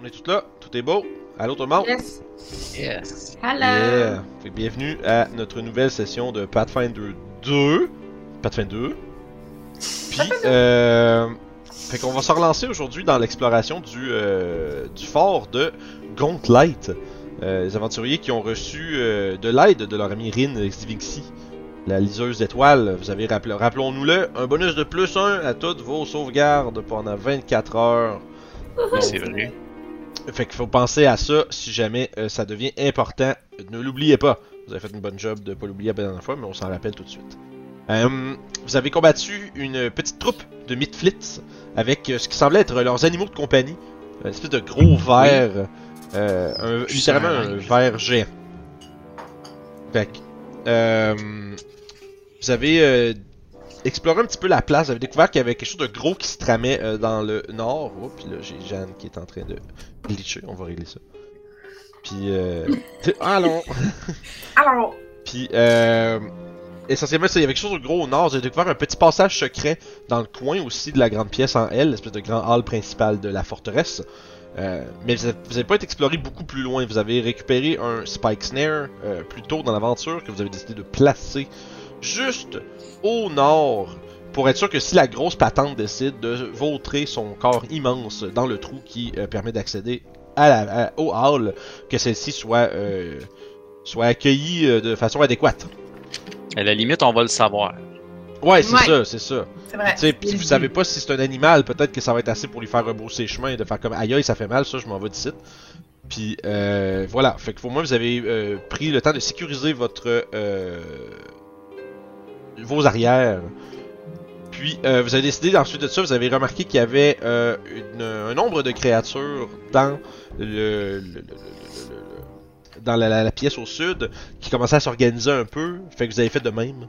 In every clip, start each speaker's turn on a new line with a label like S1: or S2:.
S1: on est tous là, tout est beau. Allô tout le monde?
S2: Yes.
S3: Yes.
S2: Hello.
S1: Yeah. Fait que bienvenue à notre nouvelle session de Pathfinder 2. Pathfinder 2. Puis, euh, fait qu'on va se relancer aujourd'hui dans l'exploration du, euh, du fort de Gauntlet. Euh, les aventuriers qui ont reçu euh, de l'aide de leur amie Rin Stivixi, la liseuse d'étoiles. Vous avez, rappel- rappelons-nous-le, un bonus de plus 1 à toutes vos sauvegardes pendant 24 heures.
S3: Oui, c'est vrai.
S1: Fait qu'il faut penser à ça si jamais euh, ça devient important. Ne l'oubliez pas. Vous avez fait une bonne job de pas l'oublier la dernière fois, mais on s'en rappelle tout de suite. Euh, vous avez combattu une petite troupe de Midflits avec euh, ce qui semblait être leurs animaux de compagnie. Une espèce de gros verre. euh, un-
S3: Juste
S1: littéralement
S3: un
S1: un
S3: linge.
S1: verre géant. Fait que, euh, vous avez euh, exploré un petit peu la place. Vous avez découvert qu'il y avait quelque chose de gros qui se tramait euh, dans le nord. Oh, puis là, j'ai Jeanne qui est en train de glitcher. On va régler ça. Puis, euh... allons!
S2: Alors,
S1: Puis, euh, essentiellement, ça, il y avait quelque chose de gros au nord. J'ai découvert un petit passage secret dans le coin aussi de la grande pièce en L, l'espèce de grand hall principal de la forteresse. Euh, mais vous n'avez pas été exploré beaucoup plus loin. Vous avez récupéré un spike snare euh, plus tôt dans l'aventure que vous avez décidé de placer juste au nord pour être sûr que si la grosse patente décide de vautrer son corps immense dans le trou qui euh, permet d'accéder à la- à- au hall, que celle-ci soit euh, soit accueilli euh, de façon adéquate.
S3: À la limite, on va le savoir.
S1: Ouais, c'est
S2: Ouais.
S1: ça, c'est ça.
S2: c'est vrai.
S1: Tu sais, pis si vous savez pas si c'est un animal, peut-être que ça va être assez pour lui faire rebrousser chemin et de faire comme aïe aïe, ça fait mal, ça, je m'en vais d'ici. Puis euh, voilà, fait que pour moi, vous avez euh, pris le temps de sécuriser votre euh, vos arrières. Puis euh, vous avez décidé ensuite de ça, vous avez remarqué qu'il y avait euh, une- un nombre de créatures dans le, le- le- le- le- le- dans la, la- la pièce au sud qui commençaient à s'organiser un peu. Fait que vous avez fait de même.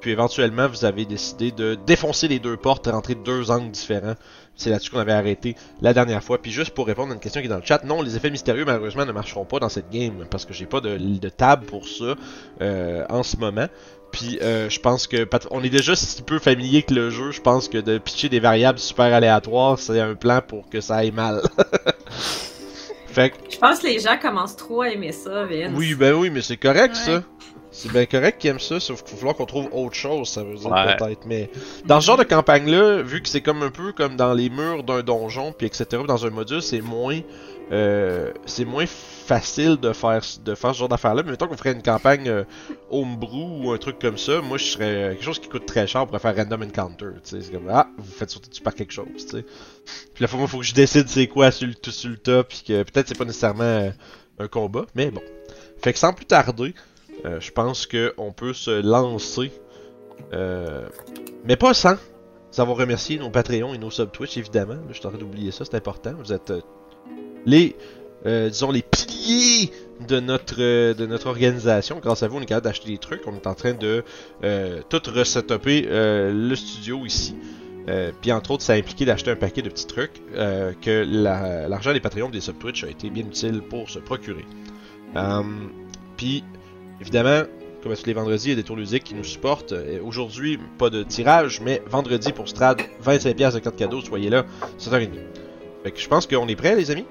S1: Puis éventuellement, vous avez décidé de défoncer les deux portes, rentrer deux angles différents. C'est là-dessus qu'on avait arrêté la dernière fois. Puis juste pour répondre à une question qui est dans le chat, non, les effets mystérieux malheureusement ne marcheront pas dans cette game parce que j'ai pas de, de table pour ça euh, en ce moment. Puis euh, je pense que Pat- on est déjà si peu familier que le jeu, je pense que de pitcher des variables super aléatoires, c'est un plan pour que ça aille mal. fait que,
S2: Je pense que les gens commencent trop à aimer ça, Vince.
S1: oui, ben oui, mais c'est correct
S2: Ouais.
S1: ça. C'est bien correct qu'ils aiment ça, sauf qu'il va falloir qu'on trouve autre chose, ça veut dire
S3: Ouais.
S1: peut-être. Mais dans ce genre de campagne-là, vu que c'est comme un peu comme dans les murs d'un donjon, puis etc., dans un module, c'est moins, euh, c'est moins facile de faire, de faire ce genre d'affaire-là. Mais mettons qu'on ferait une campagne euh, homebrew ou un truc comme ça, moi je serais euh, quelque chose qui coûte très cher, on pourrait faire random encounter. tu sais. C'est comme ah, vous faites sauter dessus par quelque chose. tu sais. Puis là, faut, moi, faut que je décide c'est quoi sur le, tout sur le tas, puis que peut-être c'est pas nécessairement euh, un combat, mais bon. Fait que sans plus tarder, euh, je pense qu'on peut se lancer. euh, mais pas sans. Nous avons remercié nos Patreons et nos sub-Twitch, évidemment. Là, Je suis en train d'oublier ça, c'est important. Vous êtes euh, les, euh, disons, les piliers de notre, euh, de notre organisation. Grâce à vous, on est capable d'acheter des trucs. On est en train de euh, tout resetuper euh, le studio ici. Euh, Puis entre autres, ça a impliqué d'acheter un paquet de petits trucs euh, que la- l'argent des Patreons et des sub-Twitch a été bien utile pour se procurer. Euh, Puis Évidemment, comme à tous les vendredis, il y a des tours ludiques qui nous supportent. Euh, Aujourd'hui, pas de tirage, mais vendredi pour Strad, 25$ de carte cadeau, soyez là, 7h30. Fait que je pense qu'on est prêt, les amis.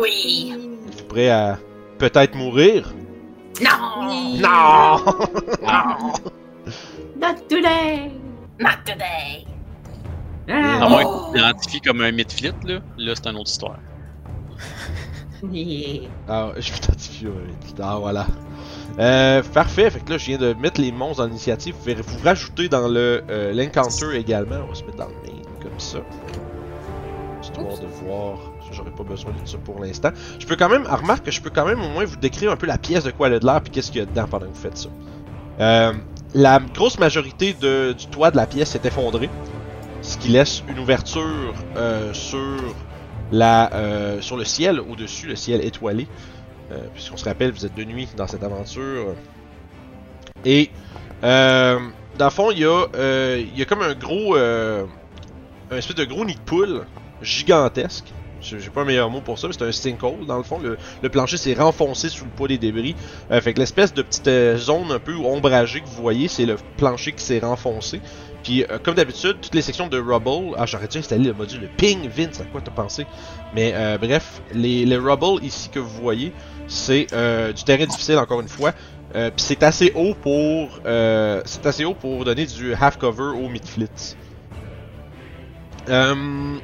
S2: Oui.
S1: Êtes-vous prêts à peut-être mourir?
S2: Non.
S4: Oui.
S1: Non! non!
S2: Not today.
S4: Not today.
S3: À moins
S2: Ah.
S3: qu'on l'identifie comme un midflit, là, là c'est une autre histoire.
S2: Yeah.
S1: Ah, je m'identifie, ouais. Ah, voilà. Euh, parfait, fait que là, je viens de mettre les monstres dans l'initiative. Vous pouvez vous rajouter dans le euh, l'encounter également. On va se mettre dans le main, comme ça. Histoire de voir. J'aurais pas besoin de ça pour l'instant. Je peux quand même, ah, remarque que je peux quand même au moins vous décrire un peu la pièce de quoi elle a de l'air, puis qu'est-ce qu'il y a dedans pendant que vous faites ça. Euh, la grosse majorité de- du toit de la pièce s'est effondré, ce qui laisse une ouverture euh, sur la, euh, sur le ciel au-dessus, le ciel étoilé. Euh, Puisqu'on se rappelle, vous êtes de nuit dans cette aventure. Et euh, dans le fond, il y, a, euh, il y a comme un gros. euh, un espèce de gros nid de poule gigantesque. j'ai j'ai pas un meilleur mot pour ça, mais c'est un sinkhole dans le fond. Le, le plancher s'est renfoncé sous le poids des débris. Euh, fait que l'espèce de petite euh, zone un peu ombragée que vous voyez, c'est le plancher qui s'est renfoncé. Puis euh, comme d'habitude, toutes les sections de rubble, ah j'aurais dû installer le module de ping Vince, à quoi t'as pensé Mais euh, bref, les, le rubble ici que vous voyez, c'est euh, du terrain difficile encore une fois. Euh, puis c'est assez haut pour euh, c'est assez haut pour donner du half cover au mid flit. Euh,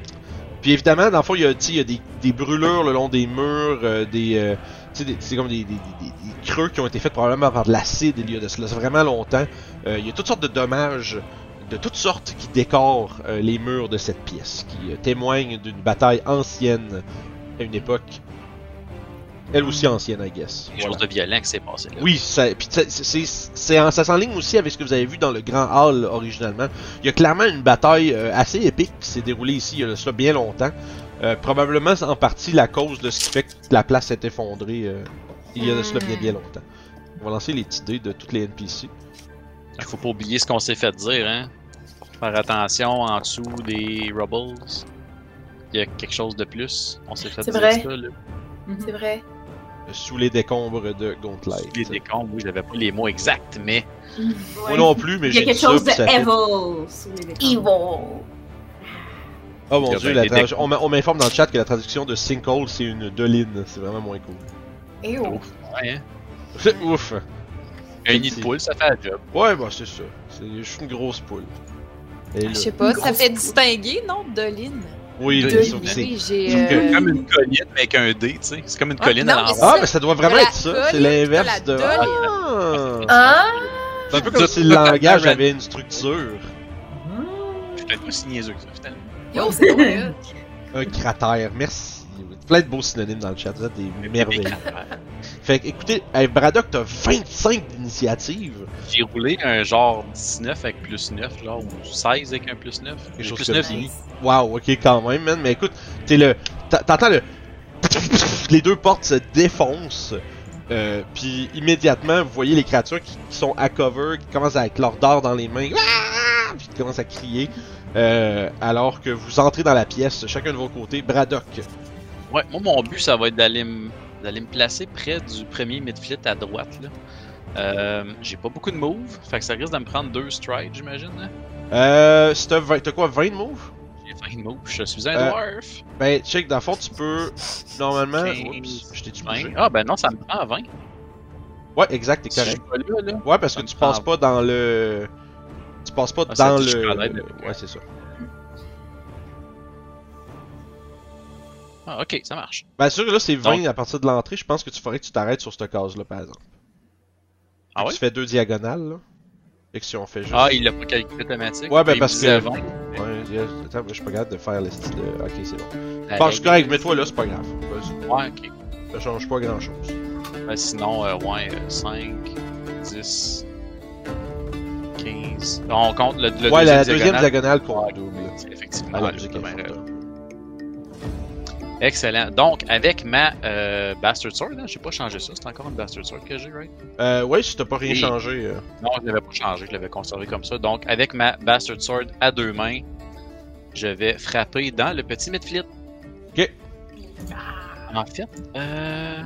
S1: puis évidemment, dans le fond, il y a, tu sais, il y a des, des brûlures le long des murs, euh, des, euh, tu sais, des- c'est comme des, des- des- des- des creux qui ont été faits probablement par de l'acide il y a de cela vraiment longtemps. Euh, il y a toutes sortes de dommages de toutes sortes qui décorent euh, les murs de cette pièce, qui euh, témoignent d'une bataille ancienne à une époque, elle aussi ancienne, I guess.
S3: Quelque
S1: Voilà.
S3: chose de violent qui s'est passé là.
S1: Oui, ça, puis ça- c'est- c'est- c'est en- ça s'enligne aussi avec ce que vous avez vu dans le Grand Hall originalement. Il y a clairement une bataille euh, assez épique qui s'est déroulée ici il y a de cela bien longtemps. Euh, probablement en partie la cause de ce qui fait que la place s'est effondrée euh, il y a de cela bien bien longtemps. On va lancer les petits dés de toutes les NPC.
S3: Il faut pas oublier ce qu'on s'est fait dire, hein. Faire attention en dessous des rubbles. Il y a quelque chose de plus. On s'est fait
S4: C'est
S3: dire
S4: vrai.
S3: ça, là.
S4: C'est vrai.
S1: Sous les décombres de Gauntlet.
S3: Les décombres, oui, j'avais pas les mots exacts, mais
S1: Moi non plus, mais
S2: Il y a
S1: j'ai
S2: quelque
S1: dit ça,
S2: chose de
S1: puis ça fait-
S2: evil sous les décombres.
S4: Evil.
S1: Oh mon
S3: Il y a
S1: dieu,
S3: bien
S1: la
S3: des
S1: tra-
S3: décombres.
S1: on m'a- on m'informe dans le chat que la traduction de sinkhole c'est une doline. C'est vraiment moins cool.
S4: Ew.
S3: ouais, hein.
S1: Ouf!
S3: Un nid de poule, ça fait la job.
S1: Ouais, bah c'est ça. C'est- Je suis une grosse poule. Et
S4: Ah, Je
S1: là-
S4: sais pas,
S2: Une
S4: ça
S2: grosse
S4: fait
S2: poule.
S4: distinguer, non? Doline.
S1: Oui,
S3: De
S1: mais
S3: lui,
S1: sauf que c'est-
S4: Oui, j'ai.
S1: Sauf que
S4: euh,
S3: Comme une colline, mais avec un dé, tu sais. C'est comme une
S4: Ah,
S3: colline
S4: non,
S3: à
S4: mais
S3: l'envers.
S1: Ah, mais ça doit vraiment
S4: La
S1: être ça. C'est
S4: doline,
S1: l'inverse
S4: la
S1: de.
S3: doline.
S1: Ah.
S4: Hein?
S1: C'est un peu comme
S3: De-
S1: si le
S3: de-
S1: langage
S3: de-
S1: avait une structure.
S3: Je suis peut-être pas si niaiseux que ça, finalement.
S4: Yo, c'est drôle,
S1: Un cratère. Merci. Plein de beaux synonymes dans le chat. Vous êtes des merveilleux. Fait que, écoutez, hey, Braddock, t'as 25 d'initiative.
S3: J'ai roulé un genre 19 avec plus 9, genre, ou 16 avec un plus 9.
S1: Quelque
S3: J'ai
S1: chose
S3: plus
S1: comme
S3: 9,
S1: ça.
S3: j'ai mis.
S1: Waouh, ok, quand même, man. Mais écoute, t'es le. t'a- T'entends le. Les deux portes se défoncent. Euh, puis immédiatement, vous voyez les créatures qui, qui sont à cover, qui commencent avec leur dard dans les mains, Ah! puis qui commencent à crier. euh, alors que vous entrez dans la pièce, chacun de vos côtés, Braddock.
S3: Ouais, moi, mon but, ça va être d'aller me d'aller me placer près du premier midflit à droite, là. Euh, j'ai pas beaucoup de moves, fait que ça risque de me prendre deux strides, j'imagine. là.
S1: Euh, si t'as 20 t'as quoi, 20 de move?
S3: J'ai fait une move, je suis un
S1: Euh,
S3: dwarf.
S1: Ben, check, dans le fond, tu peux. Normalement.
S3: Quinze,
S1: Oups, je t'ai-tu
S3: 20.
S1: bougé?
S3: Ah, ben non, ça me prend 20.
S1: Ouais, exact, t'es
S3: Si je suis
S1: correct.
S3: pas là, là.
S1: Ouais, parce que
S3: Ça me
S1: tu passes
S3: prend-
S1: pas dans le. Tu passes pas
S3: Ah, ça
S1: dans
S3: dit, je suis
S1: le.
S3: en aide, mais-
S1: Ouais, c'est ça.
S3: Ah, ok, ça marche.
S1: Ben, sûr que là, c'est 20 à partir de l'entrée. Je pense que tu ferais que tu t'arrêtes sur cette case-là, par exemple.
S3: Ah
S1: Fait que
S3: ouais?
S1: Tu fais deux diagonales, là. Fait que si on fait juste.
S3: Ah, il l'a pas calculé automatique.
S1: Ouais, ben,
S3: Il
S1: parce
S3: disait
S1: que-
S3: 20.
S1: Ouais, yes. Attends, je suis pas capable de faire les styles de. Ok, c'est bon.
S3: Allez.
S1: Bon, je suis correct, mets-toi là, c'est pas grave. Vas-y.
S3: Ouais, ok.
S1: Ça change pas grand-chose.
S3: Ben, sinon, euh, ouais, 5, 10, 15. On compte le, le
S1: Ouais,
S3: deuxième
S1: la deuxième
S3: diagonale.
S1: diagonale qu'on
S3: Ouais.
S1: double.
S3: C'est
S1: Ah,
S3: Effectivement,
S1: la
S3: ouais,
S1: logique
S3: j'ai
S1: est
S3: bien
S1: forte.
S3: raison. Excellent. Donc, avec ma euh, Bastard Sword, hein, j'ai pas changé ça. C'est encore une Bastard Sword que j'ai, right?
S1: Euh, ouais, si t'as pas rien
S3: Et-
S1: changé. euh,
S3: Non, je l'avais pas changé, je l'avais conservé comme ça. Donc, avec ma Bastard Sword à deux mains, je vais frapper dans le petit midflit.
S1: Ok.
S3: En fait, euh...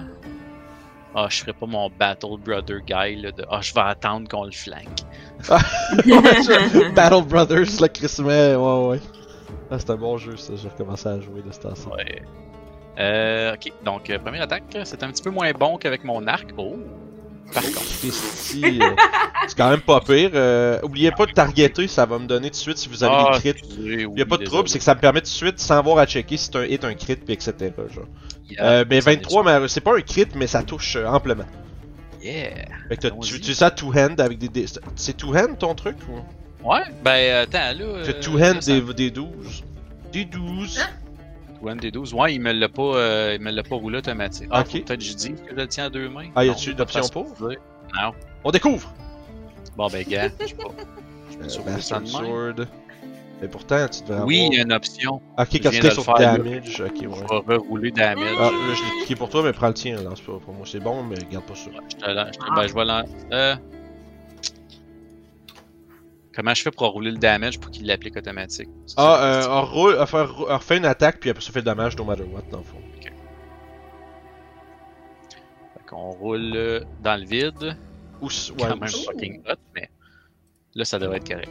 S3: Ah, je ferai pas mon Battle Brother Guy, là, de... Ah, je vais attendre qu'on le flanque.
S1: Battle Brothers, le Christmas, ouais, ouais. Ah, c'est un bon jeu, ça. J'ai recommencé à jouer de ce temps-ci.
S3: Ouais. Euh, ok, donc, euh, première attaque, c'est un petit peu moins bon qu'avec mon arc. Oh! Par contre.
S1: Christy, euh, c'est quand même pas pire. Euh, oubliez pas de targeter, ça va me donner tout de suite si vous
S3: ah,
S1: avez des crits. Il a pas de trouble, c'est que ça me permet tout de suite, sans avoir à checker si c'est un hit, un crit, puis etc. genre.
S3: Ah,
S1: Euh, mais 23, mais c'est pas un crit, mais ça touche euh, amplement.
S3: Yeah.
S1: Fait que t'as- tu
S3: Allons-y.
S1: utilises ça two-hand avec des. des- C'est two-hand ton truc ou
S3: Ouais, ben attends, là.
S1: T'as
S3: euh,
S1: two-hand
S3: ça-
S1: des, des 12. Des 12.
S3: Two-hand des 12. Ouais, il me l'a pas, euh, il me l'a pas roulé automatique. Ah,
S1: Ok.
S3: faut Peut-être que j'ai dit que je le tiens à deux mains.
S1: Ah, y
S3: Non,
S1: a-tu une
S3: pas de
S1: option
S3: façon
S1: pour?
S3: de dire. Non.
S1: On découvre
S3: Bon, ben, gars, je sais pas. Je peux
S1: Euh,
S3: survoler ça
S1: Bastard
S3: de même.
S1: Sword. Mais pourtant, tu devrais
S3: Oui,
S1: avoir.
S3: il y a une option.
S1: Ok, quand tu
S3: viens de
S1: cliques
S3: le
S1: sur
S3: faire, là.
S1: damage, ok,
S3: Je
S1: ouais.
S3: vais rerouler damage.
S1: Ah, là, je l'ai cliqué pour toi, mais prends le tien, lance pas pour moi. C'est bon, mais garde pas ça.
S3: Je te lan- je te- ben, je vais lancer. Euh... Comment je fais pour rouler le damage pour qu'il l'applique automatique? C'est
S1: Ah,
S3: ça,
S1: euh, on, roule, on, fait, on refait une attaque, puis après ça fait le dommage, no matter what, dans le fond.
S3: Fait qu'on roule euh, dans le vide.
S1: Ou, s- ouais,
S3: Quand
S1: ou
S3: même
S1: s-
S3: fucking hot, mais là, ça devrait être correct.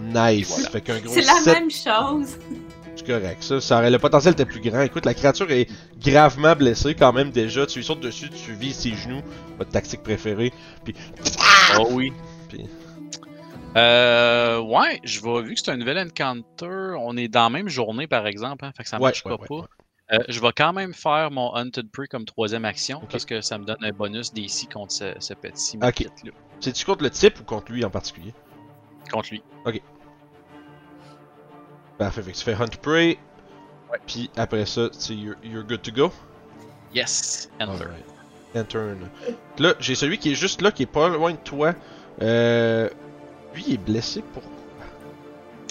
S1: Nice.
S3: Voilà.
S1: Fait qu'un gros
S2: C'est la
S1: 7,
S2: même chose.
S1: c'est correct. Ça, ça aurait- le potentiel était plus grand. Écoute, la créature est gravement blessée quand même déjà. Tu lui sautes dessus, tu vises ses genoux. Votre tactique préférée.
S3: Oh oui.
S1: Puis-
S3: Euh, ouais, je vais, vu que c'est un nouvel encounter, on est dans la même journée par exemple, hein, fait que ça
S1: Ouais,
S3: marche
S1: ouais,
S3: pas.
S1: ouais,
S3: pas.
S1: ouais.
S3: Euh, je vais quand même faire mon Hunted Prey comme troisième action
S1: Ok.
S3: parce que ça me donne un bonus d'ici contre ce, ce petit
S1: Ok.
S3: maquette-là.
S1: C'est-tu contre le type ou contre lui en particulier?
S3: Contre lui.
S1: Parfait. Fait que tu fais Hunt Prey.
S3: Ouais.
S1: Puis après ça, tu sais, you're, you're good to go.
S3: Yes, Enter.
S1: Alright. Intern. Là, j'ai celui qui est juste là, qui est pas loin de toi. Euh... Lui, il est blessé pour...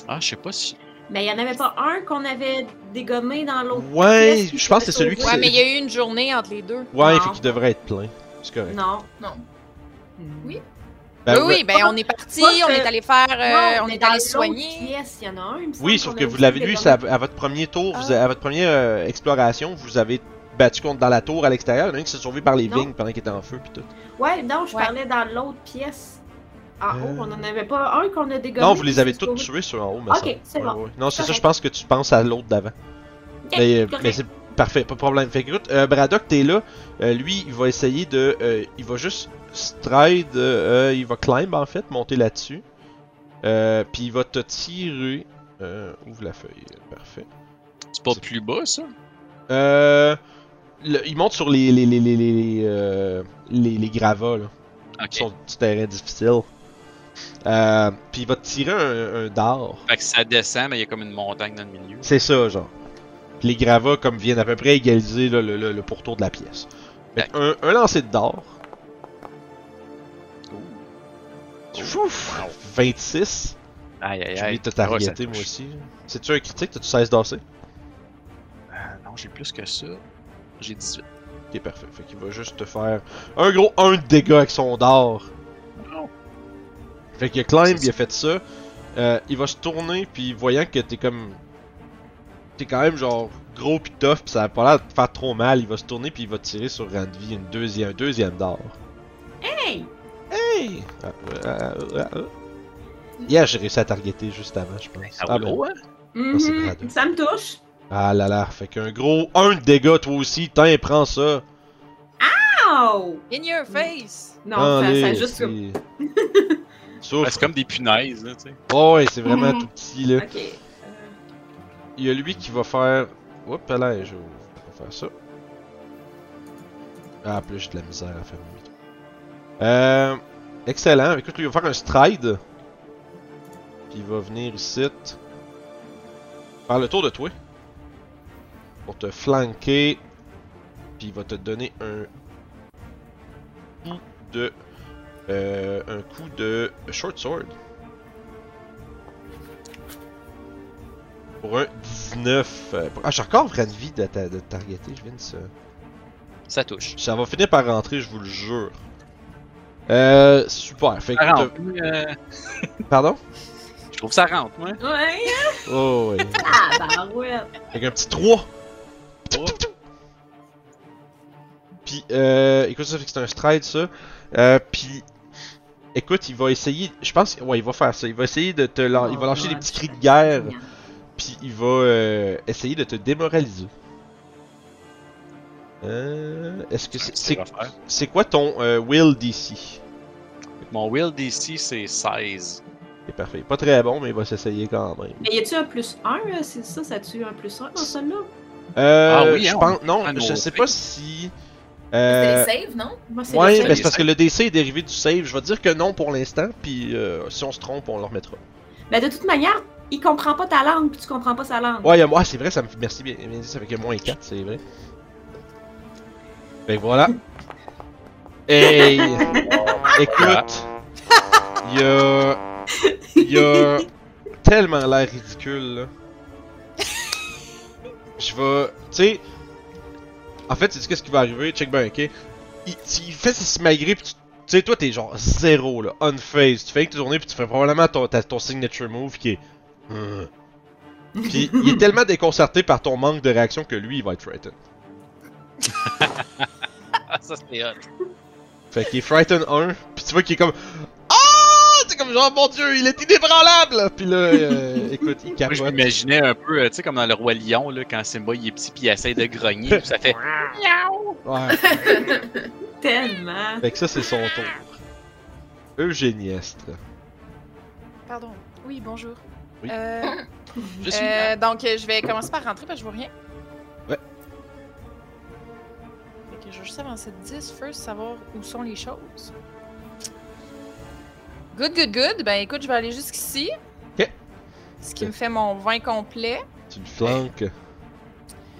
S3: Ah, je sais pas si.
S2: Mais il n'y en avait pas un qu'on avait dégommé dans l'autre.
S1: Ouais,
S2: pièce,
S1: je pense que c'est celui qui...
S2: Ouais,
S4: Ouais,
S1: s'est-
S4: mais il y a eu une journée entre les deux.
S1: Ouais,
S2: Non.
S1: fait qu'il devrait être plein. C'est correct.
S2: Non.
S5: Non.
S2: Hmm.
S1: Ben,
S4: oui, oui, ben on est parti,
S2: Parce que-
S4: on est allé faire, euh,
S2: Non,
S4: on
S2: mais
S4: est
S2: dans
S4: allé
S2: l'autre
S4: soigner.
S2: pièce, il y en a un. il me semble
S1: Oui, sauf
S2: qu'on
S1: que
S2: a
S1: vous
S2: aussi
S1: l'avez lu, c'est
S2: dégommé.
S1: à, à votre premier tour,
S2: Ah.
S1: vous a- à votre première euh, exploration, vous avez battu contre dans la tour à l'extérieur. Il y en a un qui s'est sauvé par les
S2: Non.
S1: vignes pendant qu'il était en feu puis tout.
S2: Ouais, non, je
S4: Ouais.
S2: parlais dans l'autre pièce. En
S1: Euh.
S2: haut, on n'en avait pas un qu'on a dégommé.
S1: non, vous les avez
S2: c'est
S1: toutes
S2: sauvé.
S1: tués sur en haut, mais
S2: Ok,
S1: ça.
S2: c'est bon.
S1: Non, c'est ça,
S2: Correct.
S1: je pense que tu penses à l'autre d'avant.
S2: Ok,
S1: Mais, euh,
S2: correct.
S1: mais c'est parfait, pas de problème. Fait que écoute, euh, Braddock, t'es là. Euh, lui, il va essayer de. euh, il va juste stride. euh, euh, il va climb en fait, monter là-dessus. Euh, Puis il va te tirer. Euh, ouvre la feuille, parfait.
S3: C'est pas plus bas ça?
S1: Euh, le- il monte sur les les les les les les, euh, les, les gravats là,
S3: Ok.
S1: qui sont du terrain difficile. Euh, puis il va te tirer un, un dard.
S3: Fait que ça descend, mais il y a comme une montagne dans le milieu.
S1: C'est ça, genre. Puis les gravats comme viennent à peu près égaliser là, le, le, le pourtour de la pièce. Fait que un, un lancer de dard.
S3: Ouh.
S1: Fouf! 26.
S3: Aïe aïe
S1: J'ai
S3: aïe.
S1: oublié de te
S3: Ah Ouais, ça
S1: targeter,
S3: touche.
S1: moi aussi. C'est-tu un critique? T'as-tu 16 d'assez?
S3: Ah, non, j'ai plus que ça. J'ai 18.
S1: Ok, parfait. Fait qu'il va juste te faire un gros 1 de dégâts avec son dard.
S3: Non.
S1: Fait qu'il a climb,
S3: C'est
S1: il a fait ça. Euh, il va se tourner, puis voyant que t'es comme. T'es quand même genre gros pis tough, pis ça a pas l'air de te faire trop mal, il va se tourner, puis il va tirer sur Randvi une deuxième, un deuxième dard.
S2: Hey!
S1: Hey! Ah, euh, ah, euh, ah, euh. Yeah, j'ai réussi à targeter juste avant, je pense.
S3: Ah,
S1: Ah,
S3: ouais,
S1: bon.
S3: ouais.
S2: Mhm,
S1: c'est grave.
S2: Ça me touche.
S1: Ah là là, fait qu'un gros 1 de dégâts, toi aussi, tiens, prends ça.
S2: Ow!
S4: In your face!
S2: Non, ça,
S1: Allez,
S2: ça juste comme.
S1: c'est-
S3: Ouais,
S1: Souffre.
S3: C'est comme des punaises, là, tu sais.
S1: Oh, ouais, c'est vraiment
S2: Mm.
S1: tout petit, là.
S2: Ok.
S1: Il y a lui qui va faire. Oups, là, je vais faire ça. Ah, plus j'ai de la misère à faire mon micro. Euh. Excellent. Écoute, lui, il va faire un stride. Puis il va venir ici. Faire le tour de toi. Pour te flanquer. Puis il va te donner un coup de. euh, un coup de short sword. Pour un 19. euh, pour- Ah, j'ai encore vraiment vie de, ta- de targeter, je viens de ça.
S3: Ça touche.
S1: Ça va finir par rentrer, je vous le jure. Euh, super. Fait que
S3: Ça
S1: t'as-
S3: rentre. euh,
S1: Pardon?
S3: je trouve que ça rentre, moi.
S2: Ouais!
S1: Oh, oui.
S2: Ah, barouette!
S1: Avec un petit 3.
S3: Oh.
S1: Puis, euh, écoute, ça fait que c'est un stride, ça. Euh, puis, écoute, il va essayer. Je pense. Ouais, il va faire ça. Il va essayer de te. lan- il va lancer des petits cris de guerre. Puis il va euh, essayer de te démoraliser. Euh, Est-ce que c'est- c'est
S3: refaire.
S1: c'est quoi ton euh, will d'ici
S3: Mon Will DC, c'est 16.
S1: C'est parfait. Pas très bon, mais il va s'essayer quand même.
S2: Mais y a-tu un plus 1? C'est ça, ça tue un plus 1 dans celui-là?
S1: Euh,
S3: Ah oui,
S1: je
S3: hein,
S1: pense,
S3: on
S1: non,
S3: prend nos
S1: je sais
S3: faits.
S1: pas si.
S5: C'était
S1: Euh,
S5: les saves, non?
S2: Moi, c'est
S1: ouais,
S2: le
S1: mais
S2: seul.
S1: c'est parce que le DC est dérivé du save. Je vais dire que non pour l'instant, puis euh, si on se trompe, on le remettra.
S5: Mm.
S2: Ben, de toute manière, il comprend pas ta langue, puis tu comprends pas sa langue.
S1: Ouais, il y a- ah, c'est vrai, ça me merci bien, bien dit, ça fait que moins 4, c'est vrai. Fait que voilà. Hey! Écoute, il y a. Il y a tellement l'air ridicule, là. Je vais. Tu sais. En fait, tu dis qu'est-ce qui va arriver, check ben, ok. Il, il fait ses smigrés, pis tu Tu sais, toi, t'es genre zéro, là, on phase. Tu fais que tes journées, puis tu fais probablement ton, ta- ton signature move qui est. Euh. Puis il est tellement déconcerté par ton manque de réaction que lui, il va être frightened.
S3: Ah, ça c'était hot.
S1: Fait qu'il est frightened 1, puis tu vois qu'il est comme. Ah! C'est comme genre, mon dieu, il est inébranlable! Puis là, euh, écoute, il
S3: Moi, je
S1: capote.
S3: m'imaginais un peu, euh, tu sais, comme dans Le Roi Lion, là, quand Simba il est petit puis il essaie de grogner, puis ça fait.
S1: Ouais.
S2: Tellement.
S1: Fait que ça, c'est son tour. Eugénie Estre.
S4: Pardon. Oui, bonjour.
S1: Oui.
S4: Euh,
S3: Je suis.
S4: euh, donc, euh, je vais commencer par rentrer parce que je vois rien.
S1: Ouais.
S4: Fait que je vais juste avancer de 10 first, savoir où sont les choses. Good, good, good. Ben écoute, je vais aller jusqu'ici.
S1: Ok.
S4: Ce qui me fait mon 20 complet.
S1: Tu le flanques.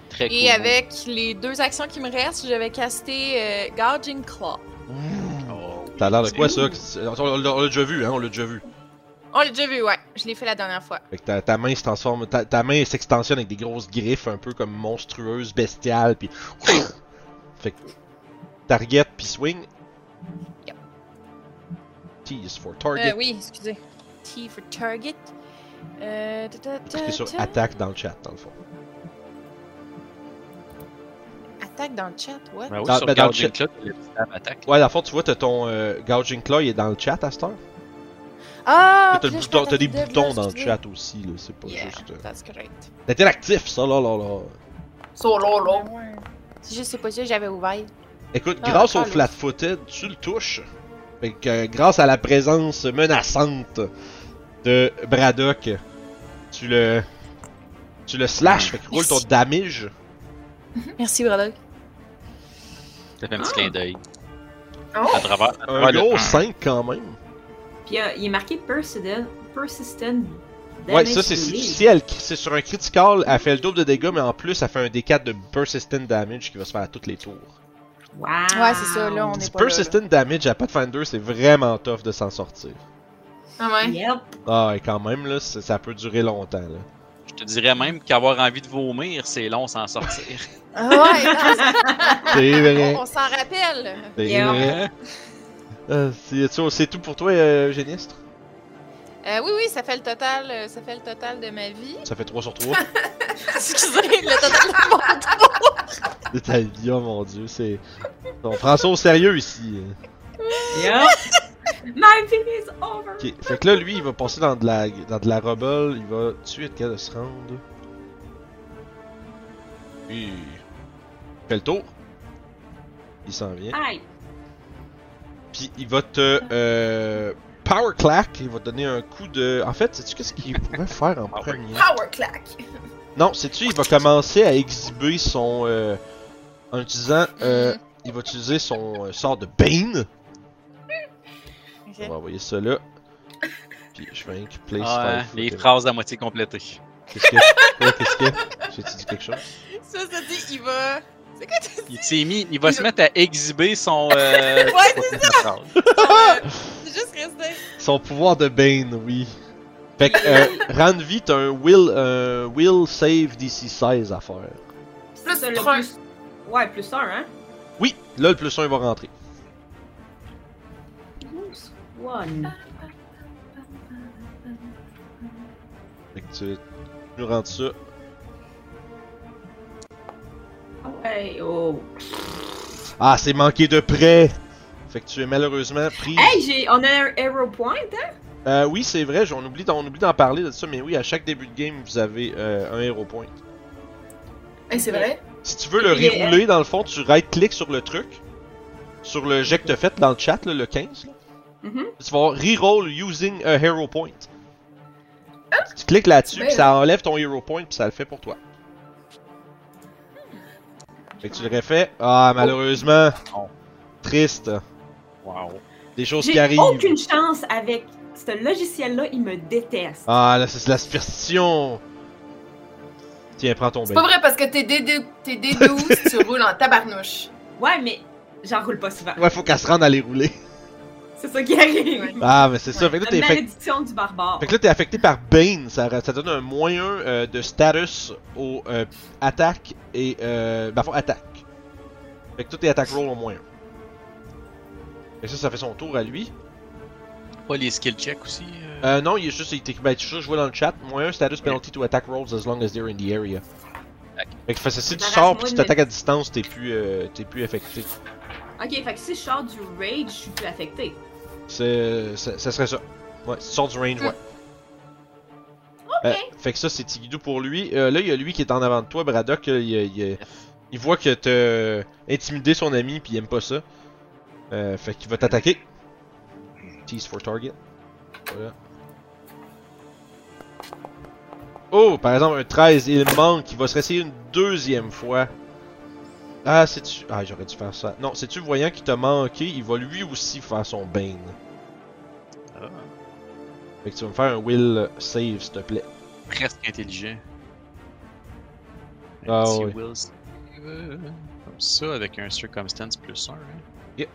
S3: Très cool.
S4: Et avec les deux actions qui me restent, je vais caster euh, Gouging Claw.
S3: Oh, oui.
S1: T'as l'air de
S3: C'est-
S1: quoi, ça? C'est- On l'a- on l'a déjà vu, hein? On l'a déjà vu.
S4: On l'a déjà vu, ouais. Je l'ai fait la dernière fois.
S1: Fait que ta, ta main se transforme, ta, ta main s'extensionne avec des grosses griffes un peu comme monstrueuses, bestiales, puis fait que target puis swing.
S4: Yep.
S1: T is for
S4: Euh,
S1: target.
S4: oui, excusez. T for target. Euh, ta, ta, ta,
S1: Cliquez sur
S4: ta.
S1: attaque dans le chat dans le fond.
S4: Attaque dans le chat, what?
S3: Ben oui,
S1: Dans-
S3: sur
S1: ben, dans le
S3: Gouging
S1: chat.
S3: Claw, le petit dame attaque.
S1: Ouais, dans le fond, tu vois, t'as ton euh, gouging claw, il est dans le chat à cette heure.
S4: Ah!
S1: t'as
S4: puis
S1: le
S4: là, je
S1: bouton-
S4: parle
S1: t'as des
S4: de dev, là,
S1: boutons dans le
S4: excusez.
S1: chat aussi, là, c'est pas
S4: Yeah,
S1: juste. euh,
S4: that's correct.
S1: C'est interactif, ça, là, là, là.
S2: Solo, là.
S4: C'est juste, c'est pas ça, j'avais ouvert.
S1: Écoute,
S4: Ah,
S1: grâce au
S4: allô.
S1: flat-footed, tu le touches. Fait que, euh, grâce à la présence menaçante de Braddock, tu le. Tu le slash, fait que roule ton
S4: Merci.
S1: damage.
S4: Merci, Braddock.
S3: Ça fait un petit clin d'œil.
S2: Oh.
S3: À travers. à
S1: Un
S3: travers le-
S1: gros 5 quand même.
S2: Puis euh, il est marqué persistent. persistent
S1: ouais,
S2: damage
S1: ça c'est si,
S2: relief.
S1: si elle c'est sur un critical, elle fait le double de dégâts, mais en plus elle fait un D4 de persistent damage qui va se faire à tous les tours.
S2: Wow.
S4: Ouais, c'est ça, là, on
S1: Du
S4: est pas là, là.
S1: persistent damage à Pathfinder, c'est vraiment tough de s'en sortir.
S4: Ah ouais?
S2: Yep.
S1: Ah, et quand même, là, c'est- ça peut durer longtemps, là.
S3: Je te dirais même qu'avoir envie de vomir, c'est long s'en sortir.
S4: Ah ouais!
S1: C'est vrai.
S4: on on s'en rappelle!
S1: C'est
S2: Yeah.
S1: vrai. Ben, Euh, c'est- c'est c'est tout pour toi, euh, Génistre.
S4: Euh, oui, oui, ça fait le total, euh, ça fait le total de ma vie.
S1: Ça fait 3 sur 3.
S4: Excusez, le total de mon
S1: de ta vie, oh mon dieu, c'est. On prend ça au sérieux ici.
S2: Yep. My pin is over.
S1: Ok, fait que là, lui, il va passer dans de la, dans de la rubble, il va tuer être capable de se rendre. Puis. il Fait le tour. Il s'en vient.
S2: Aïe.
S1: Puis il va te. Euh, power clack, il va te donner un coup de. En fait, sais-tu qu'est-ce qu'il pourrait faire en
S3: Power
S1: premier
S4: power clack!
S1: Non, sais-tu, il va commencer à exhiber son. euh, en utilisant. euh, il va utiliser son euh, sort de Bane. On va envoyer ça là. Puis je vais inclure place.
S3: Ah,
S1: five,
S3: les
S1: whatever.
S3: phrases à moitié complétées.
S1: Qu'est-ce qu'il y a? Quoi, Qu'est-ce qu'il y a? J'ai-tu dit quelque chose?
S4: Ça, ça dit, il va. C'est quoi tu
S3: Il s'est mis, il va se mettre à exhiber son. euh,
S4: Ouais,
S3: son-
S4: dis? C'est juste resté.
S1: Son pouvoir de Bane, oui. Fait que, euh, Ranvi, t'as un will, euh, will save DC 16 à faire.
S2: C'est ça, le
S4: trois.
S2: plus. Ouais, plus un, hein.
S1: Oui, là le plus 1 va rentrer.
S2: Plus one.
S1: Fait que tu tu nous rentres ça.
S2: Ah Ouais, oh.
S1: Ah, c'est manqué de près! Fait que tu es malheureusement pris.
S2: Hey, j'ai, on a un hero point, hein?
S1: Euh, oui, c'est vrai, j'en oublie d'en- on oublie d'en parler de ça, mais oui, à chaque début de game, vous avez euh, un héros point.
S4: c'est vrai?
S1: Si tu veux le
S2: Et-
S1: rerouler, dans le fond, tu right-click sur le truc, sur le jet que t'as fait dans le chat, là, le 15. là.
S2: Mhm.
S1: Tu vas reroll using a hero point.
S2: Hein?
S1: Tu cliques
S2: Ben
S1: là-dessus, puis ça enlève ton hero point, puis ça le fait pour toi. Fait que tu le refais.
S2: Oh.
S1: Ah, malheureusement.
S3: Non.
S1: Triste.
S3: Wow.
S1: Des choses qui
S2: J'ai
S1: arrivent.
S2: aucune chance avec ce logiciel-là, il me déteste.
S1: Ah, là, c'est de l'aspiration. Tiens, prends ton
S5: C'est
S1: bain.
S5: pas vrai parce que t'es D12, t'es D12 tu roules en tabarnouche.
S2: Ouais, mais j'en roule pas souvent.
S1: Ouais, faut qu'elle se rende à les rouler.
S2: C'est ça qui arrive.
S5: Ouais.
S1: Ah, mais c'est ça. Fait que là, t'es
S2: La
S1: fait-
S2: malédiction du barbare.
S1: Fait que là, t'es affecté par Bane, ça, ra- ça donne un moins 1 de status aux euh, attaques ben, et. Euh, bah, font attaque. Fait que tout tes attaques roll au moins 1. Et ça, ça fait son tour à lui.
S3: Pas les skill checks aussi. euh,
S1: Euh, non, il est juste, il était, ben, je suis sûr, je vois dans le chat, moins un status penalty to attack rolls as long as they're in the area.
S3: Ok.
S1: Fait que fait ça, si tu
S2: Débarrasse-moi
S1: sors pis tu
S2: de
S1: t'attaques à distance, t'es plus, euh, t'es plus affecté.
S2: Ok, fait que si je sors du rage, je suis plus affecté.
S1: C'est, ça, ça serait ça. Ouais, si tu sors du range, ouais. Euh, fait que ça, c'est Tigidou pour lui. Euh, là, il y a lui qui est en avant de toi, Braddock. euh, Il, il- il voit que t'as intimidé son ami, puis il aime pas ça. Euh, fait qu'il va t'attaquer. Tease for target. Voilà. Oh, par exemple, un 13, il manque. Il va se réessayer une deuxième fois. Ah, c'est-tu... Ah, j'aurais dû faire ça. Non, c'est-tu voyant qu'il t'a manqué, il va lui aussi faire son Bane.
S3: Ah.
S1: Fait que tu vas me faire un Will save, s'il te plaît.
S3: Presque intelligent. Un
S1: Ah,
S3: petit
S1: ouais.
S3: will save, euh, Comme ça, avec un hein. circumstance plus 1.
S1: Yep.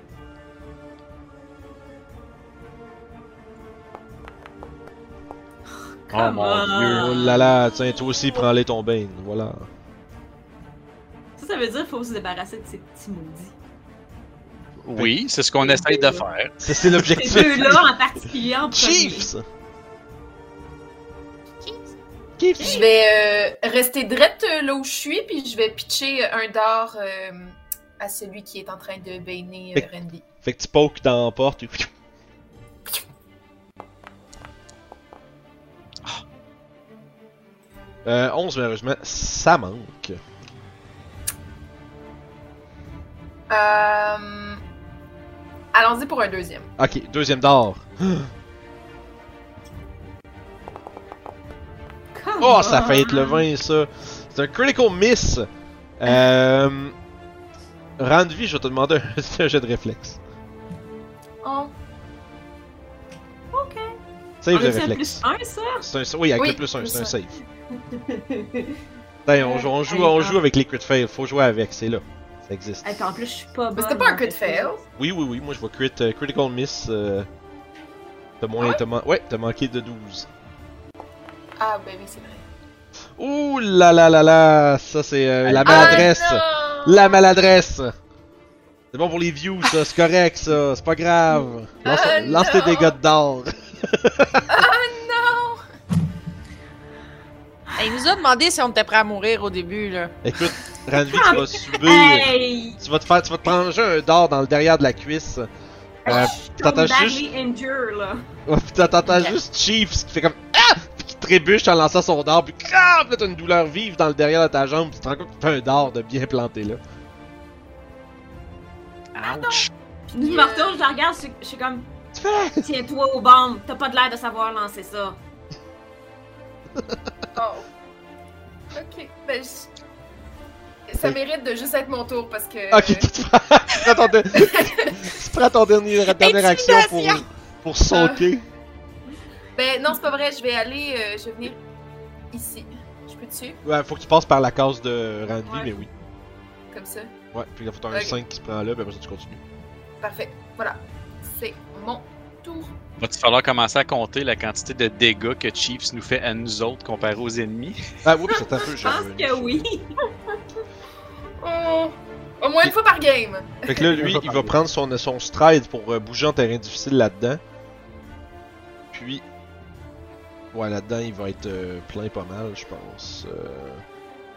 S3: Oh mon
S2: Come
S3: dieu.
S2: on.
S1: Oh là là, tiens, toi aussi, prends-les ton bain, voilà.
S2: Ça, ça veut dire qu'il faut se débarrasser de ces petits maudits.
S3: Oui, c'est ce qu'on essaye de faire.
S1: C'est c'est
S2: Ces
S1: l'objectif.
S2: deux-là en particulier en premier.
S1: Chiefs! Chiefs!
S5: Je vais euh, rester drette euh, là où je suis, puis je vais pitcher un dard euh, à celui qui est en train de baigner euh, Randy.
S1: Fait que tu pokes dans la porte et... Ah. Euh, 11 malheureusement, ça manque.
S5: Euh, Allons-y pour un deuxième.
S1: Ok, deuxième d'or.
S2: Come
S1: Oh, ça
S2: on.
S1: fait être le 20, ça. C'est un critical miss. Euh... Randvi, je vais te demander un- un jet de réflexe.
S5: Oh,
S2: Ok.
S1: Save de
S2: On a-tu Ah, un
S1: réflexe.
S2: plus un, ça?
S1: C'est un... sa- Oui, avec
S5: Oui,
S1: le plus 1, c'est un
S5: plus
S1: save. Attends, on joue, on joue, on joue avec les crit fail, faut jouer avec, c'est là. Ça existe.
S2: Et en plus, je suis pas bonne.
S5: mais
S4: oh
S5: c'était pas un
S2: en
S5: coup de
S2: fait.
S5: fail.
S1: Oui, oui, oui, moi je vois crit, euh, critical miss. Euh... T'as moins, t'as man- ouais, t'as manqué de 12.
S5: Ah, ben oui, c'est vrai.
S1: Ouh là là là là, ça c'est euh, la maladresse.
S5: Ah, non!
S1: La maladresse! C'est bon pour les views, ça, c'est correct, ça, c'est pas grave. Lance,
S5: Ah,
S1: lance tes
S5: non.
S1: dégâts de d'or.
S5: Ah,
S4: Hey, il nous a demandé si on était prêt à mourir au début, là.
S1: Écoute, Ranvi, tu vas subir.
S2: Hey!
S1: Tu vas te faire, tu vas te prendre un d'or dans le derrière de la cuisse. Euh,
S2: Comme
S1: t'attends
S2: badly
S1: juste-
S2: injured, là.
S1: Ouais, pis t'entends t'entends juste Chiefs qui fait comme Ah! Puis qui trébuche en lançant son dard, puis crap! Là, t'as une douleur vive dans le derrière de ta jambe, pis tu te rends compte que t'as un dard de bien planté là.
S3: Ouch.
S2: Je me retourne, je la regarde, je je suis comme,
S1: Tu fais
S2: tiens-toi aux bombes, t'as pas de l'air de savoir lancer ça.
S5: non! Oh. Ok, ben je- Ça mérite de juste être mon tour parce que.
S1: Ok, tu te prends, tu prends ton, de- tu prends ton dernier, dernière action pour,
S4: Intimidation!
S1: pour sauter.
S5: Ben non, c'est pas vrai, je vais aller. euh, je vais venir ici. Je peux dessus,
S1: Ouais, faut que tu passes par la case de Randy,
S5: Ouais.
S1: mais oui.
S5: comme ça.
S1: Ouais, puis là, faut que t'as un
S5: Ok.
S1: 5 qui se prend là, puis après ça tu continues.
S5: Parfait. Voilà. C'est mon tour.
S3: Va-t-il falloir commencer à compter la quantité de dégâts que Chiefs nous fait à nous autres comparé aux ennemis?
S1: Ah, oups, c'est un peu,
S2: Je pense
S1: j'avais-
S2: que oui.
S5: Oh. Au moins une fois par game.
S1: Fait que là, lui, il va prendre son, son stride pour euh, bouger en terrain difficile là-dedans. Puis. Ouais, là-dedans, il va être euh, plein pas mal, je pense. Euh,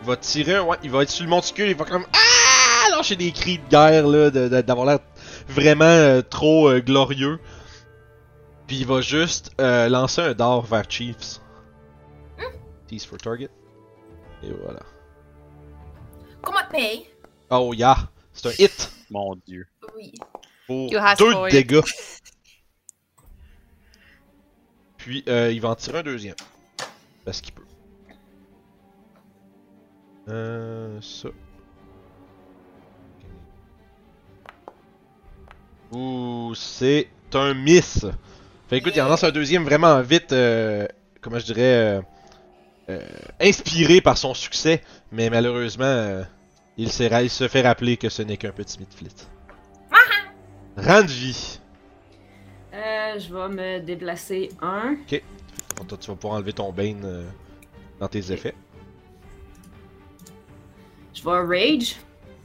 S1: Il va tirer, ouais, il va être sur le monticule, il va comme. Ah! Lâcher des cris de guerre, là, de- de- d'avoir l'air vraiment euh, trop euh, glorieux. Puis il va juste euh, lancer un dard vers Chiefs. Tease for target. Et voilà.
S5: Comment te paye?
S1: Oh, yeah! C'est un hit!
S3: Mon dieu.
S5: Oui.
S1: pour
S4: You asked
S1: deux
S4: for it.
S1: dégâts. Puis euh, il va en tirer un deuxième. Parce qu'il peut. Euh, ça. Ouh, c'est un miss. Fait écoute, il en lance un deuxième vraiment vite, euh, comment je dirais, euh, euh, inspiré par son succès. Mais malheureusement, euh, il, s'est ra- il se fait rappeler que ce n'est qu'un petit midflit. Randvi.
S2: Euh, je vais me déplacer un.
S1: Bon, toi, tu vas pouvoir enlever ton Bane euh, dans tes effets.
S2: Je vais rage.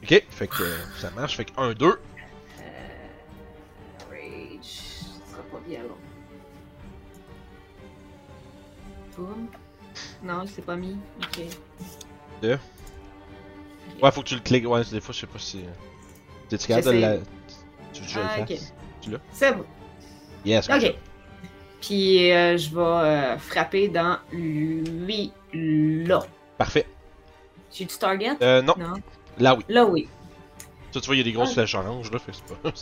S1: Ok, fait que euh, ça marche. Fait que 1, 2.
S2: Rage. yellow. Boom. Non, je l'ai pas mis. Ok.
S1: Deux. Ouais, faut que tu le cliques. Ouais, des fois, je sais pas si. T'es capable de la. Tu veux que je le
S2: Ah, ok.
S1: fasse?
S2: C'est bon.
S1: Yes, comme
S2: Ok. Puis euh, je vais euh, frapper dans lui là.
S1: ça. Parfait.
S2: J'ai du target?
S1: Euh, non.
S2: Non.
S1: Là, oui.
S2: Là oui.
S1: Ça, tu vois, il y a des grosses
S2: Ah.
S1: flèches oranges, là. Fait que c'est pas.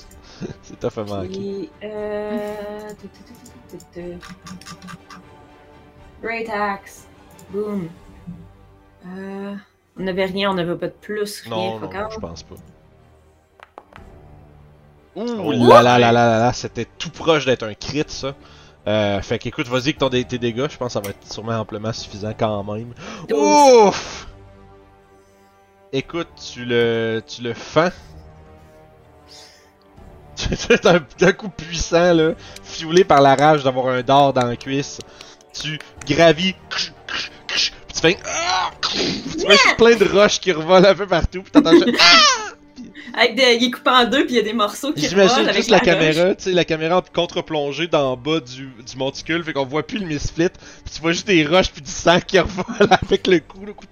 S1: c'est tough à manquer.
S2: Puis, euh... tu, tu, tu, tu, tu, tu. Great axe. Boom. Euh, On n'avait rien, on n'avait pas de plus, rien.
S1: Non,
S2: faut
S1: non,
S2: quand
S1: non,
S2: même.
S1: je pense pas.
S3: Ouh
S1: Oh là là là là là là, c'était tout proche d'être un crit ça. Euh, fait qu'écoute, vas-y que ton dé- tes dégâts, je pense que ça va être sûrement amplement suffisant quand même.
S2: Douze.
S1: Ouf! Écoute, tu le, tu le fends. Tu fais un, un coup puissant là, fioulé par la rage d'avoir un dard dans la cuisse. Tu gravis, puis tu fais, un- Ah! tu fais plein de roches qui revolent un peu partout, puis t'entends juste-
S2: Avec des... Il est coupé en deux, puis il y a des morceaux qui volent
S1: J'imagine
S2: avec
S1: juste la,
S2: roche.
S1: caméra, tu sais, la caméra en contre-plongée d'en bas du, du monticule, fait qu'on voit plus le misfit, pis tu vois juste des roches puis du sang qui revolent avec le coup, le coup.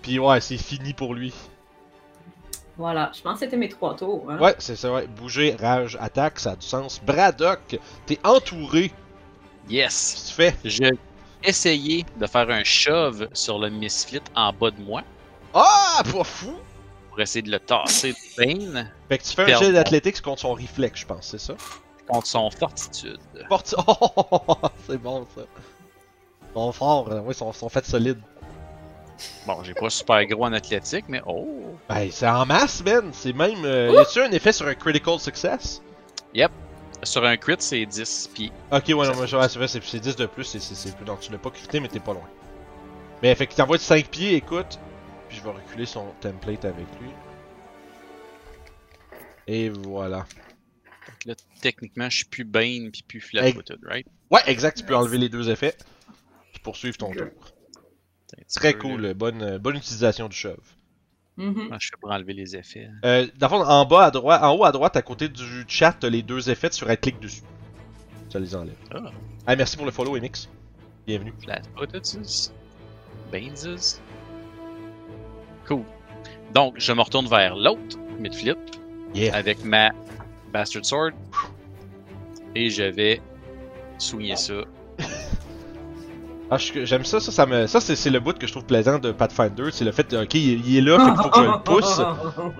S1: Puis ouais, c'est fini pour lui.
S2: Voilà, je pense que c'était mes trois tours. Hein.
S1: Ouais, c'est ça, ouais. Bouger, rage, attaque, ça a du sens. Braddock, t'es entouré,
S3: Yes!
S1: qu'est-ce que tu fais?
S3: J'ai essayé de faire un shove sur le misfit en bas de moi
S1: Ah, pas fou!
S3: pour essayer de le tasser de peine
S1: Fait que tu fais un
S3: Perdre.
S1: jet d'athlétique contre son réflexe, je pense, c'est ça?
S3: contre son fortitude.
S1: Porte... Oh, c'est bon ça. Ils sont forts, hein. ouais, ils sont, ils sont faits solides.
S3: Bon, j'ai pas super gros en athlétique, mais oh!
S1: Ben, c'est en masse, man! C'est même. Euh, y a-tu un effet sur un critical success?
S3: Sur un crit, c'est 10 pieds.
S1: Ok, ouais, non,
S3: Ça
S1: moi, je- ouais, c'est vrai, c'est c'est 10 de plus, c'est- c'est c'est plus. Donc, tu l'as pas crité, mais t'es pas loin. Mais fait qu'il t'envoie de 5 pieds, écoute. Puis je vais reculer son template avec lui. Et voilà.
S3: Là, techniquement, je suis plus Bane puis plus
S1: Hey.
S3: flat-footed, right?
S1: Ouais, exact, tu peux enlever les deux effets. Puis poursuivre ton tour.
S3: C'est un petit
S1: Très
S3: peu, là.
S1: cool, bonne, euh, bonne utilisation du shove.
S2: Mhm.
S3: Moi, je suis pour enlever les effets.
S1: Euh, dans le fond, en bas à droite, en haut à droite, à côté du chat, t'as les deux effets, tu right-click dessus. Ça les enlève.
S3: Ah.
S1: Ah, merci pour le follow, Emix. Bienvenue.
S3: Flat-footed, Baneses. Cool. Donc, je me retourne vers l'autre midflip
S1: Yeah.
S3: avec ma Bastard Sword. Et je vais soigner ça.
S1: Ah, je- j'aime ça, ça, ça me, ça c'est c'est le bout que je trouve plaisant de Pathfinder, c'est le fait, de, ok, il, il est là, fait qu'il faut que je le pousse,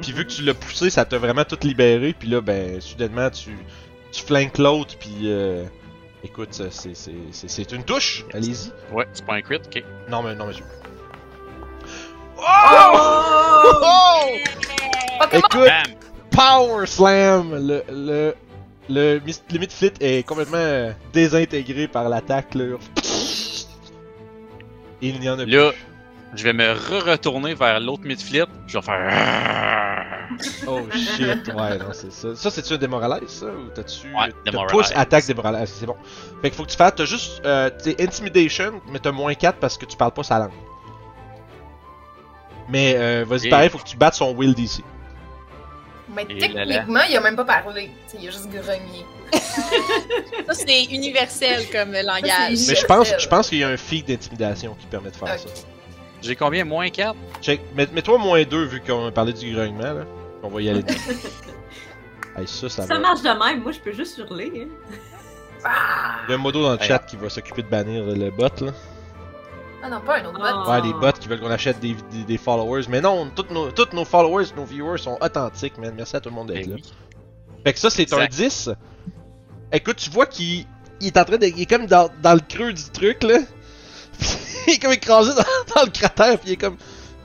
S1: puis vu que tu l'as poussé, ça t'a vraiment tout libéré, puis là, ben, soudainement, tu, tu flanques l'autre, puis euh, écoute, ça, c'est- c'est c'est- c'est une touche, allez-y.
S3: Ouais, c'est pas un crit, ok.
S1: Non, mais, non, mais je...
S5: Oh! Pas comment-
S1: Écoute,
S3: Bam!
S1: Power Slam! Le, le, le, mis- le Midflit est complètement euh, désintégré par l'attaque, là. Il n'y en a plus.
S3: Là, je vais me re-retourner vers l'autre midflip. Je vais faire.
S1: Oh shit, ouais, non, c'est ça. Ça, c'est-tu un démoralize, ça Ou t'as-tu.
S3: Ouais,
S1: t'as
S3: démoralize.
S1: pousse, attaque, démoralize, c'est bon. Fait qu'il faut que tu fasses. T'as juste. Euh, t'es intimidation, mais t'as moins 4 parce que tu parles pas sa langue. Mais euh, vas-y,
S3: Et-
S1: pareil, faut que tu battes son will DC.
S5: Mais
S3: Et là, là.
S5: techniquement, il a même pas parlé. T'sais, il a juste grogné.
S4: Ça, c'est universel comme langage.
S1: Mais je pense, je pense qu'il y a un feed d'intimidation qui permet de faire ça.
S3: J'ai combien Moins 4
S1: Check, mets- mets-toi moins 2 vu qu'on a parlé du grognement, là. On va y aller. hey, ça, ça,
S2: Ça
S1: va.
S2: marche de même, moi je peux juste hurler. hein.
S1: Il y a un modo dans le
S3: Hey. ah.
S1: chat qui va s'occuper de bannir le bot, là.
S5: Ah non, pas un autre
S2: Ah.
S5: bot.
S1: Ouais, les bots qui veulent qu'on achète des, des, des followers. Mais non, toutes nos, toutes nos followers, nos viewers sont authentiques, man. Merci à tout le monde d'être là.
S3: Ben oui.
S1: Fait que ça, c'est un
S3: Exact.
S1: 10. Écoute, tu vois qu'il il est en train de. Il est comme dans, dans le creux du truc, là. il est comme écrasé dans, dans le cratère, puis il est comme.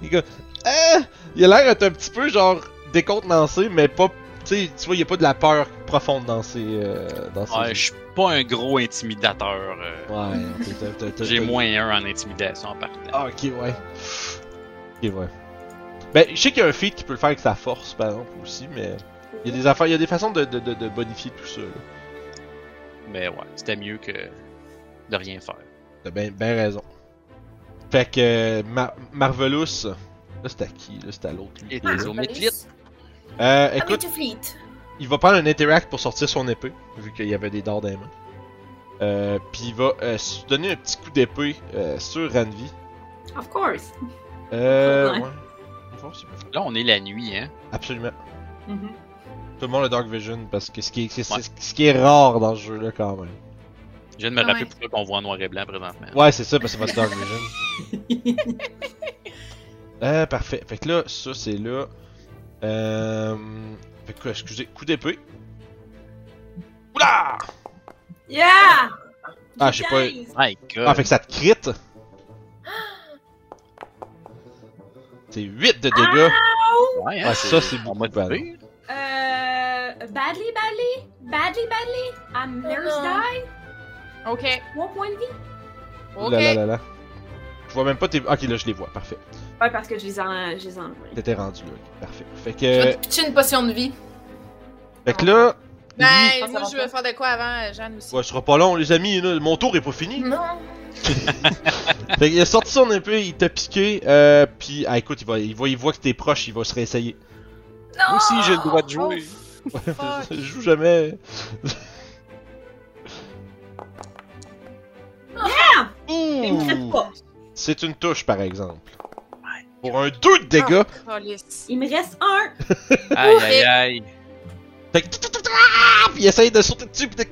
S1: Il est comme. Ah! Il a l'air d'être un petit peu, genre, décontenancé, mais pas. Tu sais, tu vois, il n'y a pas de la peur profonde dans ses. euh, dans ses
S3: Ouais, je suis pas un gros intimidateur. euh.
S1: Ouais, t'as- t'as- t'as- t'as-
S3: J'ai
S1: t'as-
S3: moins 1 en intimidation en partant.
S1: Ah, ok, ouais. Ok, ouais. Ben, je sais qu'il y a un feat qui peut le faire avec sa force, par exemple, aussi, mais. Il y a des affaires, il y a des façons de, de, de, de bonifier tout ça. là.
S3: Mais ouais, c'était mieux que de rien faire.
S1: T'as bien ben raison. Fait que. euh, Mar- Marvelous. Là, c'est à qui Là, c'est à l'autre. lui,
S3: Et
S1: qui est
S5: Ah,
S3: t'es
S1: là.
S3: au midflit.
S1: Euh,
S5: Écoute.
S1: écoute, il va prendre un interact pour sortir son épée, vu qu'il y avait des dards dans les mains. Euh, puis il va euh, se donner un petit coup d'épée euh, sur Ranvi.
S2: Of course.
S1: Euh, ouais.
S2: Ouais.
S1: Il faut voir s'il peut faire-
S3: Là, on est la nuit, hein.
S1: Absolument.
S2: Mhm.
S1: Tout le monde a Dark Vision parce que ce qui est, c'est- c'est-
S3: Ouais.
S1: ce qui est rare dans ce jeu-là quand même.
S3: Je viens de me
S5: Ah
S3: rappeler
S5: ouais.
S3: pourquoi on voit en noir et blanc présentement.
S1: Ouais, c'est ça, parce que c'est votre Dark Vision. euh, parfait. Fait que là, ça c'est là. Euh. Fait que quoi, excusez, coup d'épée. Oula!
S2: Yeah!
S1: Ah, j'ai pas.
S3: My god.
S1: Ah, fait que ça te crit. C'est 8 de dégâts.
S3: Ouais,
S1: Ah, ça, c'est beaucoup,
S3: motivé.
S2: Euh, badly, badly, badly, badly. I'm nurse
S5: non.
S2: die.
S5: Ok.
S2: One point de vie.
S1: Ouh
S5: Ok.
S1: Là, là, là, là. Je vois même pas tes. Ok, là, je les vois. Parfait.
S2: Ouais, parce que je les en- je les ai enlevés.
S1: T'étais rendu là. ok, Parfait. Fait
S6: Je vais
S1: que.
S6: te pitcher une potion de vie.
S1: Fait que là. lui-
S5: Ben,
S6: Oui.
S5: moi, je veux faire de quoi avant, euh, Jeanne aussi.
S1: Ouais, ce sera pas long, les amis. là, Mon tour est pas fini.
S6: Non.
S1: Fait qu'il a sorti son épée, il t'a piqué, euh, puis ah, écoute, il va, il va, il voit que t'es proche, il va se réessayer.
S6: Non.
S3: Moi aussi, j'ai le droit de jouer.
S1: je joue jamais. Hmm.
S2: Il me reste
S1: Ouh!
S2: pas.
S1: C'est une touche, par exemple. Pour un 2 de dégâts.
S5: Oh, Calice.
S2: Il me reste un.
S3: Aïe, aïe, aïe.
S1: Fait que... Ah! Puis il essaye de sauter dessus. puis de-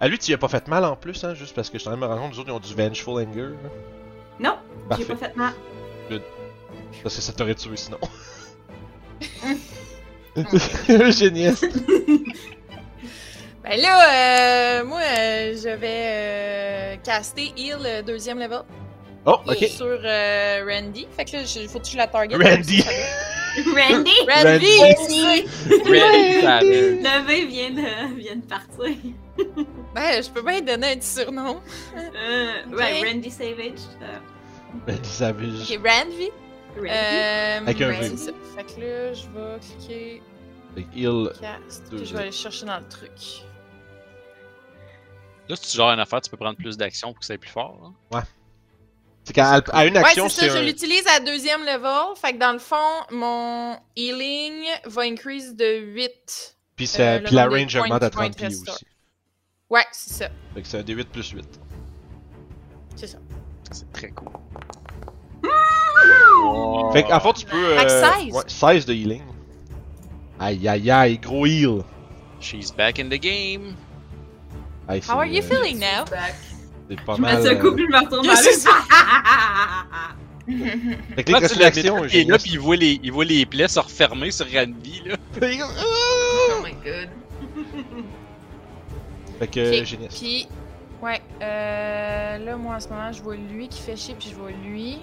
S1: À lui, tu lui as pas fait mal en plus, hein, juste parce que je suis en train de me rendre compte, les autres, ils ont du Vengeful Anger. là.
S2: Non, j'ai
S1: Parfait.
S2: pas fait mal.
S1: Parce que ça t'aurait tué sinon. Génial.
S5: Ben là, euh, moi, euh, je vais euh, caster Heal euh, deuxième level
S1: Oh, ok.
S5: sur euh, Randy. Fait que là, il faut que je la target.
S1: Randy.
S2: Randy!
S5: Randy!
S2: Randy.
S3: Red Savage.
S2: Levé vient de, vient de partir.
S5: Ben, je peux bien donner un petit surnom.
S2: Euh, Ouais, Randy Savage. euh,
S1: Randy Savage.
S5: Ok, Randy.
S2: Randy.
S5: Euh,
S1: Avec un
S5: ouais,
S1: V.
S5: c'est ça. Fait que là, je vais cliquer
S1: Fait que Il...
S5: cast.
S1: Deux
S5: Puis je vais aller chercher dans le truc.
S3: Là, si tu gères une affaire, tu peux prendre plus d'action pour que ça aille plus fort. hein.
S1: C'est qu'à à une
S5: Ouais,
S1: action,
S5: c'est ça,
S1: c'est
S5: je
S1: un-
S5: l'utilise à deuxième level. Fait que dans le fond, mon healing va increase de 8.
S1: Puis, ça-
S5: Euh, le
S1: puis la
S5: nombre de
S1: range
S5: points
S1: augmente
S5: qui
S1: à
S5: vont être
S1: 30 pieds
S5: restore.
S1: aussi.
S5: Ouais, c'est ça.
S1: Fait que c'est un D8 plus 8.
S3: C'est très cool.
S1: Fait qu'en fait, tu peux.
S5: Ah. Fait que
S1: euh,
S5: 16.
S1: ouais, 16 de healing. Aïe aïe aïe, gros heal.
S3: She's back in the game.
S1: Aïe, c'est,
S5: How are
S1: euh,
S5: you feeling now?
S6: Back.
S1: C'est pas
S2: Je me
S1: mal.
S2: laisse un coup,
S1: euh,
S2: puis je me retourne
S5: Yeah,
S2: vers
S5: c'est
S2: lui. Ah, ah, ah, ah,
S1: Fait que
S3: Quand
S1: les
S3: tu l'as mis,
S1: respirations,
S3: il est là, puis il voit les, il voit les plaies se refermer sur Ranvi, là.
S6: Oh my god.
S1: Fait que
S5: Ok.
S1: Euh, génial.
S5: Puis, ouais, euh, là, moi, en ce moment, je vois lui qui fait chier, puis je vois lui.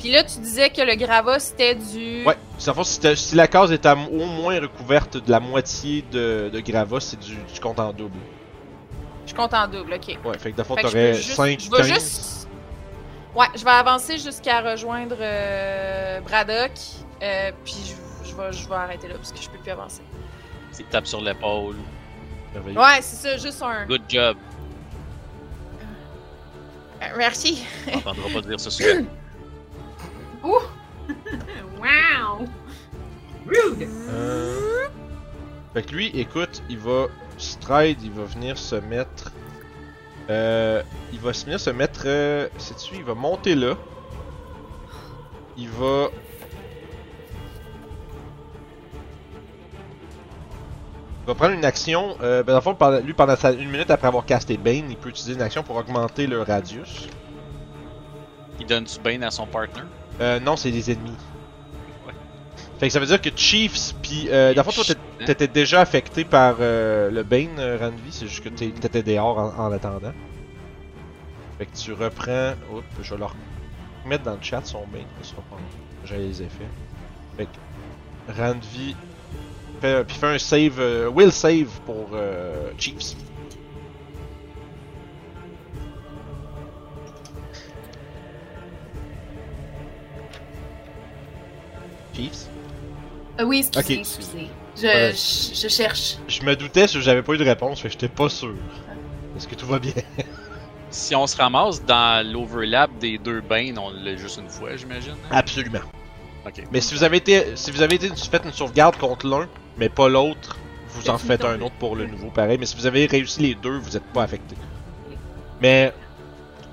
S5: Puis là, tu disais que le gravat, c'était du.
S1: Ouais, c'est en fait, si, t'as- si la case est à m- au moins recouverte de la moitié de, de Gravas, c'est du, du compte en double.
S5: Je compte en double, ok.
S1: Ouais, fait que d'abord,
S5: Fait que je
S1: t'aurais
S5: peux juste-
S1: 5,
S5: Je vais
S1: 15.
S5: juste. Ouais, je vais avancer jusqu'à rejoindre euh, Braddock, euh, puis je, je vais, je vais arrêter là, parce que je peux plus avancer.
S3: Il tape sur l'épaule.
S1: Merveilleux.
S5: Ouais, c'est ça, juste un.
S3: Good job.
S5: Euh, Merci.
S3: On n'entendra pas dire ça souvent.
S2: ah. Wow! Rude!
S1: Euh, Fait que lui, écoute, il va stride, il va venir se mettre. Euh, il va se venir se mettre. Euh... Sais-tu, il va monter là. Il va. Il va prendre une action. Euh, ben, dans le fond, pendant- lui, pendant sa- une minute après avoir casté Bane, il peut utiliser une action pour augmenter le radius.
S3: Il donne du bain à son partner.
S1: Euh, non, c'est des ennemis.
S3: Ouais.
S1: Fait que ça veut dire que Chiefs, puis euh, dans le fond, toi, t'es-
S3: Hein?
S1: t'étais déjà affecté par euh, le Bane, euh, Ranvi, c'est juste que t'es- t'étais dehors en, en attendant. Fait que tu reprends. Oups, je vais leur mettre dans le chat son Bane, ça sera pas long. J'ai les effets. Fait que Ranvi. Fait, un- puis fait un save, euh, will save pour euh, Chiefs. Chiefs.
S6: Ah oui, excusez,
S1: Ok.
S6: excusez. Je,
S1: Ouais.
S6: je, je cherche.
S1: Je me doutais si j'avais pas eu de réponse, fait que j'étais pas sûr. Est-ce que tout va bien?
S3: Si on se ramasse dans l'overlap des deux bains, on l'a juste une fois, j'imagine. hein?
S1: Absolument.
S3: Ok.
S1: Mais si vous avez été, si vous avez été, fait une sauvegarde contre l'un, mais pas l'autre, vous
S5: Ça
S1: en
S5: finit
S1: faites
S5: ton
S1: un
S5: but.
S1: autre pour le nouveau pareil. Mais si vous avez réussi les deux, vous n'êtes pas affecté. Mais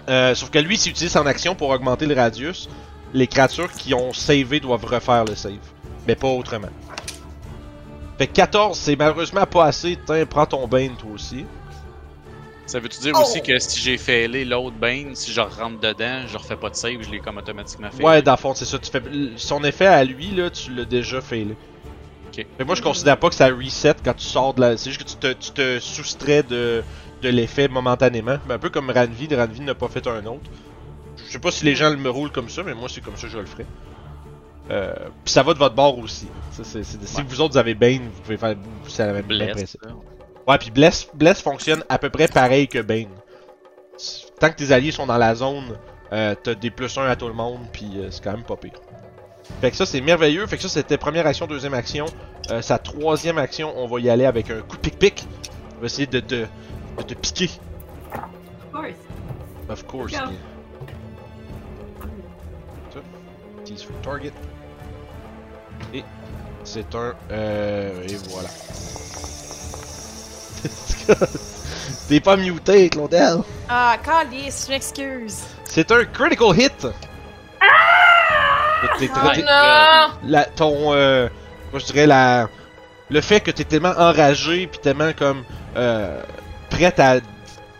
S1: euh, sauf que lui, s'il utilise en action pour augmenter le radius, les créatures qui ont savé doivent refaire le save, mais pas autrement. Fait que 14, c'est malheureusement pas assez. Tiens, prends ton bain toi aussi.
S3: Ça veut-tu dire
S5: Oh!
S3: aussi que si j'ai failé l'autre bane, si je rentre dedans, je refais pas de save, je l'ai comme automatiquement fait.
S1: Ouais, dans le fond, c'est ça. Tu fais... Son effet à lui, là, tu l'as déjà fait. Là.
S3: Ok.
S1: Mais moi, je considère pas que ça reset quand tu sors de la. C'est juste que tu te, tu te soustrais de, de l'effet momentanément. Mais un peu comme Ranvi, Ranvi n'a pas fait un autre. Je sais pas si les gens le me roulent comme ça, mais moi, c'est comme ça que je le ferais. Euh, Puis ça va de votre bord aussi. Ça, c'est- c'est- Si
S3: Ouais.
S1: vous autres avez Bane, vous pouvez faire. C'est la même même
S3: Bless.
S1: principe. Ouais, puis Bless, Bless fonctionne à peu près pareil que Bane. S- Tant que tes alliés sont dans la zone, euh, t'as des plus 1 à tout le monde, puis euh, c'est quand même pas pire. Fait que ça, c'est merveilleux. Fait que ça, c'était première action, deuxième action. Euh, sa troisième action, on va y aller avec un coup de pic-pic. On va essayer de te, de te piquer.
S2: Of course.
S1: Of course.
S2: Go.
S1: yeah. Ça. Tease for target. Et c'est un. Euh, et voilà. T'es pas muté, Claudel.
S4: Ah, calice, je m'excuse.
S1: C'est un critical hit. T'es- t'es
S4: Ah,
S1: t'es-
S5: Oh Non!
S1: la, ton, euh, moi je dirais la, le fait que t'es tellement enragé puis tellement comme euh, prête à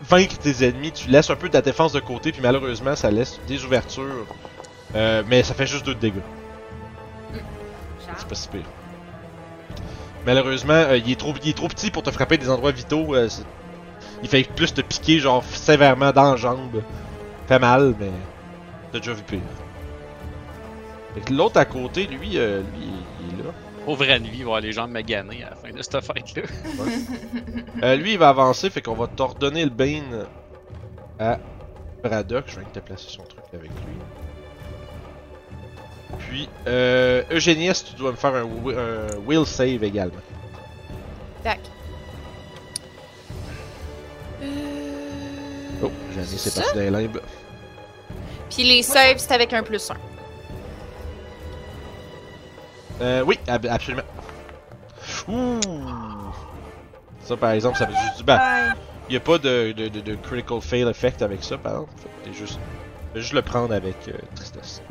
S1: vaincre tes ennemis, tu laisses un peu ta défense de côté puis malheureusement ça laisse des ouvertures, Euh, mais ça fait juste deux de dégâts. C'est pas si pire. Malheureusement, euh, il, est trop, il est trop petit pour te frapper des endroits vitaux. euh, c'est- il fait plus te piquer genre sévèrement dans la jambe. Fait mal, mais t'as déjà vu pire. Fait que l'autre à côté, lui, euh, lui, il est là.
S3: Pauvre Ranvi, il va avoir les gens maganer à la fin de cette fête-là.
S1: Euh, lui, il va avancer, fait qu'on va t'ordonner le Bane à Braddock. Je viens de te placer son truc avec lui. Puis, euh, Eugénies, tu dois me faire un, wi- un will save également.
S4: Tac. Euh,
S1: Oh, Eugénies, c'est parti d'un limbe.
S4: Puis les saves, c'est avec un plus un.
S1: Euh, oui, ab- absolument. Ouh! Ça, par exemple, ça veut juste du bah. Il n'y a pas de, de, de- de critical fail effect avec ça, par exemple. Fait que t'es juste, t'es juste le prendre avec euh, tristesse.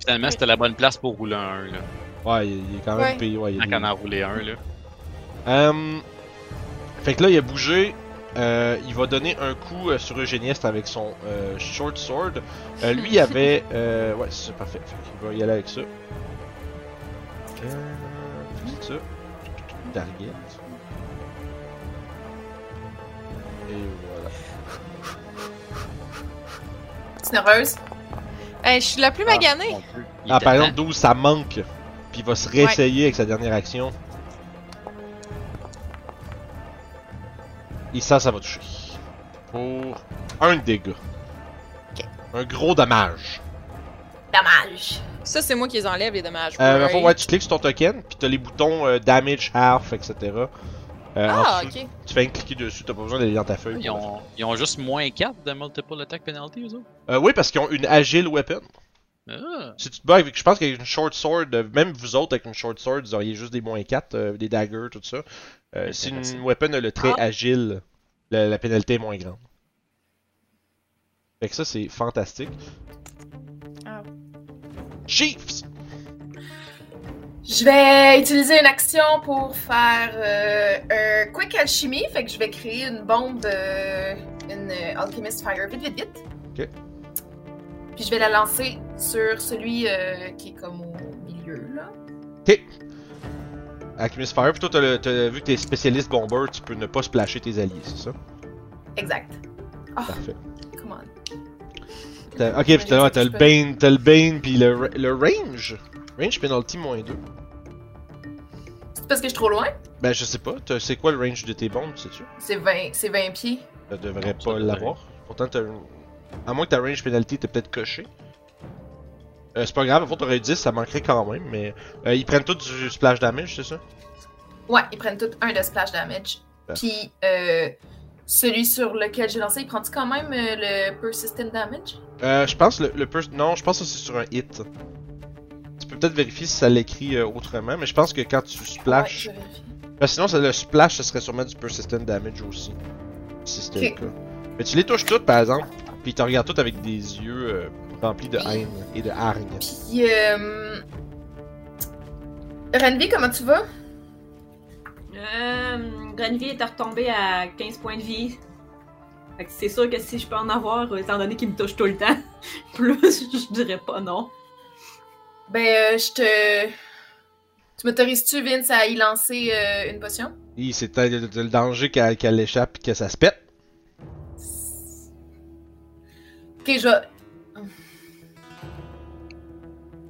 S3: Finalement, c'était la bonne place pour rouler un 1, là.
S1: Ouais, il, il est quand même
S4: Ouais.
S1: pire. Ouais, il y a
S3: Tant
S1: des-
S3: qu'en en rouler un, là.
S1: Hum, fait que là, il a bougé. Euh, il va donner un coup euh, sur Eugénieste avec son euh, short sword. Euh, lui, il avait. euh, ouais, c'est parfait. Fait qu'il va y aller avec ça. Euh, c'est ça. Target. Et voilà.
S5: C'est heureuse.
S4: Hey, Ben, je suis la plus maganée.
S3: Mon Dieu, il
S1: Ah,
S3: était
S1: par
S3: temps.
S1: exemple, 12, ça manque. Puis il va se réessayer avec sa dernière action. Et ça, ça va toucher. Pour un dégât. Un gros dommage.
S5: Dommage.
S4: Ça, c'est moi qui les enlève, les dommages.
S1: Euh,
S4: Right.
S1: faut, ouais, tu cliques sur ton token, puis t'as les boutons euh, damage, half, etc. Euh, en
S4: ah,
S1: dessous,
S4: ok.
S1: Tu fais un cliquer dessus, t'as pas besoin d'aller dans ta feuille.
S3: Ils ont, ils ont juste moins 4 de multiple attack penalty, eux autres.
S1: Euh, oui, parce qu'ils ont une agile weapon.
S3: Ah,
S1: Si tu te bats avec, je pense qu'avec une short sword, euh, même vous autres avec une short sword, vous auriez juste des moins 4, des daggers, tout ça. Euh, si une
S3: Intéressant.
S1: weapon a le trait
S4: Ah.
S1: agile, la, la pénalité est moins grande. Fait que ça, c'est fantastique.
S4: Ah.
S1: Chiefs!
S5: Je vais utiliser une action pour faire euh, un quick alchimie. Fait que je vais créer une bombe, euh, une euh, Alchemist Fire, vite, vite, vite.
S1: Ok.
S5: Puis je vais la lancer sur celui euh, qui est comme au milieu, là.
S1: Alchemist Fire, puis toi, t'as le- t'as- vu que t'es spécialiste bomber, tu peux ne pas splasher tes alliés, c'est ça?
S5: Exact. Ah,
S1: Parfait.
S5: come on.
S1: T'as- ok, puis t'as ouais, t'as le
S5: Je peux-
S1: Bane, t'as le Bane, puis le, ra- le range. Range penalty moins 2.
S5: C'est parce que je suis trop loin?
S1: Ben, je sais pas, t'as- c'est quoi le range de tes bombes, sais-tu?
S5: C'est 20, c'est 20 pieds.
S1: Ça devrait
S3: Non, ça
S1: pas
S3: devrait.
S1: l'avoir. Pourtant, t'as une- à moins que ta range penalty était peut-être cochée. Euh, c'est pas grave, avant t'aurais eu 10, ça manquerait quand même, mais euh, ils prennent tous du splash damage, c'est ça?
S5: Ouais, ils prennent tous un de splash damage. Puis euh, celui sur lequel j'ai lancé, il prend-tu quand même euh, le persistent damage?
S1: Euh, je pense le, le pers- Non, je pense que c'est sur un hit. Tu peux peut-être vérifier si ça l'écrit euh, autrement, mais je pense que quand tu splashes.
S5: Ouais, je vérifie.
S1: Parce que sinon, ça- le splash, ce serait sûrement du persistent damage aussi. Si c'était
S5: Ok.
S1: le cas. Mais tu les touches toutes, par exemple, puis ils te regardent toutes avec des yeux euh, remplis de haine et de hargne.
S5: Puis, euh... Renvi, comment tu vas?
S2: Euh, Grenville est retombée à 15 points de vie. Fait que c'est sûr que si je peux en avoir, euh, étant donné qu'il me touche tout le temps, plus je dirais pas non.
S5: Ben, euh, je te. Tu m'autorises-tu, Vince, à y lancer euh, une potion?
S1: Et c'est peut-être le, le danger qu'elle qu'elle échappe et que ça se pète.
S5: Ok, je vais.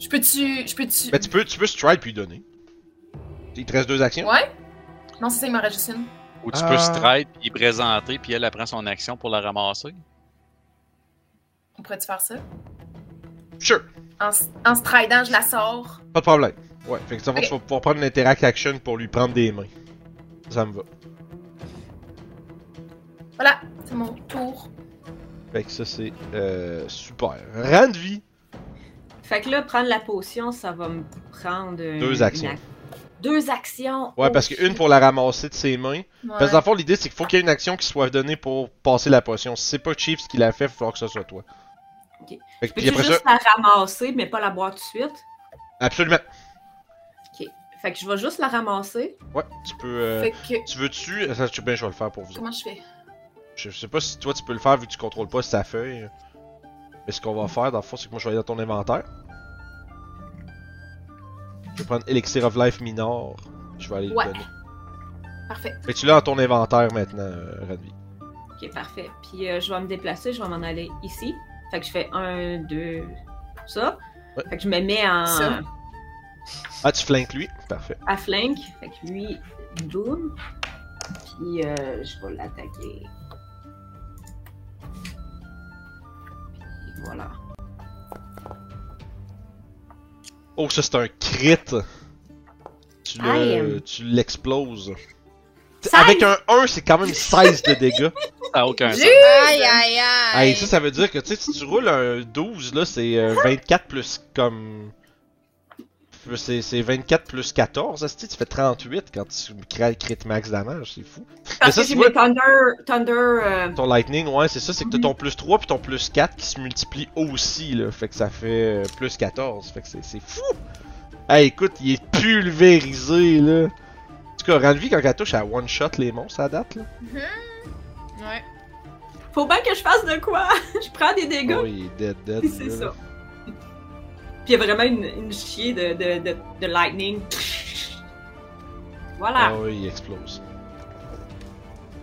S5: Je peux-tu. Je peux-tu.
S1: Mais Ben, tu peux, tu peux strike puis lui donner. Il te reste deux actions.
S5: Ouais? Non, c'est ça, il m'en rajoute une.
S3: Ou tu
S1: Ah.
S3: peux strike, puis présenter, puis elle apprend son action pour la ramasser.
S5: On pourrait-tu faire ça?
S1: Sure,
S5: En, s- en stridant, je la sors.
S1: pas de problème. Ouais, fait que ça va,
S5: Ok.
S1: tu vas pouvoir prendre l'interact action pour lui prendre des mains. Ça me va.
S5: Voilà, c'est mon tour.
S1: Fait que ça, c'est euh, super. Rang de vie.
S2: Fait que là, prendre la potion, ça va me prendre. une-
S1: Deux actions.
S2: une ac- Deux actions. Oh,
S1: Ouais, parce qu'une pour la ramasser de ses mains.
S5: Oh, Ouais.
S1: Parce que dans le fond, l'idée, c'est qu'il faut qu'il y ait une action qui soit donnée pour passer la potion. Si c'est pas Chief ce qu'il a fait, il faut que ce soit toi.
S2: Ok.
S1: Fait que,
S2: Peux
S1: puis après
S2: juste
S1: ça,
S2: la ramasser, mais pas la boire tout de suite.
S1: absolument.
S2: Ok. Fait que je vais juste la ramasser.
S1: Ouais, tu peux. euh,
S5: Fait que.
S1: Tu veux-tu. Ça, tu- ben, je vais le faire pour vous. autres.
S5: Comment je fais?
S1: Je sais pas si toi tu peux le faire vu que tu contrôles pas sa feuille. Mais ce qu'on va faire dans le fond, c'est que moi je vais aller dans ton inventaire. Je vais prendre Elixir of Life Minor. Je vais aller
S5: Ouais.
S1: le donner.
S5: Parfait.
S1: Mais tu l'as dans ton inventaire maintenant, euh, Ranvi.
S2: Ok, parfait. Puis euh, je vais me déplacer, je vais m'en aller ici. Fait que je fais un, deux, ça.
S1: Ouais.
S2: Fait que je me mets en.
S5: Ça.
S1: Ah, tu flanques lui Parfait.
S2: à flank. Fait que lui, boum. Puis euh, je vais l'attaquer. Puis voilà.
S1: Oh, ça c'est un crit Tu le-
S2: Aïe.
S1: tu l'exploses.
S2: 16!
S1: Avec un 1, c'est quand même 16 de dégâts.
S3: Ça n'a aucun sens.
S4: Aïe, aïe,
S1: Hey,
S4: aïe.
S1: ça, ça veut dire que tu sais, si tu roules un 12, là, c'est euh, 24 plus comme. C'est c'est 24 plus 14, asti, tu fais 38 quand tu crées le crit max damage, c'est fou. Mais
S2: Parce
S1: ça,
S2: que
S1: c'est
S2: j'ai
S1: vrai.
S2: mes Thunder. Thunder. euh,
S1: Ton lightning, ouais, c'est ça, c'est que t'as ton plus 3 puis ton plus 4 qui se multiplient aussi, là, fait que ça fait euh, plus 14, fait que c'est- c'est fou! Hey, écoute, il est pulvérisé, là! En tout cas, Ranvi, quand elle touche, à one-shot les monstres à date, là.
S4: Ouais.
S2: Faut bien que je fasse de quoi? je prends des dégâts.
S1: Oh, il est dead, dead,
S2: C'est
S1: là, là.
S2: ça. Puis il y a vraiment une, une chier de, de, de, de lightning. Voilà.
S1: Ah oui, il explose.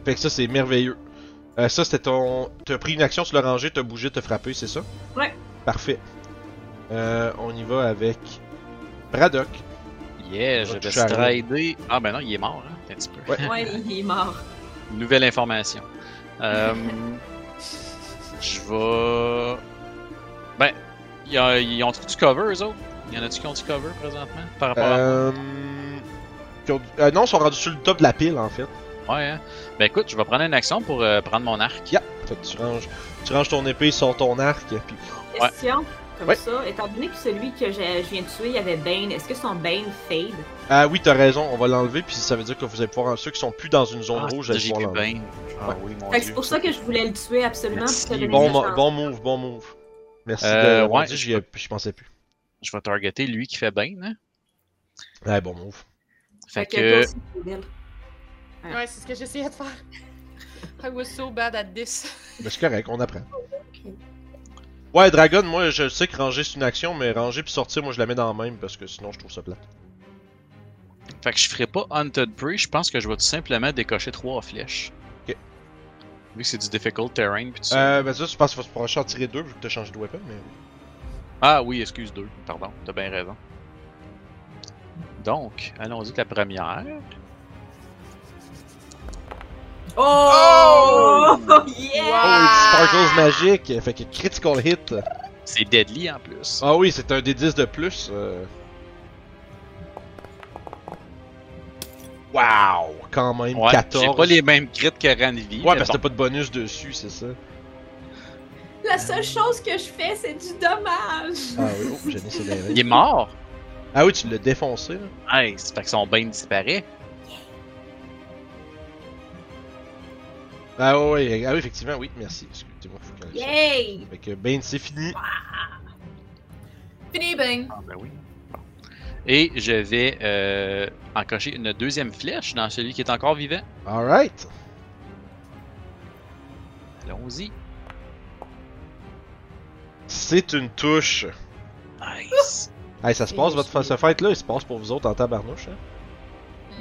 S1: Fait que ça, c'est merveilleux. Euh, ça, c'était ton. T'as pris une action sur le rangé, t'as bougé, t'as frappé, c'est ça?
S2: Ouais.
S1: Parfait. Euh, on y va avec. Braddock.
S3: Yeah, je
S1: Va
S3: vais
S1: toucher à rien.
S3: strider. Ah ben non, il est mort, hein. Attends un petit peu.
S1: Ouais.
S2: Ouais, il est mort.
S3: Nouvelle information. Euh, je vais. Ben, y a- ils ont du cover, eux autres Y en a-tu qui ont du cover présentement par rapport à.
S1: Euh... qui ont- euh, non, ils sont rendus sur le top de la pile, en fait.
S3: Ouais, hein. Ben écoute, je vais prendre une action pour euh, prendre mon arc.
S1: Yeah. Fait que tu ranges, tu ranges ton épée sur ton arc, puis
S3: Ouais.
S2: Question. Comme
S1: Ouais.
S2: ça, étant donné que celui que j'ai- je viens de tuer, il y avait Bane, est-ce que son Bane fade?
S1: Ah oui, t'as raison, on va l'enlever, puis ça veut dire que vous allez pouvoir. Ceux qui sont plus dans une zone
S3: Ah,
S1: rouge, vous allez
S3: j'ai plus
S1: pouvoir l'enlever.
S3: bien. Ah
S1: Ouais.
S3: oui, mon
S2: Fait que
S3: dieu.
S2: c'est pour ça que je voulais le tuer absolument.
S3: Merci.
S2: parce que
S1: Bon,
S2: j'avais
S1: mo-
S2: mis la chance.
S1: bon move, bon move. Merci
S3: Euh,
S1: de. Ouais,
S3: ouais,
S1: j'y ai- j'y pensais plus.
S3: Je vais targeter lui qui fait bien, hein.
S1: Ouais, bon move.
S3: Fait
S2: toi
S3: que.
S2: aussi, tu voulais le-
S4: Ouais, c'est ce que j'essayais de faire. I was so bad at this.
S1: Mais Ben, c'est correct, on apprend. Ouais, Dragon, moi je sais que ranger c'est une action, mais ranger puis sortir, moi je la mets dans la même parce que sinon je trouve ça plat.
S3: Fait que je ferai pas Haunted Prey, je pense que je vais tout simplement décocher trois flèches.
S1: Ok.
S3: Vu que c'est du difficult terrain pis tout ça.
S1: Euh, ben ça, je pense qu'il va se prochain en tirer deux vu que t'as changé de weapon, mais.
S3: Ah oui, excuse deux, pardon, t'as bien raison. Donc, allons-y avec la première.
S2: Oh! Yeah!
S1: Oh, du Sparkles magique, fait que critical hit.
S3: C'est deadly en plus.
S1: Ah oui, c'est un D10 de plus. euh. Wow, quand même,
S3: ouais, j'ai
S1: 14.
S3: pas les mêmes crits que Ranvi.
S1: Ouais,
S3: mais
S1: parce que t'as
S3: bon.
S1: pas de bonus dessus, c'est ça.
S2: La seule chose que je fais, c'est du dommage!
S1: Ah oui, oh, j'ai mis ses
S3: Il est mort!
S1: Ah oui, tu l'as défoncé, là.
S3: Nice! Fait que son bain disparaît.
S1: Ah oui, ah, oui, effectivement, oui, merci. Excusez-moi, faut que je corrige ça.
S2: Yay!
S1: Fait que Bane, c'est fini.
S7: Fini, bang!
S3: Ah ben oui. Bon. Et je vais euh, encocher une deuxième flèche dans celui qui est encore vivant.
S1: Alright.
S3: Allons-y.
S1: C'est une touche.
S3: Nice!
S1: Hey, ça se passe, votre ce fight-là, il se passe pour vous autres en tabarnouche, hein?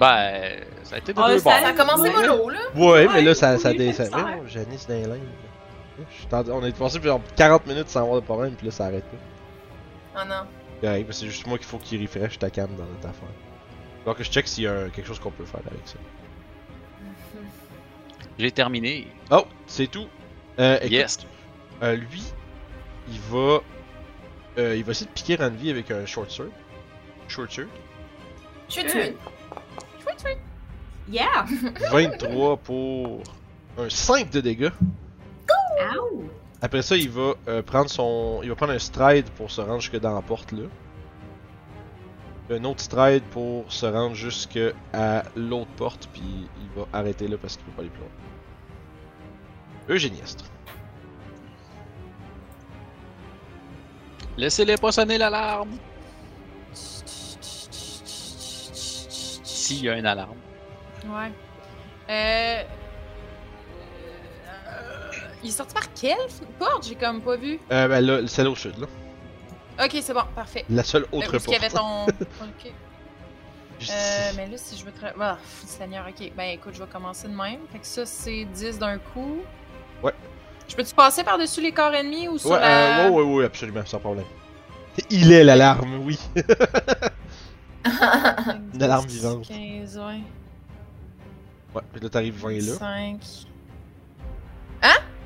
S3: ben, ça a été de
S2: Ah,
S3: deux
S2: ça-
S3: bords.
S7: Ça a commencé
S2: Ouais.
S7: mollo, là.
S1: Ouais,
S2: Ouais,
S1: mais là, ça,
S2: oui,
S1: ça
S2: oui,
S1: descend.
S2: ça sert.
S1: Oh, Janice dans les limbes. Je suis tendu- On est passé genre 40 minutes sans avoir de problème, puis là, ça arrête pas.
S7: Ah non.
S1: Correct, mais c'est juste moi qu'il faut qu'il refresh ta cam dans notre affaire. Alors que je check s'il y a un- quelque chose qu'on peut faire avec ça.
S3: J'ai terminé.
S1: Oh, c'est tout. Euh, écoute,
S3: yes!
S1: euh, lui, il va. euh, il va essayer de piquer Ranvi avec un short sword. Short sword.
S7: Je suis tuée.
S2: Yeah!
S1: 23 pour un 5 de dégâts.
S2: Ow!
S1: Après ça, il va euh, prendre son. Il va prendre un stride pour se rendre jusque dans la porte là. Un autre stride pour se rendre jusque à l'autre porte, puis il va arrêter là parce qu'il peut pas aller plus loin. Eugéniestre.
S3: Laissez-les pas sonner l'alarme! S'il y a une alarme.
S5: Ouais. Euh... euh, Il est sorti par quelle f- porte? J'ai comme pas vu.
S1: Euh, ben là, celle au sud là.
S5: Ok, c'est bon, parfait.
S1: La seule
S5: Fait
S1: autre
S5: où est-ce qu'il y
S1: porte.
S5: avait ton... Ok.
S1: Juste
S5: Euh,
S1: ici.
S5: mais là, si je veux... Tra... Ah, pff, Seigneur, ok. Ben écoute, je vais commencer de même. Fait que ça, c'est 10 d'un coup.
S1: Ouais.
S5: Je peux-tu passer par-dessus les corps ennemis ou sur
S1: Ouais,
S5: la...
S1: euh, ouais, ouais, ouais, absolument, sans problème. Il est l'alarme, oui. Une alarme vivante.
S5: 15, ouais.
S1: Ouais, puis là t'arrives 20 là.
S5: 5.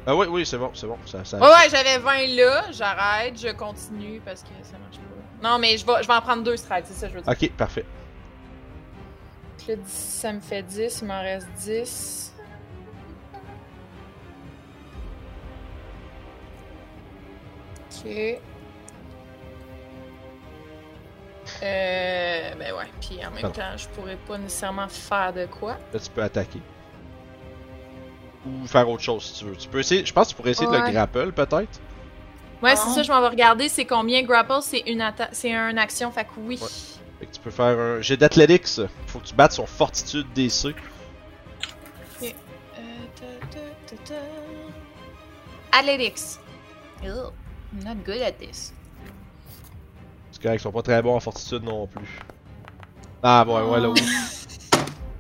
S1: Ah ouais, oui, c'est bon, c'est bon. Ça, ça...
S5: Ouais, ouais, j'avais 20 là. J'arrête, je continue parce que ça marche pas. Non, mais je vais, je vais en prendre deux strides, c'est ça que je veux dire.
S1: Ok, parfait.
S5: Fait que dix- Ça me fait 10, il m'en reste 10. Ok. Euh. Ben ouais, puis en même
S1: Pardon.
S5: temps, je pourrais pas nécessairement faire de quoi.
S1: Là, tu peux attaquer. Ou faire autre chose si tu veux. Tu peux essayer. Je pense que tu pourrais essayer de
S5: Ouais.
S1: le grapple peut-être.
S5: Ouais,
S7: Ah.
S5: c'est ça, je m'en vais regarder. C'est combien grapple, c'est une, atta- c'est une action, fait que oui.
S1: Ouais. Fait que tu peux faire un jet d'athletics. Faut que tu battes son fortitude DC.
S5: Euh, ta, ta, ta, ta. Athletics. Ugh, I'm not good at this.
S1: Parce qu'ils sont pas très bons en fortitude non plus. Ah ouais, ouais, là oui.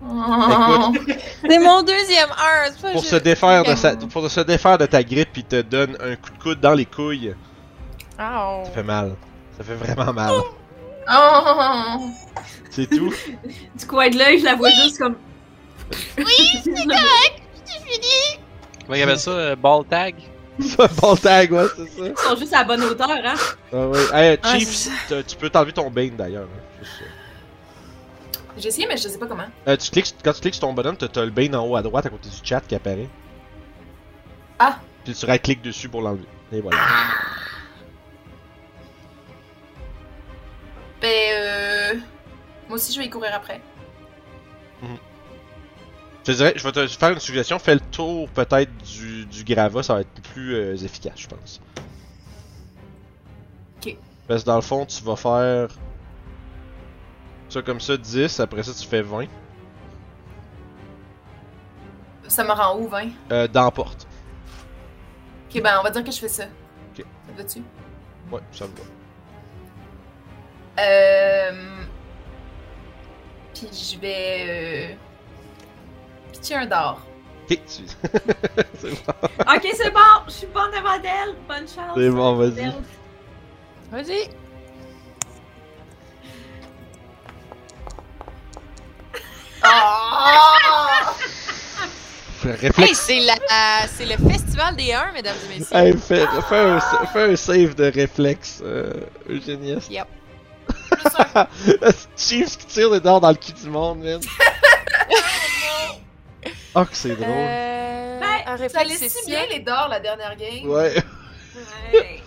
S7: Oh.
S5: C'est mon deuxième heure, c'est pas
S1: Pour
S5: juste-
S1: se défaire de sa... pour se défaire de ta grippe, il te donne un coup de coude dans les couilles.
S5: Ah,
S1: Ça fait mal. Ça fait vraiment mal.
S7: Oh.
S1: C'est tout.
S2: Du coin de l'œil, je la vois juste comme. Oui, c'est
S3: Comment il y avait ça? euh, ball tag?
S1: C'est un bon tag, ouais, c'est ça.
S2: Ils sont juste à la bonne hauteur, hein?
S1: Ah ouais. Hey,
S5: Ah,
S1: Chief, t'as- tu peux t'enlever ton bane d'ailleurs. hein. Juste ça.
S7: J'ai essayé, mais je sais pas comment.
S1: Euh, tu cliques, quand tu cliques sur ton bonhomme, t'as, t'as le bane en haut à droite à côté du chat qui apparaît.
S7: Ah.
S1: Puis tu right-cliques dessus pour l'enlever. Et voilà.
S7: Ben, euh... Moi aussi, je vais y courir après.
S1: Je te dirais, je vais te faire une suggestion. Fais le tour peut-être du, du Grava, ça va être plus euh, efficace, je pense.
S7: Ok.
S1: Parce que dans le fond, tu vas faire. Ça comme ça, 10, après ça, tu fais 20.
S7: Ça me rend où, 20?
S1: Euh, dans la porte.
S7: Ok, ben, on va dire que je fais ça.
S1: Ok.
S7: Ça te va-tu?
S1: Ouais, ça me va.
S7: Euh... Puis je vais... Euh... Pitcher un d'or.
S1: Ok, tu- c'est bon.
S2: Ok, c'est bon, je suis bonne devant d'elle. Bonne chance.
S1: C'est bon, vas-y.
S2: D'elle.
S5: vas-y.
S7: Oh!
S1: Réflexe.
S5: Hey, c'est la, euh, c'est le festival des 1, mesdames et messieurs.
S1: Hey, fais, fais un, sa- fais un save de réflexe, euh, Eugénius.
S7: Plus un.
S1: Le Chiefs qui tire des dards dans le cul du monde, man. oh, que c'est drôle.
S5: Euh,
S2: Ben,
S5: un
S7: Ça
S5: réflexe,
S7: allait si
S5: c'est
S7: bien
S5: ça.
S7: les d'or la dernière game.
S1: Ouais.
S2: Ouais.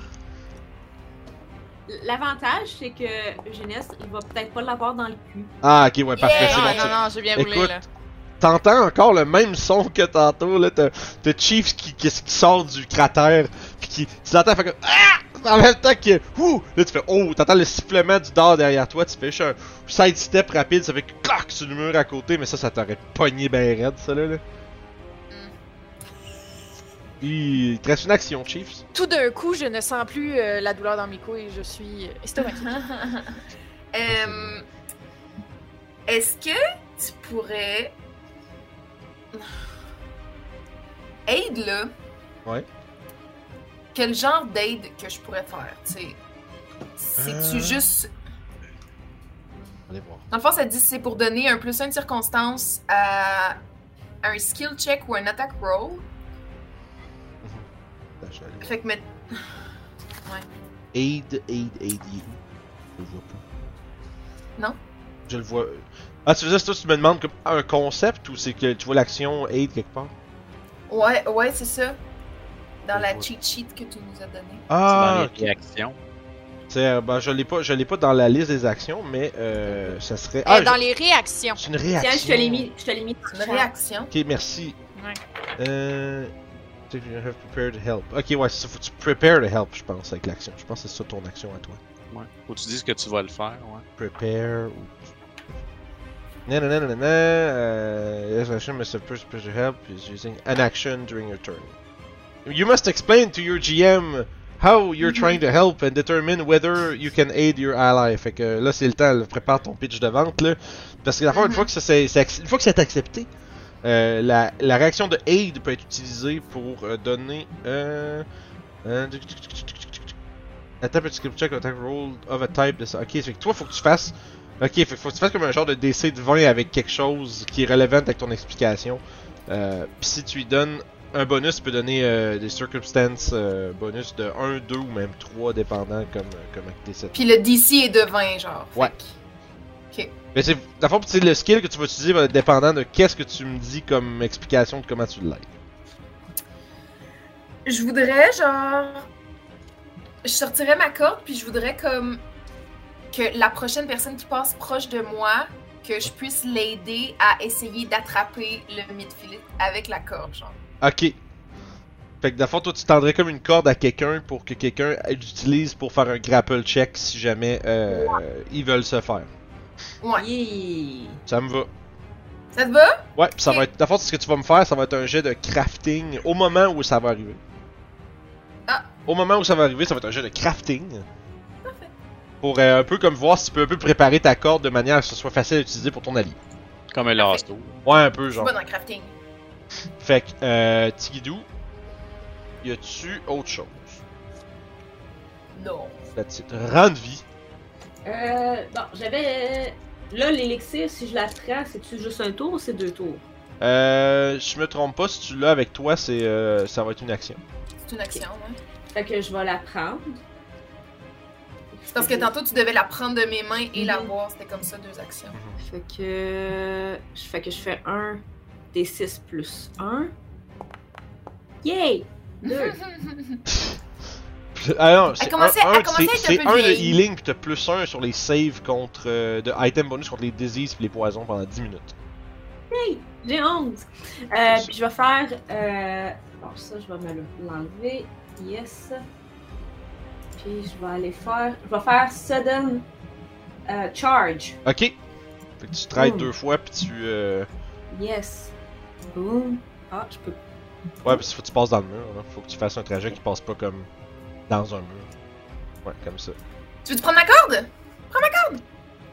S2: L'avantage, c'est que Jeunesse, il va peut-être pas l'avoir dans le cul.
S1: Ah, ok, ouais, parfait,
S5: Yeah!
S1: c'est
S4: Non,
S1: bon.
S4: non,
S1: ça.
S4: non, j'ai bien roulé,
S1: Écoute.
S4: là.
S1: T'entends encore le même son que tantôt, là, t'as t'as Chiefs qui, qui, qui sort du cratère, pis qui, tu l'entends faire comme Ah! En même temps que, ouh! Là, tu fais, oh! T'entends le sifflement du dard derrière toi, tu fais juste un side-step rapide, ça fait clac sur le mur à côté, mais ça, ça t'aurait pogné ben raide, ça, là, là. Il te reste une action, Chiefs.
S4: Tout d'un coup, je ne sens plus euh, la douleur dans mes couilles. Je suis euh, estomaquée.
S5: Euh, Est-ce que tu pourrais. Aide-le.
S1: Ouais.
S5: Quel genre d'aide que je pourrais faire, tu sais? C'est-tu
S1: Euh.
S5: juste.
S1: Allez voir.
S5: Dans le fond, ça dit c'est pour donner un plus 1 de circonstance à un skill check ou un attack roll.
S1: Là, Ben, je vais aller voir.
S5: Fait que, mais
S1: Aid, aid, aid, you. Je le vois pas.
S5: Non?
S1: Je le vois. Ah, tu faisais ça, tu me demandes comme un concept ou c'est que tu vois l'action aid quelque part
S5: Ouais, ouais, c'est ça. Dans la
S1: Ouais.
S5: cheat sheet que tu nous as donnée.
S3: dans les
S1: Ah, ok.
S3: réactions.
S1: C'est, euh, ben, je l'ai pas, je l'ai pas dans la liste des actions, mais euh, ça serait.
S5: Eh,
S4: Euh, dans
S1: je-
S4: les réactions.
S1: C'est une
S2: Tiens,
S1: réaction.
S2: je te l'ai mis, je te l'ai mis.
S5: Une réaction.
S1: Ok, merci.
S4: Ouais.
S1: Euh. If you have prepared help. Ok, ouais, c'est ça, faut que tu prepare to help, je pense, avec l'action. Je pense que c'est ça ton action à toi.
S3: Ouais. Faut que tu dises que tu vas le faire, ouais.
S1: prepare. ou- Nananana, euh, yes, action must have first person help is using an action during your turn. You must explain to your GM how you're trying to help and determine whether you can aid your ally. Fait que là, c'est le temps, là, prépare ton pitch de vente, là. Parce que la fois, une fois que ça c'est, c'est ac- une fois que c'est accepté, euh, la, la réaction de aid peut être utilisée pour euh, donner. Euh, euh, Attack petit script check attack roll of a type de ça. Ok, fait que toi, faut que tu fasses. Ok, fait que faut que tu fasses comme un genre de DC de 20 avec quelque chose qui est relevant avec ton explication. Euh, Puis si tu lui donnes un bonus, tu peux donner euh, des circumstances euh, bonus de 1, 2 ou même 3 dépendant comme, euh, comme acté cette.
S5: Puis le DC est de 20, genre. Fait
S1: Ouais.
S5: que-
S1: Mais c'est, dans le fond, c'est le skill que tu vas utiliser va être dépendant de qu'est-ce que tu me dis comme explication de comment tu l'aides.
S5: Je voudrais, genre. Je sortirais ma corde, puis je voudrais, comme. Que la prochaine personne qui passe proche de moi, que je puisse l'aider à essayer d'attraper le midfilet avec la corde, genre.
S1: Ok. Fait que dans le fond, toi, tu tendrais comme une corde à quelqu'un pour que quelqu'un l'utilise pour faire un grapple check si jamais euh, ils veulent se faire.
S5: Ouais.
S2: Yeah.
S1: Ça me va.
S5: Ça te va?
S1: Ouais, pis ça
S5: Ok.
S1: va être. Dans le fond, ce que tu vas me faire, ça va être un jet de crafting au moment où ça va arriver.
S5: Ah.
S1: Au moment où ça va arriver, ça va être un jet de crafting. Pour euh, un peu comme voir si tu peux un peu préparer ta corde de manière à ce que ce soit facile à utiliser pour ton allié.
S3: Comme un lasso.
S1: Ouais, un peu
S5: Je suis
S1: genre.
S5: bonne en crafting.
S1: Fait que, euh, Tigidou, y a-tu autre chose?
S5: Non.
S1: La petite rang de vie.
S2: Euh, bon, j'avais. Là, l'élixir, si je la prends, c'est-tu juste un tour ou c'est deux tours?
S1: Euh, je me trompe pas, si tu l'as avec toi, c'est euh, ça va être une action.
S5: C'est une action, ouais.
S2: Fait que je vais la prendre.
S5: C'est parce que tantôt, tu devais la prendre de mes mains et la
S2: Mhm.
S5: voir. C'était comme ça, deux actions.
S2: Fait que. je- Fait que je fais un des 6 plus 1. Yay! Mhm.
S5: Mhm.
S2: Deux.
S1: Ah non, c'est un,
S5: commençait- elle
S1: un,
S5: commençait à
S1: c'est-
S5: être un
S1: c'est
S5: peu
S1: un de
S5: vieille.
S1: healing, puis t'as plus un sur les saves contre euh, de item bonus contre les diseases puis les poisons pendant 10 minutes.
S2: J'ai 11! Euh, puis je vais faire. Euh... Bon, ça, je vais me le- l'enlever. Yes. Puis je vais aller faire. Je vais faire sudden euh, charge.
S1: Ok. Fait que tu traites
S2: Mm.
S5: Hmm.
S1: deux fois puis tu euh...
S2: Yes. Boom. Ah, je peux.
S1: ouais parce qu'il faut que tu passes dans le mur. là. Faut que tu fasses un trajet qui passe pas comme dans un mur. Ouais comme ça.
S5: Tu veux te prendre ma corde?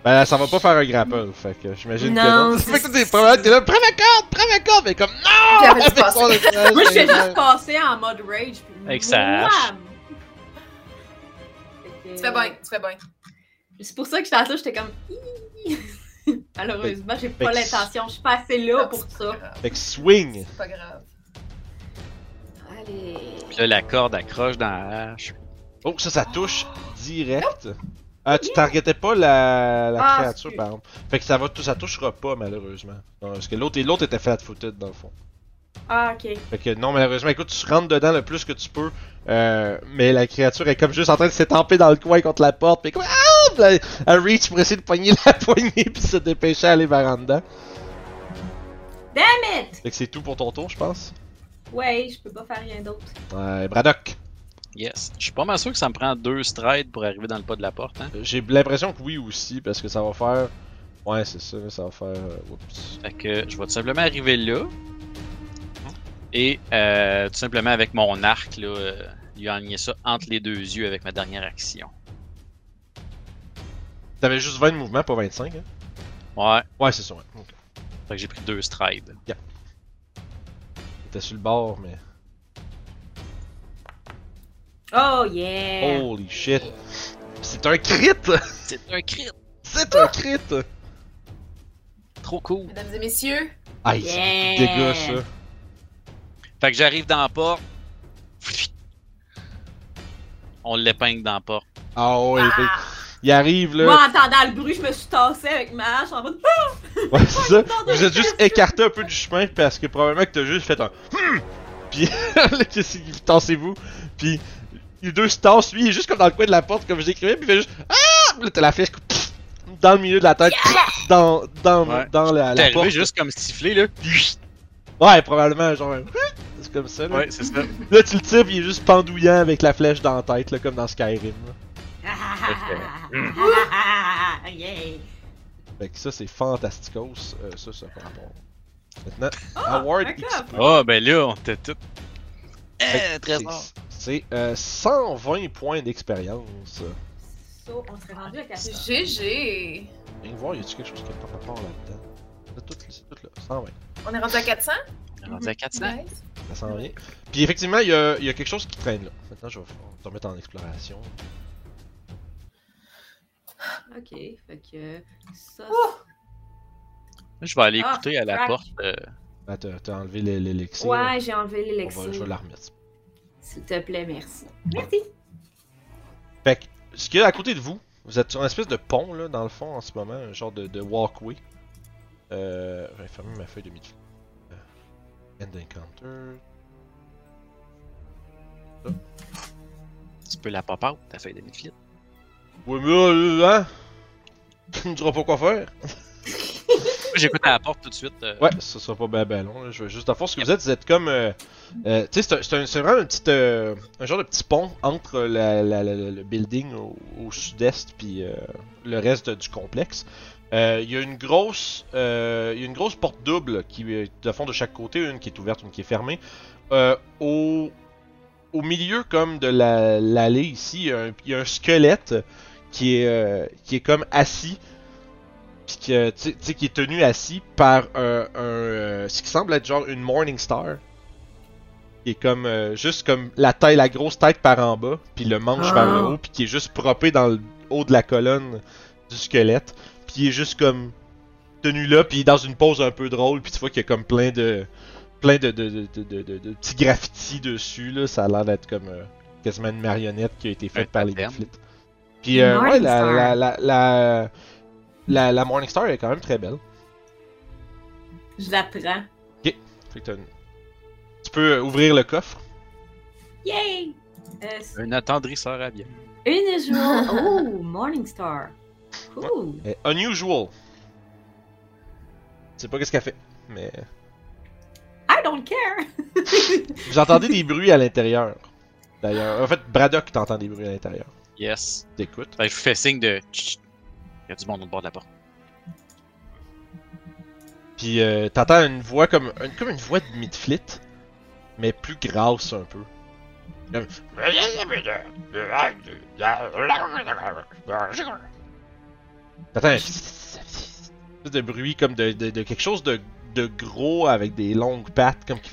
S1: Ben là, ça va pas faire un grapple. Fait que j'imagine que
S2: Non,
S1: non.
S2: c'est-
S1: Fait que t'es probablement- t'es là, prends ma corde, prends ma corde, mais comme
S5: Puis
S1: non.
S5: elle va se passer.
S2: Moi, je suis juste passé en mode rage. Puis...
S3: Avec sa hache.
S2: Wham! Fait que-
S5: Tu fais bien, tu fais bien.
S2: C'est pour ça que j'étais à ça, j'étais comme. Hi! Malheureusement, j'ai pas
S1: Fait que-
S2: l'intention. Je suis pas assez là pour ça.
S1: Fait que swing.
S5: C'est pas grave.
S2: Allez.
S3: Puis là, la corde accroche dans la hache.
S1: Oh, ça, ça touche direct. Ah, tu targetais pas la, la
S2: Oh. Ah,
S1: créature,
S2: excuse.
S1: par exemple. Fait que ça, va, ça touchera pas, malheureusement. Non, parce que l'autre l'autre était flat-footed, dans le fond.
S2: Ah, ok.
S1: Fait que non, malheureusement, écoute, tu rentres dedans le plus que tu peux, euh, mais la créature est comme juste en train de s'étamper dans le coin contre la porte, puis comme ah! Puis elle, elle reach pour essayer de poigner la poignée, puis se dépêcher à aller vers en dedans.
S2: Damn it!
S1: Fait que c'est tout pour ton tour, je pense.
S2: Ouais, je peux pas faire rien d'autre.
S1: Ouais, Braddock.
S3: Yes. Je suis pas mal sûr que ça me prend deux strides pour arriver dans le pas de la porte. Hein?
S1: J'ai l'impression que oui aussi, parce que ça va faire. Ouais, c'est ça, ça va faire. euh, oups.
S3: Fait que je vais tout simplement arriver là. Et euh, tout simplement avec mon arc, là, euh, lui aligner ça entre les deux yeux avec ma dernière action.
S1: T'avais juste 20 de mouvement, pas 25. Hein?
S3: Ouais.
S1: Ouais, c'est ça, ouais. Ok.
S3: Fait que j'ai pris deux strides.
S1: T'étais sur le bord, mais.
S2: Oh, yeah!
S1: Holy shit! C'est un crit!
S3: C'est un crit!
S1: C'est un crit!
S3: Trop cool!
S5: Mesdames et messieurs,
S1: Aïe, c'est
S2: Yeah.
S1: beaucoup de dégâts, ça.
S3: Fait que j'arrive dans la porte. On l'épingle dans la porte.
S1: Ah ouais,
S5: Ah.
S1: fait- il arrive là.
S2: Moi, en entendant le bruit, je me suis tassée avec ma hache en mode.
S1: Ouais, c'est ça.
S2: Pardon.
S1: Vous êtes juste écarté un peu du chemin parce que probablement que t'as juste fait un Hmm! Puis là, qu'est-ce que- tassez-vous. Puis les deux se tassent, lui, il est juste comme dans le coin de la porte, comme je décrivais, puis il fait juste Ah! Puis Là, t'as la flèche pff, dans le milieu de la tête, pff, dans, dans,
S3: Ouais.
S1: dans la,
S3: T'es
S1: la porte.
S3: arrivé juste comme sifflé là.
S1: Ouais, probablement, genre. un Hum! C'est comme ça, là.
S3: Ouais, c'est ça.
S1: Là, tu le tires, puis il est juste pendouillant avec la flèche dans la tête, là, comme dans Skyrim. là.
S2: yeah!
S1: Fait que ça, c'est fantasticos. euh, ça, ça par rapport. Maintenant, Howard
S2: un
S1: XP.
S2: coffre.
S3: Ah, ben là, on était tout.
S1: Fait
S3: Eh,
S1: que
S3: très
S1: c'est-
S3: fort.
S1: C'est euh, 120 points d'expérience.
S2: So, on serait rendu à 4
S5: GG.
S1: Viens voir, y a-tu quelque chose qui n'a pas rapport là-dedans? C'est tout, c'est tout là, 120.
S5: On est rendu à 400?
S3: On est rendu à 400.
S5: Nice.
S1: Ça s'en vient. Puis effectivement, il y a, y a quelque chose qui traîne là. Maintenant, je vais on va te mettre en exploration.
S2: Ok, fait que. Ça,
S3: Je vais aller
S2: Ah,
S3: écouter à la
S2: crack.
S3: porte. euh,
S1: Là, Ben, t'as t'as enlevé l'é- l'élixir.
S2: ouais, j'ai enlevé
S1: On va- Je
S2: l'élixir.
S1: vais la remettre.
S2: S'il te plaît, merci. Merci.
S1: Fait que, ce qu'il y a à côté de vous, vous êtes sur une espèce de pont là, dans le fond en ce moment, un genre de, de walkway. Euh. J'ai fermé ma feuille de midi. Euh, End encounter.
S3: Tu peux la pop out, ta feuille de midflit.
S1: Ouais, mais euh, hein? Tu me diras pas quoi faire?
S3: Moi, J'écoute à la porte tout de suite. euh,
S1: Ouais, ce sera pas ben, ben long. Là. Je veux juste à force que vous êtes, vous êtes comme. euh, euh, tu sais, c'est un- c'est un- c'est vraiment un petit. euh, un genre de petit pont entre la- la- la- la- le building au, au sud-est puis euh, le reste du complexe. Euh, Il y a une grosse, euh, il y a une grosse porte double qui est de fond de chaque côté, une qui est ouverte, une qui est fermée. Euh, au, au milieu comme de la- l'allée ici, il y a un- il y, a un squelette qui est, euh, qui est comme assis puis que tu sais- tu sais qui est tenu assis par euh, un euh, ce qui semble être genre une Morning Star qui est comme euh, juste comme la taille la grosse tête par en bas puis le manche
S2: Ah.
S1: par le haut puis qui est juste propé dans le haut de la colonne du squelette puis il est juste comme tenu là puis il est dans une pose un peu drôle puis tu vois qu'il y a comme plein de plein de, de, de, de, de- de- de petits graffitis dessus là ça a l'air d'être comme euh, quasiment une marionnette qui a été faite
S3: Un
S1: par les
S3: totem.
S1: Biflits. puis euh, ouais la-
S2: Morningstar.
S1: la- la, la, la, la Morningstar est quand même très belle.
S2: Je la prends.
S1: Fait que t'as une- Tu peux euh, ouvrir le coffre.
S2: Yay! Euh, c'est
S3: Un attendrisseur à bien.
S2: une journée. Oh, Morningstar. Cool.
S1: Euh, unusual. Je sais pas qu'est-ce qu'elle fait, mais
S2: I don't care.
S1: j'entendais des bruits à l'intérieur. D'ailleurs, en fait, Braddock t'entend des bruits à l'intérieur.
S3: Yes.
S1: T'écoutes.
S3: Fait que je vous fais signe de. Chut. Il y a du monde au bord de la porte.
S1: Puis euh, t'entends une voix comme une, comme une voix de midflit, mais plus grasse un peu. Comme- T'entends un espèce de bruit comme de, de, de quelque chose de, de gros avec des longues pattes comme qui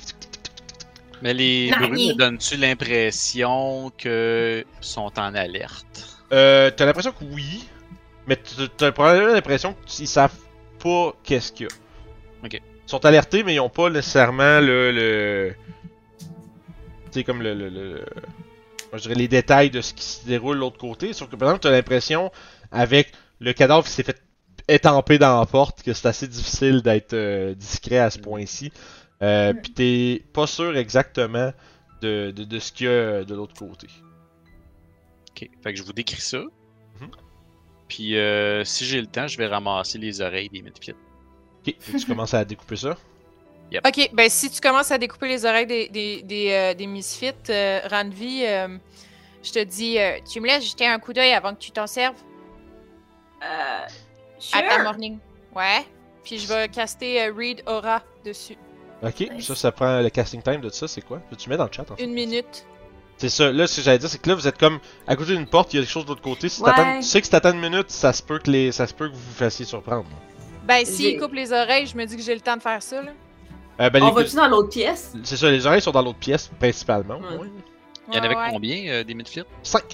S3: Mais les
S5: Narnier.
S3: bruits me donnent-tu l'impression que sont en alerte?
S1: Euh, t'as l'impression que oui, mais t- t'as probablement l'impression qu'ils savent pas qu'est-ce qu'il y a.
S3: Ok.
S1: Ils sont alertés, mais ils ont pas nécessairement le. le... Tu sais, comme le. le, le- le- moi, je dirais les détails de ce qui se déroule de l'autre côté. Sauf que par exemple, t'as l'impression, avec le cadavre qui s'est fait étamper dans la porte, que c'est assez difficile d'être euh, discret à ce point-ci. Euh, Puis t'es pas sûr exactement de, de, de ce qu'il y a euh, de l'autre côté.
S3: Ok, fait que je vous décris ça.
S1: Mhm.
S3: Puis euh, si j'ai le temps, je vais ramasser les oreilles des midpits.
S1: Ok, fait que tu commences à découper ça.
S4: Ok, ben si tu commences à découper les oreilles des, des, des, euh, des misfits, euh, Ranvi, euh, je te dis, euh, tu me laisses jeter un coup d'œil avant que tu t'en serves
S2: Euh,
S4: à ta
S2: sure.
S4: morning. Ouais. Puis je vais caster euh, Read Aura dessus.
S1: Ok,
S5: Nice.
S1: ça, ça prend le casting time de ça, c'est quoi Tu mets dans le chat en fait.
S4: Une minute.
S1: C'est ça, là, ce que j'allais dire, c'est que là, vous êtes comme à côté d'une porte, il y a quelque chose de l'autre côté. Si
S2: Ouais.
S1: t'attends- tu sais que si t'attends une minute, ça se peut que, les... ça se peut que vous vous fassiez surprendre.
S4: Ben s'il
S2: J'ai-
S4: coupe les oreilles, je me dis que j'ai le temps de faire ça, là.
S1: Euh, ben,
S2: On
S1: les-
S2: va-tu dans l'autre pièce?
S1: C'est ça, les oreilles sont dans l'autre pièce, principalement.
S2: Ouais.
S1: ouais.
S3: Il y en avait
S4: Ouais, ouais.
S3: combien euh, des midfits
S1: Cinq.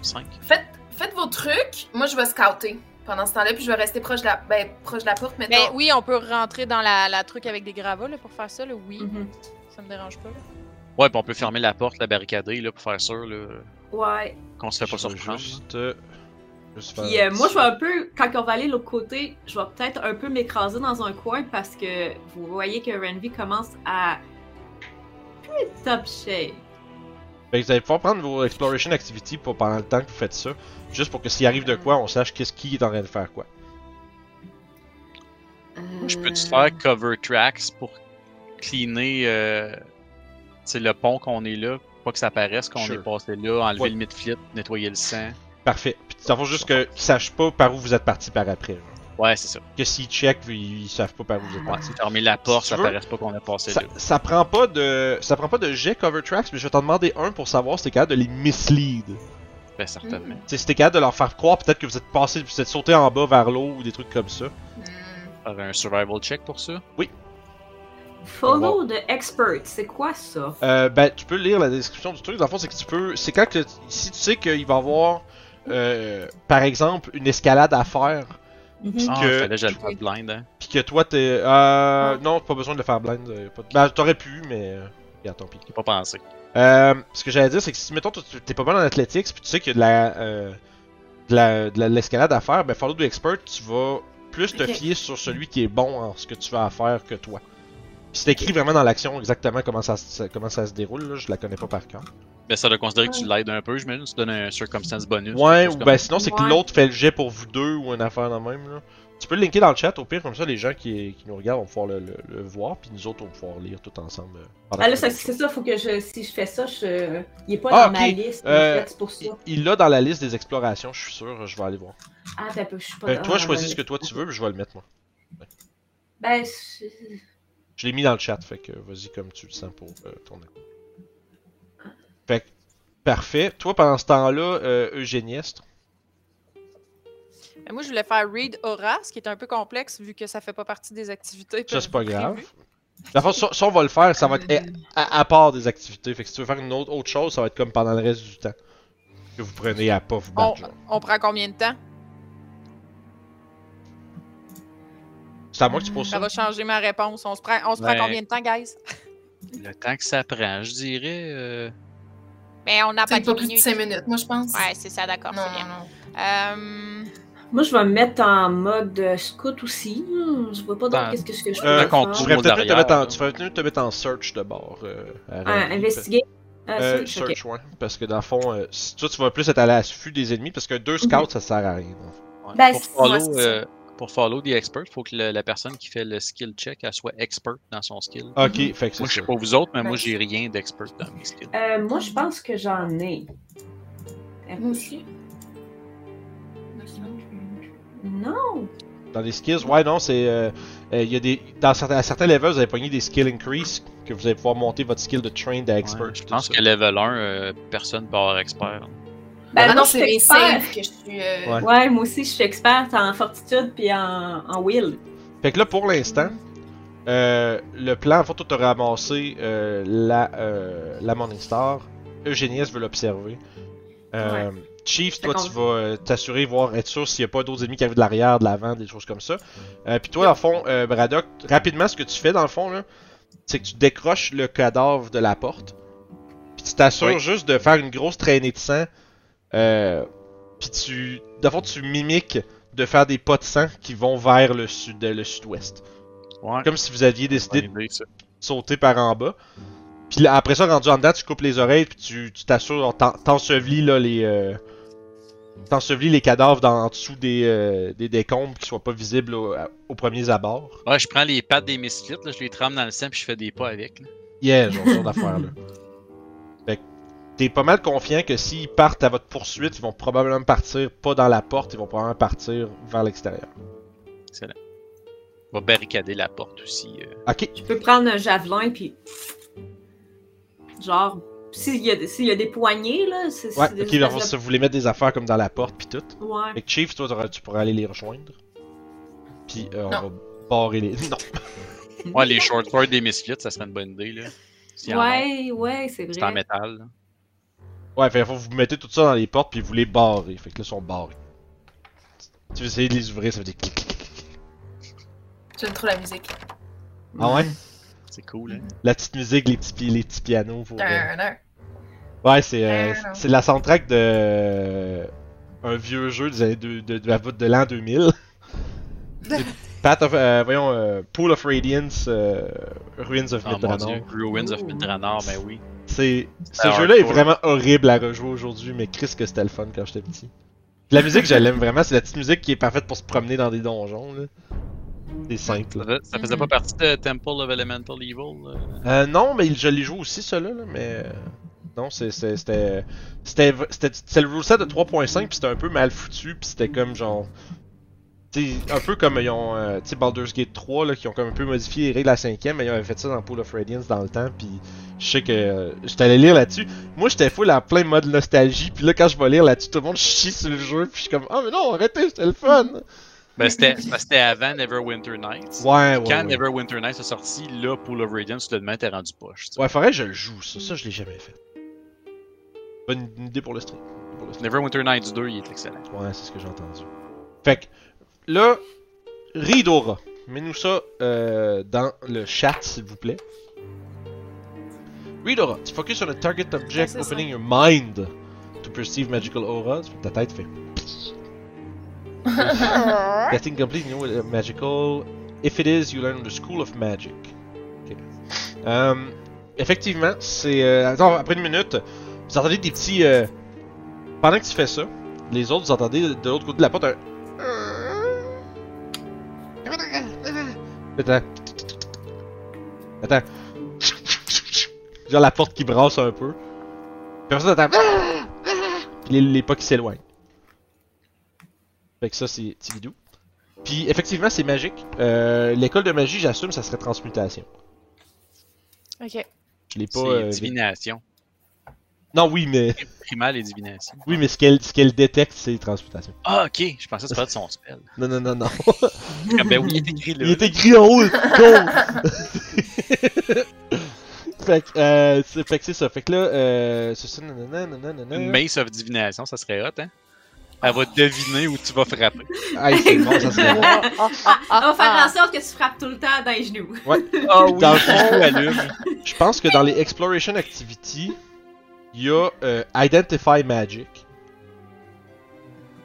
S3: 5.
S5: Faites, faites vos trucs. Moi, je vais scouter pendant ce temps-là, puis je vais rester proche de la, ben, proche de la porte maintenant.
S4: Ben oui, on peut rentrer dans la, la truc avec des gravats là, pour faire ça, là. Oui,
S2: Mhm.
S4: ça me dérange pas. là.
S3: Ouais, puis on peut fermer la porte, la barricader là, pour faire sûr là,
S2: Ouais.
S3: qu'on se fait pas
S1: Je vais
S3: surprendre.
S1: Juste, euh, juste faire
S2: Puis
S1: un
S2: euh,
S1: petit-
S2: moi, je vais un peu, quand on va aller de l'autre côté, je vais peut-être un peu m'écraser dans un coin parce que vous voyez que Renvi commence à. Plus top shape.
S1: Fait que Ben, vous allez pouvoir prendre vos exploration activity pour pendant le temps que vous faites ça, juste pour que s'il arrive de quoi, on sache qu'est-ce qui est en train de faire quoi.
S3: Je
S2: Euh,
S3: peux-tu faire cover tracks pour cleaner euh, tu sais, le pont qu'on est là, pas que ça paraisse qu'on
S1: Sure.
S3: est passé là, enlever
S1: Ouais.
S3: le midflit, nettoyer le sang.
S1: Parfait. Puis ça faut juste que- qu'ils sachent pas par où vous êtes parti par après. genre.
S3: Ouais, c'est ça.
S1: Que s'ils checkent, ils, ils savent pas par où vous êtes parti.
S3: Fermer la porte,
S1: Si tu
S3: ça
S1: veux,
S3: paraisse pas qu'on est passé
S1: Ça,
S3: là.
S1: ça prend pas de ça prend pas de jet cover tracks, mais je vais t'en demander un pour savoir si t'es capable de les mislead. Tu
S3: Ben, certainement.
S1: sais, si t'es capable de leur faire croire peut-être que vous êtes passé, vous êtes sauté en bas vers l'eau ou des trucs comme ça.
S4: Mm.
S5: Hmm.
S3: Faire un survival check pour ça.
S2: Follow the expert, c'est quoi ça?
S1: Euh, ben, tu peux lire la description du truc. Dans le fond, c'est que tu peux. C'est quand que. Si tu sais qu'il va y avoir, euh, par exemple, une escalade à faire,
S5: Mhm.
S3: Ah,
S1: Que-
S3: fallait que j'aille faire blind, hein.
S1: puis que toi t'es. Euh, non, pas besoin de le faire blind. euh, pas de- Ben, t'aurais pu, mais. Euh, regarde, tant pis.
S3: J'ai pas pensé.
S1: Euh, ce que j'allais dire, c'est que si, mettons, tu- t'es pas bon en athlétics, puis tu sais qu'il y a de la. euh, de la- de la- de l'escalade à faire, ben, follow the expert, tu vas plus te
S2: Ok.
S1: fier sur celui qui est bon en ce que tu vas à faire que toi. Puis C'est écrit vraiment dans l'action exactement comment ça, se- comment ça se déroule, là, je la connais pas par cœur.
S3: Ben, ça doit considérer que tu l'aides un peu, je me Tu donnes un circumstance bonus.
S1: Ouais,
S3: quelque
S1: ou
S3: chose
S1: ben sinon c'est que
S2: Ouais.
S1: l'autre fait le jet pour vous deux ou une affaire dans le même là. Tu peux le linker dans le chat au pire, comme ça les gens qui, qui nous regardent vont pouvoir le, le- le voir, puis nous autres on va pouvoir lire tout ensemble. euh, pendant
S2: Ah là,
S1: que-
S2: ça- c'est ça, faut que je, si je fais ça, je, il est pas
S1: Ah,
S2: dans
S1: ok.
S2: ma liste,
S1: Euh,
S2: en fait, c'est pour ça.
S1: Il- Il l'a dans la liste des explorations, je suis sûr, je vais aller voir.
S2: Ah, t'as peu, je suis pas
S1: Euh,
S2: dans
S1: toi,
S2: ma
S1: choisis ce
S2: liste.
S1: que toi tu veux, puis je vais le mettre moi.
S2: Ben, je-
S1: Je l'ai mis dans le chat, fait que vas-y comme tu le sens pour euh, ton écoute. Fait que, parfait. Toi, pendant ce temps-là, euh, Eugéniestre,
S4: Mais Ben, moi, je voulais faire Read Aura, ce qui est un peu complexe vu que ça fait pas partie des activités.
S1: ça c'est pas
S4: prévues.
S1: grave. La fois, ça, ça, on va le faire, ça va être à, à part des activités. Fait que si tu veux faire une autre, autre chose, ça va être comme pendant le reste du temps. Que vous prenez à pas vous
S4: On,
S1: battre. genre.
S4: on prend combien de temps?
S1: C'est à moi que tu poses
S4: Ça
S1: ça.
S4: va changer ma réponse. On se prend, on se prend
S3: Ouais.
S4: combien de temps, guys?
S3: Le temps que ça prend, je dirais. euh,
S4: Mais Ben, on n'a pas
S5: C'est pas
S4: de
S5: plus de 5 minutes, moi, je pense.
S4: Ouais, c'est ça, d'accord,
S5: Non,
S4: c'est
S5: non, non.
S4: bien. Euh,
S2: moi, je vais me mettre en mode euh, scout aussi. Hmm, Je vois pas
S3: Ben,
S2: donc qu'est-ce que je
S1: euh,
S2: peux faire.
S1: Tu
S3: contour.
S1: ferais peut-être mieux de te mettre en-
S3: Derrière,
S1: tu ferais mieux de te mettre en search de bord. Euh, à
S2: Ah,
S1: Renly,
S2: investiguer. Ah,
S1: Euh,
S2: search, ok.
S1: search, ouais. Parce que dans le fond, euh, si- toi, tu vas plus être à l'affût des ennemis parce que deux scouts,
S2: Mhm.
S1: ça sert à rien. dans le fond.
S3: ouais.
S2: Ben,
S3: pour,
S2: c'est-
S3: follow,
S5: ouais, c'est ça.
S3: euh, pour follow the expert, faut que le- la personne qui fait le skill check, elle soit expert dans son skill.
S1: Ok, fait
S2: Mhm.
S1: que
S3: Moi, je
S1: c'est
S3: sais
S1: ça.
S3: pas vous autres, mais moi,
S5: Ouais.
S3: j'ai rien d'expert dans mes skills.
S2: Euh, moi, je pense que j'en ai.
S5: Moi aussi.
S2: Non!
S1: Dans les skills, ouais, non, c'est. euh, euh, il y a des, dans certains, à certains levels, vous avez pogné des skill increase que vous allez pouvoir monter votre skill de trained à expert.
S3: Ouais, je
S1: tout
S3: pense
S1: ça.
S3: que level 1, euh, personne peut avoir expert.
S2: Ben,
S5: ah
S2: moi,
S5: non,
S2: je
S5: c'est
S2: suis
S5: mes
S2: expert.
S5: saves que je suis. euh,
S1: Ouais.
S2: Ouais, moi aussi, je suis experte en fortitude puis en, en will.
S1: Fait que là, pour l'instant, euh, le plan, en fait, toi, t'as ramassé euh, la, euh, la Morningstar. Eugéniès veut l'observer. Euh, Chief,
S2: Fait
S1: toi,
S2: qu'on-
S1: tu vas euh, t'assurer, voir, être sûr s'il n'y a pas d'autres ennemis qui arrivent de l'arrière, de l'avant, des choses comme ça. Euh, Puis toi, dans le fond, euh, Braddock, rapidement, ce que tu fais, dans le fond, là, c'est que tu décroches le cadavre de la porte. Puis tu t'assures
S3: Oui.
S1: juste de faire une grosse traînée de sang. Euh, Puis tu. D'abord, tu mimiques de faire des pas de sang qui vont vers le sud, le sud-ouest.
S3: Ouais.
S1: Comme si vous aviez décidé
S3: Bonne idée, ça.
S1: sauter par en bas. Puis là, après ça, rendu en dedans, tu coupes les oreilles, puis tu tu t'assures, t'en- t'ensevelis là les. euh, t'ensevelis les cadavres dans, en dessous des, euh, des décombres qui soient pas visibles au- à- aux premiers abords.
S3: Ouais, je prends les pattes des misfits, là, je les trempe dans le sang puis je fais des pas avec. là.
S1: Yeah, genre ce genre d'affaire là. Fait que t'es pas mal confiant que s'ils partent à votre poursuite, ils vont probablement partir pas dans la porte, ils vont probablement partir vers l'extérieur.
S3: On va barricader la porte aussi. euh.
S1: Ok,
S2: Je peux prendre un javelin, puis. Genre, s'il y, a- s'il y a des poignées, là, c'est.
S1: ouais,
S2: c'est des
S1: ok, alors,
S2: espèces
S1: si vous voulez mettre des affaires comme dans la porte puis tout.
S2: de- Ouais.
S1: Fait que Chief, toi, t'auras- tu pourras aller les rejoindre. Puis euh, on
S5: Non.
S1: va barrer les. Non.
S3: Ouais, les short swords des misfits, ça serait une bonne idée. là. S'il y en a,
S2: Ouais, ouais, c'est
S3: C'est en
S2: vrai.
S3: métal. là.
S1: Ouais, fait faut que vous mettez tout ça dans les portes puis vous les barrez. Fait que là, ils sont barrés. Tu veux essayer de les ouvrir, ça veut dire clic, clic, clic.
S5: J'aime trop la musique.
S1: Ah ouais?
S3: C'est cool. Hein?
S1: La petite musique, les petits, pi- les petits pianos. Pour, euh,
S5: Dun, dun.
S1: Ouais, c'est euh,
S5: Ah, non.
S1: c'est la soundtrack de euh, un vieux jeu des années de, de, de, la- de l'an 2000. C'est Path of, euh, voyons, euh, Pool of Radiance, euh, Ruins of
S3: Oh mon dieu,
S1: Midranor.
S3: Ruins of
S2: Ouh.
S3: Midranor, ben oui.
S1: C'est ce
S3: Ah,
S1: jeu-là est
S3: hardcore.
S1: vraiment horrible à rejouer aujourd'hui, mais Chris que c'était le fun quand j'étais petit. Puis La musique, je l'aime vraiment, c'est la petite musique qui est parfaite pour se promener dans des donjons. Là. C'est simple.
S3: Ça,
S1: là.
S3: fa- ça faisait pas partie de Temple of Elemental Evil. là?
S1: Euh, non, mais je les joue aussi, ceux-là, là, mais. euh, Non, c'est- c'est- c'était. C'était c'était- c'était le ruleset de 3.5, puis c'était un peu mal foutu, puis c'était comme genre. T'sais, un peu comme ils ont. euh, t'sais, Baldur's Gate 3, là, qui ont comme un peu modifié les règles à 5ème, mais ils avaient fait ça dans Pool of Radiance dans le temps, puis je sais que. euh, J'étais allé lire là-dessus. Moi, j'étais full en plein mode nostalgie, puis là, quand je vais lire là-dessus, tout le monde chie sur le jeu, puis je suis comme, ah, mais non, arrêtez, c'était le fun!
S3: Ben, c'était parce que c'était avant Neverwinter Nights.
S1: Ouais, ouais.
S3: Quand
S1: ouais.
S3: Neverwinter Nights est sorti, là, Pool of Radiance, tu te demandes, t'es rendu poche. tu sais.
S1: Ouais, faudrait que je le joue, ça, ça, je l'ai jamais fait. Bonne idée pour le stream. Pour le stream.
S3: Neverwinter Nights 2, il est excellent.
S1: Ouais, c'est ce que j'ai entendu. Fait que, là, Ridora, mets-nous ça euh, dans le chat, s'il vous plaît. Ridora, tu focus on a target object
S4: Ah, c'est ça.
S1: opening your mind to perceive magical auras. Ta tête fait.
S4: Euh,
S1: Getting complete new uh, magical. If it is, you learn the school of magic. Ok. Um, effectivement, c'est. euh, attends, après une minute, vous entendez des petits. euh, pendant que tu fais ça, les autres, vous entendez de l'autre côté de la porte un. Attends. Attends. Genre la porte qui brasse un peu. Puis après ça, t'entends. Puis les, les pas qui s'éloignent. Fait que ça, c'est Tibidou. Puis effectivement, c'est magique. Euh, L'école de magie, j'assume, ça serait transmutation.
S4: Ok.
S1: Je l'ai pas.
S3: C'est
S1: euh,
S3: divination.
S1: Non, oui, mais
S3: Primal et divination.
S1: oui, mais ce qu'elle ce qu'elle détecte, c'est transmutation.
S3: Ah, ok, je pensais que c'était de son spell.
S1: Non, non, non, non.
S3: Ah, ben oui, il est écrit là.
S1: Il est écrit en haut, go! fait, que, euh, c'est, fait que c'est ça. Fait que là, euh, c'est ça, nanana, nanana.
S3: Une mace of divination, ça serait hot, hein? Elle va deviner où tu vas frapper.
S1: Aïe, c'est bon, ça serait bon.
S2: Ah,
S4: Ah,
S2: On va faire en sorte que tu frappes tout le temps dans les genoux.
S3: Ah
S1: oui, Dans le fond,
S3: elle allume.
S1: Je pense que dans les Exploration Activity, il y a euh, Identify Magic.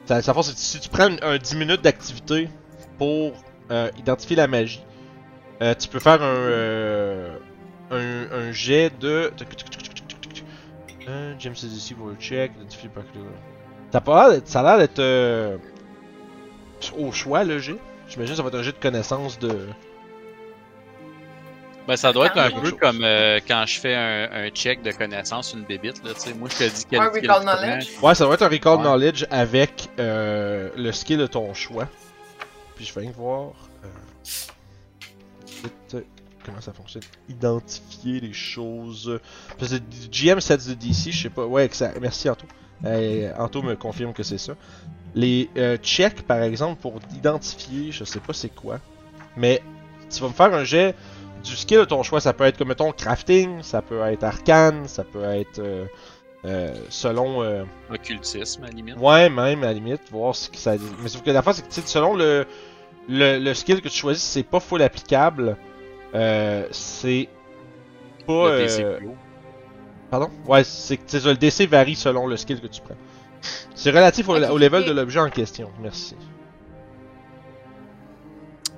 S1: Ça, ça fait, c'est- si tu prends un, un 10 minutes d'activité pour euh, identifier la magie, euh, tu peux faire un, euh, un, un jet de. Euh, James is ici pour le check, identifier par Ça a pas l'air d'être- ça a l'air d'être euh, au choix le jet. J'imagine que ça va être un jet de connaissance de.
S3: Ben, ça doit être un
S1: Quelque
S3: peu
S1: chose.
S3: comme euh, quand je fais un, un check de connaissance, une bébite, là, tu sais. Moi, je te dis quel
S5: Un
S3: quel
S5: recall
S3: instrument.
S5: knowledge.
S1: Ouais, ça va être un record
S3: Ouais.
S1: knowledge avec euh, le skill de ton choix. Puis je vais rien voir. euh, vite, euh, comment ça fonctionne Identifier les choses. Parce que GM sets de DC, je sais pas. Ouais, que ça- merci Anto. Euh, Anto me confirme que c'est ça. Les euh, checks, par exemple, pour identifier, je sais pas c'est quoi. Mais tu vas me faire un jet du skill de ton choix. Ça peut être comme, mettons, crafting, ça peut être arcane, ça peut être euh, euh, selon. euh,
S3: Occultisme, à la limite.
S1: Ouais, même, à la limite, voir ce que ça dit. Mais sauf que la face, c'est que tu sais, selon le, le, le skill que tu choisis, c'est pas full applicable. Euh, c'est pas.
S3: Le
S1: euh,
S3: DCPO.
S1: Pardon? Ouais, c'est que tu sais, ça, le DC varie selon le skill que tu prends. C'est relatif au,
S4: Ok,
S1: au level
S4: ok.
S1: de l'objet en question. Merci.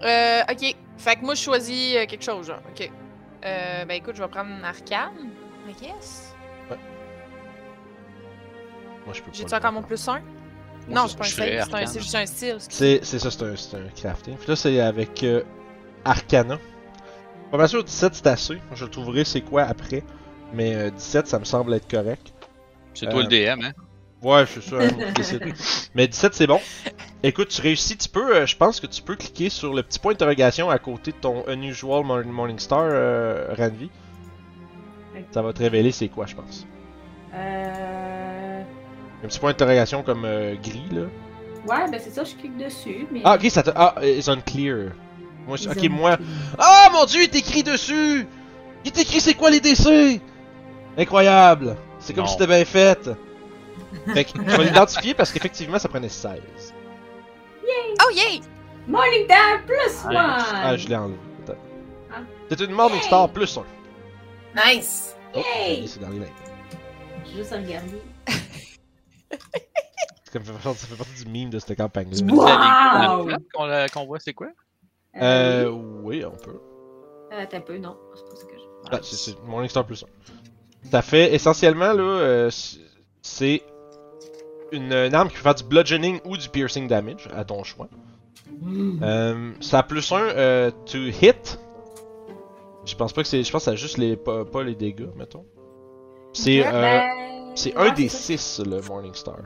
S4: Euh, ok. Fait que moi, je choisis euh, quelque chose, genre. Ok. Euh, ben écoute, je vais prendre un arcane, I guess.
S1: Moi, je peux pas.
S4: J'ai-tu
S1: le
S4: encore mon
S1: voir.
S4: plus 1?
S3: Moi,
S4: Non,
S3: je-
S4: c'est pas un
S3: je serais
S4: save, c'est un-
S3: arcane.
S4: c'est juste un style. excuse.
S1: C'est c'est ça, c'est un, c'est un crafting. Puis là, c'est avec euh, Arcana. Pas mal sûr, 17 c'est assez. Je le trouverai c'est quoi après. Mais euh, 17, ça me semble être correct.
S3: C'est toi le DM,
S1: Euh,
S3: hein?
S1: Ouais, je suis sûr. hein, on décide. Mais 17, c'est bon. Écoute, tu réussis. Tu peux, euh, je pense que tu peux cliquer sur le petit point d'interrogation à côté de ton Unusual Mor- Morningstar, euh, Ranvi. Ça va te révéler c'est quoi, je pense.
S2: Euh...
S1: Un petit point d'interrogation comme euh, gris, là.
S2: Ouais, ben c'est ça, je clique dessus. Mais...
S1: Ah, ok, ça te. Ah, it's unclear. Moi, je-
S2: Ils
S1: Ok,
S2: ont-
S1: moi. Ah mon dieu, il est écrit dessus! Il est écrit c'est quoi les DC! Incroyable! C'est comme
S3: Non.
S1: si c'était bien fait! Fait que je vais l'identifier parce qu'effectivement ça prenait 16.
S4: Oh yay!
S2: Morning Time plus one!
S1: Ah, je l'ai enlevé. Attends.
S2: Ah.
S1: C'est une Morning Star plus 1.
S5: Nice!
S1: Oh,
S2: Yay!
S1: c'est dans les lettres.
S2: J'ai juste à regarder.
S1: C'est comme- Ça fait partie du mime de cette campagne-là.
S3: Tu peux
S2: Wow!
S3: te la lier dans le plan qu'on la- qu'on voit, c'est quoi?
S1: Euh, oui, on peut.
S2: Euh, t'as peu, non. C'est pas ce que je.
S1: Ah, c'est- c'est Morning Star plus 1. Ça fait essentiellement, là, euh, c- c'est une, une arme qui peut faire du bludgeoning ou du piercing damage, à ton choix.
S2: Hmm.
S1: Euh, ça a plus 1 euh, to hit. Je pense pas que c'est. Je pense que ça a juste les, pas, pas les dégâts, mettons. C'est euh,
S2: Ben,
S1: c'est
S2: ouais,
S1: un des
S2: ça.
S1: 6 le Morning Star.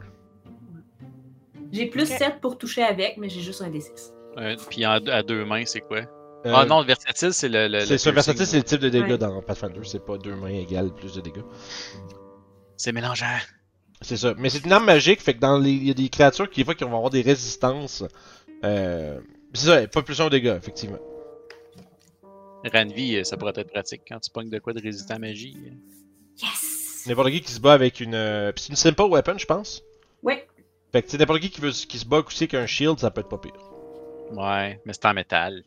S2: J'ai plus
S4: Ok.
S2: 7 pour toucher avec, mais j'ai juste un des 6.
S3: Euh, puis en- à deux mains, c'est quoi? Ah non, le versatile, c'est le. le- Euh, le
S1: Euh, c'est ça,
S3: piercing.
S1: versatile, c'est le type de dégâts
S2: Ouais.
S1: dans Pathfinder, c'est pas deux mains égales plus de dégâts.
S3: C'est mélangeant.
S1: C'est ça. Mais c'est une arme magique, fait que dans les. Il y a des créatures qui des fois qui vont avoir des résistances. Euh, c'est ça, pas plus 1 dégâts, effectivement.
S3: Ranvi, euh, ça pourrait être pratique quand tu pognes de quoi de résistant à magie.
S2: Yes!
S1: N'importe qui qui se bat avec une. euh, pis c'est une simple weapon, je pense.
S2: Ouais.
S1: Fait que tu sais, n'importe qui qui, veut, qui se bat aussi avec un shield, ça peut être pas pire.
S3: Ouais, mais c'est en métal.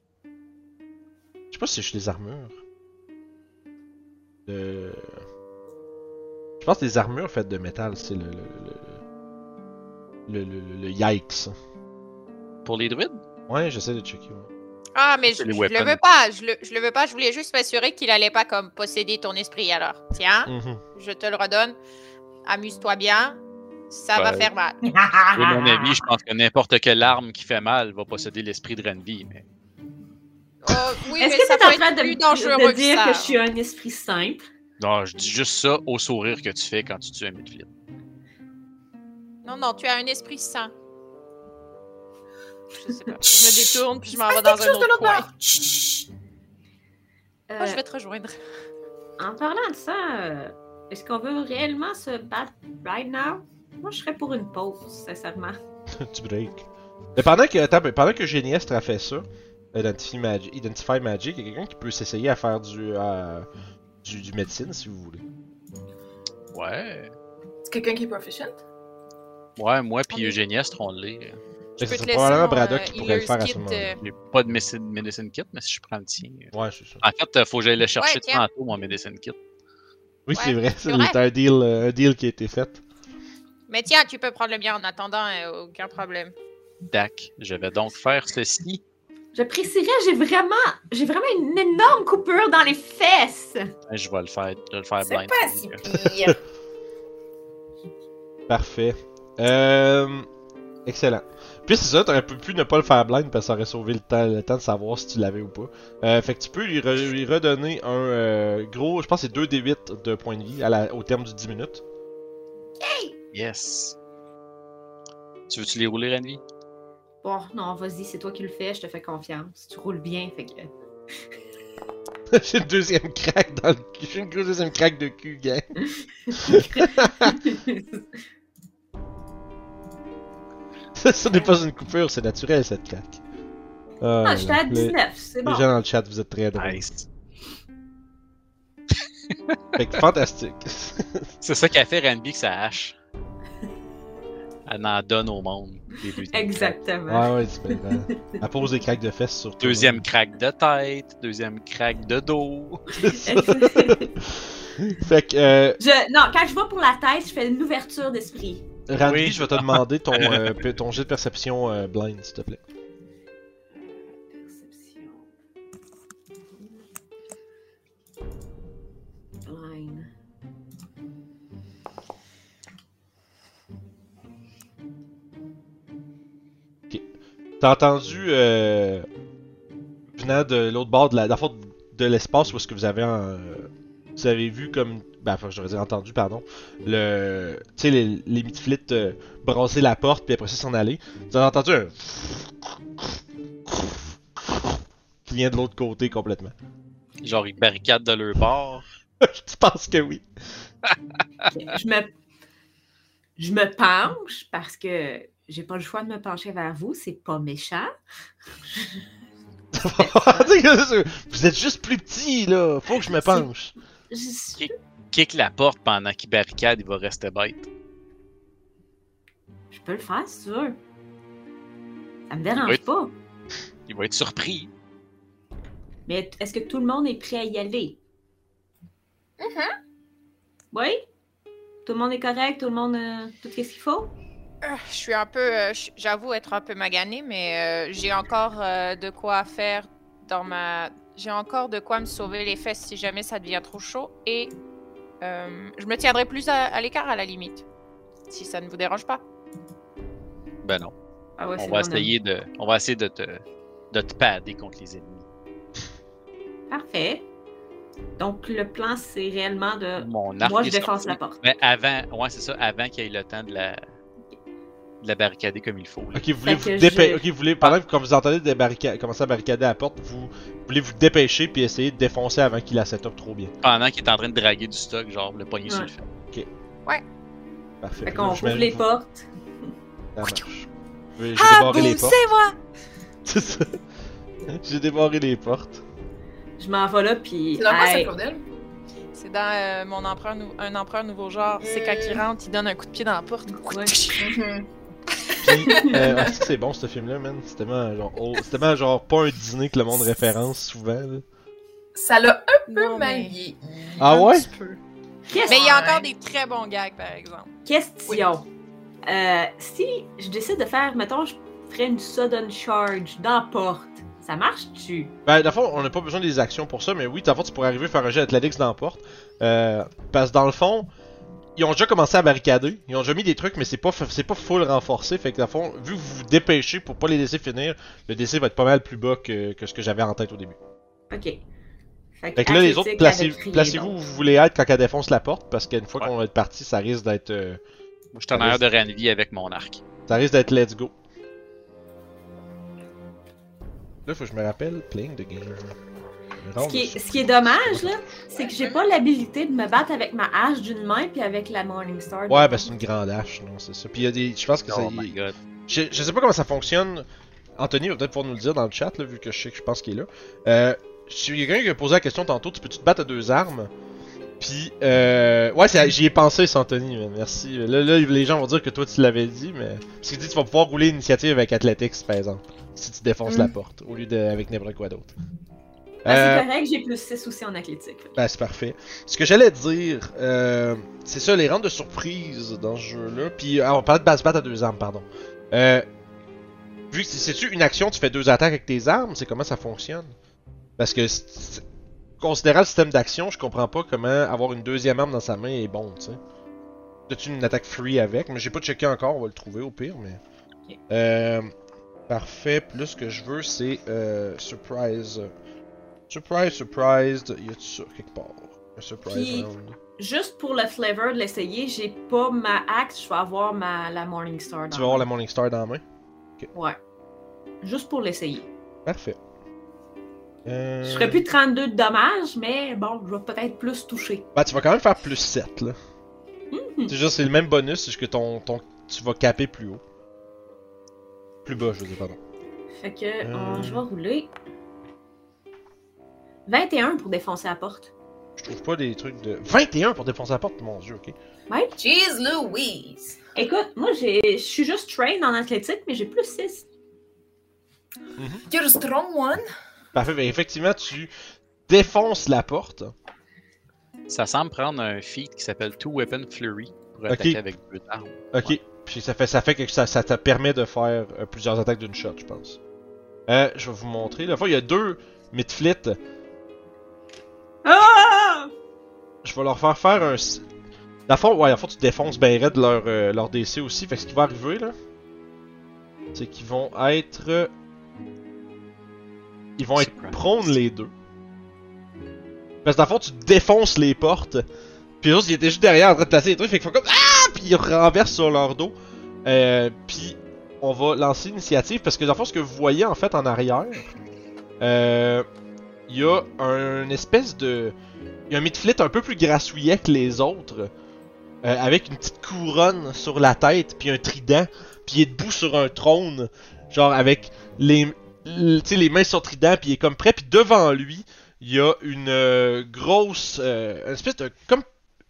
S1: Je sais pas si je suis des armures. Euh... Je pense que les armures faites de métal, c'est le. le, le, le, le, le- le yikes.
S3: Pour les druides?
S1: Ouais, j'essaie de checker. ouais.
S4: Ah, mais je,
S3: C'est les
S4: je
S3: weapons.
S4: le veux pas, je le, je le veux pas, je voulais juste m'assurer qu'il allait pas comme posséder ton esprit alors.
S2: Ah.
S4: Tiens,
S1: Mhm.
S3: Mm.
S4: je te le redonne, amuse-toi bien, ça va
S3: Ouais.
S4: faire mal.
S3: À
S4: Ah.
S3: mon avis, je pense que n'importe quelle arme qui fait mal va posséder l'esprit de Ranvi. Mais...
S4: Euh, oui, mais
S2: Est-ce que
S4: ça
S2: t'es
S4: peut
S2: en train
S4: être
S2: de,
S4: plus
S2: me-
S4: dangereux
S2: de
S4: que
S2: dire
S4: ça.
S2: que je suis un esprit simple?
S3: Non, je dis juste ça au sourire que tu fais quand tu tues un midfield.
S4: Non, non, tu as un esprit sain. Je sais pas. Je me détourne, puis je m'en vais dans un autre coin.
S5: Chut!
S2: Euh,
S4: Moi, je vais te rejoindre.
S2: En parlant de ça, euh, est-ce qu'on veut réellement se battre right now? Moi, je serais pour une pause, sincèrement.
S1: du break. Mais pendant que, attends, mais pendant que Géniestre a fait ça, Identify Magic, Identify Magic, il y a quelqu'un qui peut s'essayer à faire du, euh, du, du médecine si vous voulez.
S3: Ouais.
S5: C'est quelqu'un qui est proficient?
S3: Ouais, moi puis
S4: On est-
S3: Eugéniestre, on l'est.
S4: Je
S1: Fait que ce serait
S4: peux te laisser
S1: probablement
S4: mon,
S1: Braddock
S4: euh,
S1: qui pourrait le faire à ce
S4: healer's
S1: moment.
S4: kit, euh,
S3: J'ai pas de medicine, medicine kit, mais si je prends le tien. euh.
S1: Ouais, c'est ça.
S3: En fait, euh, faut que j'aille le chercher
S4: Ouais, tiens.
S3: tantôt, mon medicine kit.
S1: Oui, c'est
S4: ouais,
S1: vrai,
S4: c'est
S1: c'est
S4: vrai.
S1: un deal, euh, un deal qui a été fait.
S4: Mais tiens, tu peux prendre le mien en attendant, euh, aucun problème.
S3: Dac, je vais donc faire ceci.
S2: J'apprécierais, j'ai vraiment, j'ai vraiment une énorme coupure dans les fesses.
S3: Ben, Je vais le faire, je vais le faire
S5: C'est
S3: blind.
S5: pas si pire.
S1: Parfait. Euh... Excellent. Puis c'est ça, t'aurais pu pu ne pas le faire blind parce que ça aurait sauvé le temps, le temps de savoir si tu l'avais ou pas. Euh, fait que tu peux lui, re- lui redonner un euh, gros, je pense que c'est 2d8 de points de vie à la- au terme du 10 minutes.
S3: Yes. Tu veux-tu les rouler, Ranvi?
S2: Bon, non, vas-y, c'est toi qui le fais, je te fais confiance. Tu roules bien, fait que.
S1: J'ai une deuxième craque dans le cul. J'ai une grosse deuxième craque de cul, gang.
S2: Ah,
S1: Ça, ça n'est pas une coupure, c'est naturel cette craque. Ah,
S2: ah, j'étais à
S1: les-
S2: 19, c'est bon.
S1: Les gens dans le chat, vous êtes très drôles.
S3: Nice.
S1: Fait que fantastique.
S3: C'est ça qu'a fait Ranvi que ça hache. Elle en donne au monde. des deuxièmes
S2: Exactement.
S1: ouais, ouais, c'est bien. euh, Elle pose des craques de fesses sur tout le
S3: Deuxième craque de tête, deuxième craque de dos.
S1: Fait que, euh,
S2: Je- non, quand je vais pour la tête, je fais une ouverture d'esprit.
S1: Randy,
S3: Oui.
S1: je vais te demander ton, euh, pe- ton jet de perception euh, blind, s'il te plaît.
S2: Perception.
S1: T'as entendu euh, venant de l'autre bord de la, dans le fond de l'espace où est-ce que vous avez un- vous avez vu comme ben enfin j'aurais dit entendu pardon le tu sais les, les midflits euh, brasser la porte puis après ça s'en aller. Vous avez entendu un qui vient de l'autre côté complètement.
S3: Genre, ils barricadent de leur bord.
S1: Je pense que oui.
S2: Euh, je me, je me penche parce que j'ai pas le choix de me pencher vers vous, c'est pas méchant.
S1: vous êtes juste plus petit là, faut que je me penche.
S2: Je suis-
S3: Kick la porte pendant qu'ils barricadent, il va rester bête.
S2: Je peux le faire si tu veux. Ça me dérange
S3: Oui.
S2: pas.
S3: Il va être surpris.
S2: Mais est-ce que tout le monde est prêt à y aller?
S4: Mm-hmm.
S5: Mhm.
S2: Oui? Tout le monde est correct? Tout le monde. euh, tout ce qu'il faut?
S4: Euh, Je suis un peu, euh, je- j'avoue être un peu maganée, mais euh, j'ai encore euh, de quoi faire dans ma. J'ai encore de quoi me sauver les fesses si jamais ça devient trop chaud et euh, je me tiendrai plus à, à l'écart à la limite, si ça ne vous dérange pas.
S3: Ben non.
S2: Ah ouais,
S3: on
S2: c'est
S3: va
S2: bon, non.
S3: essayer de. On va essayer de te. de te padder contre les ennemis.
S2: Parfait. Donc, le plan, c'est réellement de.
S3: Mon arc
S2: Euh, Moi, je
S3: est
S2: défonce
S3: sorti.
S2: la porte.
S3: Mais avant. Ouais, c'est ça, avant qu'il ait le temps de la. de la barricader comme il faut. là.
S1: Ok, vous voulez
S2: Fait
S1: vous
S2: que
S1: dépêcher.
S2: je- Ah.
S1: Ok, vous voulez, pendant que quand vous entendez des barricades- commencer à barricader la porte, vous voulez vous dépêcher puis essayer de défoncer avant qu'il la set up trop bien.
S3: Pendant qu'il est en train de draguer du stock, genre le poignet sur
S2: Ouais.
S3: le fait.
S1: Parfait.
S2: Fait qu'on
S1: Je mets-
S2: ouvre les portes. Ah,
S1: Ça marche. Je vais- J'ai débarré les portes.
S4: moi
S1: C'est ça. J'ai débarré les portes.
S2: Je m'en vais là, puis.
S5: C'est dans quoi,
S2: Hey,
S5: ça, Claudel?
S4: C'est dans euh, mon empereur, nou- un empereur nouveau genre. C'est quand il rentre, il donne un coup de pied dans la porte.
S2: Ouais.
S1: Puis, euh, ah, c'est bon ce film-là, man. C'est tellement genre, oh, c'est tellement genre pas un dîner que le monde référence souvent. là.
S5: Ça l'a un peu
S4: Non, mais-
S5: maillé.
S1: Ah ouais?
S2: Qu'est-ce
S4: Mais il y a encore
S5: Ouais.
S4: des très bons gags, par exemple.
S2: Question. Euh, si je décide de faire, mettons, je ferais une sudden charge dans la porte, ça marche-tu?
S1: Ben, dans le fond, on n'a pas besoin des actions pour ça, mais oui, dans le fond, tu pourrais arriver à faire un jet Athletics dans la porte. Euh, parce que dans le fond, ils ont déjà commencé à barricader. Ils ont déjà mis des trucs, mais c'est pas, f- c'est pas full renforcé. Fait que, dans le fond, vu que vous vous dépêchez pour pas les laisser finir, le DC va être pas mal plus bas que, que ce que j'avais en tête au début.
S2: Ok.
S1: Fait que là, les autres,
S2: athlétique
S1: placez,
S2: avec rien,
S1: placez-vous où
S2: donc.
S1: vous voulez être quand elle défonce la porte, parce qu'une fois
S3: Ouais.
S1: qu'on va être parti, ça risque d'être, euh,
S3: Moi, je suis en
S1: Ah,
S3: arrière de Ranvi avec mon arc.
S1: ça risque d'être let's go. Là, faut que je me rappelle, playing the game.
S2: Ce qui, est, ce qui est dommage, là, c'est que j'ai pas l'habilité de me battre avec ma hache d'une main puis avec la Morning Star.
S1: Ouais, ben c'est une grande hache, non, c'est ça. Puis il y a des. Je pense que ça.
S3: Oh
S1: il-
S3: my god.
S1: Je, je sais pas comment ça fonctionne. Anthony va peut-être pouvoir nous le dire dans le chat, là, vu que je sais que je pense qu'il est là. Euh, je- il y a quelqu'un qui a posé la question tantôt tu peux-tu te battre à deux armes Puis. Euh, ouais, c'est- j'y ai pensé, ça, Anthony, mais merci. Là, là, les gens vont dire que toi, tu l'avais dit, mais. Parce qu'il dit tu vas pouvoir rouler l'initiative avec Athletics, par exemple. Si tu défonces
S5: Mm.
S1: la porte, au lieu de avec n'importe quoi d'autre. Euh,
S2: Ben, c'est correct, j'ai plus 6 aussi en athlétique.
S1: Ben, c'est parfait. Ce que j'allais dire, euh, c'est ça, les rentes de surprise dans ce jeu-là. Puis, ah, on parlait de base bat à deux armes, pardon. Euh, vu que c'est- c'est-tu une action, tu fais deux attaques avec tes armes, c'est comment ça fonctionne? Parce que, c'est- c'est- considérant le système d'action, je comprends pas comment avoir une deuxième arme dans sa main est bon, tu sais. T'as-tu une attaque free avec? Mais j'ai pas checké encore, on va le trouver au pire, mais.
S2: Ok.
S1: Euh, parfait. Puis Là, ce que je veux, c'est euh, surprise. Surprise, surprised, y a-tu ça quelque part? Un surprise
S2: Puis-
S1: round.
S2: Juste pour le flavor de l'essayer, j'ai pas ma axe, je vais avoir ma, la Morning Star. dans
S1: Tu vas avoir la Morningstar dans la main?
S2: Ouais. Juste pour l'essayer.
S1: Parfait. Euh...
S2: Je ferais plus 32 de dommages, mais bon, je vais peut-être plus toucher.
S1: Bah, tu vas quand même faire plus 7, là.
S2: Mhm.
S1: C'est juste, c'est le même bonus, c'est juste que ton, ton... tu vas caper plus haut. Plus bas, je veux dire, pardon.
S2: Fait que on-
S1: Euh.
S2: je vais rouler. 21 pour défoncer la porte.
S1: Je trouve pas des trucs de... 21 pour défoncer la porte, mon dieu, ok.
S5: Jeez Louise!
S2: Écoute, moi j'ai. Je suis juste train en athlétique, mais j'ai plus 6.
S5: You're a strong one!
S1: Parfait, ben effectivement, tu défonces la porte.
S3: Ça semble prendre un feat qui s'appelle Two Weapon Flurry pour
S1: Ok.
S3: attaquer avec deux armes.
S1: Ok.
S3: Ouais.
S1: Puis ça fait ça fait que ça, ça te permet de faire euh, plusieurs attaques d'une shot, je pense. Euh, je vais vous montrer. La fois, il y a deux midflits.
S2: Ah!
S1: Je vais leur faire faire un. s- Dans le fond, ouais, dans le fond, tu défonces ben raide leur, euh, leur DC aussi. Fait que ce qui va arriver là, c'est qu'ils vont être. euh, Ils vont être
S3: Surprise.
S1: prônes les deux. Parce que dans le fond, tu défonces les portes. Puis eux autres, ils étaient juste derrière en train de placer les trucs. Fait qu'ils font comme Ah! Puis ils renversent sur leur dos. Euh, puis on va lancer l'initiative. Parce que dans le fond, ce que vous voyez en fait en arrière, euh, il y a un espèce de. Il y a un midflit un peu plus grassouillet que les autres. euh, avec une petite couronne sur la tête. Puis un trident puis il est debout sur un trône, genre avec les, l- tu sais, les mains sur trident, puis il est comme prêt, puis devant lui, il y a une euh, grosse, euh, une espèce de, comme,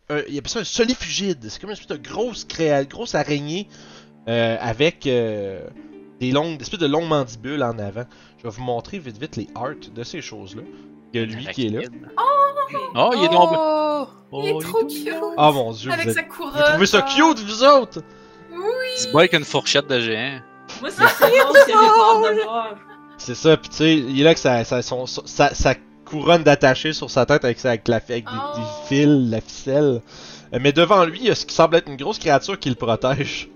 S1: un- il appelle ça un solifugide, c'est comme une espèce de grosse créa, grosse araignée, euh, avec euh, des longues, des espèces de longues mandibules en avant. Je vais vous montrer vite vite les arts de ces choses-là. Il y a lui qui est là.
S3: Oh, il est donc.
S5: Oh,
S3: Oh,
S5: il est trop
S3: donc-
S5: cute!
S1: Ah mon dieu,
S5: Avec
S1: vous, êtes...
S5: sa
S1: vous
S5: couronne!
S1: trouvez ça cute vous autres?
S3: Il se bat avec une fourchette de géant.
S2: Moi, c'est c'est bon, c'est j'ai peur de voir.
S1: C'est ça, pis tu sais, il est là que ça, ça, son, son- sa, sa couronne d'attaché sur sa tête avec, sa, avec, la- avec des,
S5: Oh.
S1: des fils, la ficelle. Euh, Mais devant lui, il y a ce qui semble être une grosse créature qui le protège.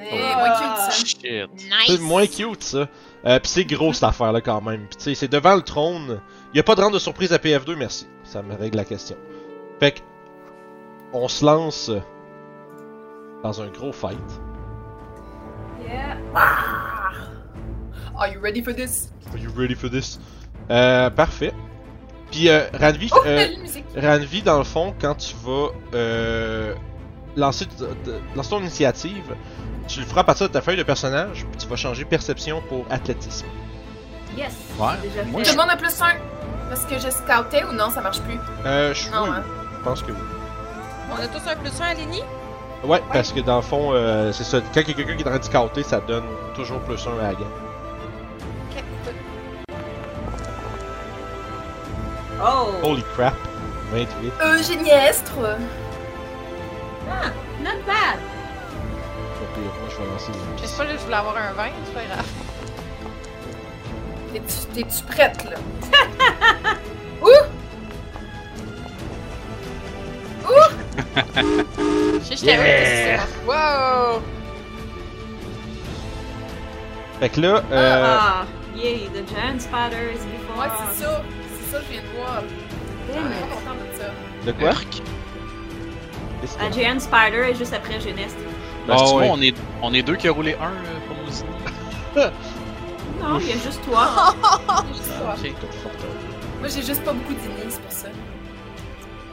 S5: Eh,
S2: Ah.
S5: moins cute, ça.
S3: Shit.
S1: C'est
S4: Nice!
S1: moins cute ça. Euh, pis c'est gros cette affaire là quand même. Pis tu sais, c'est devant le trône. Il y a pas de rente de surprise à PF2, merci. Ça me règle la question. Fait que, on se lance dans un gros fight.
S2: Yeah.
S5: Are you ready for this?
S1: Are you ready for this? Euh, parfait. Puis euh, Ranvi,
S5: Oh,
S1: euh,
S5: la musique!
S1: Ranvi, dans le fond, quand tu vas euh, lancer, t- t- lancer ton initiative, tu le feras à partir de ta feuille de personnage, puis tu vas changer perception pour athlétisme.
S2: Yes.
S3: Ouais,
S2: c'est déjà
S3: moi,
S2: fait.
S5: Tout le monde a plus un! Parce que je scoutais ou non, ça marche plus.
S1: Euh, je
S5: Non, hein.
S1: je pense que oui.
S4: On a tous un plus un à Lenny?
S1: Ouais, parce que dans le fond, euh, c'est ça. Quand il y a quelqu'un qui est en train de scotter, ça donne toujours plus un à la game.
S4: Ok.
S2: Oh,
S1: Holy crap! 28.
S5: Eugénie Estre!
S2: not bad.
S1: Pas pire. Moi, je vais lancer les
S4: Je sais pas, je voulais avoir un vin, c'est pas grave.
S5: T'es-tu- T'es-tu prête, là?
S4: Je sais, j'étais
S1: Yeah!
S4: heureuse de ce Wow!
S1: Fait que là, euh,
S2: Ah, ah, yay, the giant spider is before
S5: Ouais,
S2: us.
S5: c'est ça! C'est ça, je viens de voir.
S3: Oh,
S2: Damn
S5: Je suis
S2: it.
S5: contente de ça.
S1: de quoi?
S3: Arc.
S1: Qu'est-ce
S2: La
S1: qu'il y a?
S2: giant spider est juste après Geneste.
S3: Ben, c'est-tu
S1: Ah, ouais.
S3: quoi, on, est, on est deux qui a roulé un euh, pour nous signer.
S2: Non, il y a juste toi.
S5: Juste toi.
S3: Ok.
S1: Confortable.
S5: Oh! Moi, j'ai juste pas beaucoup d'ennemis, c'est pour ça.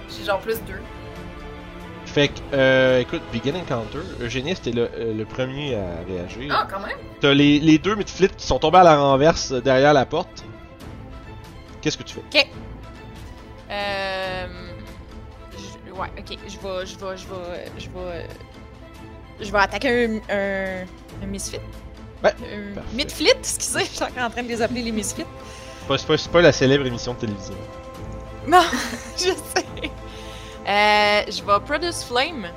S5: J'ai genre plus deux.
S1: Fait que, euh, écoute, Begin Encounter, Eugéniste est le, euh, le premier à réagir.
S5: Ah, quand même!
S1: T'as les, les deux midflits qui sont tombés à la renverse euh, derrière la porte. Qu'est-ce que tu fais?
S4: Euh... je- Ouais, ok, je vais, je vais, je vais, je vais... Je vais attaquer un... un... un misfit.
S1: Ouais,
S4: Un
S1: parfait.
S4: midflit, excusez, je suis encore en train de les appeler les misfits.
S1: Pas- C'est pas, c'est pas la célèbre émission de télévision.
S4: Non, je sais. Euh, je vais produce flame.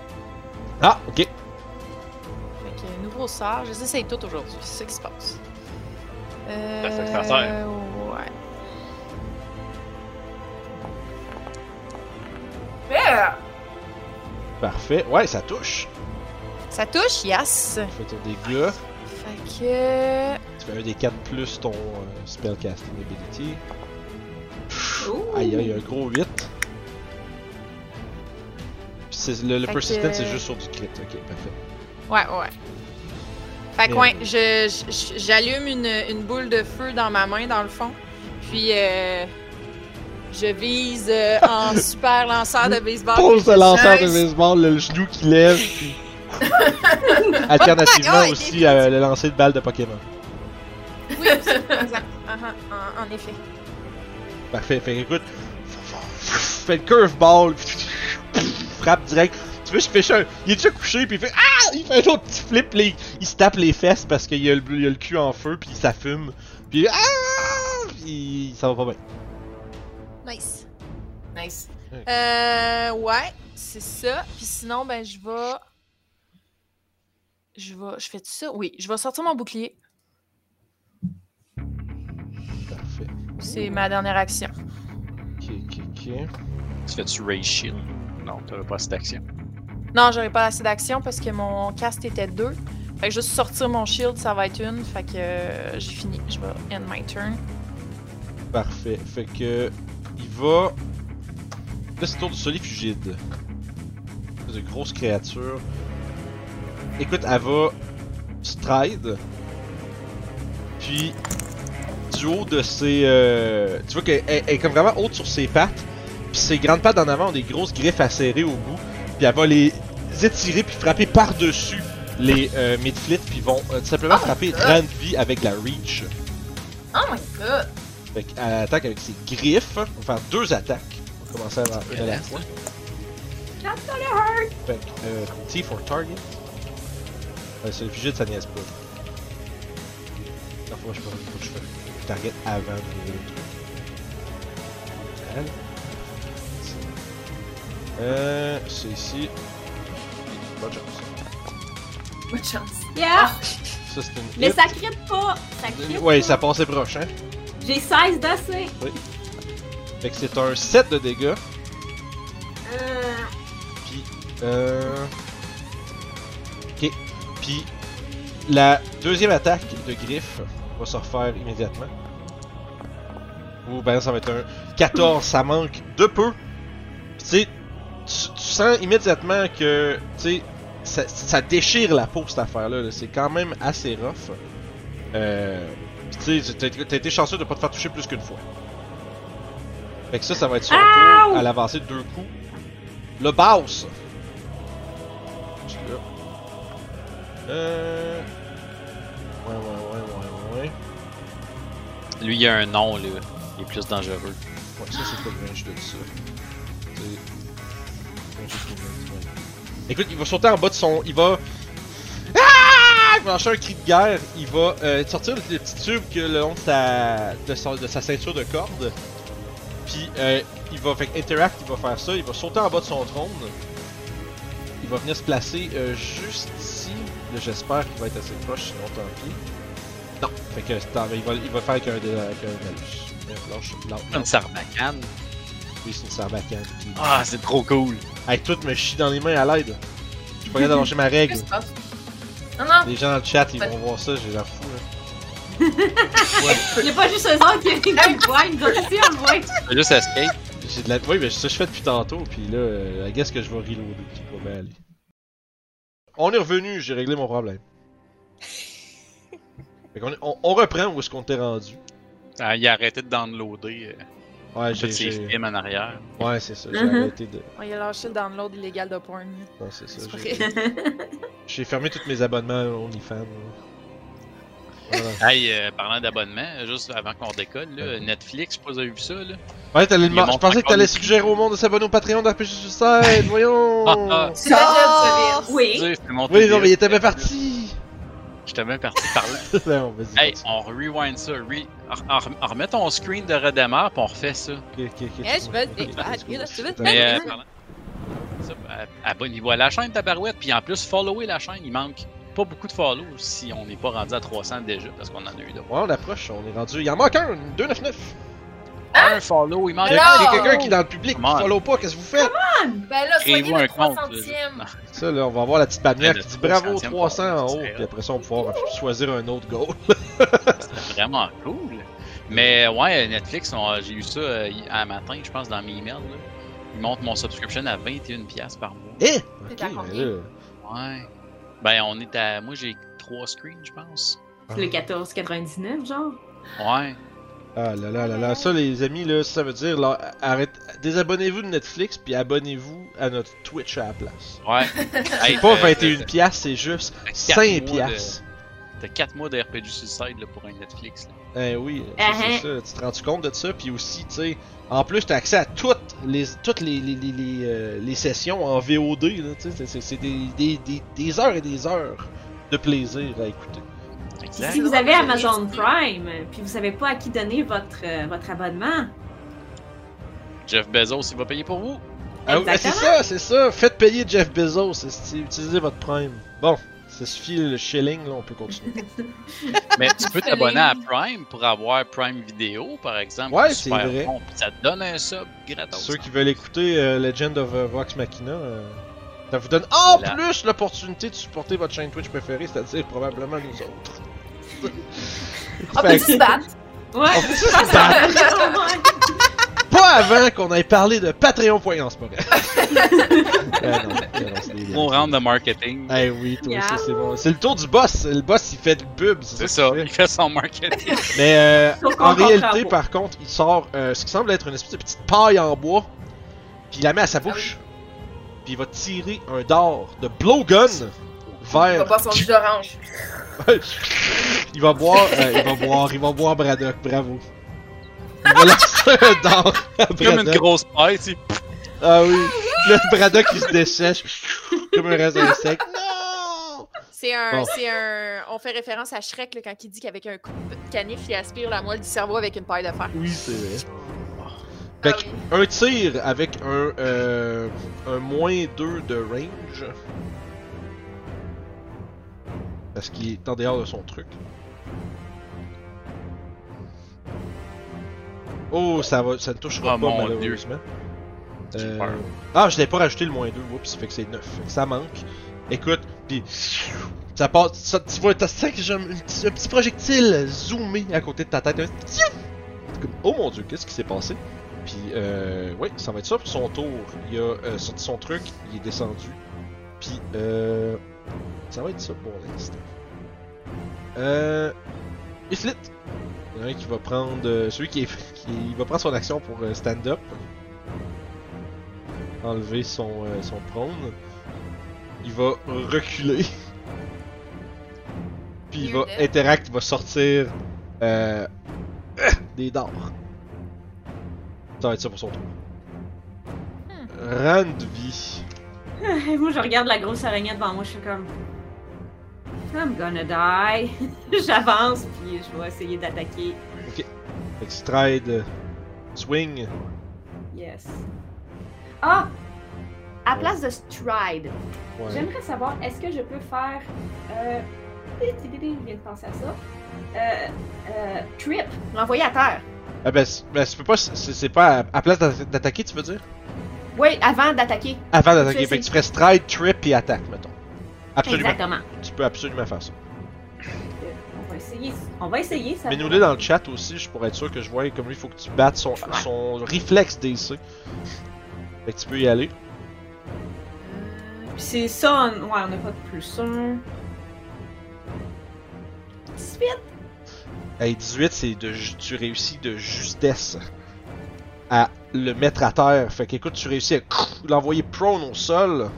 S1: Ah, ok.
S4: Fait que nouveau sort, je les essaye tout aujourd'hui, c'est ça qui se passe. Euh...
S3: Fait que ça sert.
S4: Ouais.
S5: Yeah!
S1: Parfait. Ouais, ça touche.
S4: Ça touche, yes.
S1: Tu fais ton dégât.
S4: Fait que...
S1: Tu fais un des 4 plus ton euh, spellcasting ability.
S2: Ouh.
S1: Aïe, aïe, un gros 8. Puis c'est- le, le
S4: Fait
S1: persistent,
S4: que-
S1: c'est juste sur du crit. Ok, parfait.
S4: Ouais, ouais. Fait que,
S1: Mais-
S4: ouais, je- je- j'allume une, une boule de feu dans ma main, dans le fond. Puis, euh, je vise euh, en super lanceur de baseball.
S1: Pose de lanceur de
S5: Nice.
S1: baseball, le genou qui lève. puis- Alternativement
S4: Oh,
S1: aussi euh, le lancer de balle de Pokémon.
S4: Oui, c'est- exact. Ah, ah, en, en effet.
S1: Parfait, fait que, écoute. Fait le curveball. Frappe direct. Tu veux, je fais un. Il est déjà couché, puis il fait. Ah Il fait un autre petit flip, puis là, il- il se tape les fesses parce qu'il a, le- il a le cul en feu, puis ça fume. Puis. Ah Puis ça va pas bien.
S4: Nice.
S5: Nice.
S4: Euh, ouais, c'est ça. Puis sinon, ben, je vais. Je vais. Je fais tout ça? Oui, je vais sortir mon bouclier.
S1: Parfait.
S4: C'est ma dernière action.
S1: Ok, ok, ok.
S3: Tu fais-tu Ray Shield Non, t'avais pas cette action.
S4: Non, j'aurais pas assez d'action parce que mon cast était 2. Fait que juste sortir mon shield, ça va être une. Fait que euh, j'ai fini. Je vais end my turn.
S1: Parfait. Fait que. Il va. Là, c'est le tour du solifugide. C'est une grosse créature. Écoute, elle va. Stride. Puis. Du haut de ses. euh, Tu vois qu'elle elle- elle est comme vraiment haute sur ses pattes. Puis ses grandes pattes en avant ont des grosses griffes acérées au bout. Puis elle va les étirer puis frapper par-dessus les euh, midflits. Puis vont euh, tout simplement
S5: Oh my
S1: frapper
S5: God.
S1: Randvi avec la reach.
S5: Oh my god!
S1: Fait qu'elle attaque avec ses griffes. On va faire deux attaques. On va commencer à une à la fois. Fait que, euh, T for target. Euh, c'est le fugit, ça niaise pas. Parfois, je sais pas pourquoi je fais le euh, target avant de le truc. Euh, c'est ici. Bonne chance.
S5: Bonne chance.
S2: Yeah!
S1: Ça, c'est une
S2: Mais
S1: hit.
S2: ça crit pas! Ça crit
S1: Ah, Ouais,
S2: pas.
S1: ça passait proche, hein.
S2: J'ai 16 d'AC.
S1: Fait que c'est un 7 de dégâts.
S2: Euh,
S1: Puis, euh... Ok. Puis, la deuxième attaque de griffe va se refaire immédiatement. Ou ben ça va être un 14, ça manque de peu. Puis, tu sais, tu, tu sens immédiatement que, tu sais, ça, ça déchire la peau cette affaire-là. là. C'est quand même assez rough. Euh... puis Tu sais, t'as- t'as été chanceux de pas te faire toucher plus qu'une fois. Fait que ça, ça va être son tour à l'avancée de deux coups. Le boss. Celui-là. Euh... Ouais, ouais, ouais, ouais, ouais.
S3: Lui, il a un nom, là. Il est plus dangereux.
S1: Ouais, ça, c'est pas le range de ça. C'est- Ouais, c'est pas le range, ouais. Écoute, il va sauter en bas de son. Il va. Ah! Il va lancer un cri de guerre. Il va euh, sortir le, le petit tube que le long de sa, de, son- de sa ceinture de corde. Puis euh, il va. Fait que Interact, il va faire ça. Il va sauter en bas de son trône. Il va venir se placer euh, juste ici. Là, j'espère qu'il va être assez proche, sinon tant pis. Non, fait que c'est- il va, il va faire avec un, dé- avec un malus. Lâche, lâche,
S3: Une sarbacane.
S1: oui, c'est une sarbacane. Puis...
S3: Ah, c'est trop cool.
S1: Hey, tout me chie dans les mains à l'aide. Je suis pas capable de lâcher ma règle.
S5: Qu'est-ce qui se passe? Non, non!
S1: Les gens dans le chat, ils vont voir ça, j'ai l'air fou. hein. Là.
S2: Il y a pas juste eux autres qui, qui le voient, nous autres aussi on le voit.
S3: Je fais juste escape.
S1: J'ai de la. Oui, mais ça je fais depuis tantôt, puis là, euh, I guess que je vais reloader, puis pas bien aller. On est revenu, j'ai réglé mon problème. Fait qu'on est- on, on reprend où est-ce qu'on t'est rendu.
S3: Ah, il a arrêté de downloader euh,
S1: Ouais,
S3: tous
S1: j'ai.
S3: ses
S1: j'ai-
S3: films en arrière.
S1: Ouais, c'est ça, j'ai
S2: Mhm.
S1: arrêté de.
S4: On a lâché le download illégal de porn.
S1: Non, c'est ça.
S4: C'est pas
S1: j'ai- J'ai fermé tous mes abonnements à OnlyFans. là. Voilà.
S3: Hey, euh, parlant d'abonnement, euh, juste avant qu'on décolle, là, Netflix, pas vous avez vu ça, là?
S1: Ouais, t'allais le
S3: Il
S1: mar- Je
S3: montre
S1: pensais que
S3: encore
S1: t'allais
S3: les-
S1: suggérer au monde de s'abonner au Patreon d'RPG Suicide,
S3: Ah,
S1: voyons!
S5: C'est ma job, Solide.
S2: Oui.
S3: Excusez, je fais mon
S1: Oui,
S3: TDA.
S1: non, mais il était bien parti!
S3: J'étais bien parti parler.
S1: non, vas-y.
S3: hey, on rewind ça. Re... on rem- on remet ton screen de redémarre, puis on refait ça.
S1: Ok, ok, ok.
S4: Hey, je veux des
S1: Ok, excuse-moi,
S4: bad, là, je veux
S1: excuse-moi.
S3: Mais, euh, parlant- ça, euh, abonnez-vous à la chaîne Tabarouette, puis en plus, followez la chaîne. Il manque pas beaucoup de follow si on n'est pas rendu à 300 déjà, parce qu'on en a eu d'autres.
S1: Ouais, on approche, on est rendu. Il en manque un, 299!
S3: Un follow, il manque
S1: Il y
S5: Alors?
S1: a
S5: Non!
S1: quelqu'un qui est dans le public, qui
S3: Comment?
S1: follow pas, qu'est-ce que vous faites?
S5: Ben là, soyez
S3: Créez-vous un
S5: le
S3: compte. là.
S5: 300e!
S3: Non.
S1: Ça, là, on va avoir la petite bannière
S3: Le
S1: qui dit bravo
S3: 300e,
S1: 300 en haut,
S3: c'est
S1: puis après ça, on va pouvoir choisir un autre goal.
S3: C'était vraiment cool. Mais ouais, Netflix, on- j'ai eu ça euh, hi- un matin, je pense, dans mes emails. Là. Ils montent mon subscription à 21$ par mois.
S1: Eh!
S5: T'es
S1: Ok,
S5: à
S1: mais
S5: combien?
S1: là.
S3: Ouais. Ben, on est à. Moi, j'ai 3 screens, je pense.
S2: C'est le 14,99 genre.
S3: Ouais.
S1: Ah là là là là, ça les amis, là, ça veut dire, là, arrête, désabonnez-vous de Netflix, puis abonnez-vous à notre Twitch à la place.
S3: Ouais.
S1: C'est
S3: euh,
S1: pas 21 piastres, c'est juste
S3: T'as
S1: 5
S3: quatre mois de-
S1: piastres.
S3: T'as 4 mois de RPG Suicide là, pour un Netflix. là.
S1: Eh oui, ça, c'est ça, tu te rends compte de ça, puis aussi, tu sais, en plus, t'as accès à toutes les, toutes les, les, les, les, euh, les sessions en VOD, là, tu sais, c'est- c'est- c'est des, des, des, des heures et des heures de plaisir à écouter.
S2: Puis
S3: Exact.
S2: si vous avez Amazon Prime, euh, puis vous savez pas à qui donner votre, euh, votre abonnement,
S3: Jeff Bezos, il va payer pour vous.
S1: Ah oui, ben, c'est
S2: Exactement.
S1: ça, c'est ça, faites payer Jeff Bezos, c'est- c'est- utilisez votre Prime. Bon, ça suffit le shilling, là, on peut continuer.
S3: Mais tu peux t'abonner à Prime pour avoir Prime Vidéo, par exemple.
S1: Ouais,
S3: qui est
S1: c'est
S3: super
S1: vrai.
S3: bon, puis ça te donne un sub gratos.
S1: Ceux qui veulent écouter euh, Legend of euh, Vox Machina, euh, Ça vous donne en
S3: Là.
S1: plus l'opportunité de supporter votre chaîne Twitch préférée, c'est-à-dire probablement nous autres.
S5: On
S1: Fait
S5: peut
S1: que-
S3: Ben,
S5: se battre.
S1: on
S2: Ouais.
S1: peut se battre.
S2: Ouais.
S1: pas avant qu'on ait parlé de Patreon.com, c'est pas vrai. Ah non, ah non, c'est des-
S3: On rentre de marketing.
S1: Eh oui, toi,
S2: Yeah.
S1: ça, c'est bon. C'est le tour du boss. Le boss, il fait de pub,
S3: C'est
S1: c'est ça.
S3: ça,
S1: qu'il
S3: il
S1: fait.
S3: fait son marketing.
S1: Mais euh,
S2: Sauf qu'on
S1: en
S2: comprend
S1: réalité,
S2: pas.
S1: par contre, il sort euh, ce qui semble être une espèce de petite paille en bois. Puis il la met
S2: Ah
S1: à sa bouche. Puis il va tirer un dard de blowgun
S5: On va
S1: vers.
S5: boire son jus d'orange.
S1: Il va boire, euh, il va boire, il va boire Braddock. Bravo. Il va lancer un dard à
S3: Comme une
S1: Braddock.
S3: grosse paille, tu sais.
S1: Ah oui. Le Braddock qui se dessèche comme un raisin sec. Non.
S4: C'est un,
S1: Bon.
S4: c'est un. On fait référence à Shrek là, quand il dit qu'avec un coup de canif, il aspire la moelle du cerveau avec une paille de fer.
S1: Oui, c'est vrai.
S5: Ah
S1: Fait que-
S5: oui.
S1: un tir avec un, euh, un moins 2 de range. Parce qu'il est en dehors de son truc. Oh, ça va, ça ne touchera
S3: Oh,
S1: pas
S3: mon Dieu.
S1: malheureusement.
S3: J'ai
S1: Euh,
S3: peur.
S1: Ah, je n'ai pas rajouté le moins 2, oups, fait que c'est 9. Fait que ça manque. Écoute, pis... Ça passe, ça, tu vois, t'as ça que j'ai un, un petit un petit projectile zoomé à côté de ta tête. un petit- comme, oh mon dieu, qu'est-ce qui s'est passé? Puis, euh, ouais, ça va être ça pour son tour. Il a euh, sorti son truc, il est descendu. Puis, euh, ça va être ça pour l'instant. Euh, Iflit. Il y en a un qui va prendre, euh, celui qui, est, qui il va prendre son action pour euh, stand-up. Enlever son, euh, son prône. Il va reculer. Puis il va
S4: You're dead.
S1: interact, il va sortir euh, des dards. Ça va être ça pour son tour. Randvi.
S2: Moi, je regarde la grosse araignée devant moi, je suis comme. I'm gonna die. J'avance, puis je vais essayer d'attaquer.
S1: Fait que stride, swing.
S2: Yes. Ah! À place de stride, j'aimerais savoir, est-ce que je peux faire. Euh... Je viens de penser à ça. Euh, euh, trip, l'envoyer à terre.
S1: Ah ben, c'est- ben, tu peux pas, c'est c'est pas à, à place d'atta- d'attaquer, tu veux dire
S2: Oui, avant d'attaquer.
S1: Avant d'attaquer,
S2: C'est-
S1: fait que tu ferais stride, trip et attaque, mettons. Absolument.
S2: Exactement.
S1: Tu peux absolument faire ça.
S2: On va essayer. On va essayer ça.
S1: Mais nous les dans le chat aussi, je pourrais être sûr que je vois comme lui, il faut que tu battes son, son réflexe DC. Fait que tu peux y aller.
S2: Euh, Puis c'est ça, on... ouais, on n'a pas de plus un. 18!
S1: Hey, 18, c'est de, ju- tu réussis de justesse à le mettre à terre. Fait qu'écoute, tu réussis à l'envoyer prone au sol.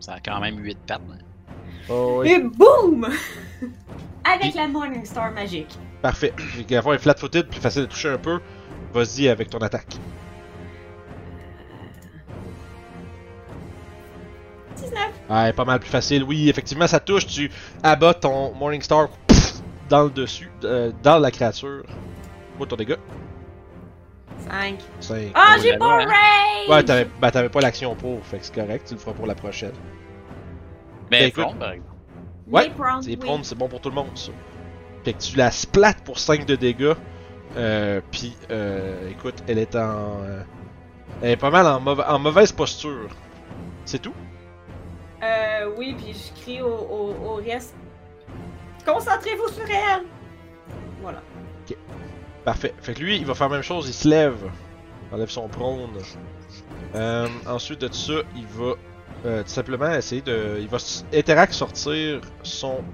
S3: Ça a quand même 8 pattes. hein.
S1: Oh,
S2: Et boum! Avec la Morning Star magique.
S1: Parfait. Fait que Avoir un flat footed, plus facile de toucher un peu. Vas-y avec ton attaque.
S2: 19!
S1: Ouais, pas mal plus facile. Oui, effectivement, ça touche. Tu abats ton Morningstar pff, dans le dessus, euh, dans la créature. Moi, ton dégât.
S2: 5.
S1: Cinq.
S2: Ah,
S1: Ouais.
S2: j'ai pas
S3: ouais.
S2: rage!
S1: Oh Ouais, t'avais bah, t'avais pas l'action pour, fait que c'est correct, tu le feras pour la prochaine. Ben,
S3: Mais
S1: écoute.
S3: prone, par exemple.
S1: Ouais,
S2: Les prone,
S1: C'est
S2: Ah oui.
S1: prone, c'est bon pour tout le monde, ça. Fait que tu la splattes pour 5 de dégâts. Euh, puis, euh, écoute, elle est en. euh, elle est pas mal en, mauva- en mauvaise posture. C'est tout?
S2: Euh, oui, puis je crie au, au, au reste. Concentrez-vous sur elle! Voilà.
S1: Parfait. Fait que lui, il va faire la même chose, il se lève. Il enlève son prône. Euh, ensuite de ça, il va euh, tout simplement essayer de. Il va s- Interact sortir son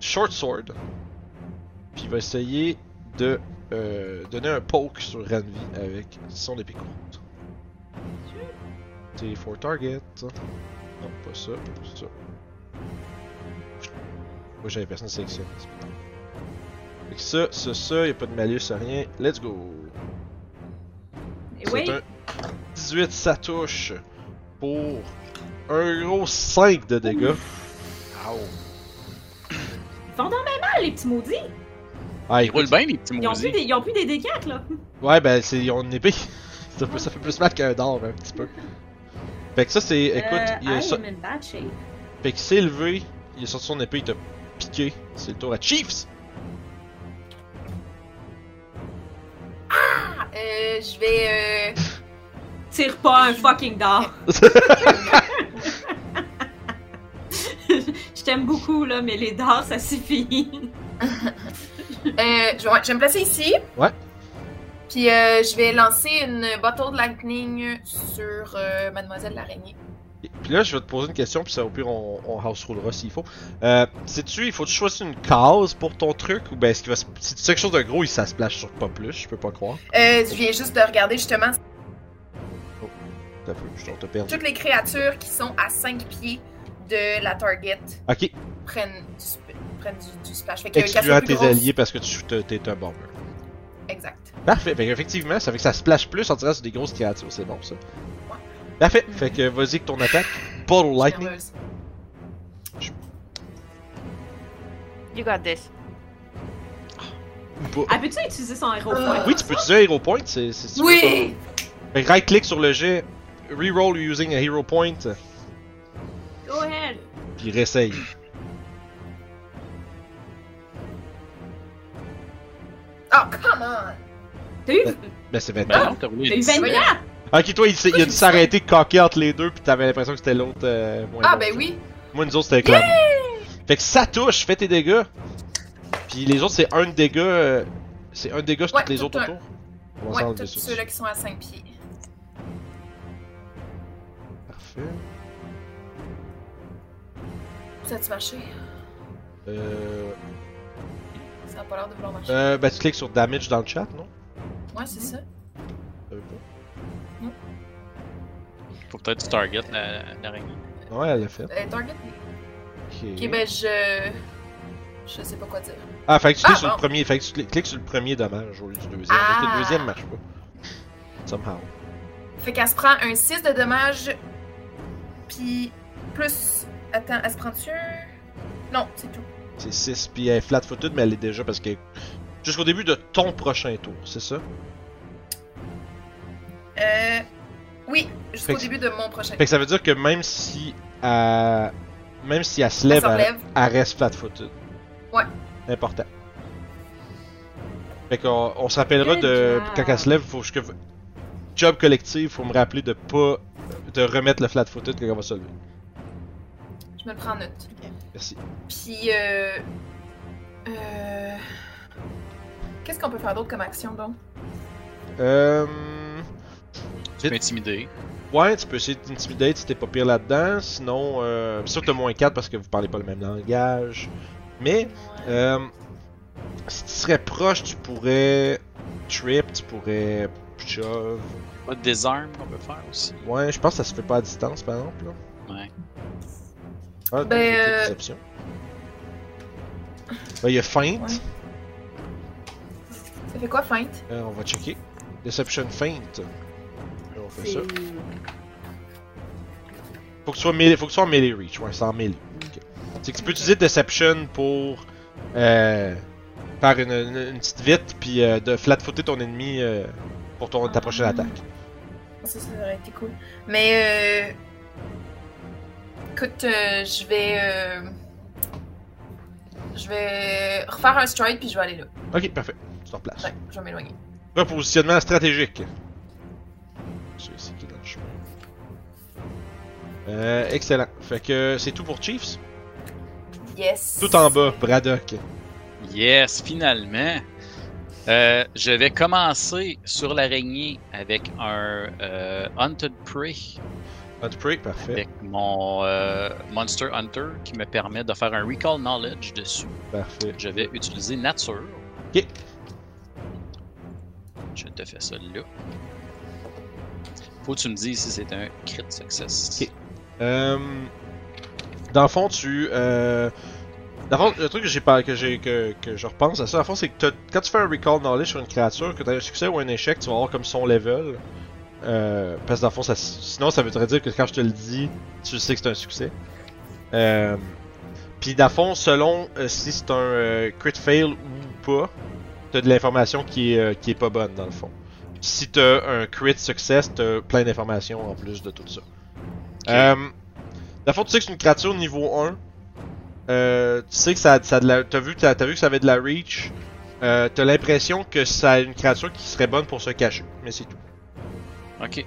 S1: short sword. Puis il va essayer de euh, donner un poke sur Ranvi avec son épée courte. C'est for target. Non, pas ça, pas ça. Moi j'avais personne sélectionné. c'est pas grave. Fait que ça, ça, ça, y a pas de malus, rien. Let's go.
S2: Et
S1: C'est
S2: oui,
S1: un 18, ça touche pour un gros 5 de dégâts. Ow.
S2: ils font donc bien mal, les petits maudits!
S1: Ah,
S3: Ils roulent
S1: écoute,
S3: bien, les petits
S2: Ils ont, plus
S3: maudits.
S2: des, ils ont plus des D4, là!
S1: ouais, ben c'est ils ont une épée. ça, peut- ça fait plus mal qu'un dard, un petit peu. Fait que ça, c'est. Écoute,
S2: Euh,
S1: il a
S2: I
S1: so-
S2: am in bad shape.
S1: Fait qu'il s'est levé, il a sorti son épée, il t'a piqué. C'est le tour à Chiefs!
S5: Euh, je vais euh,
S2: Tire pas un fucking dard. Je t'aime beaucoup, là, mais les dards, ça suffit.
S5: Euh, je, vais, je vais me placer ici.
S1: Ouais.
S5: Puis euh, je vais lancer une bottle de lightning sur euh, Mademoiselle l'araignée.
S1: Et- Puis là, je vais te poser une question, puis ça, au pire, on, on house rulera s'il faut. Euh, sais-tu, il faut que tu choisisses une case pour ton truc, ou ben, est-ce qu'il va se- Si tu sais quelque chose de gros, il ça se plage sur pas plus, je peux pas croire.
S5: Euh, je viens juste de regarder justement
S1: T'as peu, je t'en- t'as perdu.
S5: toutes les créatures qui sont à 5 pieds de la target
S1: Ok,
S5: prennent du, sp- prennent du, du splash. Fait que
S1: excluant
S5: plus
S1: tes
S5: grosse-
S1: alliés parce que tu t'es- t'es un bomber.
S5: Exact.
S1: Parfait, fait qu'effectivement, ça fait que ça se plage plus en tirant sur des grosses créatures, c'est bon ça. Parfait, fait que vas-y avec ton attaque. Bottle
S5: Je suis
S1: Lightning.
S5: nerveuse.
S4: You got this.
S1: Bo-
S2: Ah, peux-tu utiliser son héros point?
S1: Oui, tu peux utiliser un Hero Point, c'est c'est- c'est-
S2: Oui!
S1: Fait que right click sur le jet, reroll using a Hero Point,
S2: Go ahead!
S1: puis réessaye.
S5: Oh, come on!
S2: T'as eu,
S1: Ben c'est
S3: Ben
S2: Ah,
S1: maintenant.
S3: non, t'as roulé
S2: t'as
S3: une
S2: eu
S3: 17.
S2: 24?
S1: Ok, toi, il, s'est- il a dû s'arrêter coquer entre les deux, puis t'avais l'impression que c'était l'autre. euh, moins
S5: Ah,
S1: bon,
S5: ben
S1: genre.
S5: oui!
S1: Moi, nous autres, c'était clair. Fait que ça touche, fais tes dégâts. Puis les autres, c'est un dégât. euh, c'est un dégât sur
S5: Ouais,
S1: toutes les
S5: tout
S1: autres
S5: un.
S1: autour. On va
S5: Ouais,
S1: s'enlever
S5: tous
S1: ça.
S5: ceux-là qui sont à 5 pieds.
S1: Parfait.
S5: Ça a-tu marché?
S1: Euh,
S5: Ça a pas l'air de vouloir marcher.
S1: euh, ben, tu cliques sur damage dans le chat, non
S5: Ouais, c'est ça.
S1: Euh,
S3: Faut peut-être que tu target la- l'araignée.
S1: bon. Ouais, elle l'a fait.
S5: Euh, target.
S1: Ok.
S5: Ok, ben je. Je sais pas quoi dire.
S1: Ah, fait que tu cliques
S5: Ah,
S1: sur le
S5: bon.
S1: premier. Fait que tu cli- cliques sur le premier dommage au lieu du deuxième.
S5: Ah.
S1: Le deuxième marche pas. Somehow.
S5: Fait qu'elle se prend un 6 de dommage. Puis plus. Attends, elle se prend-tu un. Non, c'est tout.
S1: C'est 6, puis elle est flat footed, mais elle est déjà parce que. Jusqu'au début de ton prochain tour, c'est ça?
S5: Euh. Oui,
S1: Fait
S5: jusqu'au
S1: que-
S5: début de mon prochain.
S1: Fait que ça veut dire que même si elle. Même si elle se
S5: Elle
S1: lève,
S5: se
S1: elle,
S5: relève.
S1: elle reste flat footed.
S5: Ouais.
S1: Important. Fait qu'on on se rappellera
S2: Good
S1: de.
S2: job.
S1: Quand elle se lève, faut que. Job collectif, faut me rappeler de pas. de remettre le flat footed quand on va se lever.
S5: Je me le prends en note.
S1: Merci.
S5: Puis euh. Euh. Qu'est-ce qu'on peut faire d'autre comme action donc?
S1: Euh.
S3: Tu peux intimider.
S1: Ouais, tu peux essayer d'intimider si t'es pas pire là-dedans. Sinon, euh. Sûr que t'as moins 4 parce que vous parlez pas le même langage. Mais. Euh, si tu serais proche, tu pourrais trip, tu pourrais shove.
S3: Pas de désarme qu'on peut faire aussi.
S1: Ouais, je pense que ça se fait pas à distance, par exemple. Là.
S3: Ouais.
S1: Ah, donc,
S5: Ben,
S1: il y a quelques
S5: euh,
S1: options. Ben, il y a feint.
S5: Ouais. Ça fait quoi, feinte?
S1: Euh, on va checker. Deception feint. Et on fait ça. Faut que ce soit mêlé, faut que ce soit en melee reach, ouais, sans melee. Ok. C'est que tu peux utiliser Deception pour euh, faire une, une, une petite vite, puis euh, de flat-footer ton ennemi euh, pour ton, ta prochaine
S5: Ah.
S1: attaque.
S5: Ça, ça aurait été cool. Mais euh... écoute, euh, je vais euh, je vais refaire un stride puis je vais aller là.
S1: Ok, parfait. Tu te replaces.
S5: Ouais, je vais m'éloigner.
S1: Repositionnement stratégique. C'est ici qui est dans le chemin. Euh, excellent. Fait que c'est tout pour Chiefs.
S5: Yes.
S1: Tout en bas, Braddock.
S3: Yes, finalement. Euh, je vais commencer sur l'araignée avec un euh, Hunted Prey,
S1: Hunt Prey, parfait.
S3: avec mon euh, Monster Hunter qui me permet de faire un Recall Knowledge dessus.
S1: Parfait.
S3: Je vais utiliser Nature.
S1: Ok.
S3: Je te fais ça là. Faut que tu me dises si c'est un crit success.
S1: Ok. Euh, dans le fond, tu. Euh, dans le fond, le truc que j'ai pas, que j'ai que, que je repense à ça, dans le fond, c'est que t'as- quand tu fais un recall knowledge sur une créature, que t'as un succès ou un échec, tu vas avoir comme son level. Euh, parce que dans le fond, ça, sinon, ça voudrait dire que quand je te le dis, tu sais que c'est un succès. Euh, Puis dans le fond, selon euh, si c'est un euh, crit fail ou pas, t'as de l'information qui est, euh, qui est pas bonne dans le fond. Si t'as un crit success, t'as plein d'informations en plus de tout ça. Euh, la fois, tu sais que c'est une créature niveau 1. Euh, tu sais que ça, ça a de la- t'as vu, que ça- t'as vu que ça avait de la reach. Euh, t'as l'impression que c'est une créature qui serait bonne pour se cacher, mais c'est tout.
S3: Ok.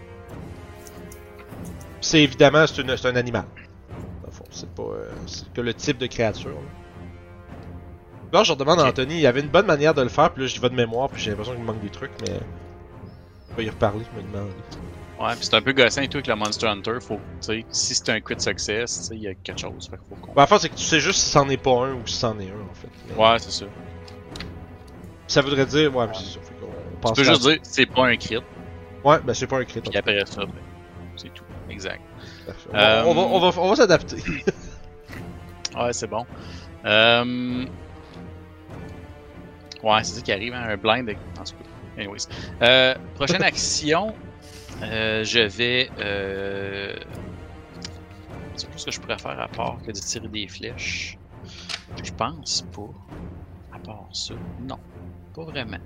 S1: C'est évidemment, c'est une- c'est un animal. Dans le fond, c'est pas. euh, c'est que le type de créature. là. Là, je redemande
S3: Ok.
S1: à Anthony, il y avait une bonne manière de le faire, puis là, j'y vais de mémoire, puis j'ai l'impression qu'il me manque des trucs, mais. Je vais y reparler, je me demande.
S3: Ouais, puis c'est un peu gossin et tout avec le Monster Hunter. Faut, tu sais, si c'est un quid success, tu sais, il y a quelque chose. Fait qu'il faut qu'on.
S1: Bah, en fait, c'est que tu sais juste si c'en est pas un ou si c'en est un, en fait. Mais
S3: Ouais, c'est ça.
S1: Ça voudrait dire, ouais, mais c'est sûr. Fait qu'on pense
S3: Tu peux
S1: à-
S3: juste dire, c'est pas un crit,
S1: Ouais, ben c'est pas un crit.
S3: puis après ça, ben, c'est tout. Exact.
S1: Parfait. On va-
S3: Euh,
S1: on va- on va- on va s'adapter.
S3: Ouais, c'est bon. Euh... Ouais, c'est ça qui arrive, hein, un blind. En tout cas, anyways. Euh, prochaine action, euh, je vais. Euh... C'est tout ce que je pourrais faire à part que de tirer des flèches. Je pense pas. À part ça, non, pas vraiment.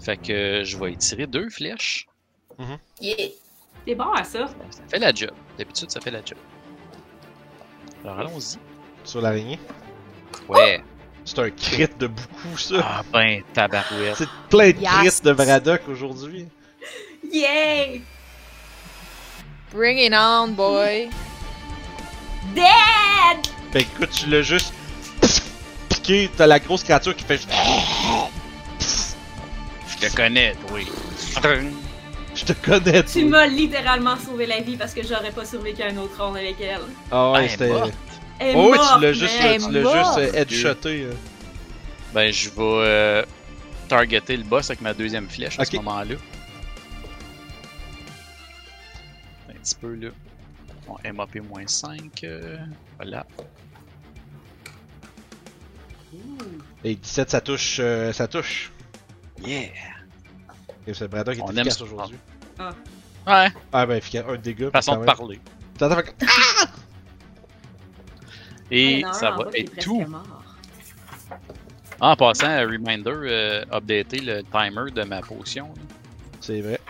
S3: Fait que euh, je vais y tirer deux flèches.
S5: Yeah.
S2: T'es bon à ça.
S3: Ça fait la job. D'habitude, ça fait la job. Alors allons-y.
S1: Sur l'araignée.
S3: Ouais.
S1: C'est un crit de beaucoup, ça.
S3: Ah ben, tabarouette.
S1: C'est plein de
S4: Yes.
S1: crits de Braddock aujourd'hui.
S2: Yay!
S4: Bring it on, boy.
S2: Dead!
S1: Fait que, Ben, écoute, tu l'as juste piqué, t'as la grosse créature qui fait juste-
S3: Je te connais, oui.
S1: Je te connais,
S2: Tu
S1: toi.
S2: m'as littéralement sauvé la vie parce que j'aurais pas survécu à un autre round avec elle.
S1: Ah
S3: Elle
S1: ouais,
S3: est
S1: c'était.
S3: morte.
S2: Elle est
S1: Oh, ouais,
S2: morte,
S1: tu l'as juste,
S2: man.
S1: tu
S4: Elle est
S1: l'as juste
S4: morte.
S1: euh, headshoté. euh.
S3: Ben, je vais euh, targeter le boss avec ma deuxième flèche à
S1: Ok.
S3: ce moment-là. Un petit peu, là. Bon, MAP 5. euh, voilà.
S1: Et 17, ça touche. euh, ça touche.
S3: Yeah!
S1: Et ce Braddock est
S3: On aime
S1: efficace
S3: ça.
S1: aujourd'hui.
S3: Ouais,
S1: Ah ben, efficace. Un dégât.
S3: façon
S1: quand
S3: de
S1: même.
S3: parler.
S1: T'entends, fait que-
S2: Il
S3: Et
S2: y en a un
S3: ça
S2: en
S3: va
S2: bas qui est
S3: être
S2: presque
S3: tout.
S2: mort.
S3: En passant, euh, reminder, euh, updater le timer de ma potion. là.
S1: C'est vrai.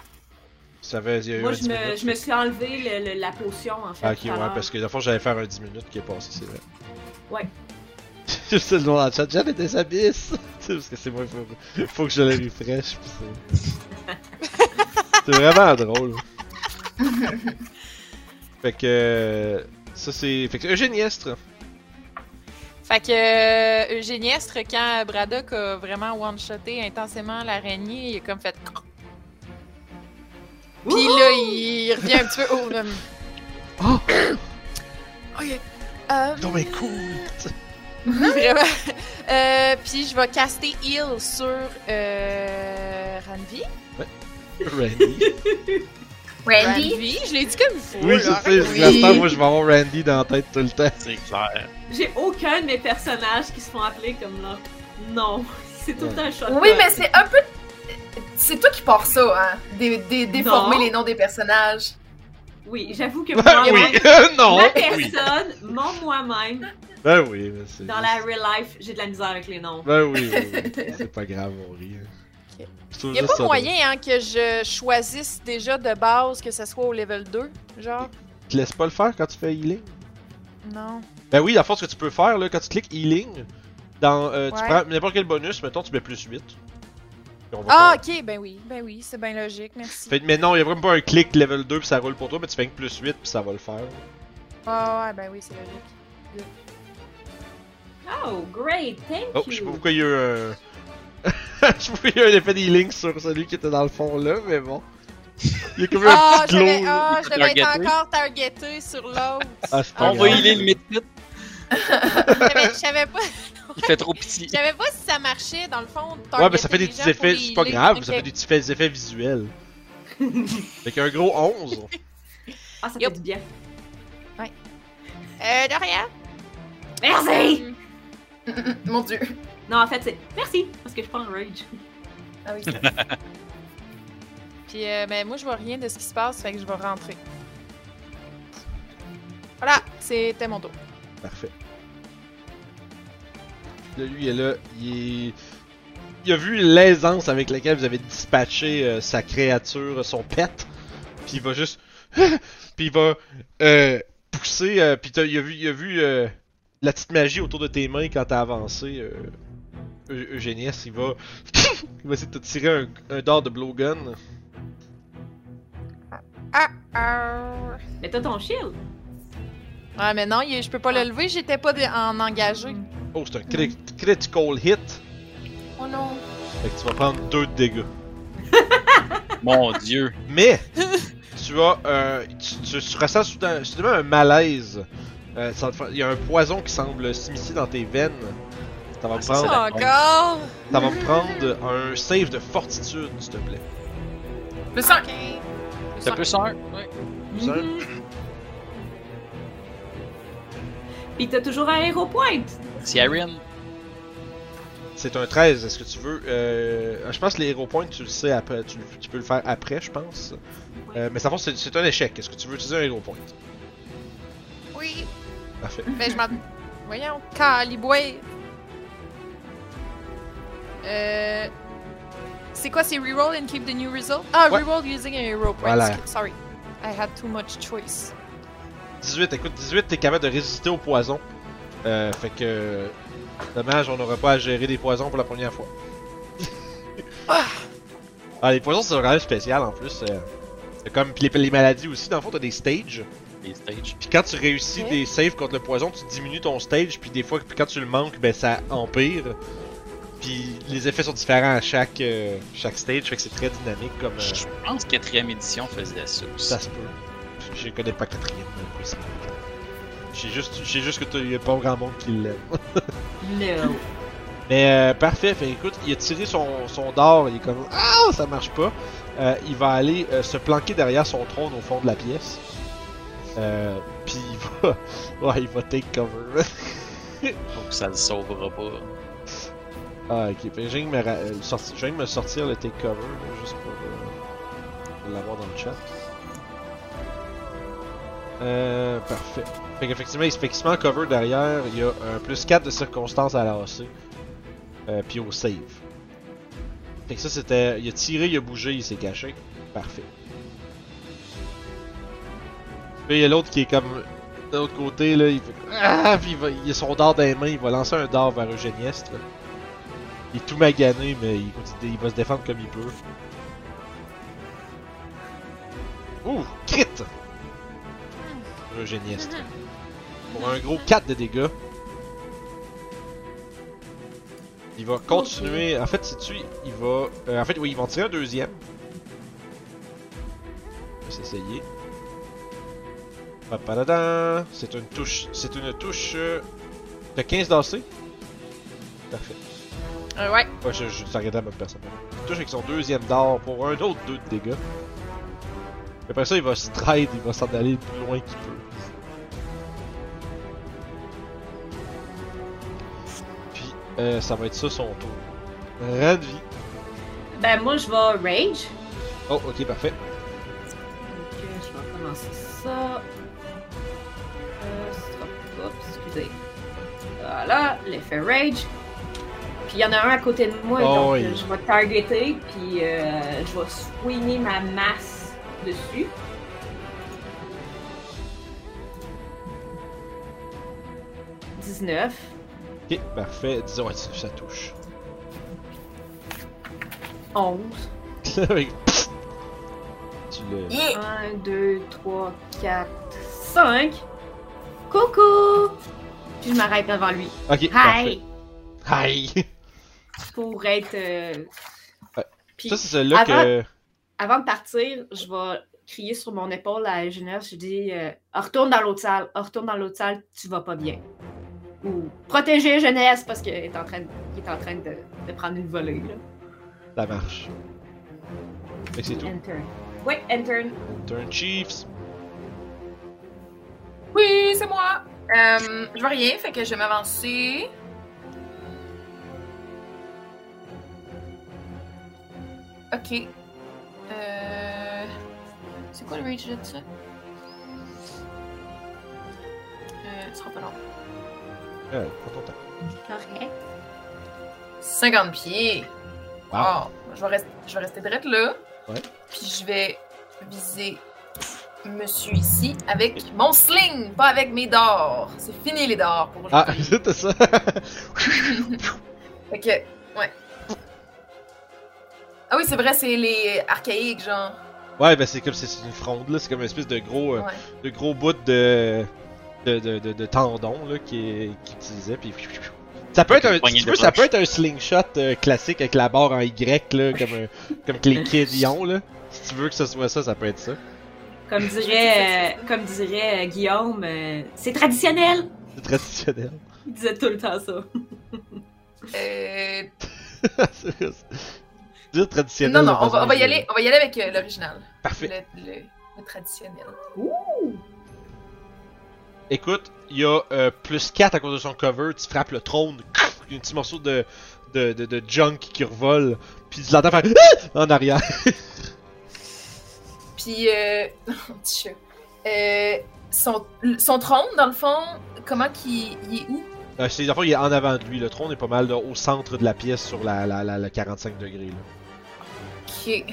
S1: Ça avait. Il y a eu
S2: Moi,
S1: un
S2: je
S1: 10
S2: me,
S1: minutes.
S2: je me suis enlevé le- le- la potion, en fait.
S1: Ah, ok,
S2: tout
S1: ouais,
S2: à l'heure.
S1: parce que la fois j'allais faire un 10 minutes qui est passé, c'est vrai.
S2: Ouais.
S1: Juste le nom dans le chat, j'avais des abysses! Tu sais, parce que c'est moi, faut, faut que je le refresh, pis c'est. c'est vraiment drôle. fait que. euh, Ça, c'est. Fait que Eugénie Estre.
S4: Fait que euh, Eugénie Estre, quand Braddock a vraiment one-shoté intensément l'araignée, il a comme fait. Puis là, il revient un petit peu. Oh, hum.
S1: Oh!
S4: Ok. Euh,
S1: Non, mais Ah, ben, cool!
S4: vraiment. Euh, puis je vais caster Heal sur euh, Ranvi.
S1: Randy.
S5: Randy?
S4: Ranvi, je l'ai dit comme il faut.
S1: Oui,
S4: là.
S1: ça, c'est.
S4: Arrête.
S1: Pour l'instant, moi, je vais avoir Randy dans la tête tout le temps.
S3: C'est clair.
S2: J'ai aucun de mes personnages qui se font appeler comme là. Non. C'est tout un choix. de
S5: Oui,
S2: code.
S5: mais c'est un peu. C'est toi qui pars ça, hein? Dé- dé- déformer
S2: Non.
S5: les noms des personnages.
S2: Oui, j'avoue que
S1: Ben
S2: moi-même,
S1: oui! non!
S2: ma
S1: Oui.
S2: personne, mon moi-même,
S1: Ben oui, mais c'est.
S2: dans la real life, j'ai de la misère avec les noms.
S1: Ben oui, oui, oui. c'est pas grave, on rit. hein.
S4: Ok.
S1: Il
S4: Il a pas
S1: ben.
S4: moyen hein, que je choisisse déjà de base que ce soit au level 2, genre.
S1: te laisse pas le faire quand tu fais healing.
S4: Non.
S1: Ben oui, la force que tu peux faire, là, quand tu cliques healing, dans, euh, tu
S4: Ouais.
S1: prends n'importe quel bonus, mettons, tu mets plus 8. Puis on va
S4: Ah,
S1: pas-
S4: ok, ben oui, ben oui, c'est bien logique, merci.
S1: Fait- mais non, il y a vraiment pas un clic level 2 puis ça roule pour toi, mais tu fais que plus 8 puis ça va le faire.
S4: Ah, ouais, ben oui, c'est logique.
S2: Oh, great, thank
S1: Oh, je sais pas
S2: you.
S1: pourquoi il y a eu un. je sais pas pourquoi il y a eu un effet d'healing sur celui qui était dans le fond là, mais bon. Il y a comme
S4: Ah,
S1: un petit
S4: je
S1: glow.
S4: devais,
S1: là.
S4: ah, je devais être
S3: Targeté.
S4: encore targeté sur l'autre.
S1: Ah, c'est pas
S3: On
S1: grave.
S3: va healer le mythe.
S4: Je savais- Je savais pas,
S3: Il fait trop pitié.
S4: je savais pas si ça marchait dans le fond. de
S1: Ouais, mais ça
S4: targeter
S1: fait des
S4: les gens
S1: petits effets,
S4: pour
S1: c'est pas
S4: healer.
S1: grave,
S4: Ok.
S1: ça fait des petits effets, des effets visuels. fait qu'un gros 11.
S2: Ah, ça fait
S4: Yup.
S2: du bien.
S4: Euh, de rien.
S2: Merci!
S4: Hum,
S5: Mon dieu.
S2: Non, en fait, c'est merci, parce que je suis pas en rage.
S5: Ah oui.
S4: Puis, euh, ben moi, je vois rien de ce qui se passe, fait que je vais rentrer. Voilà, c'était mon tour.
S1: Parfait. Là, lui, il est là. Il, est- il a vu l'aisance avec laquelle vous avez dispatché euh, sa créature, son pet. Puis il va juste. puis il va euh, pousser. euh, puis t'as- il a vu, il a vu euh, la petite magie autour de tes mains quand t'as avancé. Euh, Eu- Eugéniès, il va. il va essayer de te tirer un, un dard de blowgun.
S4: Ah, ah.
S2: Mais t'as ton shield.
S4: Ouais, Ah, mais non, il est- je peux pas le lever, j'étais pas dé- en engagé.
S1: Oh, c'est un cri- critical hit.
S5: Oh non.
S1: Fait que tu vas prendre 2 de dégâts.
S3: Mon dieu.
S1: Mais tu as euh, tu, tu- tu ressens soudain, soudainement un malaise. Euh, ça te fait- Il y a un poison qui semble s'immiscer dans tes veines. Ah, Ça va me
S3: c'est
S1: prendre,
S3: ça.
S4: Ah, Encore!
S1: ça va me prendre un save de fortitude, s'il te plaît.
S5: Le sang.
S3: T'as plus un. Ouais.
S1: Plus un.
S2: Pis t'as toujours un héros point.
S3: Sierrin.
S1: C'est un 13, est-ce que tu veux euh, Je pense que les Hero Points, tu le sais après, tu, tu peux le faire après, je pense. Euh, mais ça va, c'est c'est un échec. Est-ce que tu veux utiliser un Hero Point
S4: Oui,
S1: Parfait.
S4: mais je m'en. Voyons, Caliboué! Euh. C'est quoi, c'est reroll and keep the new result? Ah,
S1: Ouais.
S4: reroll using a hero point.
S1: Voilà.
S4: Excuse- Sorry, I had too much choice.
S1: 18, écoute, 18, t'es capable de résister au poison. Euh, fait que. Dommage, on n'aura pas à gérer des poisons pour la première fois. ah, les poisons, c'est quand même spécial en plus. euh, c'est comme pis les, les maladies aussi, dans le fond, t'as des stages.
S3: Les stages.
S1: Puis quand tu réussis
S4: Ok.
S1: des saves contre le poison, tu diminues ton stage. Puis des fois, puis quand tu le manques, ben ça empire. Puis les effets sont différents à chaque, euh, chaque stage. Fait que c'est très dynamique comme. euh,
S3: Je pense que quatrième édition faisait ça aussi.
S1: ça se peut. Je je connais pas quatrième, mais précisément. J'ai juste, j'ai juste que t'as- y a pas grand monde qui l'aime.
S2: No.
S1: Mais euh, parfait, fait écoute, il a tiré son, son dard, il est comme Ah, ça marche pas. Euh, il va aller euh, se planquer derrière son trône au fond de la pièce. Euh, puis il va. Ouais, il va take cover.
S3: Donc ça le sauvera pas.
S1: ah, ok, fait, je viens de me, ra- euh, le sorti- je viens de me sortir le take cover, là, juste pour euh, l'avoir dans le chat. Euh, parfait. Fait qu'effectivement, il se fait qu'il se met en cover derrière, il y a un plus 4 de circonstances à la AC. Euh, puis au save. Fait que ça, c'était. Il a tiré, il a bougé, il s'est caché. Parfait. Puis il y a l'autre qui est comme. De l'autre côté, là, il fait. Ah! Puis il, va... il a son dard dans les mains, il va lancer un dard vers Eugéniestre. Il est tout magané, mais il, continue- il va se défendre comme il peut. Ouh! Crit! Eugéniestre. Pour un gros 4 de dégâts. Il va continuer. En fait, si tu. Il va. euh, en fait, oui, ils vont tirer un deuxième. On va s'essayer. Papadadam. C'est une touche. C'est une touche. euh, de 15 d'AC Parfait.
S4: Euh, ouais,
S1: Ouais, je, je, ça regardait la même personne. Il touche avec son deuxième d'or pour un autre 2 de dégâts. Après ça, il va stride, il va s'en aller le plus loin qu'il peut. Puis, euh, ça va être ça son tour. Rang de vie.
S2: Ben moi je vais rage.
S1: Oh, ok, parfait.
S2: Donc euh, je vais commencer ça. Euh, stop, stop, excusez. Voilà, l'effet rage. Puis il y en a un à côté de moi,
S1: Oh
S2: donc
S1: oui.
S2: euh, je vais targeter, puis euh, je vais swinguer ma masse dessus. « 19.
S1: Ok, parfait. Disons, ouais, ça ça touche.
S2: 11.
S1: Avec- tu le.
S5: Yeah.
S2: 1, 2, 3, 4, 5. Coucou! Puis je m'arrête devant lui.
S1: Ok, parfait.
S2: Hi!
S1: Hi!
S2: Pour être. euh,
S1: Ouais.
S2: Puis
S1: ça, c'est celui-là que.
S2: avant de partir, je vais crier sur mon épaule à Jeunesse. Je dis euh, Retourne dans l'autre salle, Oh, retourne dans l'autre salle, tu vas pas bien. Ou protéger Jeunesse parce qu'il est en train, de, il est en train de, de prendre une volée. Là.
S1: Ça marche. Fait que c'est tout.
S2: End turn. Oui, end turn.
S1: Turn Chiefs.
S5: Oui, c'est moi. Euh, je vois rien, fait que je vais m'avancer. Ok. Euh... C'est quoi le range de ça? Euh, ce sera pas long.
S1: Euh, prends ton temps.
S2: Correct.
S5: 50 pieds.
S1: Wow.
S5: Oh, je, vais rester, je vais rester drette là.
S1: Ouais.
S5: Puis je vais viser monsieur ici avec mon sling, pas avec mes dards. C'est fini les dards pour
S1: Ah,
S5: aujourd'hui.
S1: c'était ça.
S5: Fait Ah que, ouais. Ah oui, c'est vrai, c'est les archaïques, genre.
S1: Ouais, ben c'est comme c'est c'est une fronde là, c'est comme une espèce de gros, euh,
S5: Ouais.
S1: de gros bout de de, de, de, de tendon là qui est- qui utilisait puis ça peut
S3: Avec
S1: être un,
S3: une poignée
S1: tu
S3: de
S1: peux- ça
S3: poche.
S1: peut être un slingshot euh, classique avec la barre en Y là, comme un- comme que les kids y ont là. Si tu veux que ce soit ça, ça peut être ça.
S2: Comme dirait, euh, comme dirait euh, Guillaume, euh, c'est traditionnel!
S1: C'est traditionnel.
S2: Il disait tout le temps ça.
S5: Euh,
S1: Dire traditionnel.
S5: non,
S1: de
S5: non, on va,
S1: façon
S5: on va y
S1: générale.
S5: aller, on va y aller avec euh, l'original.
S1: Parfait.
S5: Le, le- le traditionnel.
S1: Écoute, il y a euh, plus 4 à cause de son cover, tu frappes le trône, il y a un petit morceau de, de, de, de junk qui revole, puis tu l'entends faire Ah en arrière.
S5: Puis, euh, mon petit chat. Euh, son, son trône, dans le fond, comment qu'il il est où?
S1: Euh, c'est, en fait, il est en avant de lui, le trône est pas mal là, au centre de la pièce sur la, la, la, la 45 degrés. Là.
S5: Ok.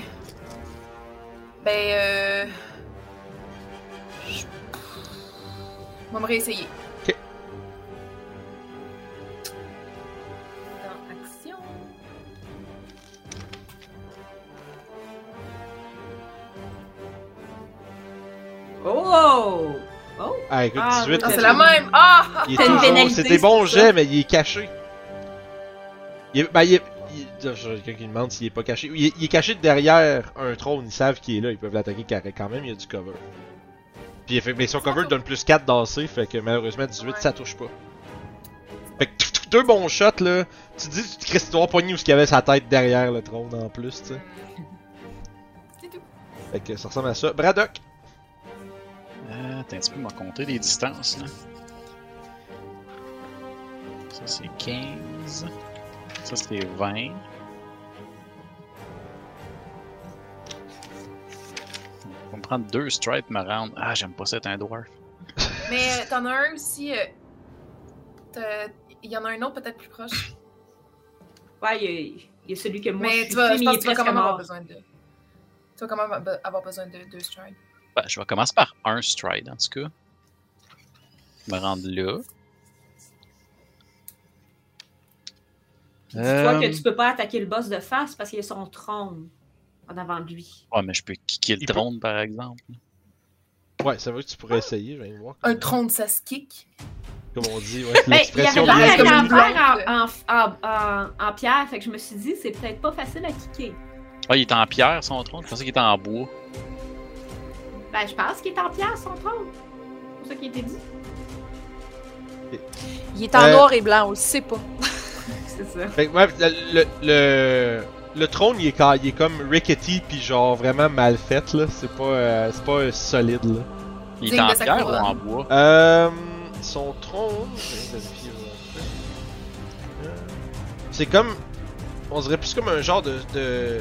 S5: Ben, euh... Je je vais me réessayer.
S1: Ok.
S5: Dans action.
S2: Oh! Oh!
S1: Ah, écoute,
S2: Ah,
S1: 18,
S5: Ah, c'est
S1: il-
S5: la même! Ah!
S1: il est
S2: T'as une
S1: toujours-
S2: pénalité,
S1: c'est des bons
S2: c'est pour ça.
S1: jets, mais il est caché. Il est, ben, il est, il- je- je- quelqu'un qui demande s'il est pas caché. Il est, il est caché derrière un trône, ils savent qu'il est là, ils peuvent l'attaquer carré quand même, il y a du cover. Puis, il fait- mais son cover donne plus 4 d'assez, fait que malheureusement, 18,
S5: Ouais.
S1: ça touche pas. Fait que tf, tf, deux bons shots, là. Tu te dis, tu te crées cette poignée où ce qu'il y avait sa tête derrière le trône en plus, tu sais.
S5: C'est tout.
S1: Fait que ça ressemble à ça. Braddock!
S3: Euh, attends, tu peux m'en compter les distances, là. Ça, c'est 15. Ça, c'est 20. On va me prendre deux stripes ma round. Ah, j'aime pas ça être un dwarf.
S5: Mais euh, t'en as un aussi. euh, t'as- Il y en a un autre peut-être plus proche.
S2: Ouais, il y a, il y a celui que moi je
S5: mais
S2: suis,
S5: tu vas,
S2: mais
S5: je
S2: il
S5: pense
S2: est
S5: que tu vas quand
S2: presque
S5: même avoir
S2: mort.
S5: besoin de. Tu vas quand même ab- avoir besoin de deux strides.
S3: Ben, je vais commencer par un stride, en tout cas. Je me rendre là.
S2: Dis-toi
S3: Euh,
S2: que tu peux pas attaquer le boss de face parce qu'il y a son trône en avant de lui.
S3: Ouais, mais je peux kicker le
S1: Il peut-
S3: drone, par exemple.
S1: Ouais, ça veut que tu pourrais essayer, je viens de voir.
S5: Un trône, ça se kick.
S1: Comme on dit, ouais,
S2: Ben, il y avait
S1: l'expression
S5: de la
S2: l'air
S5: commune
S2: à
S5: blanche.
S2: en, en- en- en pierre, fait que je me suis dit, c'est peut-être pas facile à kicker.
S3: Ah, il est en pierre, son drone. Je pensais qu'il était en bois.
S2: Ben, je pense qu'il est en pierre, son trône. C'est ça qui était dit.
S8: Il est en
S1: Euh,
S8: noir et blanc, on le sait pas.
S2: C'est ça.
S1: Fait que, ouais, le, le, le, le trône, il est, ca- il est comme rickety, puis genre vraiment mal fait, là. C'est pas, euh, c'est pas euh, solide, là.
S3: Il est
S5: Digne
S3: en
S5: de sa
S3: pierre ou
S5: couronne.
S3: en bois?
S1: Euh, son trône. je vais vérifier, euh, euh, C'est comme. On dirait plus comme un genre de. de...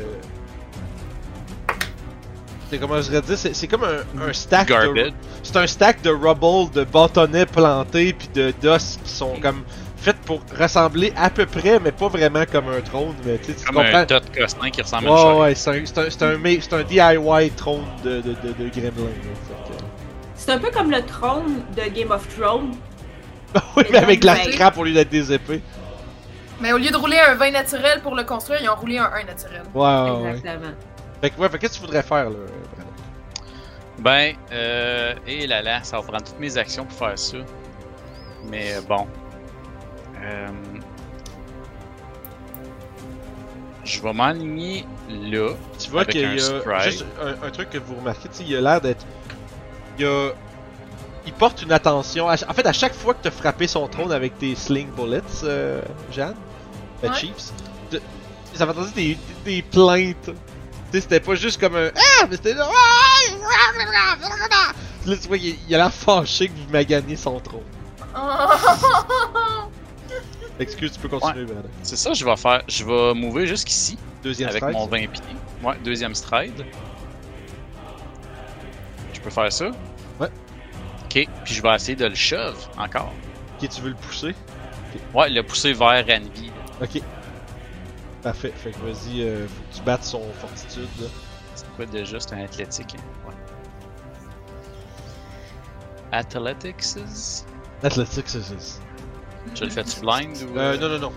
S1: C'est comment je dirais dire, c'est c'est comme un, un stack de,
S3: Garbage.
S1: C'est un stack de rubble, de bâtonnets plantés, puis de d'os qui sont comme faites pour ressembler à peu près, mais pas vraiment comme un trône. Mais tu sais, tu
S3: Comme
S1: comprends.
S3: un tot costin qui ressemble à une
S1: Ouais,
S3: chaise.
S1: ouais, c'est un, c'est un, c'est un, mé- c'est un DIY trône de, de, de, de gremlin. là, fait que-
S2: C'est un peu comme le trône de Game of Thrones.
S1: oui, mais avec de la
S2: Ouais.
S1: scrap au lieu d'être des épées.
S5: Mais au lieu de rouler un 20 naturel pour le construire, ils ont roulé un 1 naturel.
S1: Ouais, Ah, ouais, ouais.
S2: Exactement.
S1: Fait que, ouais, fait que qu'est-ce que tu voudrais faire, là? euh, Brandon?
S3: Ben, euh, et là là, ça va prendre toutes mes actions pour faire ça. Mais euh, bon. Euh, je vais m'aligner là.
S1: Tu vois
S3: Avec
S1: qu'il y
S3: un
S1: a
S3: stride.
S1: juste un, un truc que vous remarquez, tu sais, il a l'air d'être... Il a... Il porte une attention... à ch- En fait, à chaque fois que t'as frappé son trône avec tes sling bullets, euh, Jeanne, euh,
S5: Ouais.
S1: Chiefs, de- ça m'a entendu des, des plaintes. Tu sais, c'était pas juste comme un... Ah! Mais c'était... là, Là, tu vois, il, il a l'air fâché que vous maganez son trône.
S5: Ah!
S1: Excuse, tu peux continuer, Brandon.
S3: C'est ça que je vais faire. Je vais mouver jusqu'ici
S1: Deuxième
S3: avec
S1: strike,
S3: mon
S1: ça.
S3: 20 pieds. Ouais, deuxième stride. Je peux faire ça?
S1: Ouais.
S3: Ok, puis je vais essayer de le shove encore.
S1: Ok, tu veux le pousser?
S3: Ouais, le pousser vers Ranvi.
S1: Ok. Parfait. Fait que vas-y, euh, faut que tu battes son fortitude. là.
S3: C'est quoi déjà? C'est un athlétique. hein? Ouais. Athletics?
S1: Athlétique, c'est ça.
S3: Je le fais-tu blind ou... euh,
S1: Euh, non, non, non.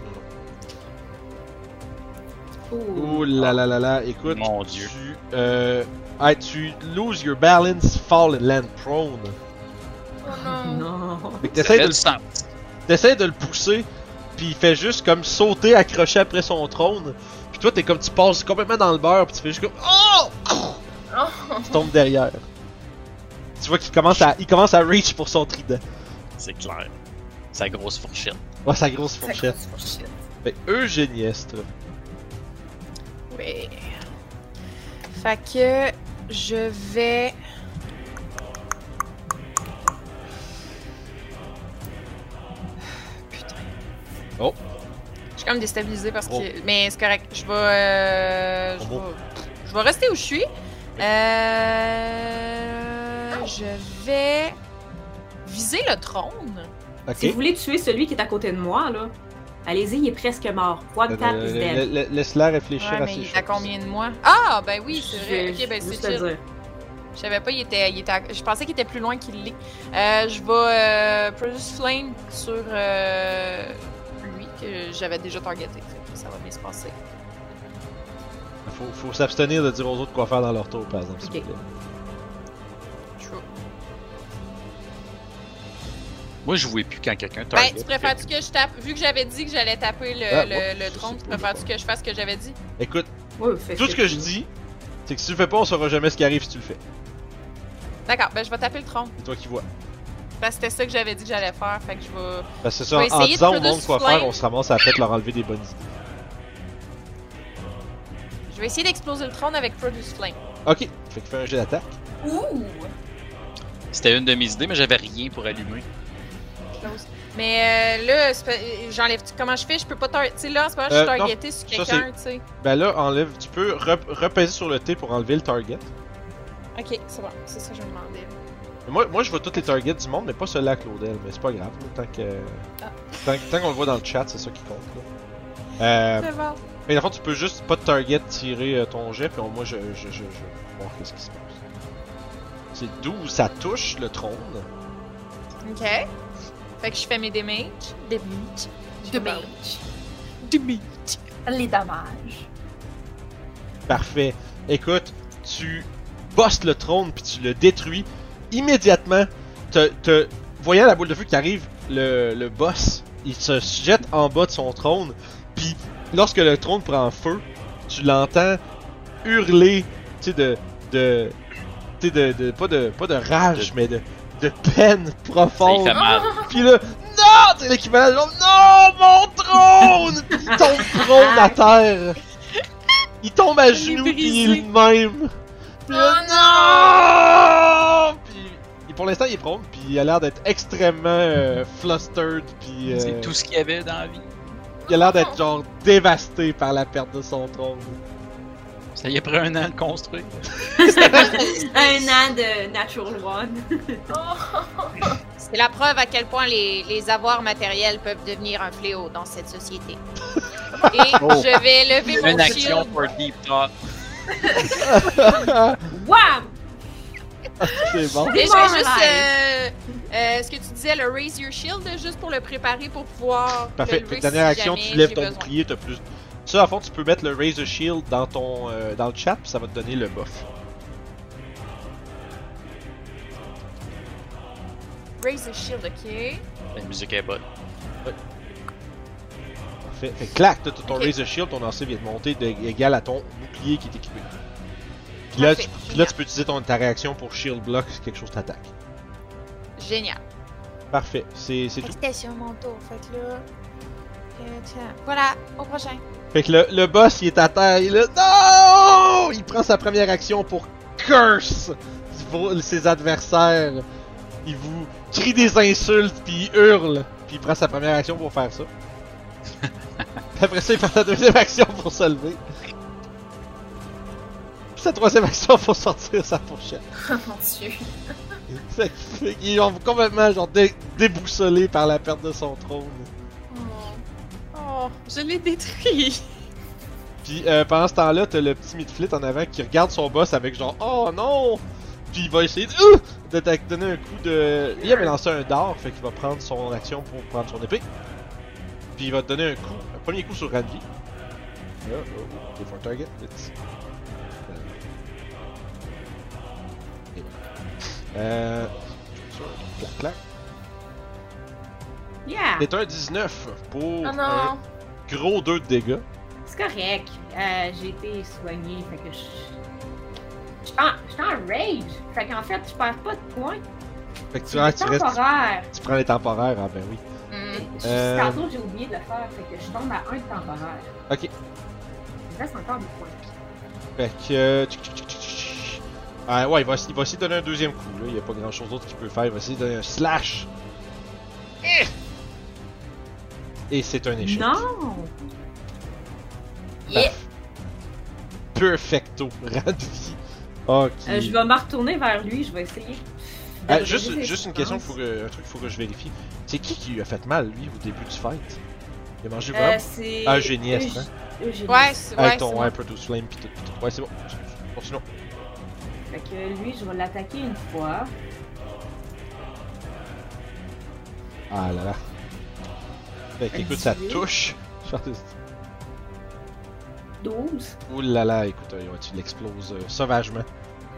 S1: non, non. Ouh là là là là, écoute,
S3: Mon Dieu.
S1: tu, euh, ah, tu lose your balance, fall and land prone.
S5: Oh non.
S2: Non.
S1: Mais que
S3: Ça
S1: t'essayes
S3: fait
S1: de,
S3: du sens.
S1: le- t'essayes de le pousser, puis il fait juste comme sauter accroché après son trône. Puis toi t'es comme tu passes complètement dans le beurre, puis tu fais juste comme oh,
S5: Oh.
S1: tu tombes derrière. Tu vois qu'il commence à, il commence à reach pour son trident.
S3: C'est clair. Sa grosse fourchette.
S1: Ouais, sa grosse
S5: Ça
S1: fourchette.
S5: grosse fourchette.
S1: Fait que Eugénie Estre.
S4: Oui. Fait que je vais. Putain.
S1: Oh.
S4: Je suis comme déstabilisée parce que.
S1: Oh.
S4: Mais c'est correct. Je vais. euh, je,
S1: Oh, bon.
S4: vais... je vais rester où je suis. Euh... Je vais. Viser le trône.
S1: Ok.
S2: Si vous voulez tuer celui qui est à côté de moi, là, allez-y, il est presque mort. One tap is
S1: Euh,
S2: dead.
S1: la- la- Laisse-la réfléchir
S4: Ouais,
S1: à
S4: mais
S1: ses
S4: il est
S1: choses.
S4: à combien de mois? Ah, ben oui, c'est
S2: Je
S4: vrai.
S2: vais
S4: Ok, ben
S2: juste
S4: c'est
S2: te
S4: chill.
S2: dire.
S4: Je savais pas, il était, il était à- Je pensais qu'il était plus loin qu'il l'est. Euh, je vais euh, Produce Flame sur euh, lui que j'avais déjà targeté. Fait que ça va bien se passer.
S1: Faut, faut s'abstenir de dire aux autres quoi faire dans leur tour, par exemple. s'il
S2: Ok.
S1: vous plaît.
S4: Je vais-
S3: Moi, je voulais plus quand quelqu'un
S4: Ben,
S3: target.
S4: tu préfères-tu que je tape Vu que j'avais dit que j'allais taper le,
S1: Ah,
S4: le,
S1: oups,
S4: le
S1: ça,
S4: drone,
S1: c'est
S4: tu
S1: pas
S4: préfères-tu que je fasse ce que j'avais dit
S1: Écoute,
S2: Ouais, fait
S1: tout ce que je dis, c'est que si tu le fais pas, on saura jamais ce qui arrive si tu le fais.
S4: D'accord, ben je vais taper le tronc.
S1: C'est toi qui vois.
S4: Parce que c'était ça que j'avais dit que j'allais faire. Fait que je vais.
S1: Parce que c'est ça,
S4: Faut
S1: en
S4: essayer de
S1: disant au
S4: produire
S1: monde quoi
S4: flame.
S1: faire, on se ramasse à peut-être leur enlever des bonnes idées.
S4: Je vais essayer d'exploser le trône avec Produce Flame.
S1: Ok, fait que fais un jet d'attaque.
S5: Ouh!
S3: C'était une de mes idées, mais j'avais rien pour allumer.
S4: Mais euh, là, c'est pas- j'enlève. Comment je fais Je peux pas. tar- Tu sais, là, en ce moment, je
S1: Euh,
S4: suis
S1: non,
S4: targetée sur
S1: ça,
S4: quelqu'un, tu sais.
S1: Ben là, enlève, tu peux rep- repaiser sur le T pour enlever le target.
S4: Ok, c'est bon. C'est ça que je me demandais.
S1: Moi, moi je vois tous les targets du monde, mais pas celui-là à Claudel, mais c'est pas grave. Tant que.
S4: Ah.
S1: Tant, tant qu'on le voit dans le chat, c'est ça qui compte. Là. Euh,
S4: C'est bon.
S1: mais dans le fond, tu peux juste pas de target tirer euh, ton jet, puis on- moi je. je, je, je vais voir qu'est-ce qui se passe. C'est 12, ça touche le trône.
S4: Ok. Fait que je fais mes damages. Damages.
S5: De mage. Les dommages.
S1: Parfait. Écoute, tu bosses le trône puis tu le détruis. Immédiatement, te, te- voyant la boule de feu qui arrive, le, le boss, il se jette en bas de son trône. Puis lorsque le trône prend feu, tu l'entends hurler, tu sais, de. de tu sais, de, de- pas de pas de rage mais de de peine
S3: Ça, il
S1: profonde
S3: fait mal.
S1: puis là non c'est l'équivalent de genre, non mon trône Puis il tombe prone à terre il tombe à
S4: Je l'ai
S1: genoux puis il
S4: brisé. Oh
S1: est le même puis là, non puis et pour l'instant il est prone puis il a l'air d'être extrêmement euh, flustered puis euh,
S3: C'est tout ce qu'il y avait dans la vie.
S1: il a l'air d'être genre dévasté par la perte de son trône
S3: Ça y a pris un an de construire.
S2: Un an de Natural One.
S5: Oh,
S4: C'est la preuve à quel point les, les avoirs matériels peuvent devenir un fléau dans cette société. Et
S1: Oh.
S4: je vais lever mon
S3: Une action
S4: shield.
S3: pour Deep Thought.
S2: Wham!
S1: c'est bon
S4: Mais
S2: Bon,
S4: je vais juste. Euh,
S2: nice.
S4: euh, ce que tu disais, le raise your shield, juste pour le préparer pour pouvoir.
S1: Parfait.
S4: le
S1: Fait
S4: lever
S1: que dernière
S4: si
S1: action,
S4: jamais
S1: tu lèves
S4: j'ai
S1: ton
S4: besoin.
S1: bouclier, t'as plus. Ça, à fond, tu peux mettre le Razor Shield dans ton euh, dans le chat, puis ça va te donner le buff.
S4: Raise your shield, ok.
S3: La musique est bonne.
S1: Parfait. Fait que clac, t'as t'as ton
S4: Ok.
S1: Razor Shield, ton lancer vient de monter de- égal à ton bouclier qui est équipé. Puis là,
S4: Parfait.
S1: tu, puis là, tu peux utiliser ton, ta réaction pour Shield Block si quelque chose t'attaque.
S4: Génial.
S1: Parfait. C'est c'est
S4: Fait que
S1: tout.
S4: C'était sur mon tour. Fait que là. euh, tiens, Voilà, au prochain.
S1: Fait que le, le boss, il est à terre, il est là. Non! Il prend sa première action pour curse vos- ses adversaires. Il vous crie des insultes, puis il hurle. Puis il prend sa première action pour faire ça. Puis Après ça, il prend sa deuxième action pour se lever. Puis sa troisième action pour sortir sa fourchette.
S5: Oh mon dieu.
S1: Fait que- fait qu'ils ont complètement genre dé- déboussolé par la perte de son trône.
S5: Ah
S4: Oh, je l'ai détruit.
S1: Puis euh, pendant ce temps-là, t'as le petit midflit en avant qui regarde son boss avec genre Oh non! Puis il va essayer de, Ouh! de t'a- donner un coup de. Il avait lancé un dard, fait qu'il va prendre son action pour prendre son épée. Puis il va te donner un coup, un premier coup sur Ranvi. Oh, oh. Go for target. It's... Et voilà. Euh... Clac, clac.
S2: Yeah!
S1: C'est un 19 pour
S5: Oh
S1: un
S5: non!
S1: gros 2 de dégâts.
S2: C'est correct. Euh, j'ai été soignée, fait que je. Je suis en- je suis en rage. Fait qu'en fait, je perds pas de points.
S1: Fait que tu,
S2: C'est
S1: ah, tu, restes,
S2: temporaire.
S1: tu prends les temporaires, ah ben oui.
S4: Hmm.
S2: Je-
S1: Euh.
S2: Tantôt, j'ai oublié de le faire, fait que je tombe à un de temporaire.
S1: Ok.
S2: Il reste encore des points.
S1: Fait que. euh, tchic, tchic, tchic, tchic, tchic. Ah ouais, il va, il va essayer de donner un deuxième coup. Là. Il n'y a pas grand chose d'autre qu'il peut faire. Il va essayer de donner un slash. Eh! Et c'est un échec.
S2: Non!
S1: Parf- Perfecto. Ravi. Ok.
S2: Euh, je vais me retourner vers lui, je vais essayer.
S1: Ah,
S2: d'arriver
S1: juste,
S2: ses
S1: juste une question,
S2: distances.
S1: faut que, un truc faut que je vérifie. C'est qui qui lui a fait mal, lui, au début du fight Il a mangé
S2: Euh,
S1: vraiment.
S2: c'est.
S1: Ah, Eugéniestre, hein?
S2: Eugéniestre.
S4: Ouais, c'est ouais,
S1: Avec
S4: c'est
S1: ton
S4: moi.
S1: Hyper Produce Flame pis tout, pis tout. Ouais, c'est bon. Continuons.
S2: Fait que lui, je vais l'attaquer une fois.
S1: Ah là là. Fait que,
S2: Un
S1: écoute, ça
S2: 18.
S1: touche.
S2: 12.
S1: Ouh là là, écoute, euh, ouais, tu l'exploses euh, sauvagement.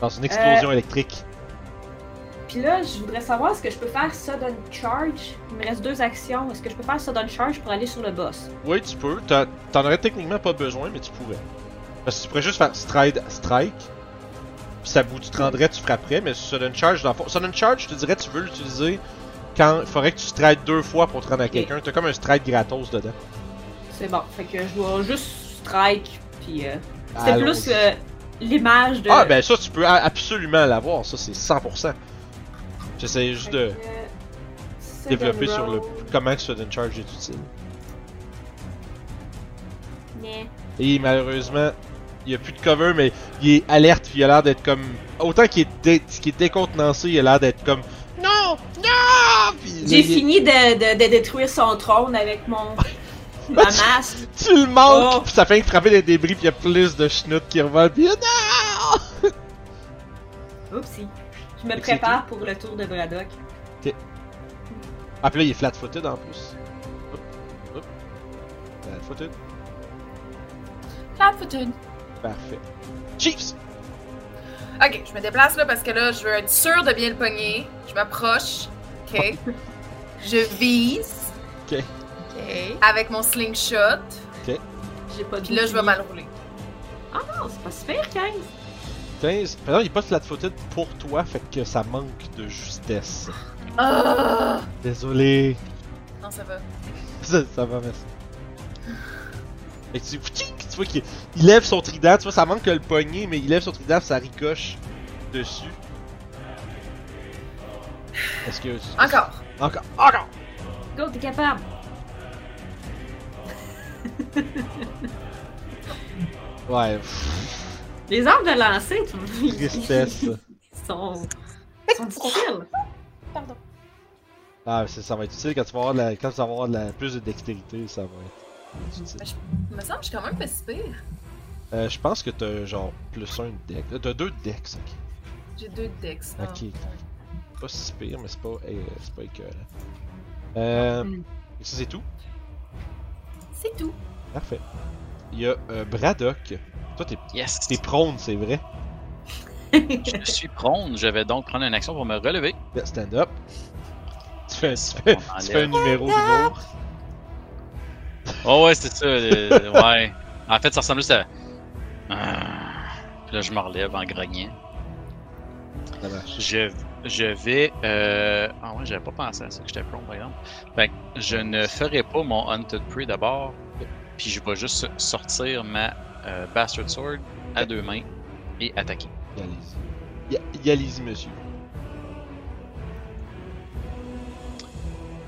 S1: Dans une explosion
S2: Euh.
S1: électrique.
S2: Puis là, je voudrais savoir, est-ce que je peux faire sudden charge? Il me reste deux actions. Est-ce que je peux faire sudden charge pour aller sur le boss?
S1: Oui, tu peux. T'as- T'en aurais techniquement pas besoin, mais tu pourrais. Parce que tu pourrais juste faire stride, strike. Puis ça bout, tu te rendrais, tu frapperais, mais sudden charge, dans le fond- sudden charge, je te dirais, tu veux l'utiliser quand il faudrait que tu strides deux fois pour te rendre à quelqu'un. T'as comme un stride gratos dedans.
S2: C'est bon. Fait que je vais juste strike. Puis euh, c'était
S1: Allons-y.
S2: plus euh, l'image de.
S1: Ah ben ça, tu peux a- absolument l'avoir, ça c'est 100%. J'essayais juste
S2: Fait
S1: de
S2: que, sudden
S1: développer sur le
S2: roll.
S1: comment que sudden charge est utile.
S2: Mais
S1: Et malheureusement, il n'y a plus de cover, mais il est alerte, puis il a l'air d'être comme. Autant qu'il est, dé- qu'il est décontenancé, il a l'air d'être comme. Non! Non! Puis là,
S2: J'ai
S1: il est-
S2: fini de, de- de détruire son trône avec mon. ma masse.
S1: Tu le manques!
S2: Oh.
S1: Puis ça fait que frapper des débris, puis il y a plus de schnout qui revolent, puis non!
S2: Oupsie. Je me
S1: Fait que
S2: prépare pour le tour de Braddock.
S1: Ah, puis là, il est flat-footed en plus. Hop, hop. Flat-footed.
S5: Flat-footed.
S1: Parfait. Chiefs!
S5: Ok, je me déplace là parce que là, je veux être sûre de bien le pogner. Je m'approche. Ok. je vise
S4: Ok.
S5: avec mon slingshot.
S2: J'ai pas de.
S5: Puis là, je vais mal rouler.
S2: Non, c'est pas super, 15.
S1: 15. Par exemple, il est pas flat-footed pour toi, fait que ça manque de justesse.
S5: Ah!
S1: Désolé.
S5: Non, ça va.
S1: Ça, ça va, merci. Fait que tu, tchink, tu vois qu'il il lève son trident, tu vois, ça manque que le poignet, mais il lève son trident, ça ricoche dessus. Est-ce que.
S5: Encore.
S1: Encore! Encore!
S2: Go, t'es capable.
S1: Ouais, pff,
S2: Les arbres de lancer, tu vois,
S1: tristesse.
S2: Ils sont, ils sont difficiles.
S5: Pardon.
S1: Ah, c'est- ça va être utile quand tu vas avoir, de la, quand tu vas avoir de la, plus de dextérité, ça va être utile.
S5: Il me semble que je suis quand même pas si pire.
S1: Euh, je pense que t'as genre plus un dex. Euh, T'as deux dex, ok.
S5: J'ai deux decks. Ah.
S1: Ok. Pas si pire, mais c'est pas, eh, c'est pas écœurant. Euh.
S2: Mm.
S1: Ça, c'est tout?
S5: C'est tout.
S1: Parfait. Il y a euh, Braddock. Toi, t'es,
S3: Yes!
S1: t'es prone, c'est vrai.
S3: Je suis prone, je vais donc prendre une action pour me relever.
S1: Yeah, Stand up. Tu fais, tu
S3: Ça,
S1: fais,
S3: on
S1: tu
S3: enlève.
S1: fais un numéro d'humour.
S3: Oh ouais, c'est ça. euh, ouais. En fait, ça ressemble juste à. Ah. Puis là, je me relève en grognant.
S1: Ça marche.
S3: Je, je vais. euh, Ah ouais, j'avais pas pensé à ça que j'étais prone, par exemple. Fait que je ne ferai pas mon Hunted Prey d'abord. Puis je vais juste sortir ma euh, Bastard Sword à deux mains et attaquer.
S1: Yalise. Yalise, monsieur.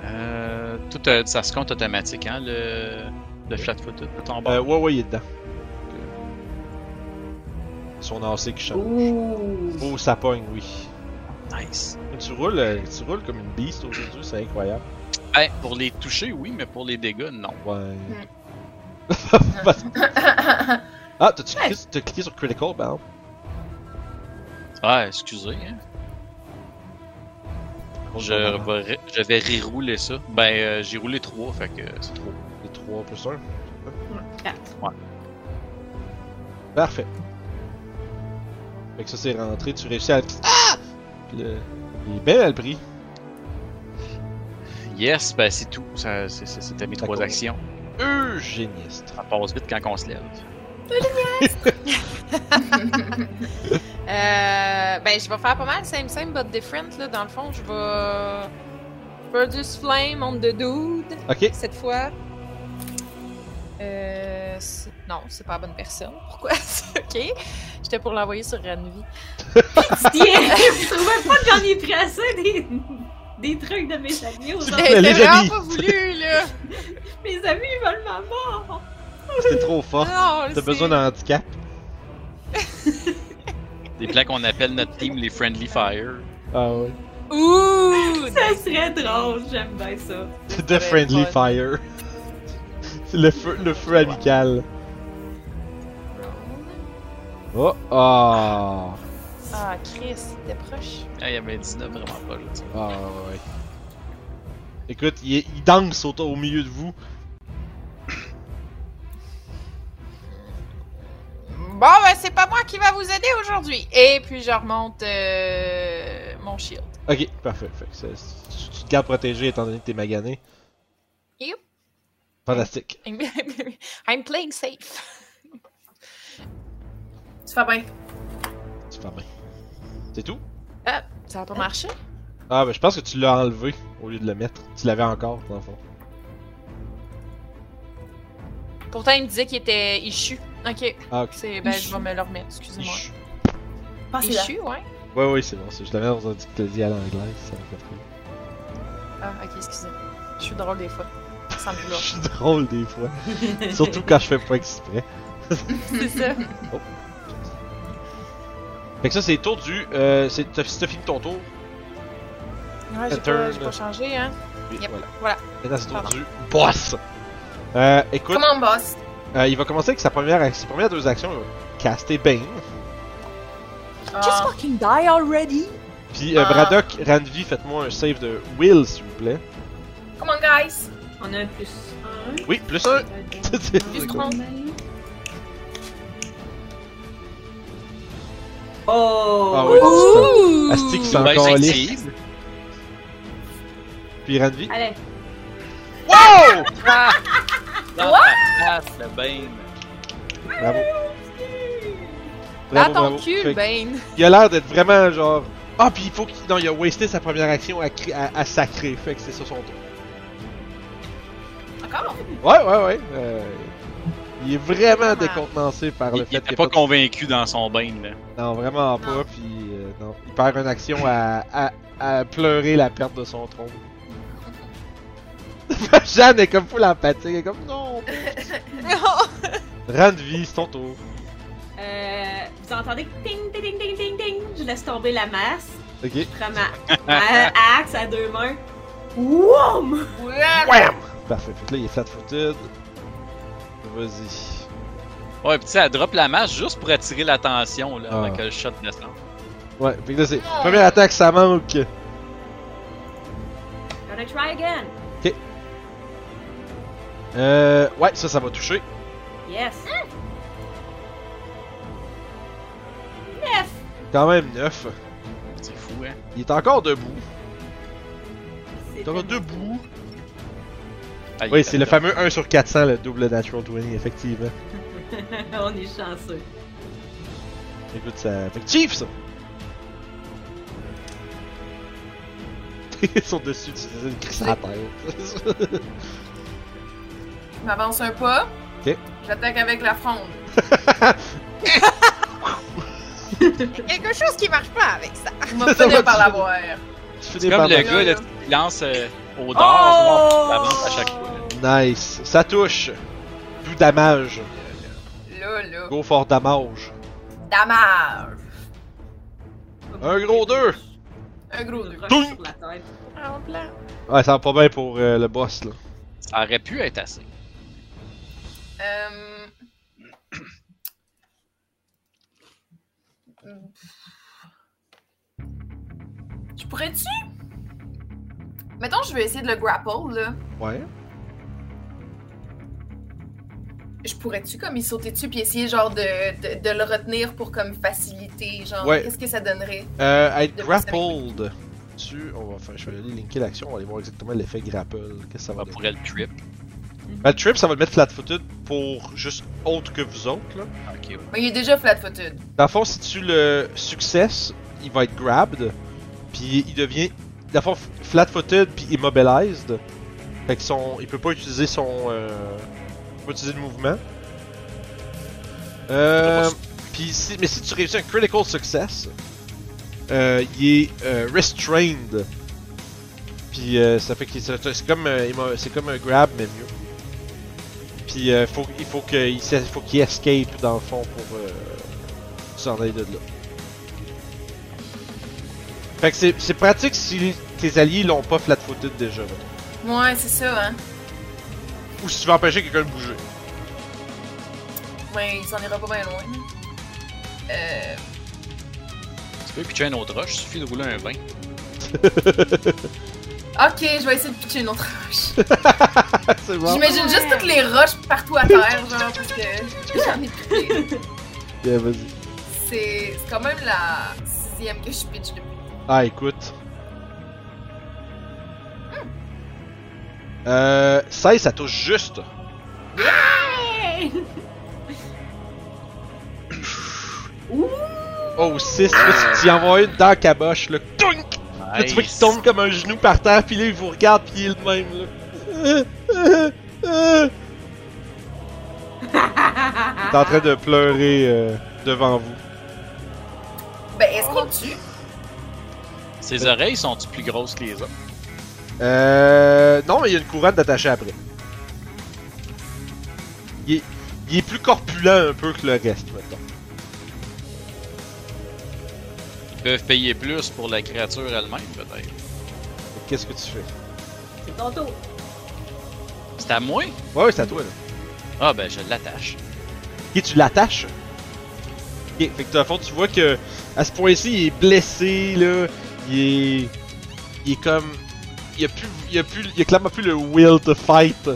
S3: Euh, tout, euh, ça se compte automatique, hein, le, le flat-footed, le tombeur.
S1: Euh, ouais, ouais, il est dedans. Donc, euh, Son AC qui change.
S2: Ouh.
S1: Oh, ça pogne, oui.
S3: Nice.
S1: Tu roules, euh, tu roules comme une beast aujourd'hui, c'est incroyable.
S3: Ben, pour les toucher, oui, mais pour les dégâts, non.
S1: Ouais.
S5: Mm.
S1: ah, t'as-tu cliqué, t'as cliqué sur Critical, ben?
S3: Ah, excusez, hein. Je vais, ré- je vais rerouler ça. Ben, euh, j'ai roulé 3, fait que c'est trop.
S2: Ah.
S1: Les 3 plus 1.
S2: Quatre.
S1: Parfait. Fait que ça, c'est rentré, tu réussis à. Ah! Puis le... Il est belle, le prix.
S3: Yes, ben c'est tout. Ça- c'est- c'est- C'était mes trois
S1: D'accord.
S3: actions.
S1: Eugéniste.
S3: Ça passe vite quand on se lève.
S5: Ah.
S4: Euh, ben, je vais faire pas mal same same but different là. Dans le fond, je vais produce flame on the dude
S1: Ok.
S4: cette fois. Euh, c'est- non, c'est pas la bonne personne. Pourquoi Ok, j'étais pour l'envoyer sur Ranvi.
S2: Tiens, euh, je trouvais pas que j'en ai pressé des, des trucs de mes amis aujourd'hui.
S1: Ah, Mais
S4: Elle
S1: les
S4: était
S1: amis.
S4: vraiment pas voulu là.
S2: Mes amis ils veulent ma mort.
S1: C'était trop fort.
S4: Non,
S1: Oh, T'as
S4: c'est-
S1: besoin d'un handicap.
S3: Des plans qu'on appelle notre team les Friendly Fire.
S1: Ah ouais.
S4: Ouh,
S2: Ça serait drôle, j'aime bien ça.
S1: The Friendly
S4: fun.
S1: Fire. C'est le feu, le feu amical. Oh, ah,
S4: Ah, Chris, t'es proche.
S3: Ah, il y avait 19 vraiment pas là. tu sais.
S1: ah ouais. Écoute, il, est- il danse au, au milieu de vous.
S4: Bon, ben, c'est pas moi qui va vous aider aujourd'hui. Et puis, je remonte euh, mon shield.
S1: Ok, parfait. Fait que c'est- c'est- tu te gardes protégé étant donné que t'es magané.
S4: Yep.
S1: Fantastique.
S4: I'm playing safe.
S5: Tu fais bien.
S1: Super bien. C'est tout?
S4: Ah, ça a pas marché?
S1: Ah, ben je pense que tu l'as enlevé au lieu de le mettre. Tu l'avais encore, dans le fond.
S4: Pourtant, il me disait qu'il était issu. Ok.
S1: Ah, ok.
S4: C'est, ben,
S5: Issu.
S4: je vais me le remettre, excusez-moi.
S1: Chut.
S4: Ah,
S5: Passez là.
S4: Issu, ouais.
S1: Ouais, ouais, c'est bon. c'est- Je l'avais dans un dictosial en anglais. Ça me fait trop.
S4: Ah, ok, excusez. Je suis drôle des fois. Sans le
S1: Je
S4: vouloir.
S1: suis drôle des fois. Surtout quand je fais pas exprès.
S4: c'est ça.
S1: Fait que ça, c'est le tour du. Euh, c'est- t'as t'as fini ton tour.
S4: Ouais, j'ai pas, j'ai pas changé, hein.
S1: Et
S4: Yep.
S1: voilà.
S4: Voilà.
S1: Maintenant, c'est le tour
S4: Pardon.
S1: du boss. Euh, écoute,
S5: Comment on bosse?
S1: euh, il va commencer avec sa première, ac- ses premières deux actions. Il va caster Bane.
S4: Just fucking die already!
S1: Puis euh,
S5: Ah.
S1: Braddock, Ranvi, faites-moi un save de Will, s'il vous plaît.
S5: Comment guys?
S2: On a un plus un.
S1: Oui, plus un. C'est-
S5: Plus
S1: c'est
S5: trois.
S2: Oh!
S1: Ah oui.
S4: Ouh!
S1: Astique, c'est
S3: Ben,
S1: encore
S3: c'est
S1: lisse. Puis Ranvi.
S2: Allez,
S1: Wow!
S3: Ah! Dans ta Ah, face, le Bane.
S1: Bravo.
S4: Dans
S1: Bravo,
S4: ton
S1: bravo. Fait
S4: cul,
S1: que
S4: Bane!
S1: Il a l'air d'être vraiment genre. Ah, puis il faut qu'il. Non, il a wasté sa première action à, cri- à, à sacrer. Fait que c'est ça son tour.
S5: Encore?
S1: Ouais, ouais, ouais. euh, il est vraiment
S4: Vraiment.
S1: décontenancé par Ah, le
S3: Il, il
S1: fait
S3: était
S1: qu'il
S3: pas
S1: pas
S3: convaincu dans son Bane, là.
S1: Non, vraiment pas.
S5: Non.
S1: Puis, euh, non. Il perd une action à, à, à pleurer la perte de son trône. Jeanne est comme full empathique. Elle est comme non. Randvi, c'est ton tour.
S2: euh, vous entendez ding, ding, ding, ding, ding, ding. Je laisse tomber la masse.
S1: Ok.
S2: Je prends ma, ma axe à deux mains. Woum!
S1: Wham! Parfait. Fait que là, il est flat-footed. Vas-y.
S3: Ouais, pis tu sais, elle drop la masse juste pour attirer l'attention, là,
S1: Ah.
S3: avec le shot de sang.
S1: Ouais, fait que là, c'est. Première attaque, ça manque.
S2: Gonna try again.
S1: Euh. Ouais, ça, ça va toucher.
S2: Yes. Neuf!
S1: Quand même 9.
S3: C'est fou, hein.
S1: Il est encore debout.
S2: C'est
S1: Il est encore
S2: tellement-
S1: debout.
S3: Ah, il est
S1: Oui, c'est le
S3: là.
S1: fameux 1 sur 400, le double Natural 20, effectivement.
S2: On est chanceux.
S1: Écoute, ça. Fait que Chief, ça! Ils sont dessus, tu faisais une crise à la tête.
S5: Je m'avance un pas.
S1: Ok.
S5: J'attaque avec la fronde.
S4: Il y a quelque chose qui marche pas avec ça!
S5: Je me
S1: Ça va
S5: tenais par la
S1: tuer.
S5: voir.
S1: tu fais
S3: C'est
S1: des
S3: comme le
S1: bandages.
S3: gars, là, qui lance euh, au dard, là, avance à chaque fois. là.
S1: Nice. Ça touche. Tout damage.
S5: Là, là.
S1: Go for damage.
S5: Damage.
S1: Un gros deux.
S5: Un gros
S2: Une
S5: deux.
S2: roche
S1: Doum.
S2: sur la tête.
S4: En blanc.
S1: Ouais, ça va pas bien pour euh, le boss, là.
S3: Ça aurait pu être assez.
S5: Euh... Je pourrais-tu? Mettons, je vais essayer de le grapple, là.
S1: Ouais.
S5: je pourrais-tu comme y sauter dessus puis essayer genre de, de, de le retenir pour comme faciliter, genre
S1: Ouais.
S5: qu'est-ce que ça donnerait?
S1: Euh, être
S5: De
S1: grappled. Tu, on va faire, je vais aller linker l'action, on va aller voir exactement l'effet grapple. Qu'est-ce que ça va
S3: On
S1: donner.
S3: pourrait le trip.
S1: Ben, trip, ça va le mettre flat-footed pour juste autre que vous autres. Là.
S3: Ok, ouais.
S5: Mais il est déjà flat-footed.
S1: Dans le fond, si tu le success, il va être grabbed, puis il devient, dans le fond, f- flat-footed puis immobilized. Fait que son, il peut pas utiliser son, euh, il peut pas utiliser le mouvement. Euh, puis si, mais si tu réussis un critical success, euh, il est euh, restrained. Puis euh, ça fait que c'est c'est comme, euh, immo- c'est comme un grab mais mieux. Puis euh, faut, il faut qu'il s'es- faut qu'il escape dans le fond pour euh, s'en aller de là. Fait que c'est- c'est pratique si tes alliés l'ont pas flat-footed déjà. là.
S5: Ouais, c'est ça, hein.
S1: Ou si tu veux empêcher quelqu'un de bouger.
S5: Ouais, il s'en ira pas bien loin. Euh,
S3: Tu peux pitcher un autre rush, suffit de rouler un 20.
S5: ok, je vais essayer de pitcher une autre roche.
S1: c'est
S5: J'imagine juste toutes les roches partout à terre, genre, parce que j'en ai pitché.
S1: Bien, vas-y.
S5: C'est c'est quand même la sixième que je pitch depuis.
S1: Ah, écoute. Euh, 16, ça touche juste.
S2: Hey!
S1: Oh, 6, là, tu t'y envoies une dans la caboche, là. Toink! Là, tu vois qu'il tombe comme un genou par terre, puis là, il vous regarde, puis il est le même, là. Euh, euh, euh. Il est en train de pleurer euh, devant vous.
S5: Ben, est-ce qu'on tue?
S3: Ses oreilles sont-tu plus grosses que les autres?
S1: Euh. Non, mais il y a une couronne d'attacher après. Il est, il est plus corpulent un peu que le reste, maintenant.
S3: Ils peuvent payer plus pour la créature elle-même, peut-être.
S1: Qu'est-ce que tu fais?
S2: C'est ton tour.
S3: C'est à moi?
S1: Ouais, ouais, c'est à toi, là.
S3: Ah, ben, je l'attache.
S1: Ok, tu l'attaches. Ok, fait que dans le fond, tu vois que à ce point-ci, il est blessé, là. Il est. Il est comme. Il a plus. Il a plus. Il a clairement plus le will to fight. Puis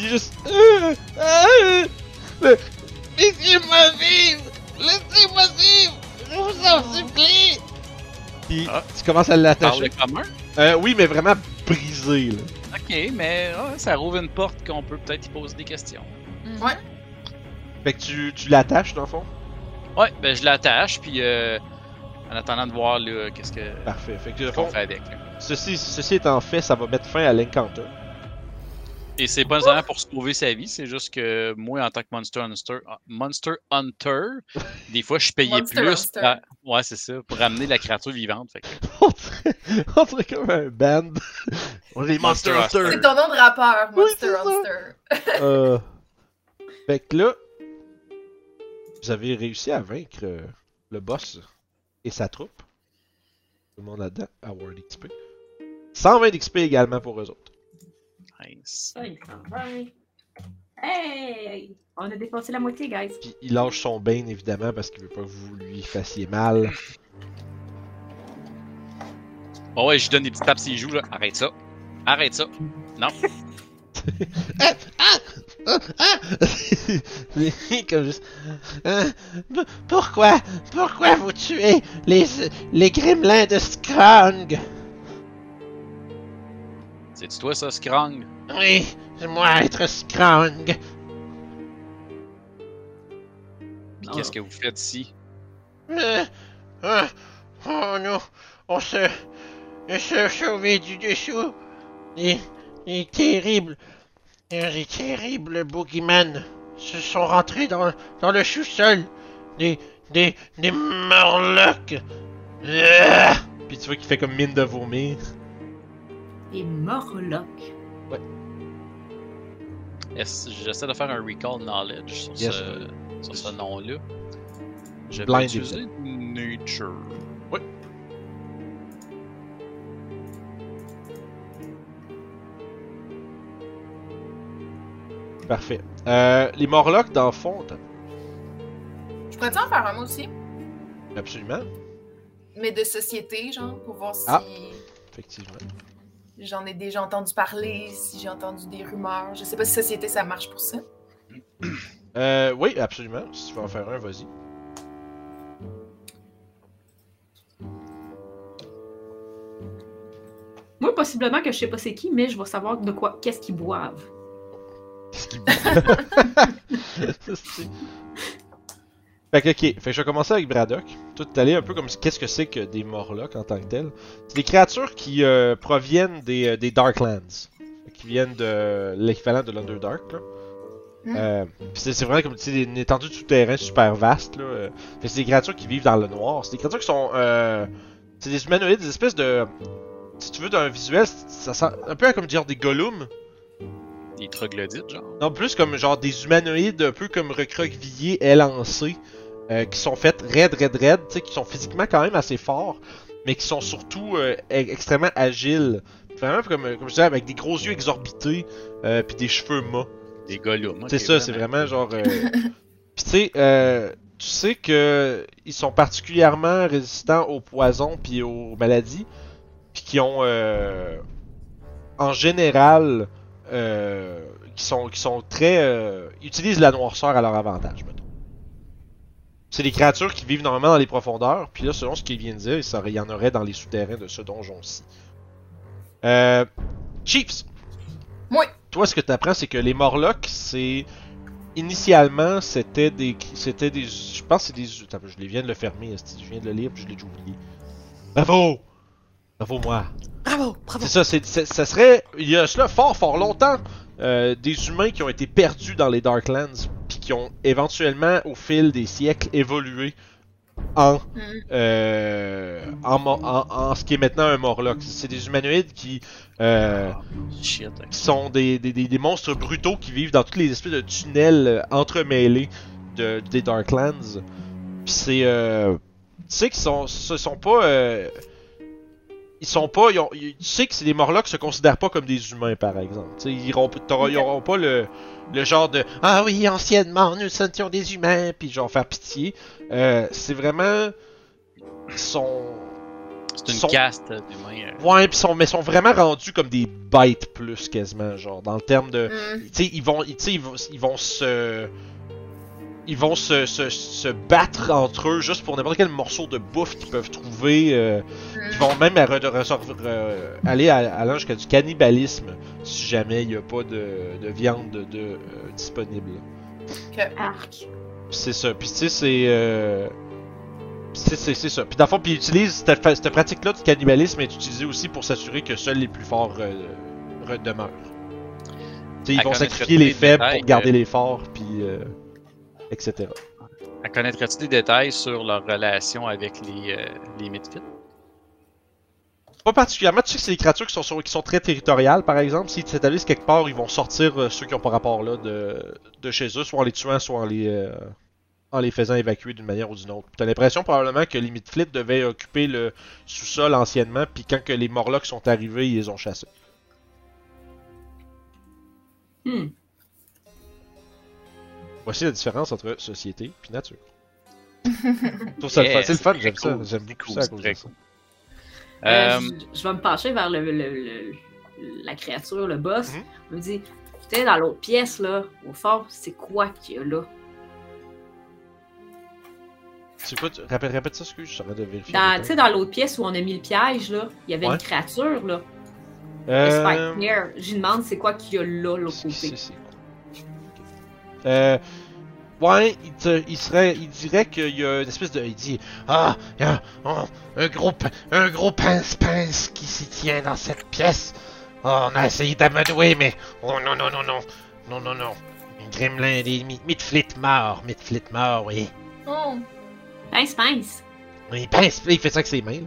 S1: il est juste. Euh, euh, le- Laissez-moi vivre! Laissez-moi vivre! Je vous en supplie! Puis
S3: Ah.
S1: tu commences à
S3: Parle
S1: l'attacher.
S3: commun?
S1: Euh, oui, mais vraiment brisé, là.
S3: Ok, mais ah, ça rouvre une porte qu'on peut peut-être y poser des questions.
S4: Mm-hmm.
S5: Ouais.
S1: Fait que tu, tu l'attaches, dans le fond.
S3: Ouais, ben, je l'attache, puis euh, en attendant de voir là, qu'est-ce que-
S1: Parfait. Fait que dans le
S3: qu'on
S1: fond,
S3: fait avec. là.
S1: ceci, ceci étant fait, ça va mettre fin à l'encounter.
S3: Et c'est pas nécessairement pour sauver sa vie, c'est juste que moi, en tant que Monster Hunter, ah, Monster Hunter des fois, je payais
S5: Monster
S3: plus.
S5: Hunter.
S3: pour- ouais, c'est ça, pour ramener la créature vivante. Fait que-
S1: on dirait, on dirait comme un band. On est
S3: Monster Hunter.
S5: C'est ton nom de rappeur,
S1: Oui,
S5: Monster
S1: c'est ça.
S5: Hunter.
S1: Euh, Fait que là, vous avez réussi à vaincre euh, le boss et sa troupe. Tout le monde là-dedans, avoir d'XP. 120 d'XP également pour eux autres.
S3: Nice.
S2: Ah, il s'en va. Hey! On a dépensé la moitié, guys.
S1: Puis il lâche son bain évidemment parce qu'il veut pas que vous lui fassiez mal.
S3: Bon, ouais, je lui donne des petites tapes s'il joue, là. Arrête ça. Arrête ça.
S1: Ah! Ah! Ah! Ah! C'est comme juste. Ah! P- Pourquoi? Pourquoi vous tuez les, les gremlins de Skrung?
S3: C'est-tu toi, ça, Scrang?
S1: Oui, moi être Skrung.
S3: Puis
S2: Non.
S3: qu'est-ce que vous faites ici?
S1: Euh, euh, oh non, on se, on se sauver du dessous. Les, les terribles, euh, les terribles boogeyman se sont rentrés dans, dans le sous-sol. Des, des, des morlocs. Euh. Puis tu vois qu'il fait comme mine de vomir.
S2: Et Morlock.
S3: Est-ce- J'essaie de faire un recall knowledge sur
S1: Yes,
S3: ce, sur ce nom-là. Je
S1: Blind
S3: vais utiliser Nature.
S1: Oui. Parfait. Euh, les morlocs dans le fond,
S5: Je pourrais-tu en faire un mot aussi?
S1: absolument,
S5: Mais de société, genre, pour voir si
S1: Ah. effectivement.
S5: j'en ai déjà entendu parler, si j'ai entendu des rumeurs. Je sais pas si société, ça marche pour ça.
S1: Euh, oui, absolument. Si tu veux en faire un, vas-y.
S2: Moi, possiblement que je sais pas c'est qui, mais je vais savoir de quoi, qu'est-ce qu'ils boivent.
S1: Qu'est-ce qu'il Fait que, ok, fait que je vais commencer avec Braddock. Tout est allé un peu comme qu'est-ce que c'est que des Morlocks en tant que tels. C'est des créatures qui euh, proviennent des, euh, des Darklands, qui viennent de l'équivalent de l'Underdark. là.
S5: Mm.
S1: Euh, pis c'est c'est vraiment comme tu sais, une étendue de souterrain super vaste. Là. Euh, Fait que c'est des créatures qui vivent dans le noir. C'est des créatures qui sont. Euh, c'est des humanoïdes, des espèces de. Si tu veux, d'un visuel, ça sent un peu comme dire des golems,
S3: Des troglodytes, genre.
S1: non, plus comme genre des humanoïdes un peu comme recroquevillés, élancés, euh, qui sont faits raide, raide, raide, tu sais, qui sont physiquement quand même assez forts, mais qui sont surtout euh, e- extrêmement agiles. Vraiment comme, comme je disais, avec des gros yeux exorbités, euh, puis des cheveux mâts.
S3: Des golems.
S1: C'est ça, c'est vraiment genre. euh, Puis tu sais, euh, tu sais que ils sont particulièrement résistants aux poisons puis aux maladies, puis qui ont, euh, en général, euh, qui sont, qui sont très, euh, ils utilisent la noirceur à leur avantage. mettons. C'est des créatures qui vivent normalement dans les profondeurs, puis là, selon ce qu'il vient de dire, il serait- il y en aurait dans les souterrains de ce donjon-ci. Euh, Chiefs, toi, ce que tu apprends, c'est que les Morlocks, c'est. Initialement, c'était des. C'était des. Je pense que c'est des. Attends, je les viens de le fermer, esti, je viens de le lire, puis je l'ai déjà oublié. Bravo! Bravo, moi!
S4: Bravo, bravo.
S1: C'est ça, c'est, c'est- ça serait, il y a cela fort, fort longtemps, euh, des humains qui ont été perdus dans les Darklands, puis qui ont éventuellement, au fil des siècles, évolué
S4: Mm.
S1: en, euh, en, mo- en- en ce qui est maintenant un Morlock. C'est des humanoïdes qui, euh,
S3: Shit, ok.
S1: qui sont des, des, des- des monstres brutaux qui vivent dans toutes les espèces de tunnels euh, entremêlés de, des Darklands. Puis c'est. euh, tu sais qu'ils sont, ce sont pas. euh, ils sont pas. ils ont- ils- tu sais que c'est des Morlocks se considèrent pas comme des humains, par exemple. Tu sais, ils n'auront pas le, le genre de Ah oui, anciennement, nous étions des humains, puis genre faire pitié. Euh, c'est vraiment. Ils sont.
S3: C'est une
S1: Son-
S3: caste d'humains. euh,
S1: Ouais, pis sont, mais sont vraiment rendus comme des bêtes plus quasiment, genre, dans le terme de.
S5: Hmm.
S1: Tu sais, ils vont, ils, tu sais, ils vont, ils vont se. Ils vont se, se, se battre entre eux juste pour n'importe quel morceau de bouffe qu'ils peuvent trouver. euh, Ils vont même à re- de ressort- re- aller à, allant jusqu'à du cannibalisme si jamais il n'y a pas de, de viande de, de, euh, disponible.
S2: Arc.
S1: Pis c'est ça. Puis tu sais, c'est. euh, C'est, c'est, c'est ça. Puis dans le fond, puis ils utilisent cette, fa- cette pratique-là du cannibalisme est utilisée aussi pour s'assurer que seuls les plus forts euh, redemeurent. Tu sais, ils
S3: À
S1: vont
S3: connaître
S1: sacrifier
S3: les
S1: les faibles
S3: détails,
S1: pour garder
S3: euh,
S1: les forts, puis. euh, etc.
S3: à connaître-tu Euh, des détails sur leur relation avec les, euh, les Midfits?
S1: Pas particulièrement, tu sais que c'est des créatures qui sont, sur- qui sont très territoriales, par exemple. S'ils s'établissent quelque part, ils vont sortir euh, ceux qui ont pas rapport là de, de chez eux, soit en les tuant, soit en les, euh, en les faisant évacuer d'une manière ou d'une autre. T'as l'impression probablement que Limit Flip devait occuper le sous-sol anciennement, puis quand que les Morlocks sont arrivés, ils les ont chassés.
S2: Hmm.
S1: Voici la différence entre société et nature. Je trouve ça le fun-
S3: Yeah,
S1: c'est le fun,
S3: très
S1: j'aime ça,
S3: cool,
S1: j'aime
S3: c'est
S1: beaucoup
S3: cool,
S1: ça. à
S3: c'est
S1: cause
S3: très
S1: de ça.
S2: Euh,
S3: Euh,
S2: je- je vais me pencher vers le, le- le- la créature, le boss.
S1: Mhm.
S2: Je me dis, putain, dans l'autre pièce, là, au fond, c'est quoi qu'il y a là?
S1: C'est quoi, tu- répète, répète ça, excuse, je serais de vérifier.
S2: Dans-
S1: le
S2: Tu
S1: temps.
S2: sais, dans l'autre pièce où on a mis le piège, là, il y avait
S1: Ouais.
S2: une créature, là. Le
S1: Euh,
S2: Spikemare. J'y demande, c'est quoi qu'il y a là, l'autre
S1: Qu'est-ce que c'est,
S2: côté?
S1: c'est quoi? Euh, ouais, il, te- il serait, il dirait qu'il y a une espèce de, il dit, ah, il y a un, un gros, pin- un gros pince-pince qui s'y tient dans cette pièce. Ah, on a essayé d'amadouer, mais, oh non, non, non, non, non, non, non. Un gremlin, des mi- midflit mort, midflit mort, oui.
S5: Oh.
S2: Pince, pince!
S1: Il pince, il fait ça avec ses mains, là.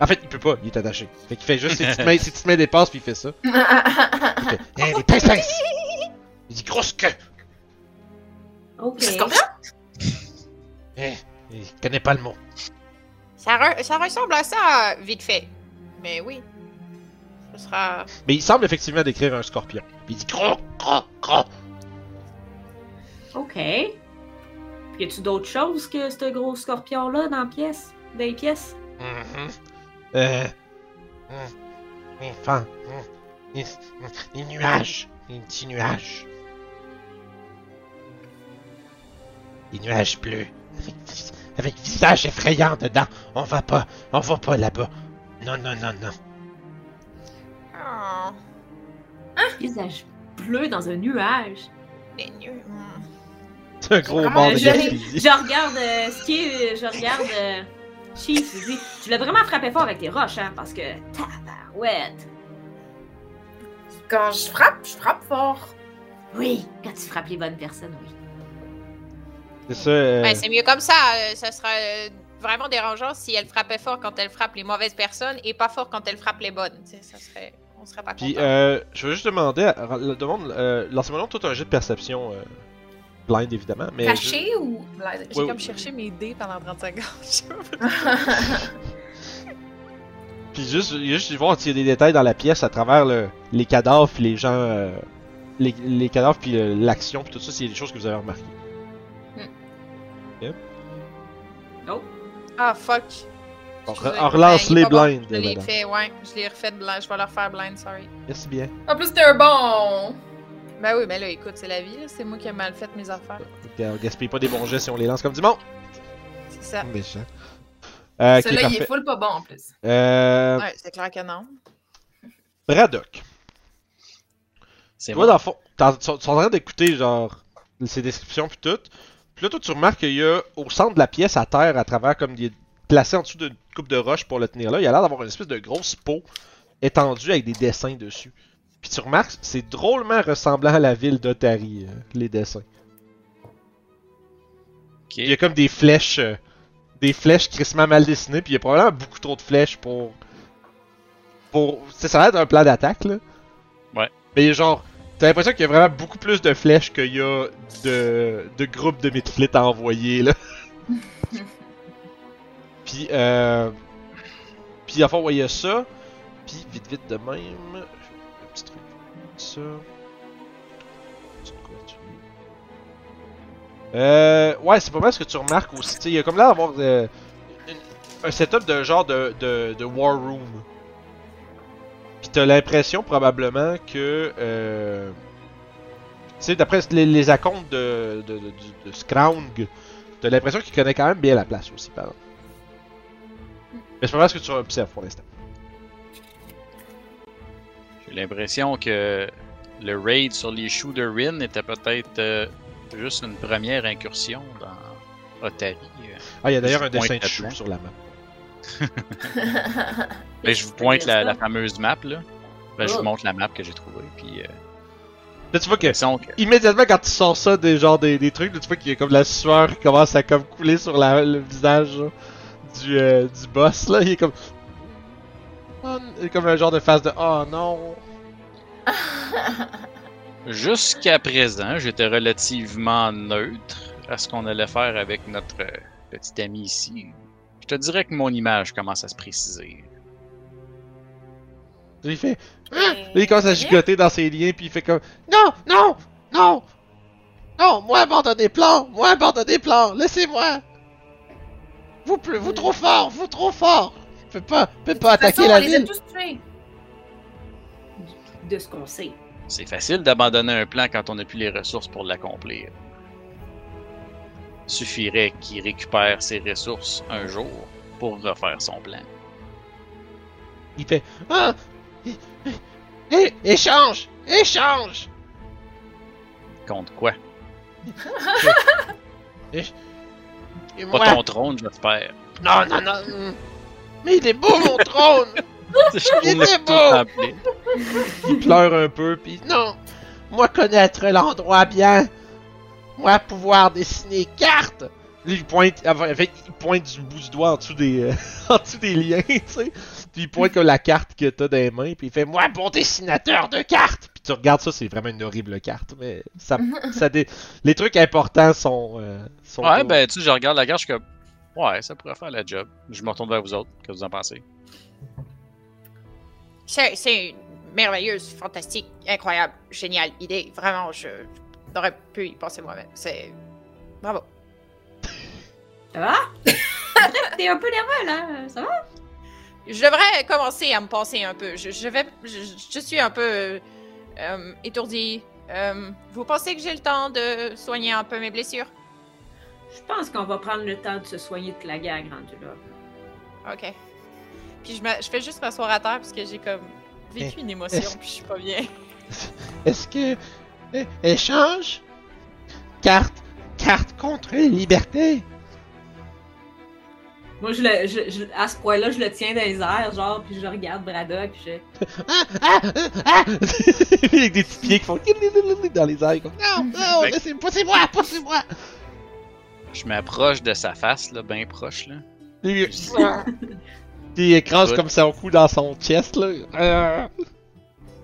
S1: En fait, il peut pas, il est attaché. Fait qu'il fait juste ses petites mains, ses petites mains dépassent, puis il fait ça. Il fait, Hein, des pince-pince! Il dit, grosse queue!
S2: Ok.
S5: C'est scorpion?
S1: Eh, il connaît pas le mot.
S4: Ça, re- ça ressemble à ça, vite fait. Mais oui. Ce sera.
S1: Mais il semble effectivement décrire un scorpion. Puis il dit gros, gros, gros.
S2: Ok. Puis y a-tu d'autres choses que ce gros scorpion-là dans la pièce? Dans les pièces?
S1: Mhm. Euh. mm, Les vents. mm, Les, mm, les nuages. Les petits nuages. les nuages bleus, avec, vis- avec visage effrayant dedans. On va pas, on va pas là-bas. Non, non, non, non.
S4: Oh,
S2: Visage bleu dans un nuage.
S4: les nuages. hmm.
S1: C'est un gros
S5: Ah,
S1: bord de
S2: je-
S1: gaspillage.
S2: Je regarde euh, ce qui est. Je regarde. euh, Chief, je dis. Tu l'as vraiment frappé fort avec tes roches, hein, parce que. Tabarouette!
S5: Quand je frappe, je frappe fort.
S2: Oui, quand tu frappes les bonnes personnes, oui.
S1: C'est ça. euh,
S4: Ben, c'est mieux comme ça. euh, Ça sera euh, vraiment dérangeant si elle frappait fort quand elle frappe les mauvaises personnes et pas fort quand elle frappe les bonnes. Tu sais, Ça serait... On serait pas
S1: Puis,
S4: content.
S1: euh, je veux juste demander, à- le- demande, euh, lancez-moi donc tout un jeu de perception, euh, blind évidemment, mais.
S5: Caché ou.
S4: J'ai
S1: ouais,
S4: comme
S1: ouais.
S4: cherché mes dés pendant 30 secondes.
S1: juste- Puis juste, juste voir s'il y a des détails dans la pièce à travers le- les cadavres, puis les gens. euh, les, les cadavres, puis euh, l'action, puis tout ça, s'il y a des choses que vous avez remarquées.
S2: Oh.
S4: ah, fuck.
S1: euh, On,
S4: Excusez.
S1: re- on relance
S4: Ben, il est
S1: les
S4: pas bon.
S1: blindes,
S4: Je l'ai
S1: madame.
S4: fait, ouais. Je l'ai refait de blind. Je vais leur faire blind, sorry.
S1: Merci bien.
S5: En plus, t'es un bon.
S4: Ben oui, mais là, écoute, c'est la vie. là. C'est moi qui ai mal fait mes affaires.
S1: Ok, on gaspille pas des bons gestes si on les lance comme du monde.
S4: C'est ça.
S1: Méchant. Euh, ok,
S5: Celui-là, il est
S1: parfait.
S5: full pas bon en plus.
S1: Euh,
S4: Ouais, c'est clair que non.
S1: Braddock.
S3: C'est
S1: Toi,
S3: moi.
S1: dans le fond, t'as- tu tu es en train d'écouter, genre, ces descriptions puis tout. Puis là, toi, tu remarques qu'il y a, au centre de la pièce, à terre, à travers, comme il est placé en dessous d'une coupe de roche pour le tenir là, il a l'air d'avoir une espèce de grosse peau étendue avec des dessins dessus. Puis tu remarques, c'est drôlement ressemblant à la ville d'Otari, euh, les dessins.
S3: Ok.
S1: Il y a comme des flèches, euh, des flèches crissement mal dessinées, puis il y a probablement beaucoup trop de flèches pour. pour. tu sais, Ça a l'air d'un plan d'attaque, là.
S3: Ouais.
S1: Mais genre, t'as l'impression qu'il y a vraiment beaucoup plus de flèches qu'il y a de, de groupes de Midfleet à envoyer, là. puis, euh. Puis, à fond, ouais, il y a ça. Puis, vite, vite de même. Un petit truc. Ça. C'est quoi là-dessus? Euh, ouais, c'est pas mal ce que tu remarques aussi. tu sais, Il y a comme là d'avoir euh, une- un setup de genre de, de, de War Room. Puis t'as l'impression probablement que. Euh, tu sais, d'après les, les acomptes de, de, de, de- de Scroung, t'as l'impression qu'il connaît quand même bien la place aussi, par exemple. Mais c'est pas mal ce que tu observes pour l'instant.
S3: J'ai l'impression que le raid sur les choux de Rin était peut-être euh, juste une première incursion dans euh. Otari.
S1: Ah, il y a d'ailleurs un
S3: Je pointe
S1: dessin de chou
S3: là-dedans.
S1: sur la map.
S3: Ben, je vous pointe la, la fameuse map, là. Ben,
S2: Oh.
S3: je vous montre la map que j'ai trouvée. Puis, euh,
S1: Là, tu vois que
S3: l'impression que-
S1: immédiatement quand tu sors ça des genre des, des trucs, là, tu vois qu'il y a comme la sueur qui commence à comme couler sur la- le visage là, du, euh, du boss là, il est comme Oh, il est comme un genre de face de oh non.
S3: jusqu'à présent, j'étais relativement neutre à ce qu'on allait faire avec notre euh, petit ami ici. Je te dirais que mon image commence à se préciser.
S1: Il fait hein? Là, il commence à gigoter dans ses liens, puis il fait comme Non, non, non, non, moi abandonnez plan, moi abandonnez plan, laissez-moi. Vous, ple- vous trop fort, vous trop fort. Je peux pas, je peux pas
S5: Mm. De toute façon,
S1: attaquer
S5: on
S1: la
S5: les a
S1: ville.
S5: tous tués.
S2: De ce qu'on sait.
S3: C'est facile d'abandonner un plan quand on n'a plus les ressources pour l'accomplir. Suffirait qu'il récupère ses ressources un jour pour refaire son plan.
S1: Il fait Ah! Eh, Échange! Échange!
S3: Contre quoi?
S1: Et
S3: Pas
S1: moi,
S3: ton trône, j'espère.
S1: Non, non, non! hmm. Mais il est beau mon trône!
S3: Je tourne le
S1: était
S3: couteau
S1: beau!
S3: dans le blé.
S1: il pleure un peu, puis non! Moi connaître l'endroit bien! Moi pouvoir dessiner cartes! Là, il pointe, enfin, fait, il pointe du bout du doigt en dessous des, euh, en dessous des liens, tu sais. Puis il pointe comme la carte que t'as dans les mains, puis il fait Moi, bon dessinateur de cartes! Puis tu regardes ça, c'est vraiment une horrible carte, mais ça. ça dé- Les trucs importants sont. euh, sont
S3: Ouais, ben, tu sais, je regarde la carte, je suis comme, ouais, ça pourrait faire la job. Je me retourne vers vous autres. Qu'est-ce que vous en pensez?
S4: C'est c'est une merveilleuse, fantastique, incroyable, géniale idée. Vraiment, je je n'aurais pu y penser moi-même. C'est. Bravo.
S2: Ça va? T'es un peu nerveux là, ça va?
S4: Je devrais commencer à me penser un peu. Je, je vais, je, je suis un peu euh, euh, étourdie. Euh, vous pensez que j'ai le temps de soigner un peu mes blessures
S2: Je pense qu'on va prendre le temps de se soigner de la guerre, rendu là.
S4: Ok. Puis je, me- je fais juste m'asseoir à terre parce que j'ai comme vécu une émotion
S1: est-ce-
S4: puis je suis pas bien.
S1: Est-ce que. é- échange Carte. Carte contre liberté
S2: Moi, je le, je- je- à ce point-là, je le tiens dans les airs, genre, puis je regarde Braddock, puis je...
S1: ah, ah, ah, ah! Avec des petits pieds qui font dans les airs. comme, Non, non,
S3: Fait que-
S1: laissez-moi, poussez-moi, poussez-moi
S3: Je m'approche de sa face, là, bien proche, là.
S1: Puis, Il écrase
S3: Good.
S1: comme son cou dans son chest, là. Ah.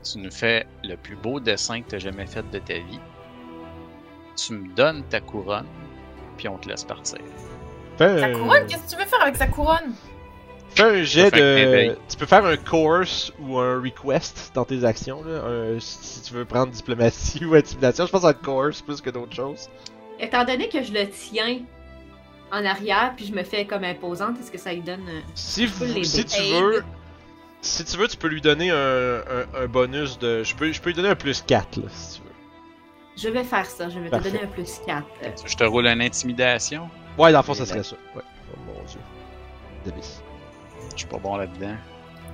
S3: Tu nous fais le plus beau dessin que t'as jamais fait de ta vie. Tu me donnes ta couronne, puis on te laisse partir.
S1: Fais
S5: Sa
S1: un-
S5: couronne, qu'est-ce que tu veux faire avec sa couronne?
S1: fais un jet
S3: Fait que
S1: de.
S3: réveille.
S1: Tu peux faire un coerce ou un request dans tes actions, là. un- Si tu veux prendre diplomatie ou intimidation, je pense à coerce plus que d'autres choses.
S2: Étant donné que je le tiens en arrière, puis je me fais comme imposante, est-ce que ça lui donne... euh,
S1: Si, vous-
S2: l'aider.
S1: si tu
S4: Aide.
S1: veux, si tu veux, tu peux lui donner un, un- un bonus de. Je peux, je peux lui donner un plus 4 là, si tu veux.
S2: Je vais faire ça, je vais
S1: Parfait.
S2: te donner un plus 4. euh,
S3: Je te roule une intimidation.
S1: Ouais, dans le fond, ça
S3: Mais
S1: serait
S3: là-
S1: ça. Ouais. Oh mon dieu. Zébis.
S3: Je suis pas bon là-dedans.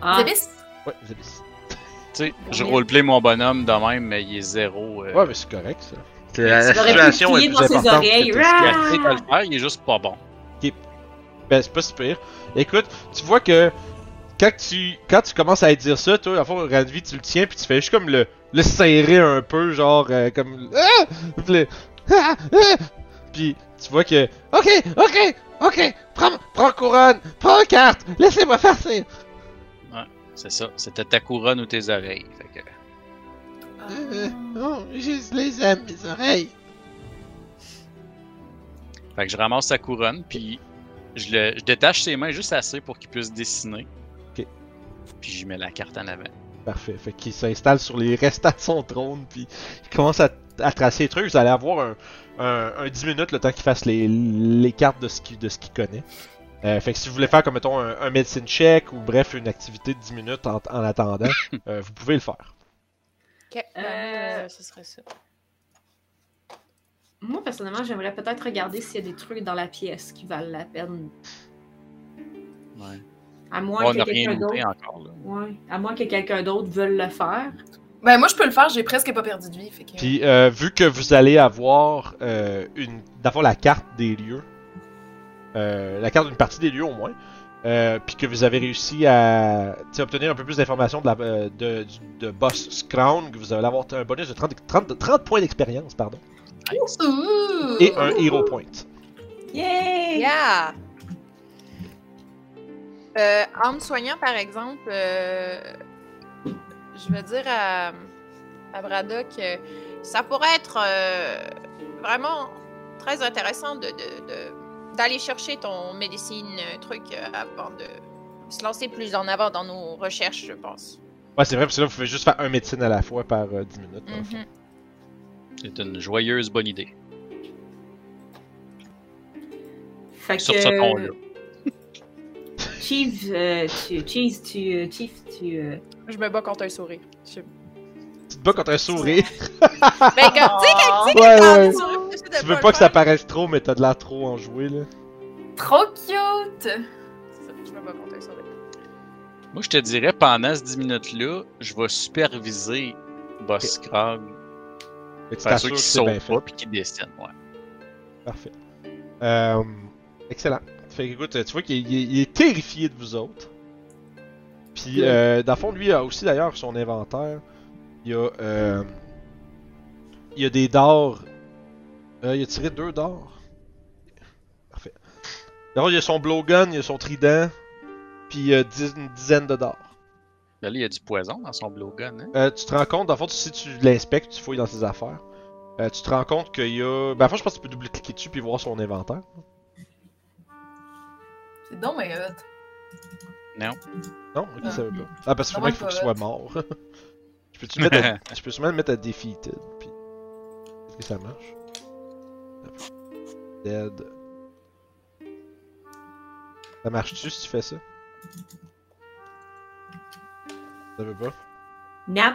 S2: Ah,
S5: Zébis?
S1: Ouais, Zébis.
S3: Tu sais, je roleplay mon bonhomme de même, mais il est zéro. euh,
S1: Ouais, mais c'est correct ça.
S3: la
S2: tu aurais pu crier dans ses oreilles.
S3: il a
S2: Rah!
S3: essayé de le faire, il est juste pas bon.
S1: Ben, c'est pas si pire. Écoute, tu vois que quand tu, quand tu commences à dire ça, toi, à fond, Ranvi, tu le tiens, puis tu fais juste comme le, le serrer un peu, genre, euh, comme. Ah! Puis le- Ah! Ah! Puis tu vois que. Ok, ok, ok, prends, prends couronne, prends carte, laissez-moi faire ça. Euh,
S3: C'est ça. C'était ta couronne ou tes oreilles. Fait que,
S1: Euh, non, je les aime, mes oreilles.
S3: fait que je ramasse sa couronne, puis je, le, je détache ses mains juste assez pour qu'il puisse dessiner.
S1: Ok.
S3: Puis j'y mets la carte en avant.
S1: Parfait. Fait qu'il s'installe sur les restants de son trône, puis il commence à, à tracer les trucs. Vous allez avoir un, un, un 10 minutes le temps qu'il fasse les, les cartes de ce qu'il de ce qu'il connaît. Euh, fait que si vous voulez faire comme mettons un, un medicine check ou bref une activité de 10 minutes en, en attendant, euh, vous pouvez le faire.
S4: Ok.
S2: Euh,
S4: Euh, ce serait ça.
S2: Moi, personnellement, j'aimerais peut-être regarder s'il y a des trucs dans la pièce qui valent la peine.
S3: Ouais.
S2: À
S3: on
S2: moins
S3: n'a
S2: que quelqu'un
S3: rien loupé
S2: d'autre...
S3: encore. Là.
S2: Ouais, à moins que quelqu'un d'autre veuille le faire.
S5: Ben moi je peux le faire, j'ai presque pas perdu de vie. Fait que...
S1: Puis euh, vu que vous allez avoir euh, une d'avoir la carte des lieux, euh, la carte d'une partie des lieux au moins, euh, puis que vous avez réussi à tu sais, obtenir un peu plus d'informations de, la- euh, de, du- de Boss Scrown, que vous allez avoir un bonus de 30, 30, de 30 points d'expérience, pardon,
S3: Nice.
S5: Ouh!
S1: et un Hero Point.
S2: Yay!
S4: Yeah! Euh, en me soignant, par exemple, euh, je veux dire à, à Braddock, euh, ça pourrait être euh, vraiment très intéressant de, de- de- d'aller chercher ton médecine euh, truc euh, avant de se lancer plus en avant dans nos recherches, je pense.
S1: Ouais, c'est vrai, parce que là, vous pouvez juste faire un médecine à la fois par euh, 10 minutes. dans le
S4: Mm-hmm.
S1: fond.
S3: C'est une joyeuse bonne idée.
S2: Fait
S3: Sur
S2: que-
S3: ce ton-là.
S2: Chief, euh, tu, Cheese, tu, euh, Chief, tu... euh,
S4: Je me bats contre un sourire. Je...
S1: Tu te bats contre un sourire.
S4: Ben, comme, tu sais, quand
S1: Ah,
S4: tu sais,
S1: Ouais,
S4: quand
S1: ouais.
S4: tu souris, j'essaie de
S1: tu veux
S4: le
S1: pas que ça
S4: faire.
S1: paraisse trop, mais t'as de l'air trop enjoué, là.
S5: Trop cute!
S4: C'est ça, Je me bats contre un sourire.
S3: Moi, je te dirais, pendant ces 10 minutes-là, je vais superviser Boss Krog,
S1: Fait que tu
S3: faire Ben,
S1: t'assures
S3: ceux qui
S1: que c'est bien
S3: sautent
S1: fait.
S3: pas puis qui dessinent. Ouais.
S1: Parfait. Euh, excellent. Fait que, écoute, tu vois qu'il il est- il est terrifié de vous autres. Puis, euh, dans le fond, lui a aussi d'ailleurs son inventaire. Il a, euh, il a des dards. Euh, il a tiré deux dards. Parfait. D'abord, il a son blowgun, il a son trident. Puis, il a dix- une dizaine de dards.
S3: Ben là, il y a du poison dans son blowgun. Hein?
S1: Euh, tu te rends compte, dans le fond, si tu l'inspectes, tu fouilles dans ses affaires. euh, tu te rends compte qu'il y a. Ben, en fait, je pense que tu peux double-cliquer dessus puis voir son inventaire.
S5: C'est donc mais hot.
S1: Non, ok,
S5: Ah.
S1: ça veut pas. Ah, parce que faut bien
S5: Non, moi,
S1: qu'il faut
S5: je
S1: qu'il soit
S5: vais
S1: mort. je peux-tu le mettre à... Je peux sûrement le mettre à defeated, puis... Est-ce que ça marche? Dead. Ça marche-tu si tu fais ça? Ça veut pas?
S2: Nap.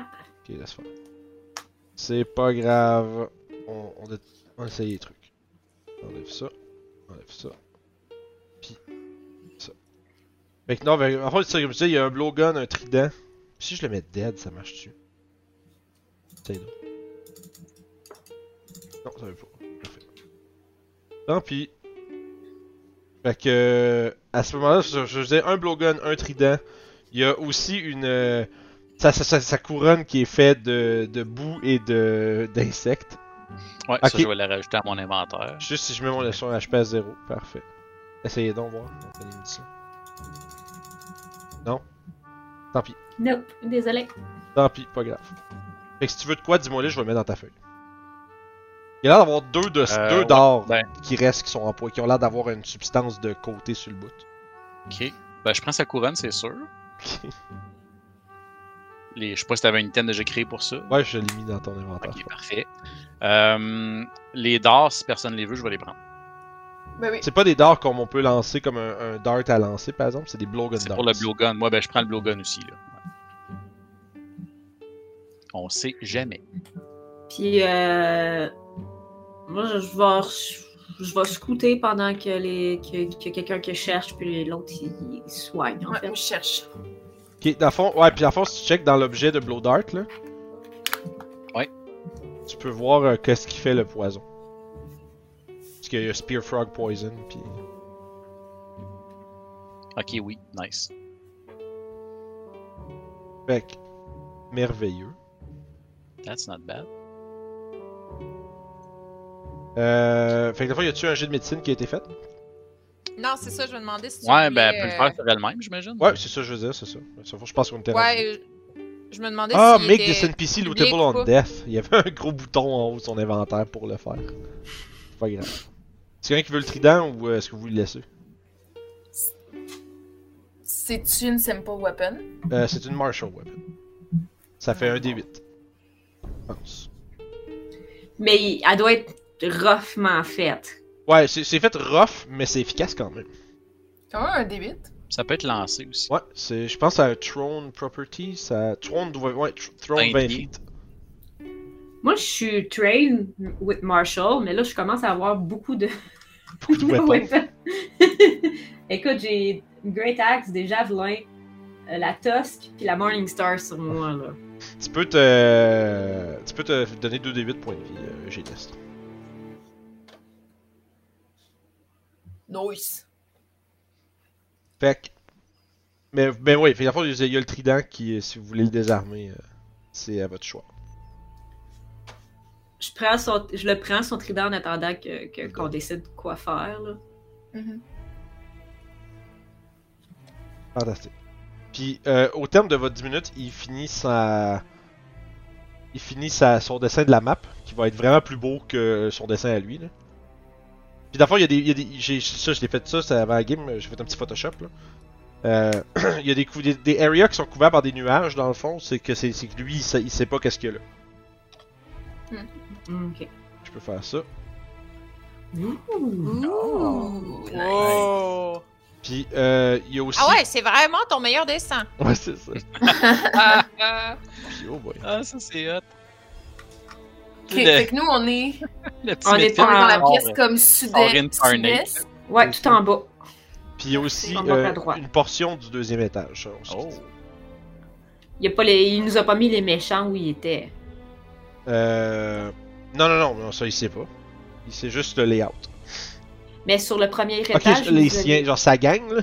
S1: Ok, laisse faire. C'est pas grave. On, on, dé- on essaye les trucs. On enlève ça. Enlève ça. Puis. Ça. Fait que non, mais en fait, c'est ça, comme je disais, il y a un blowgun, un trident. Si je le mets dead, ça marche-tu? Tiens donc. Non, ça veut pas. Parfait. Tant pis. Fait que. euh, À ce moment-là, je, je faisais un blowgun, un trident. Il y a aussi une. euh, Sa, sa- sa- sa couronne qui est faite de, de boue et de d'insectes.
S3: Ouais,
S1: Ok.
S3: ça, je vais le rajouter à mon inventaire.
S1: Juste si je mets mon leçon HP à 0. Parfait. Essayez donc voir. Anthony me dit ça. Non. Tant pis.
S2: Nope, désolé.
S1: Tant pis, pas grave. Fait que si tu veux de quoi, dis-moi là, je vais le mettre dans ta feuille. Il y a l'air d'avoir deux de
S3: Euh,
S1: deux
S3: ouais,
S1: d'or
S3: ben.
S1: qui restent, qui sont en poids, qui ont l'air d'avoir une substance de côté sur le bout.
S3: Ok. Ben, je prends sa couronne, c'est sûr. Les, je sais pas si t'avais une item déjà créée pour ça.
S1: Ouais, je l'ai mis dans ton inventaire.
S3: Ok, parfait. Euh, les dards, si personne ne les veut, je vais les prendre.
S5: Ben oui.
S1: C'est pas des dards comme on peut lancer comme un, un dart à lancer, par exemple, c'est des blowgun
S3: C'est
S1: darts.
S3: pour le blowgun. Moi, ben, je prends le blowgun aussi. Là. Ouais. On sait jamais.
S2: Puis, euh, moi, je, je vais, je vais scouter pendant que, les, que, que quelqu'un que je cherche, puis l'autre, il, il soigne, en
S5: Ouais,
S2: fait.
S5: je cherche.
S1: Ok, dans le fond, ouais, puis dans le fond, si tu check dans l'objet de blow dart, là.
S3: Ouais.
S1: Tu peux voir euh, qu'est-ce qui fait le poison. Parce qu'il y a Spear Frog Poison, puis.
S3: Ok, oui, nice.
S1: Fait que, merveilleux.
S3: That's not bad.
S1: Euh, fait que la fois, y a-tu un jet de médecine qui a été fait?
S4: Non, c'est ça, je me demandais si tu
S3: Ouais,
S4: voulais,
S3: ben, elle peut le
S4: euh,
S3: faire sur elle-même, j'imagine.
S1: Ouais, c'est ça, je veux dire, c'est ça. Sauf que Je pense qu'on était rendu.
S4: Ouais, je- je me demandais
S1: Ah,
S4: s'il
S1: make
S4: était-
S1: this NPC
S4: public
S1: lootable
S4: ou
S1: on
S4: pas.
S1: death. Il y avait un gros bouton en haut de son inventaire pour le faire. C'est pas grave. Est-ce qu'il y en a qui veut le trident ou euh, est-ce que vous le laissez?
S5: C'est une simple weapon.
S1: Euh, c'est une martial weapon. Ça fait un D8. Je pense.
S2: Mais il- elle doit être roughement faite.
S1: Ouais, c'est c'est fait rough, mais c'est efficace quand même.
S5: Quand même un D8.
S3: Ça peut être lancé aussi.
S1: Ouais, c'est. Je pense à Throne Property, ça. Throne, doit- ouais, tr- Throne 20
S3: 20
S1: feet.
S2: Moi, je suis trained with Marshall, mais là, je commence à avoir beaucoup de,
S1: Beaucoup de weapons.
S2: weapons. Écoute, j'ai une Great Axe, des javelins, euh, la Tusk, puis la Morning Star sur moi, là.
S1: Tu peux te. Tu peux te donner 2 D8 points de vie, euh, Génest.
S5: Nice.
S1: Fait que. Mais, mais oui, fait que dans le fond, il y a le trident qui, euh, si vous voulez le désarmer, euh, c'est à votre choix.
S2: Je, prends son- je le prends, son trident, en attendant que- que- qu'on décide quoi faire, là.
S5: Mhm.
S1: Fantastique. Puis, euh, au terme de votre 10 minutes, il finit sa. Il finit sa... son dessin de la map, qui va être vraiment plus beau que son dessin à lui. Là. Puis, dans le fond, il y a des. il y a des- j'ai- Ça, je l'ai fait ça, c'est avant la game, j'ai fait un petit Photoshop. Là. Euh, il y a des, cou- des, des areas qui sont couverts par des nuages, dans le fond, c'est que, c'est c'est que lui, il sait, il sait pas qu'est-ce qu'il y a là.
S2: Ok.
S1: Je peux faire ça.
S2: Ouh.
S4: Ouh, nice.
S3: Oh!
S1: Puis, euh, il y a aussi.
S4: Ah ouais, c'est vraiment ton meilleur dessin.
S1: Ouais, c'est ça.
S4: Ah, ah.
S1: Puis, oh boy.
S3: Ah, ça c'est hot.
S5: Ok, Fait que nous, on est,
S3: le petit
S2: On est
S5: on
S3: médecin.
S5: est dans la
S3: Ah,
S5: pièce
S3: ouais.
S5: comme sud-est.
S3: Incarnate.
S5: sud-est.
S2: Ouais, tout en bas.
S1: Puis il y a aussi
S2: On monte à
S1: euh,
S2: droite.
S1: une portion du deuxième étage. on se
S3: Oh.
S1: dit.
S2: Il, a pas les... il nous a pas mis les méchants où il était.
S1: Euh... Non, non, non, non, ça il sait pas. Il sait juste le layout.
S2: Mais sur le premier
S1: Ok,
S2: étage.
S1: les
S2: vous avez-
S1: siens, genre sa gang là.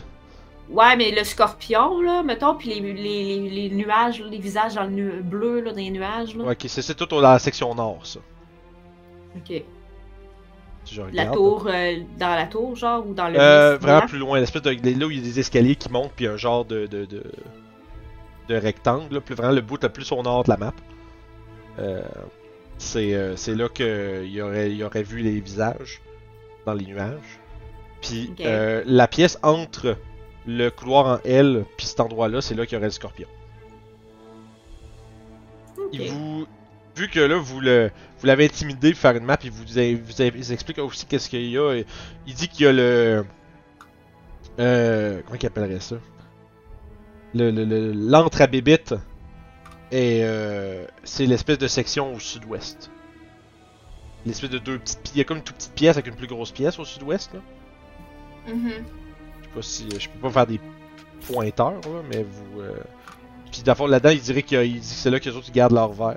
S2: Ouais, mais le scorpion, là, mettons, puis les, les, les, les nuages, les visages dans le nu- bleu, là, dans les nuages, là.
S1: Ouais, Ok, c'est c'est tout dans la section nord ça.
S2: Ok.
S1: Si je
S2: La
S1: regarde.
S2: tour, euh, dans la tour, genre, ou dans le.
S1: Euh,
S2: blanc.
S1: vraiment plus loin, l'espèce de là où il y a des escaliers qui montent puis un genre de de, de, de rectangle, là, plus vraiment le bout le plus au nord de la map. Euh, c'est euh, c'est là que il aurait il aurait vu les visages dans les nuages. Puis
S2: Ok.
S1: euh, la pièce entre le couloir en L puis cet endroit là, c'est là qu'il y aurait le scorpion.
S2: Ok.
S1: Il vous vu que là vous le vous l'avez intimidé pour faire une map, il vous, a- vous a- il explique aussi qu'est-ce qu'il y a. et Il dit qu'il y a le euh, comment qu'il appellerait ça Le le- le- l'antre à bébite et euh, c'est l'espèce de section au sud-ouest. L'espèce de deux petites pi- il y a comme une toute petite pièce avec une plus grosse pièce au sud-ouest là.
S5: Mhm.
S1: Je sais pas si. Je peux pas faire des pointeurs, là, mais vous. euh, Puis dans le fond, là-dedans, il dirait qu'il y a- il dit que c'est là que les autres ils gardent leur verre.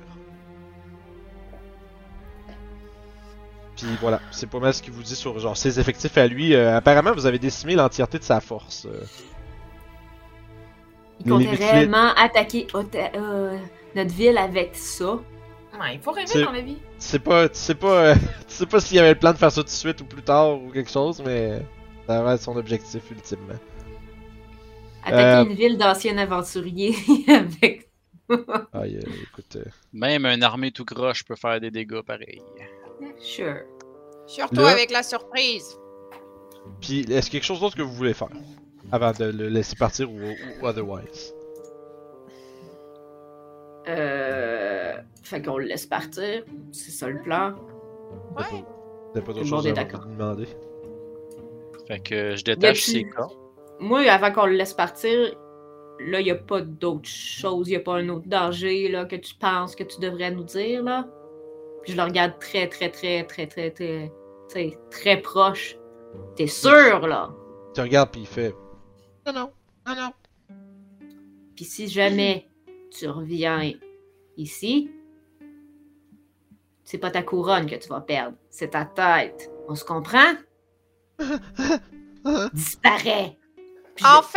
S1: Puis voilà, c'est pas mal ce qu'il vous dit sur genre ses effectifs à lui. Euh, apparemment, vous avez décimé l'entièreté de sa force. euh.
S2: Ils comptaient
S1: Limite, limite.
S2: réellement attaquer Ota- euh, notre ville avec ça.
S5: Ouais, il faut rêver
S1: C'est-
S5: dans la vie.
S1: Tu sais pas, tu sais pas, euh, tu sais pas s'il y avait le plan de faire ça tout de suite ou plus tard ou quelque chose, mais ça va être son objectif ultimement. Euh.
S2: Attaquer une ville d'anciens aventuriers avec.
S1: Aïe, euh, écoute, euh,
S3: Même une armée tout croche peut faire des dégâts pareils.
S2: Sure.
S4: Surtout
S1: Là-
S4: avec la surprise.
S1: Puis, est-ce quelque chose d'autre que vous voulez faire avant de le laisser partir ou, ou otherwise?
S2: Euh... Fait qu'on le laisse partir. C'est ça le plan.
S1: T'as
S4: Ouais.
S1: pas- T'as pas
S2: Tout
S1: d'autre
S2: le
S1: chose
S2: monde est
S1: à
S2: d'accord.
S1: vous demander?
S3: Fait que je détache
S2: Y a-t-il-
S3: ses corps.
S2: Moi, avant qu'on le laisse partir, là, il n'y a pas d'autre chose. Il n'y a pas un autre danger là, que tu penses que tu devrais nous dire. là. Puis je le regarde très, très, très, très, très, très, tu sais, très proche. T'es sûr, là?
S1: Tu regardes puis il fait.
S3: Non, non, non, non.
S2: Puis si jamais tu reviens ici, c'est pas ta couronne que tu vas perdre, c'est ta tête. On se comprend? Disparais! Puis
S4: En
S2: je-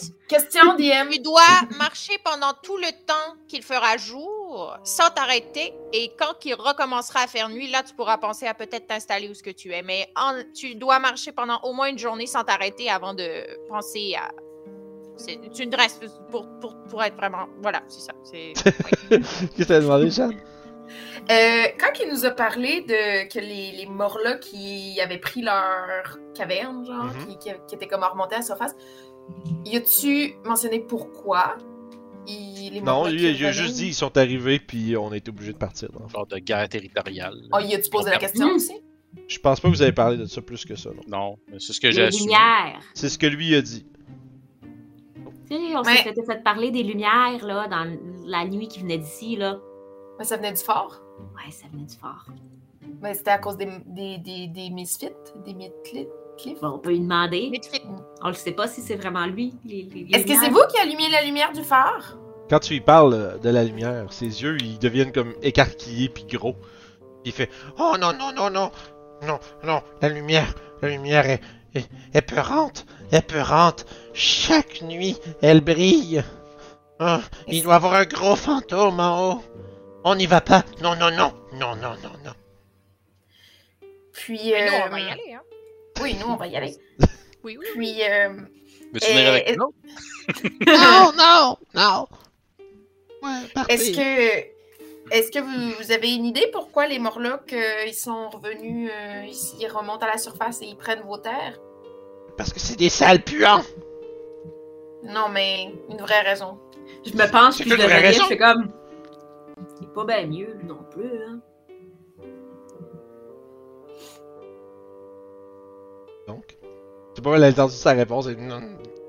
S4: fait,
S5: Question DM.
S4: tu dois marcher pendant tout le temps qu'il fera jour, sans t'arrêter. Et quand il recommencera à faire nuit, là, tu pourras penser à peut-être t'installer où ce que tu es. Mais en- tu dois marcher pendant au moins une journée sans t'arrêter avant de penser à. C'est tu ne restes pour, pour, pour être vraiment. Voilà, c'est ça. C'est.
S1: Qu'est-ce que t'as demandé, Chan?
S5: Euh, quand il nous a parlé de que les, les morlocks qui avaient pris leur caverne, genre,
S1: Mhm.
S5: qui, qui- qui étaient comme remontés à la surface, y a-tu mentionné pourquoi il, les
S1: Non,
S5: Morlocks
S1: il,
S5: qui
S1: il a
S5: revenaient?
S1: juste dit ils sont arrivés puis on a été obligé de partir. dans le fond.
S3: Genre de guerre territoriale.
S5: Oh, il a-tu posé la question
S2: Mhm.
S5: aussi?
S1: Je pense pas que vous avez parlé de ça plus que ça, non.
S3: Non, mais c'est ce que j'ai
S2: Les
S3: assumé.
S2: lumières.
S1: C'est ce que lui a dit.
S2: Tu sais, on
S5: Ouais.
S2: s'était fait parler des lumières là, dans la nuit qui venait d'ici. là.
S5: Mais ça venait du fort.
S2: Ouais, ça venait du fort.
S5: Mais c'était à cause des, des, des, des misfits, des midcliffs.
S2: Bon, on peut lui demander.
S4: Mais tu fais-
S2: On ne sait pas si c'est vraiment lui. les- les- les
S5: Est-ce que c'est
S2: lumières.
S5: vous qui allumez la lumière du phare?
S1: Quand tu lui parles euh, de la lumière, ses yeux ils deviennent comme écarquillés puis gros. Il fait Oh non, non, non, non, non, non, la lumière, la lumière est, est, est peurante, est peurante. Chaque nuit, elle brille. Ah, il doit avoir un gros fantôme en haut. On n'y va pas. Non, non, non, non, non, non, non.
S5: Puis.
S4: Mais nous,
S5: euh,
S4: on va y aller, hein.
S5: Oui, nous, on va y aller.
S4: Oui, oui.
S5: Puis. euh,
S3: Veux-tu venir
S5: Euh,
S3: avec
S5: euh,
S3: nous? autres?
S8: Non, non, non. Ouais, partez.
S5: Est-ce que est-ce que vous, vous avez une idée pourquoi les Morlocks euh, ils sont revenus euh, ici, ils remontent à la surface et ils prennent vos terres
S8: Parce que c'est des sales puants.
S5: Non, mais une vraie raison.
S2: Je me penche puis je
S8: C'est
S2: le
S8: une vraie
S2: regarde,
S8: raison.
S2: je fais comme. C'est pas bien mieux non plus, hein.
S1: Donc, c'est pas mal, elle a entendu sa réponse. et non,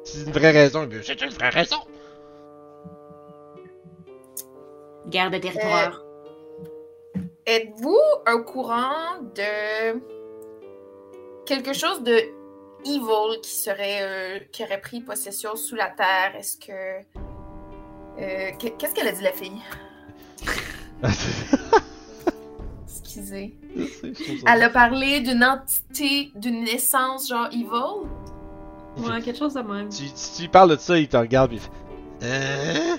S1: C'est une vraie raison. il dit,
S8: C'est une vraie raison.
S2: Guerre de territoire.
S5: Êtes-vous au courant de quelque chose de evil qui serait euh, qui aurait pris possession sous la terre Est-ce que euh, qu'est- qu'est-ce qu'elle a dit la fille Excusez.
S1: Je sais, je trouve ça
S5: Elle a parlé d'une entité, d'une essence genre evil.
S2: Ouais, quelque chose de même.
S1: Tu, tu, tu parles de ça, il te regarde, pis il fait Hein?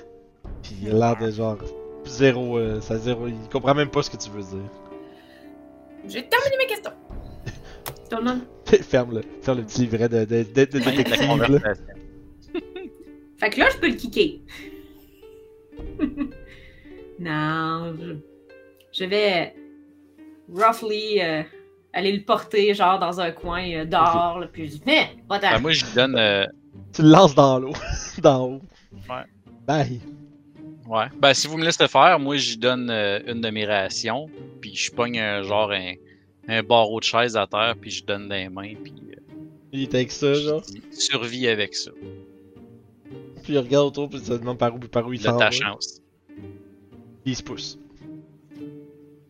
S1: Pis il a l'air de genre zéro, euh, ça zéro, il comprend même pas ce que tu veux dire.
S5: J'ai terminé mes questions.
S2: Tout le monde.
S1: ferme le, ferme le petit livret de, de, de, de
S3: Fin de la
S1: détective. là.
S3: conversation.
S2: Fait que là, je peux le kicker. non, je... je vais roughly euh, aller le porter, genre, dans un coin euh, dehors, là, puis je dis, mais, va
S3: Ben,
S2: t'en.
S3: moi, je lui donne. euh,
S1: Tu le lances dans l'eau, d'en haut.
S3: Ouais.
S1: Bye.
S3: Ouais. Ben, si vous me laissez le faire, moi, j'y donne euh, une de mes rations, puis je pogne un genre un, un barreau de chaise à terre, puis je donne des mains, puis euh,
S1: Il est avec ça, genre.
S3: je dis, survis avec ça.
S1: Puis il regarde autour, puis il se demande par où, par où il
S3: Il a
S1: s'en
S3: ta
S1: va.
S3: chance.
S1: Il se pousse.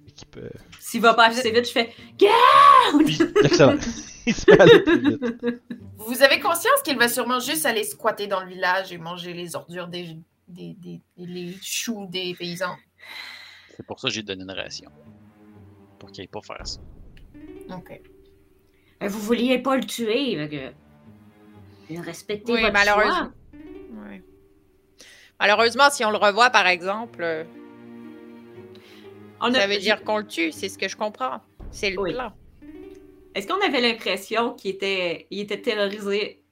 S1: Équipe. euh,
S2: S'il va pas assez vite, je fais,
S1: Puis, excellent. il se met à aller plus vite.
S5: Vous Vous avez conscience qu'il va sûrement juste aller squatter dans le village et manger les ordures des, des, des- des- les choux des paysans.
S3: C'est pour ça que j'ai donné une ration. Pour qu'il aille pas faire ça.
S5: Ok.
S2: Euh, Vous vouliez pas le tuer, fait que- Respectez
S4: Oui,
S2: votre
S4: malheureusement.
S2: choix.
S4: Ouais. Malheureusement, si on le revoit, par exemple, euh,
S2: On a-
S4: ça veut dire qu'on le tue, c'est ce que je comprends. C'est le
S2: Oui.
S4: plan.
S2: Est-ce qu'on avait l'impression qu'il était... Il était terrorisé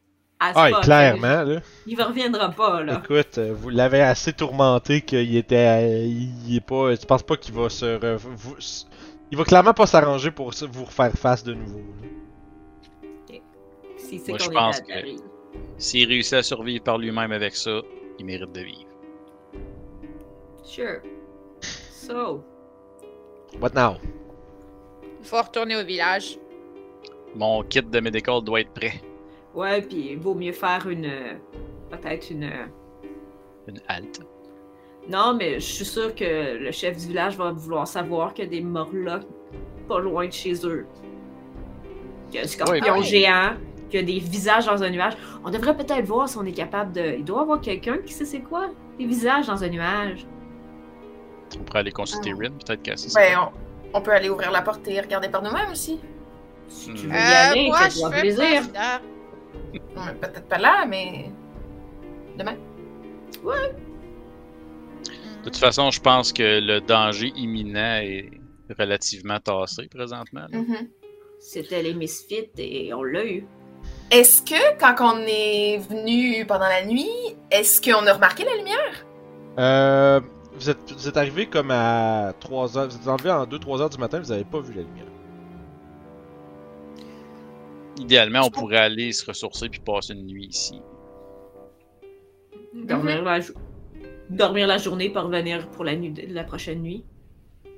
S2: à ce
S1: Ah,
S2: point?
S1: clairement, là.
S2: Il ne reviendra pas, là.
S1: Écoute, euh, vous l'avez assez tourmenté qu'il était. euh, Il est pas. Tu penses pas qu'il va se. re- vous- s- il va clairement pas s'arranger pour se- vous refaire face de nouveau. là.
S2: Si c'est
S3: Moi,
S2: qu'on
S3: je
S2: est
S3: pense
S2: à-
S3: que-
S2: à-
S3: S'il réussit à survivre par lui-même avec ça, il mérite de vivre.
S2: Sure. So,
S1: What now?
S4: Il faut retourner au village.
S3: Mon kit de medical doit être prêt.
S2: ouais, puis il vaut mieux faire une... euh, Peut-être une... euh,
S3: Une halte.
S2: Non, mais je suis sûre que le chef du village va vouloir savoir qu'il y a des morlocs pas loin de chez eux. Qu'il y a des scorpions
S4: Ah
S3: Ouais, ouais.
S2: géants, qu'il y a des visages dans un nuage. On devrait peut-être voir si on est capable de. Il doit y avoir quelqu'un qui sait c'est quoi? Des visages dans un nuage.
S3: On pourrait aller
S2: Ah.
S3: consulter Rin, peut-être que c'est ça.
S5: Ben, on, on peut aller ouvrir la porte et regarder par nous-mêmes aussi.
S2: Si tu
S3: Hmm.
S2: veux y
S3: Euh,
S2: aller,
S4: moi,
S2: fais-toi
S4: je fais
S2: plaisir.
S4: pas ça.
S5: Non, mais Peut-être pas là, mais.
S3: De toute façon, je pense que le danger imminent est relativement tassé présentement.
S2: Mm.
S3: là.
S5: Mhm.
S2: C'était les misfits et on l'a eu.
S5: Est-ce que quand on est venu pendant la nuit, est-ce qu'on a remarqué la lumière?
S1: Euh, vous êtes, vous êtes arrivé comme à 3 heures. Vous êtes enlevé en 2-3 heures du matin, vous avez pas vu la lumière.
S3: Idéalement, on pourrait aller se ressourcer puis passer une nuit ici.
S4: Mhm.
S2: Dormir, la, jo- dormir la journée pour revenir pour la, nuit de- la prochaine nuit.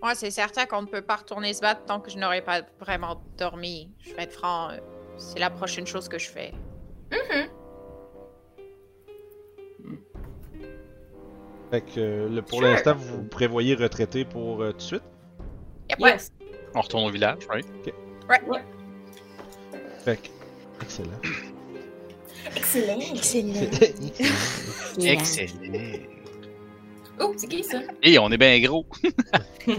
S4: Moi, c'est certain qu'on ne peut pas retourner se battre tant que je n'aurai pas vraiment dormi. Je vais être franc, euh, c'est la prochaine chose que je fais.
S1: Fait que euh, le, pour
S5: Sure.
S1: l'instant, vous prévoyez retraiter pour euh, tout de suite.
S4: Yep.
S2: Yes.
S3: On retourne au village, right?
S1: Fait que. Excellent.
S5: Excellent.
S4: Excellent.
S3: Excellent.
S5: Oh, c'est qui ça?
S3: Et on est bien gros.
S1: Et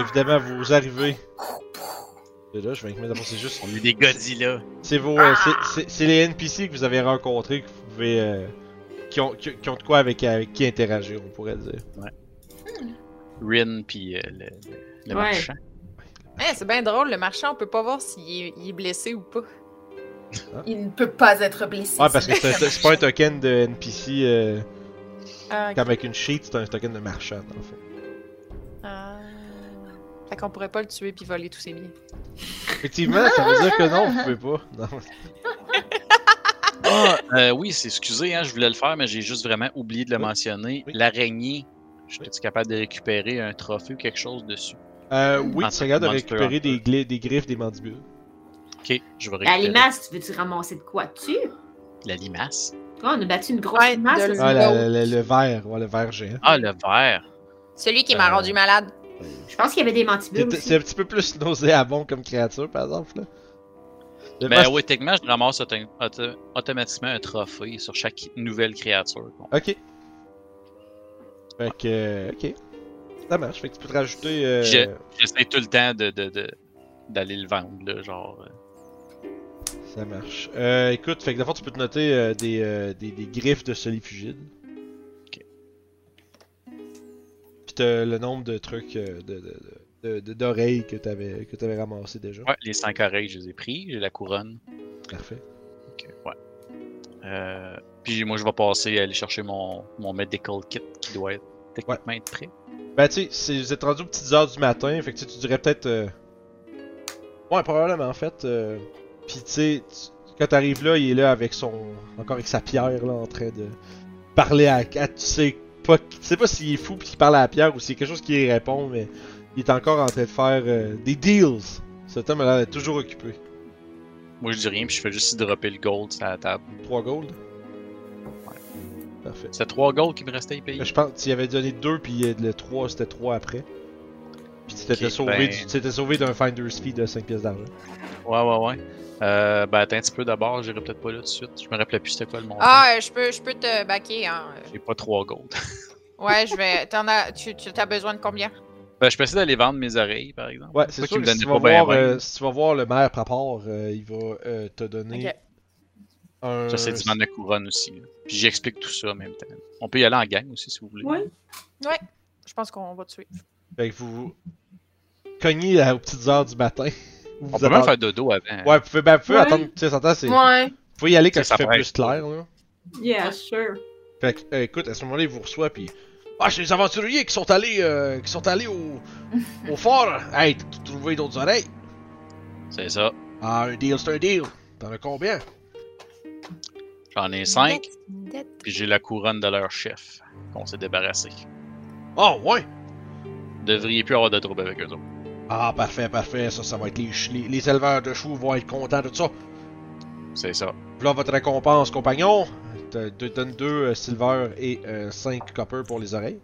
S1: évidemment, vous arrivez. Et là, je vais mettre d'abord, c'est juste.
S3: On est des Godzilla.
S1: C'est vos, euh, c'est- c'est- c'est les NPC que vous avez rencontrés que vous pouvez, euh, qui, ont, qui, qui ont de quoi avec, avec qui interagir, on pourrait dire.
S3: Rin puis euh, le, le
S2: Ouais.
S3: marchand.
S4: Hein, c'est bien drôle, le marchand, on peut pas voir s'il est, il est blessé ou pas.
S5: Il ne peut pas être blessé.
S1: Ouais, Ah, parce que c'est un- c'est pas un token de NPC euh,
S4: Ah,
S1: comme avec une sheet, c'est un token de marchand en fait.
S4: ah. Fait qu'on pourrait pas le tuer puis voler tous ses biens.
S1: Effectivement, ça veut dire que non, vous pouvez pas. Non.
S3: Ah, euh, oui, c'est excusé, hein, je voulais le faire, mais j'ai juste vraiment oublié de le
S1: Oui.
S3: mentionner.
S1: Oui.
S3: L'araignée, je suis capable de récupérer un trophée ou quelque chose dessus.
S1: Euh, oui,
S3: Monster-
S1: tu regardes de
S3: Monster
S1: récupérer des,
S3: Hunter.
S1: gli- des griffes des mandibules.
S3: Ok, je vais
S2: La
S3: récupérer
S2: limace, tu veux-tu ramasser de quoi dessus?
S3: la limace.
S2: Toi, on a battu une grosse
S4: Ouais,
S2: limace.
S4: de
S2: là,
S1: Ah,
S4: Ouais,
S1: la- la- la- le verre, ouais, le verre géant.
S3: Ah, le verre.
S4: Celui qui m'a
S1: Euh,
S4: rendu malade.
S2: Je pense qu'il y avait des mantibules
S1: C'est
S2: aussi.
S1: c'est un petit peu plus nauséabond comme créature, par exemple. Là. Le
S3: Ben
S1: mast-
S3: oui, techniquement, je ramasse auto- auto- automatiquement un trophée sur chaque nouvelle créature. Bon.
S1: Ok. Fait que, euh, ok. Ça marche, fait que tu peux te rajouter. euh,
S3: Je- J'essaie tout le temps de, de- de- d'aller le vendre, là, genre. euh,
S1: Ça marche. Euh, écoute, fait que d'abord tu peux te noter euh, des, euh, des, des griffes de solifugide.
S3: Ok.
S1: Puis t'as le nombre de trucs euh, de, de, de- de- d'oreilles que t'avais que t'avais ramassé déjà.
S3: Ouais, les cinq oreilles, je les ai pris. J'ai la couronne.
S1: Parfait.
S3: Ok, ouais. Euh, puis moi, je vais passer à aller chercher mon, mon medical kit qui doit être techniquement être prêt.
S1: Ben tu sais, c'est- vous êtes rendu aux petites heures du matin, fait que tu sais, tu dirais peut-être. euh, Ouais, probablement en fait. euh, Puis tu sais, tu- quand t'arrives là, il est là avec son. Encore avec sa pierre là en train de parler à. à- tu sais pas. Tu sais pas s'il est fou pis qu'il parle à la pierre ou s'il y a quelque chose qui y répond, mais il est encore en train de faire euh, des deals. Cet homme a l'air d'être toujours occupé.
S3: Moi, je dis rien, puis je fais juste dropper le gold sur la table.
S1: 3 gold. Parfait.
S3: C'était trois gold qui me restaient à y
S1: Mais
S3: payer.
S1: Je pense qu'il avait donné 2 puis euh, le 3 c'était 3 après. Puis tu t'étais
S3: Ok,
S1: sauvé,
S3: ben-
S1: du- tu t'étais sauvé d'un finder's fee de 5 pièces d'argent.
S3: Ouais, ouais, ouais. Euh, ben, attends un petit peu d'abord, j'irai peut-être pas là tout de suite. Je me rappelais plus c'était quoi le montant.
S4: Ah, euh, je peux, je peux te baquer, hein.
S3: J'ai pas trois gold.
S4: Ouais, je vais. T'en as. Tu, tu as besoin de combien?
S3: ben, je peux essayer d'aller vendre mes oreilles, par exemple.
S1: Ouais, c'est
S3: Toi qui
S1: sûr
S3: me
S1: que si tu,
S3: donnais
S1: vas
S3: pas ben
S1: voir,
S3: ben.
S1: euh, si tu vas voir le maire Papard, euh, il va euh, te donner
S4: Ok.
S1: un...
S3: J'essaie d'y vendre la couronne aussi. là. Puis j'explique tout ça en même temps. On peut y aller en gang aussi, si vous voulez.
S2: Ouais.
S4: Je pense qu'on va te suivre.
S1: Fait que vous cognez à- aux petites heures du matin. Vous
S3: On peut même
S1: attendez-
S3: faire dodo avant.
S1: Ouais, vous pouvez, ben, vous pouvez
S2: Ouais.
S1: attendre, tu sais, s'entend, c'est...
S5: Ouais.
S1: Vous pouvez y aller quand
S3: Tu sais, ça
S1: ça fait
S3: presse.
S1: plus clair, là.
S2: Yeah, sure.
S1: Fait que, euh, écoute, à ce moment-là, il vous reçoit, puis... Ah, c'est les aventuriers qui sont allés, euh, qui sont allés au... au fort! Hey, t- t- trouver d'autres oreilles!
S3: C'est ça.
S1: Ah, un deal, c'est un deal! T'en as combien?
S3: J'en ai cinq. Puis j'ai la couronne de leur chef qu'on s'est débarrassé.
S1: Oh, ouais!
S3: Vous devriez plus avoir de troubles avec eux autres.
S1: Ah, parfait, parfait, ça, ça va être les, ch- les, les éleveurs de choux vont être contents de ça.
S3: C'est ça.
S1: Voilà votre récompense, compagnon. Te, te donne deux euh, silver et euh, cinq copper pour les oreilles.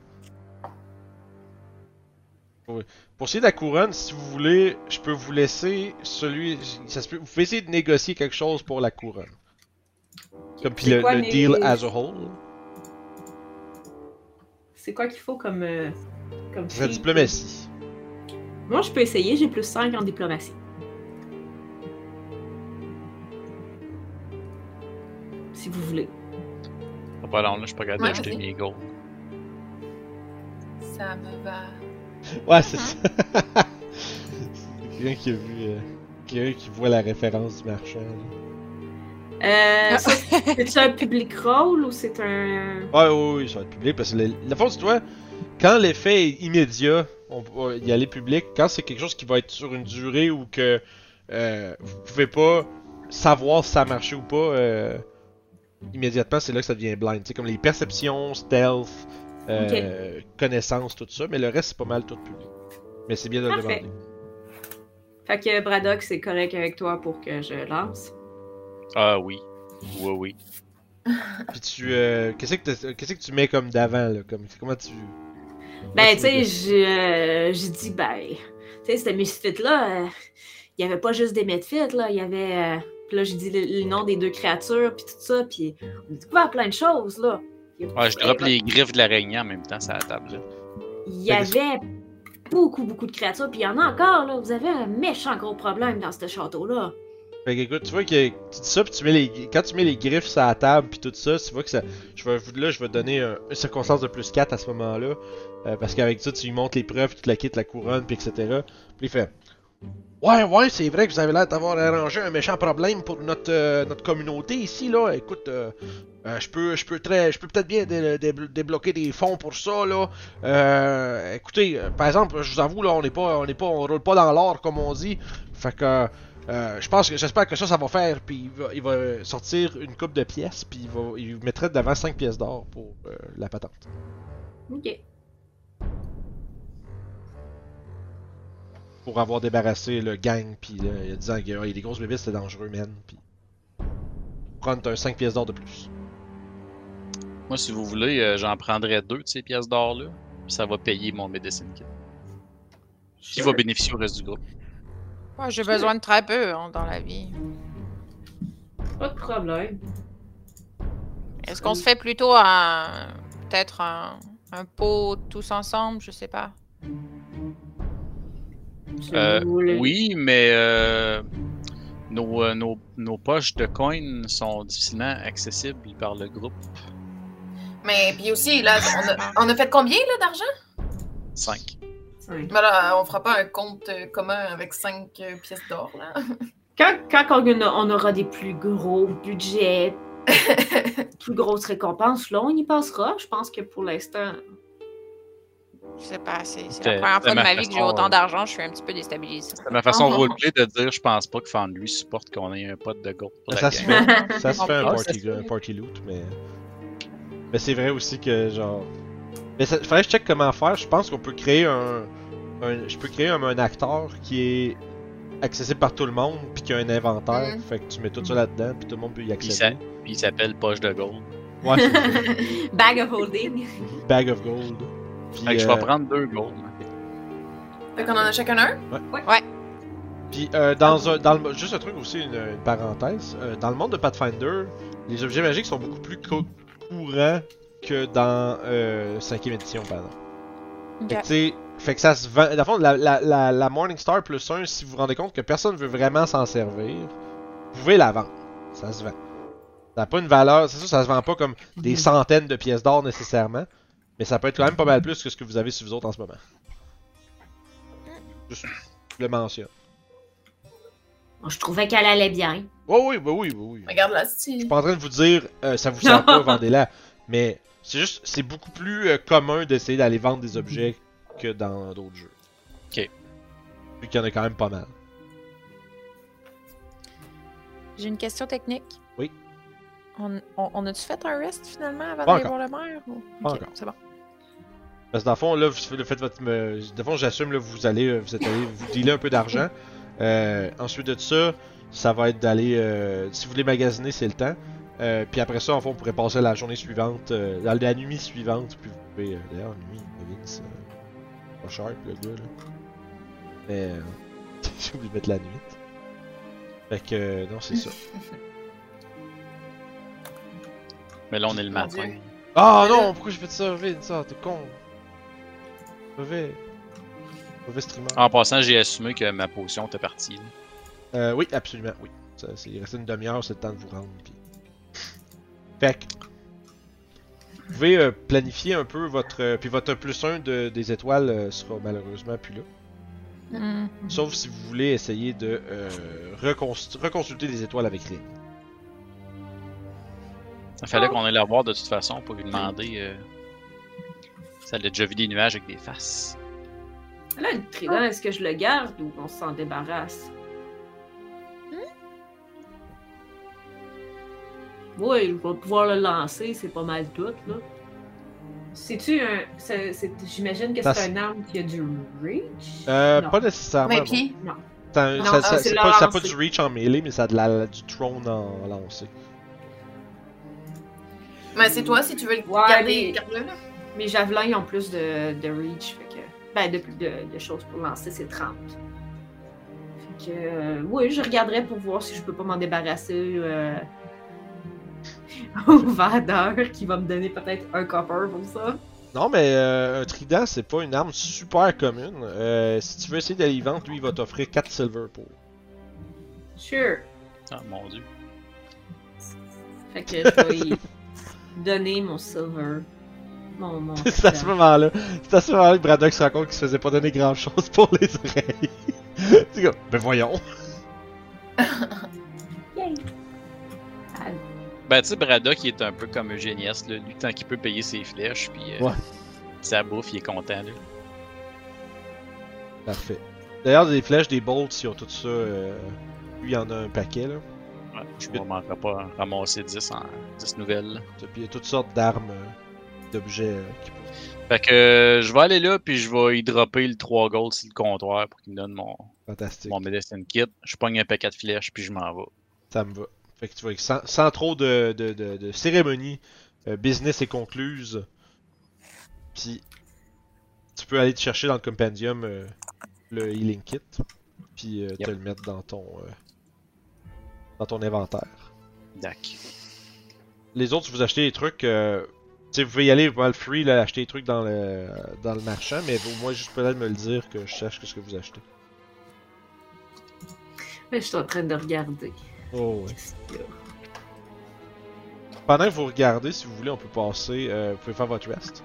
S1: Oui. Pour ce qui est de la couronne, si vous voulez, je peux vous laisser celui. Ça se peut, vous pouvez essayer de négocier quelque chose pour la couronne. Comme puis
S2: C'est
S1: le,
S2: quoi
S1: le
S2: les-
S1: deal as a whole.
S2: C'est quoi qu'il faut comme. euh, comme
S1: Je fais
S2: fille?
S1: diplomatie.
S2: Moi, je peux essayer, j'ai plus 5 en diplomatie. Si vous voulez.
S3: Pas pas long, là, je suis pas capable
S5: Ouais,
S3: d'acheter
S5: vas-y.
S3: mes gold.
S5: Ça me va.
S1: Ouais, c'est ça. Quelqu'un qui a vu. euh, Quelqu'un qui voit la référence du marchand. là.
S2: Euh, ça, c'est un public rôle ou c'est un.
S1: Ouais, ouais, ouais, ça va être public parce que le, le fond, tu vois, quand l'effet est immédiat, on va y aller public. Quand c'est quelque chose qui va être sur une durée ou que euh, vous pouvez pas savoir si ça a marché ou pas euh, immédiatement, c'est là que ça devient blind. C'est comme les perceptions, stealth, euh, connaissances, tout ça, mais le reste, c'est pas mal tout public. Mais c'est bien de le
S2: Parfait.
S1: demander.
S2: Fait que Braddock, c'est correct avec toi pour que je lance.
S3: Ah oui. Oui, oui.
S1: Puis tu. euh, Qu'est-ce que, t'as- qu'est-ce que tu mets comme d'avant, là comme, Comment tu.
S2: Ben, tu sais, j'ai euh, j'ai dit, ben, tu sais, c'était Misfit-là. Il y avait pas juste des Medfits, là. Il y avait. euh, Puis là, j'ai dit le, le nom des deux créatures, puis tout ça. Puis on a découvert plein de choses, là. Il y a-
S3: Ouais, Ah, je drop les griffes de l'araignée en même temps sur la table. là.
S2: Il y avait beaucoup, beaucoup de créatures, puis il y en a encore, là. Vous avez un méchant gros problème dans ce château-là.
S1: Fait que écoute, tu vois que tu dis ça, puis tu mets les, quand tu mets les griffes sur la table, puis tout ça, tu vois que ça. Je vais, là, je vais donner un- une circonstance de plus 4 à ce moment-là. euh, parce qu'avec ça, tu lui montres les preuves, puis tu la quittes la couronne, puis etc. Puis il fait Ouais, ouais, c'est vrai que vous avez l'air d'avoir arrangé un méchant problème pour notre, euh, notre communauté ici, là. Écoute, euh, euh, je peux, je peux très, je peux peut-être bien dé- dé- débloquer des fonds pour ça, là. Euh, écoutez, euh, par exemple, je vous avoue, là, on n'est pas, on n'est pas, on roule pas dans l'or comme on dit. Fait que. Euh, je pense que j'espère que ça, ça va faire. Puis il va, il va sortir une coupe de pièces, puis il va, il mettrait devant 5 pièces d'or pour euh, la patente.
S2: OK.
S1: Pour avoir débarrassé le gang, puis là, il a disant que ah, les grosses bébés c'était dangereux, man. Puis prendre un 5 pièces d'or de plus.
S3: Moi, si vous voulez, euh, j'en prendrais deux de ces pièces d'or-là. Puis ça va payer mon medicine kit. Qui va bénéficier au reste du groupe.
S4: Ouais, j'ai besoin de très peu hein, dans la vie.
S2: Pas de problème.
S4: Est-ce qu'on se fait plutôt un. Peut-être un. Un pot tous ensemble, je sais pas.
S2: Si
S3: Euh,
S2: vous voulez.
S3: Oui, mais euh, nos, euh, nos, nos poches de coins sont difficilement accessibles par le groupe.
S5: Mais puis aussi, là, on a, on a fait combien là d'argent?
S3: 5.
S2: Cinq.
S5: Ben là, on fera pas un compte euh, commun avec 5 pièces d'or là.
S2: Quand, quand on, a- on aura des plus gros budgets, plus grosses récompenses, là, on y passera. Je pense que pour l'instant,
S4: Je sais pas, c'est c'est
S3: C'est- c'est
S4: la première fois de
S3: ma
S4: ma vie que j'ai
S3: façon, euh,
S4: autant d'argent, je suis un petit peu déstabilisée.
S3: C'est ma façon
S5: Ah.
S2: Oh.
S3: roleplay de dire je pense pas que Fenlui supporte qu'on ait un pote de gold pour la
S1: Ça se
S3: gang.
S1: fait, ça se fait un,
S3: Ah,
S1: party,
S3: ça se fait.
S1: un party loot, mais. Mais c'est vrai aussi que genre. Mais ça, faudrait que je check comment faire. Je pense qu'on peut créer un, un- Je peux créer un, un acteur qui est accessible par tout le monde, puis qui a un inventaire.
S5: Mhm.
S1: Fait que tu mets tout ça là-dedans, puis tout le monde peut y
S3: Puis il
S1: accéder.
S3: s'a- puis il s'appelle poche de gold.
S1: Ouais, c'est ça.
S2: bag of holding.
S1: Bag of gold. Puis,
S3: Fait que je vais
S1: euh,
S3: prendre deux gold.
S5: Fait qu'on en a chacun un?
S1: Puis euh, dans un, dans le, mo- juste un truc aussi, une, une parenthèse, euh, dans le monde de Pathfinder, les objets magiques sont beaucoup plus co- courants que dans euh, 5e édition, par exemple. Fait que, tu sais, fait que ça se vend. À fond, la, la, la, la Morningstar plus 1, si vous vous rendez compte que personne veut vraiment s'en servir, vous pouvez la vendre. Ça se vend. Ça n'a pas une valeur, c'est sûr, ça se vend pas comme des centaines de pièces d'or nécessairement, mais ça peut être quand même pas mal plus que ce que vous avez sur vous autres en ce moment. Juste, je le mentionne.
S9: Bon, je trouvais qu'elle allait bien.
S1: Oui, oui, oui, oui, oui. oui.
S5: Regarde là, si
S1: Je suis pas en train de vous dire euh, ça vous sert pas, vendez-la. Mais c'est juste, c'est beaucoup plus euh, commun d'essayer d'aller vendre des objets que dans d'autres jeux.
S3: Ok.
S1: Vu qu'il y en a quand même pas mal.
S4: J'ai une question technique.
S1: Oui.
S4: On, on- on a-tu fait un rest finalement avant
S1: Pas
S4: d'aller
S1: encore.
S4: voir le maire? ou-
S1: Pas
S4: Ok,
S1: encore.
S4: C'est bon.
S1: Parce que dans le fond, là, vous le faites votre. me- Dans le fond, j'assume, là, vous allez. euh, Vous êtes allé vous dealer un peu d'argent. Euh, ensuite de ça, ça va être d'aller. euh, si vous voulez magasiner, c'est le temps. Euh, puis après ça, en fond, on pourrait passer à la journée suivante, euh, la, la nuit suivante. Puis vous pouvez. euh, D'ailleurs, nuit, David, c'est euh, pas sharp, le gars, là. Mais. euh, J'ai oublié de mettre la nuit. Fait que. euh, non, c'est ça.
S3: Mais là, on est le
S5: Mon
S3: matin.
S5: Dieu.
S1: Ah non, pourquoi j'ai fait ça, Vin? Ça, t'es con. Mauvais. Mauvais streamer.
S3: En passant, j'ai assumé que ma potion était partie. là.
S1: Euh, oui, absolument, oui. Ça, c'est, il restait une demi-heure, c'est le temps de vous rendre. Puis... Fait que, vous pouvez euh, planifier un peu votre. euh, puis votre plus 1 de, des étoiles euh, sera malheureusement plus là.
S4: Hmm.
S1: Sauf si vous voulez essayer de euh, reconst- reconsulter des étoiles avec les.
S3: Il
S5: Ah.
S3: fallait qu'on aille la voir de toute façon pour lui demander euh, si elle a déjà vu des nuages avec des faces.
S2: Là, le trident, est-ce que je le garde ou on s'en débarrasse? Hmm? Oui, je vais pouvoir le lancer, c'est pas mal tout, là. C'est-tu un. c'est- c'est- J'imagine que
S1: Ça,
S2: c'est
S1: c'est-
S2: un arme qui a du reach?
S1: Euh,
S2: Non.
S1: pas nécessairement.
S5: Mais
S1: bon.
S5: puis,
S1: C'est un-
S2: Non,
S1: ça,
S2: euh,
S1: ça-
S2: c'est
S1: c'est
S2: la
S1: pas, ça a pas
S2: lancée.
S1: du reach en mêlée, mais ça a de la, du trône en lancé.
S5: mais c'est toi si tu veux le
S2: Ouais,
S5: garder,
S2: mais-
S5: garde-le là.
S2: Mes javelins ils ont plus de, de reach, fait que. Ben, de plus de, de choses pour lancer, c'est 30. Fait que. euh, oui, je regarderai pour voir si je peux pas m'en débarrasser euh, au vendeur qui va me donner peut-être un copper pour ça.
S1: Non, mais euh, un trident, c'est pas une arme super commune. Euh, si tu veux essayer d'aller y vendre, lui, il va t'offrir 4 silver pour.
S2: Sure.
S3: Ah mon dieu.
S2: Fait que je vais y donner mon silver. Mon, mon
S1: C'est à ce moment-là, c'est à ce moment-là que Braddock se rend compte qu'il se faisait pas donner grand-chose pour les oreilles. c'est comme, ben voyons.
S3: Ben, tu sais, Braddock, il est un peu comme Eugéniès, là. Lui, tant qu'il peut payer ses flèches, puis euh,
S1: Ouais.
S3: sa bouffe, il est content, là.
S1: Parfait. D'ailleurs, des flèches, des bolts, ils ont tout ça. euh, Lui, il y en a un paquet, là.
S3: Ouais, je ne manquerai pas à ramasser 10 en 10 nouvelles.
S1: Puis il y a toutes sortes d'armes, euh, d'objets euh, qui peuvent.
S3: Fait que euh, je vais aller là, puis je vais y dropper le 3 gold sur le comptoir pour qu'il me donne mon,
S1: Fantastique.
S3: mon medicine kit. Je pogne un paquet de flèches, puis je m'en vais.
S1: Ça me va. Fait que tu vois que sans, sans trop de, de, de, de cérémonie, euh, business est concluse. Puis tu peux aller te chercher dans le compendium euh, le healing kit, puis euh,
S3: Yep.
S1: te le mettre dans ton euh, dans ton inventaire.
S3: Dac.
S1: Les autres, si vous achetez des trucs, euh, tu sais, vous pouvez y aller pas mal free, là, acheter des trucs dans le dans le marchand, mais au moins juste peut-être me le dire que je sache que ce que vous achetez.
S2: Mais je suis en train de regarder.
S1: Oh ouais. Pendant que vous regardez, si vous voulez, on peut passer, euh, vous pouvez faire votre rest.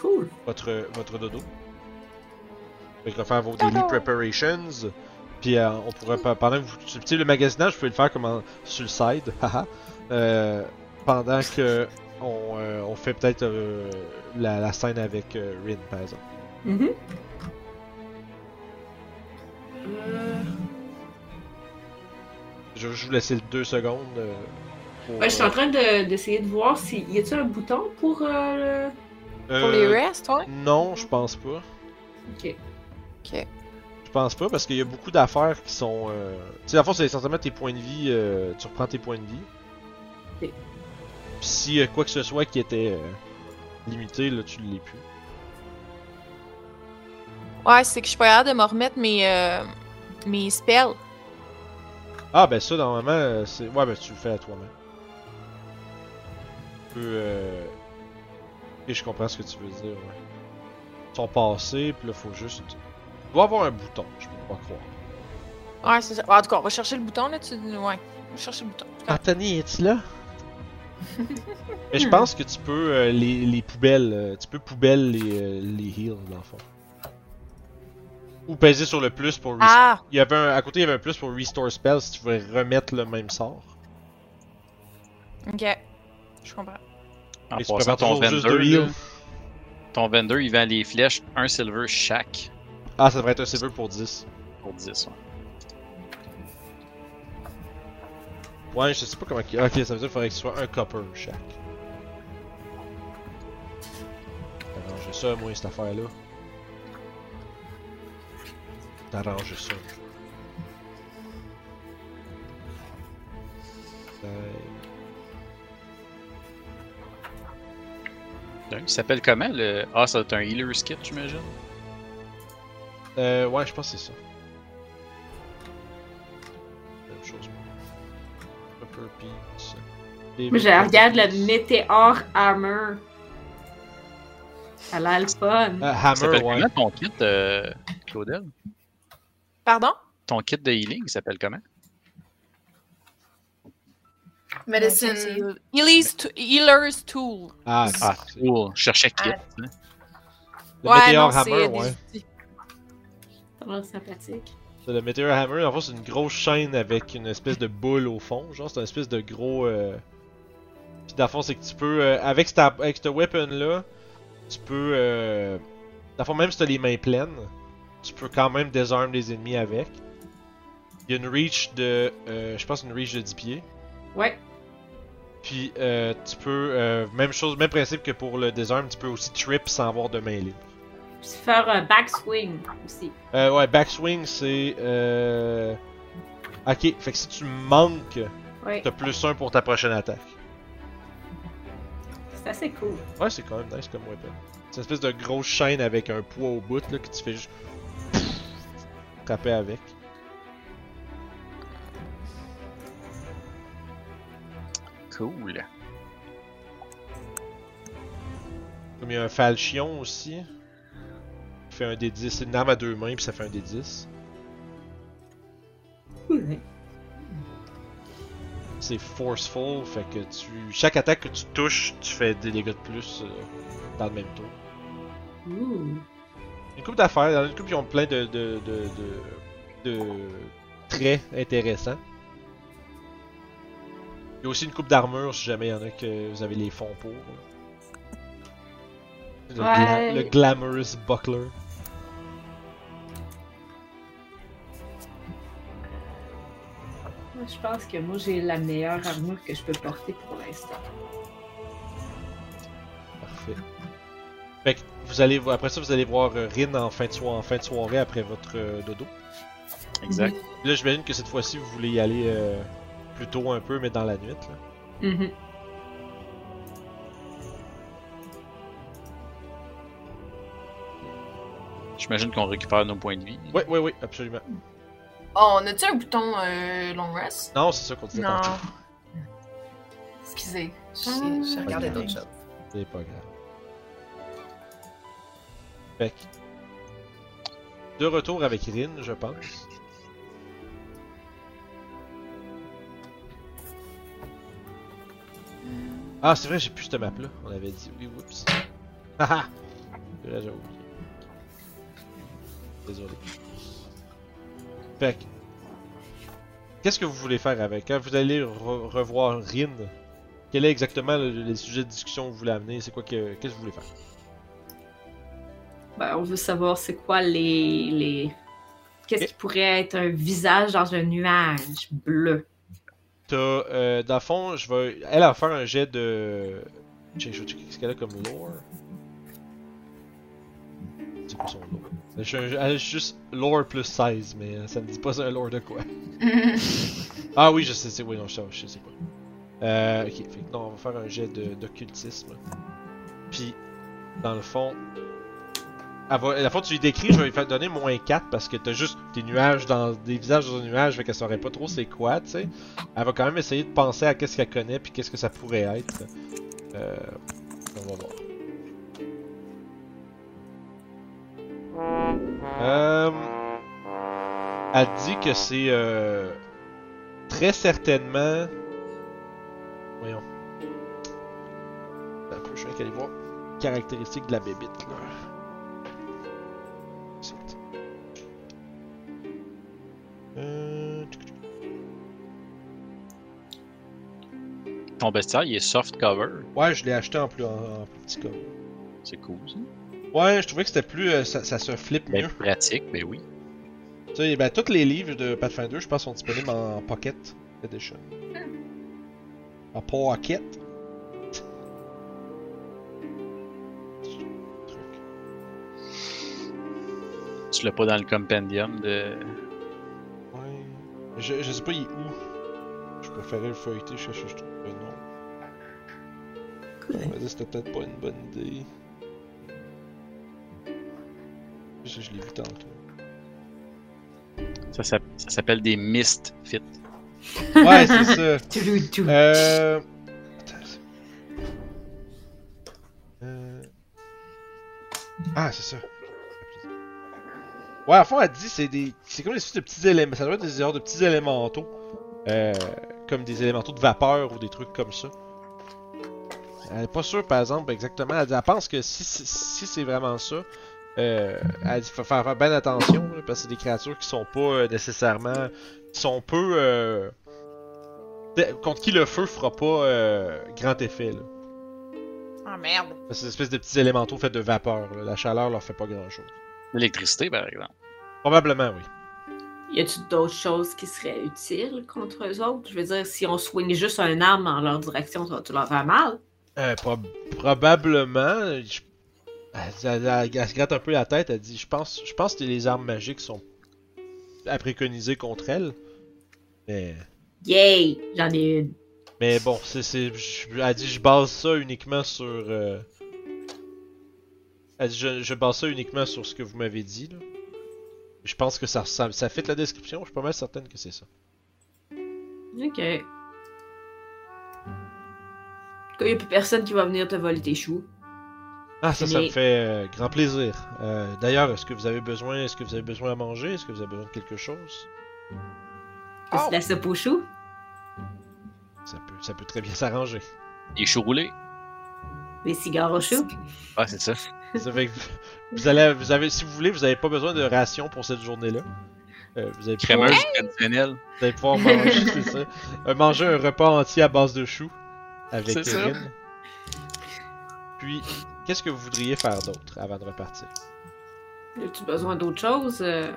S2: Cool.
S1: votre, votre dodo. Fait que faire vos daily preparations. Puis euh, on pourrait, pa- pendant que vous. Tu sais, le magasinage, vous pouvez le faire comme en- sur le side. haha. Euh, pendant que on, euh, on fait peut-être euh, la, la scène avec euh, Rin, par exemple.
S2: Mhm. Euh,
S1: Je vais juste vous laisser le deux secondes. euh, pour,
S2: ouais, je suis en train de- d'essayer de, voir si. Y a-t-il un bouton pour. euh,
S1: euh,
S4: Pour les
S1: euh,
S4: rests, ouais?
S1: Non, je pense pas.
S2: le- Ok.
S1: Je pense pas parce qu'il y a beaucoup d'affaires qui sont. Euh... Tu sais, à fond, c'est essentiellement tes points de vie. euh, tu reprends tes points de vie.
S2: Oui.
S1: Puis si euh, quoi que ce soit qui était euh, limité, là, tu l'es plus.
S4: Ouais, c'est que je suis pas capable de me remettre mes, euh, mes spells.
S1: Ah, ben ça, normalement, euh, c'est. Ouais, ben tu le fais à toi-même. Tu peux. euh, Et je comprends ce que tu veux dire, ouais. Ils sont passés, puis là, faut juste. Il doit avoir un bouton, je peux pas croire.
S4: Ouais, c'est ça. En tout cas, on va chercher le bouton, là. Tu... Ouais, on va chercher le bouton.
S1: Anthony, es-tu là? Mais je pense que tu peux euh, les, les poubelles. euh, tu peux poubelle les, euh, les heals, dans le fond. Ou peser sur le plus pour. rest-
S4: Ah!
S1: Il y avait un... À côté, il y avait un plus pour Restore Spell si tu voulais remettre le même sort.
S4: Ok. Je comprends.
S3: En
S1: Mais tu
S3: passant,
S1: prépares
S3: ton
S1: toujours juste
S3: vendor,
S1: deux
S3: là,
S1: heals.
S3: ton vendor, il vend les flèches, un silver chaque
S1: Ah, ça devrait être un silver pour 10.
S3: pour 10. ouais.
S1: Ouais, je sais pas comment. Ok, ça veut dire qu'il faudrait que ce soit un copper chaque. T'arranges ça, moi, cette affaire-là. T'arranges ça. Euh,
S3: Il s'appelle comment le. Ah, ça doit être un healer skit, j'imagine.
S1: Euh, ouais, je pense que c'est ça. Même chose. Copper Piece.
S2: Moi, je regarde le Meteor Hammer. Ça a l'air le fun.
S1: Euh,
S3: Il
S1: hammer,
S3: s'appelle
S1: ouais.
S3: comment ton kit, euh, Claudel
S4: Pardon?
S3: Ton kit de healing, il s'appelle comment
S5: Medicine.
S4: Euh, Healer's, to- Healer's Tool.
S1: Ah,
S3: Ah, cool. Je cherchais kit.
S4: Ah.
S3: hein.
S1: le
S4: ouais,
S1: Meteor
S4: non,
S1: Hammer,
S4: c'est des
S1: ouais.
S4: outils.
S2: Ça a l'air sympathique.
S1: C'est le Meteor Hammer, en fait, c'est une grosse chaîne avec une espèce de boule au fond. Genre, c'est une espèce de gros. Euh... Puis, dans le fond, c'est que tu peux. euh, avec cette avec cette weapon-là, tu peux. Euh... Dans le fond, même si t'as les mains pleines, tu peux quand même désarmer les ennemis avec. Il y a une reach de. euh, je pense une reach de 10 pieds.
S2: Ouais.
S1: Puis, euh, tu peux. euh, même chose, même principe que pour le désarm, tu peux aussi trip sans avoir de main libre.
S2: Puis faire un backswing aussi.
S1: Euh, ouais, backswing, c'est. Euh... Ok, fait que si tu manques,
S2: Ouais.
S1: t'as plus un pour ta prochaine attaque.
S2: C'est assez cool.
S1: Ouais, c'est quand même nice comme weapon. C'est une espèce de grosse chaîne avec un poids au bout là, que tu fais juste. frapper avec.
S3: Cool.
S1: Comme il y a un falchion aussi. Qui fait un D10. C'est une arme à deux mains, puis ça fait un D10. C'est forceful, fait que tu. Chaque attaque que tu touches, tu fais des dégâts de plus euh, dans le même tour.
S2: Ouh.
S1: Une coupe d'affaires, dans une coupe ils ont plein de, de, de, de, de traits intéressants. Il y a aussi une coupe d'armure si jamais il y en a que vous avez les fonds pour. Le, gla-
S2: Ouais.
S1: le glamorous buckler.
S2: Moi, je pense que moi, j'ai la meilleure armure que je peux porter pour l'instant.
S1: Parfait. Fait que vous allez vo- après ça vous allez voir euh, Rin en fin de soirée, en fin de soirée après votre euh, dodo.
S3: Exact.
S1: Là j'imagine que cette fois-ci vous voulez y aller euh, plus tôt un peu mais dans la nuit. Là.
S2: Mhm.
S4: Mhm.
S3: J'imagine qu'on récupère nos points de vie.
S1: Oui oui oui absolument.
S5: Oh, on a-tu un bouton euh, long rest?
S1: Non c'est ça qu'on disait
S5: Non.
S1: tantôt.
S5: Excusez, j'ai j'ai regardé d'autres choses.
S1: C'est pas grave. Fait que, De retour avec Rin, je pense. Ah, c'est vrai, j'ai plus cette map-là. On avait dit oui, whoops. Haha! C'est vrai, j'ai oublié. Désolé. Fait que, Qu'est-ce que vous voulez faire avec? Quand vous allez re- revoir Rin, quel est exactement le, le sujet de discussion que vous voulez amener? C'est quoi que. Qu'est-ce que vous voulez faire?
S2: Ben, on veut savoir c'est quoi les. les... Qu'est-ce qui pourrait être un visage dans un nuage bleu?
S1: T'as. Euh, dans le fond, je vais. Elle va faire un jet de. Je vais checker qu'est-ce qu'elle a comme lore. C'est quoi son lore? Je suis un- Elle a juste lore plus 16, mais euh, ça me dit pas un lore de quoi. Ah oui, je sais, c'est. Oui, non, je sais, je sais pas. Euh, ok, fait que non, on va faire un jet de- d'occultisme. Puis, dans le fond, Elle va- la fois que tu lui décris, je vais lui faire donner moins 4 parce que t'as juste des nuages dans. des visages dans un nuage, fait qu'elle saurait pas trop c'est quoi, tu sais. Elle va quand même essayer de penser à qu'est-ce qu'elle connaît puis qu'est-ce que ça pourrait être. Euh. On va voir. Euh. Elle dit que c'est. euh, très certainement. Voyons. Un peu, je vais aller voir. Caractéristique de la bébite, là. C'est- Euh, tuc, tuc.
S3: Ton bestiaire, il est soft cover.
S1: Ouais, je l'ai acheté en plus, en, en plus petit cas.
S3: C'est cool, ça.
S1: Ouais, je trouvais que c'était plus. euh, ça, ça se flippe
S3: Ben,
S1: mieux.
S3: pratique, ben oui.
S1: Tu sais, ben, tous les livres de Pathfinder, je pense, sont disponibles en Pocket Edition. En Pocket.
S3: Tu l'as pas dans le compendium de.
S1: Ouais. Je, je sais pas, il est où. Je préférais le feuilleter, je, je, je trouve le nom. On va dire que c'était peut-être pas une bonne idée. Je, je l'ai vu tantôt.
S3: Ça, s'app- ça s'appelle des mist fit.
S1: Ouais, c'est ça.
S9: Tout, tout.
S1: Euh. Attends, c'est- Euh. Ah, c'est ça. Ouais, à fond, elle dit, c'est des. C'est comme des espèces de petits éléments. Ça doit être des genres de petits élémentaux. Euh. Comme des élémentaux de vapeur ou des trucs comme ça. Elle est pas sûre, par exemple, exactement. Elle, dit- elle pense que si, si, si c'est vraiment ça, euh, elle dit, faut faire, faire bien attention, là, parce que c'est des créatures qui sont pas euh, nécessairement. qui sont peu. euh, de- contre qui le feu fera pas euh, grand effet. Là.
S4: Ah merde.
S1: Parce que C'est une espèce de petits élémentaux faits de vapeur. là. La chaleur leur fait pas grand chose.
S3: L'électricité, par exemple.
S1: Probablement, oui.
S9: Y a-tu d'autres choses qui seraient utiles contre eux autres? Je veux dire, si on swing juste un arme en leur direction, ça va-tu leur faire mal?
S1: Euh, prob- probablement. je- Elle, elle- elle- elle se gratte un peu la tête. Elle dit Je pense, je pense que les armes magiques sont à préconiser contre elles. Mais,
S9: Yay! J'en ai une.
S1: mais bon, c'est, c'est, je- elle dit Je base ça uniquement sur. euh, Elle dit je, je base ça uniquement sur ce que vous m'avez dit. Là. Je pense que ça, ça, ça fit la description. Je suis pas mal certaine que c'est ça.
S9: Ok. Qu'il n'y a plus personne qui va venir te voler tes choux.
S1: Ah, ça, ça
S9: Mais-
S1: me fait euh, grand plaisir. Euh, D'ailleurs, est-ce que vous avez besoin, est-ce que vous avez besoin à manger, est-ce que vous avez besoin de quelque chose
S9: T'as de la soupe aux choux?
S1: Ça peut, ça peut très bien s'arranger.
S3: Des choux roulés.
S9: Des cigares aux choux?
S3: Ah, c'est ça.
S1: Vous avez, vous allez, vous avez, si vous voulez, vous n'avez pas besoin de ration pour cette journée-là. Euh, vous, allez pouvoir,
S3: Crémeuse traditionnelle.
S1: vous allez pouvoir manger, c'est ça. Euh, manger un repas entier à base de choux avec
S3: C'est ça.
S1: Erin. Puis, qu'est-ce que vous voudriez faire d'autre avant de repartir
S9: Y a-tu besoin d'autre chose? Euh,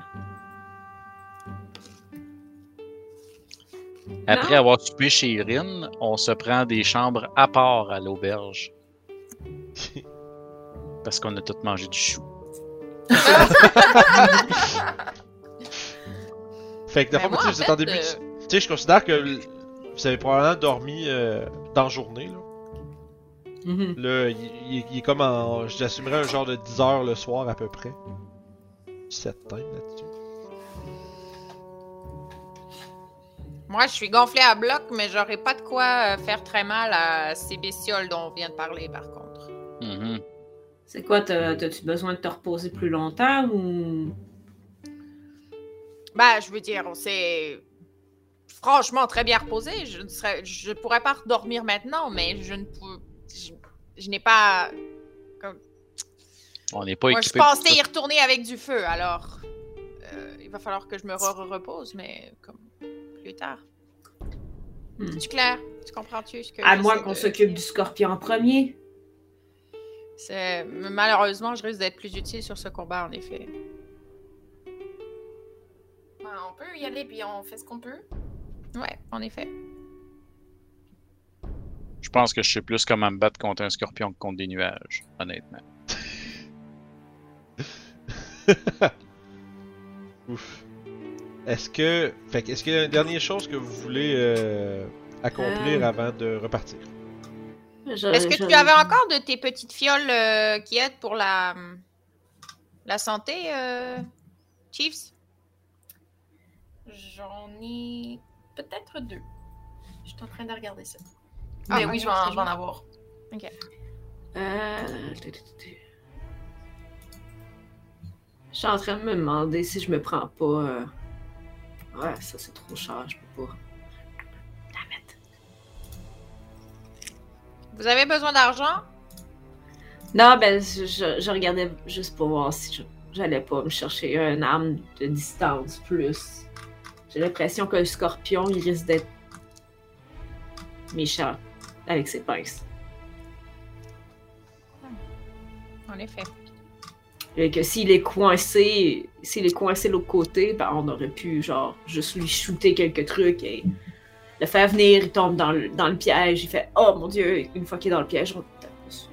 S3: Après avoir soupé chez Irine, on se prend des chambres à part à l'auberge. Parce qu'on a tous mangé du chou.
S1: Fait que,
S4: Mais
S1: la fois,
S4: moi,
S1: tu sais,
S4: en
S1: vous êtes
S4: fait,
S1: en début.
S4: euh,
S1: de- Tu sais, je considère que l- vous avez probablement dormi euh, dans la journée, là.
S9: mhm.
S1: Là, il, il- il est comme en. J'assumerais un genre de 10 heures le soir à peu près. 7 times là-dessus.
S4: Moi, je suis gonflée à bloc, mais j'aurais pas de quoi euh, faire très mal à ces bestioles dont on vient de parler, par contre.
S3: Mhm.
S9: C'est quoi? t'as- T'as-tu besoin de te reposer plus longtemps ou.
S4: Bah, je veux dire, on s'est franchement très bien reposé. Je ne serais, je pourrais pas dormir maintenant, mais je ne peux, je, je n'ai pas.
S3: On n'est pas
S4: Moi, je
S3: équipé. pour
S4: pensais y
S3: tout.
S4: retourner avec du feu, alors euh, il va falloir que je me re- repose, mais comme plus tard.
S9: Hmm.
S4: Tu clair Tu comprends-tu ce Euh, que
S9: À
S4: j'essaie
S9: moins qu'on
S4: de-
S9: s'occupe du scorpion en premier.
S4: C'est- Malheureusement, je risque d'être plus utile sur ce combat, en effet.
S5: Ben, on peut y aller, puis on fait ce qu'on peut.
S4: Ouais, en effet.
S3: Je pense que je sais plus comment me battre contre un scorpion que contre des nuages, honnêtement.
S1: Ouf. Est-ce que. Fait que, est-ce qu'il y a une dernière chose que vous voulez euh, accomplir
S9: Euh.
S1: avant de repartir
S9: Je-
S4: Est-ce que
S9: je-
S4: euh, tu avais encore de tes petites fioles euh, qui aident pour la, La santé, euh, Chiefs?
S5: J'en ai peut-être deux. Je suis en train de regarder ça.
S4: Ah,
S5: Mais oui, je vais en,
S4: c'est
S5: je vais en
S4: bon.
S5: avoir.
S2: Euh, tu, tu, tu, tu. Je suis en train de me demander si je me prends pas. euh, Ouais, ça c'est trop cher, je peux pas.
S4: Vous avez besoin d'argent?
S2: Non, ben je, je- je regardais juste pour voir si je- j'allais pas me chercher un arme de distance plus. J'ai l'impression que le scorpion, il risque d'être méchant avec ses pinces.
S4: En effet.
S2: Et Euh, que s'il est coincé, s'il est coincé de l'autre côté, ben on aurait pu genre juste lui shooter quelques trucs et le faire venir, il tombe dans le, dans le piège, il fait Oh mon dieu, une fois qu'il est dans le piège, on tape dessus.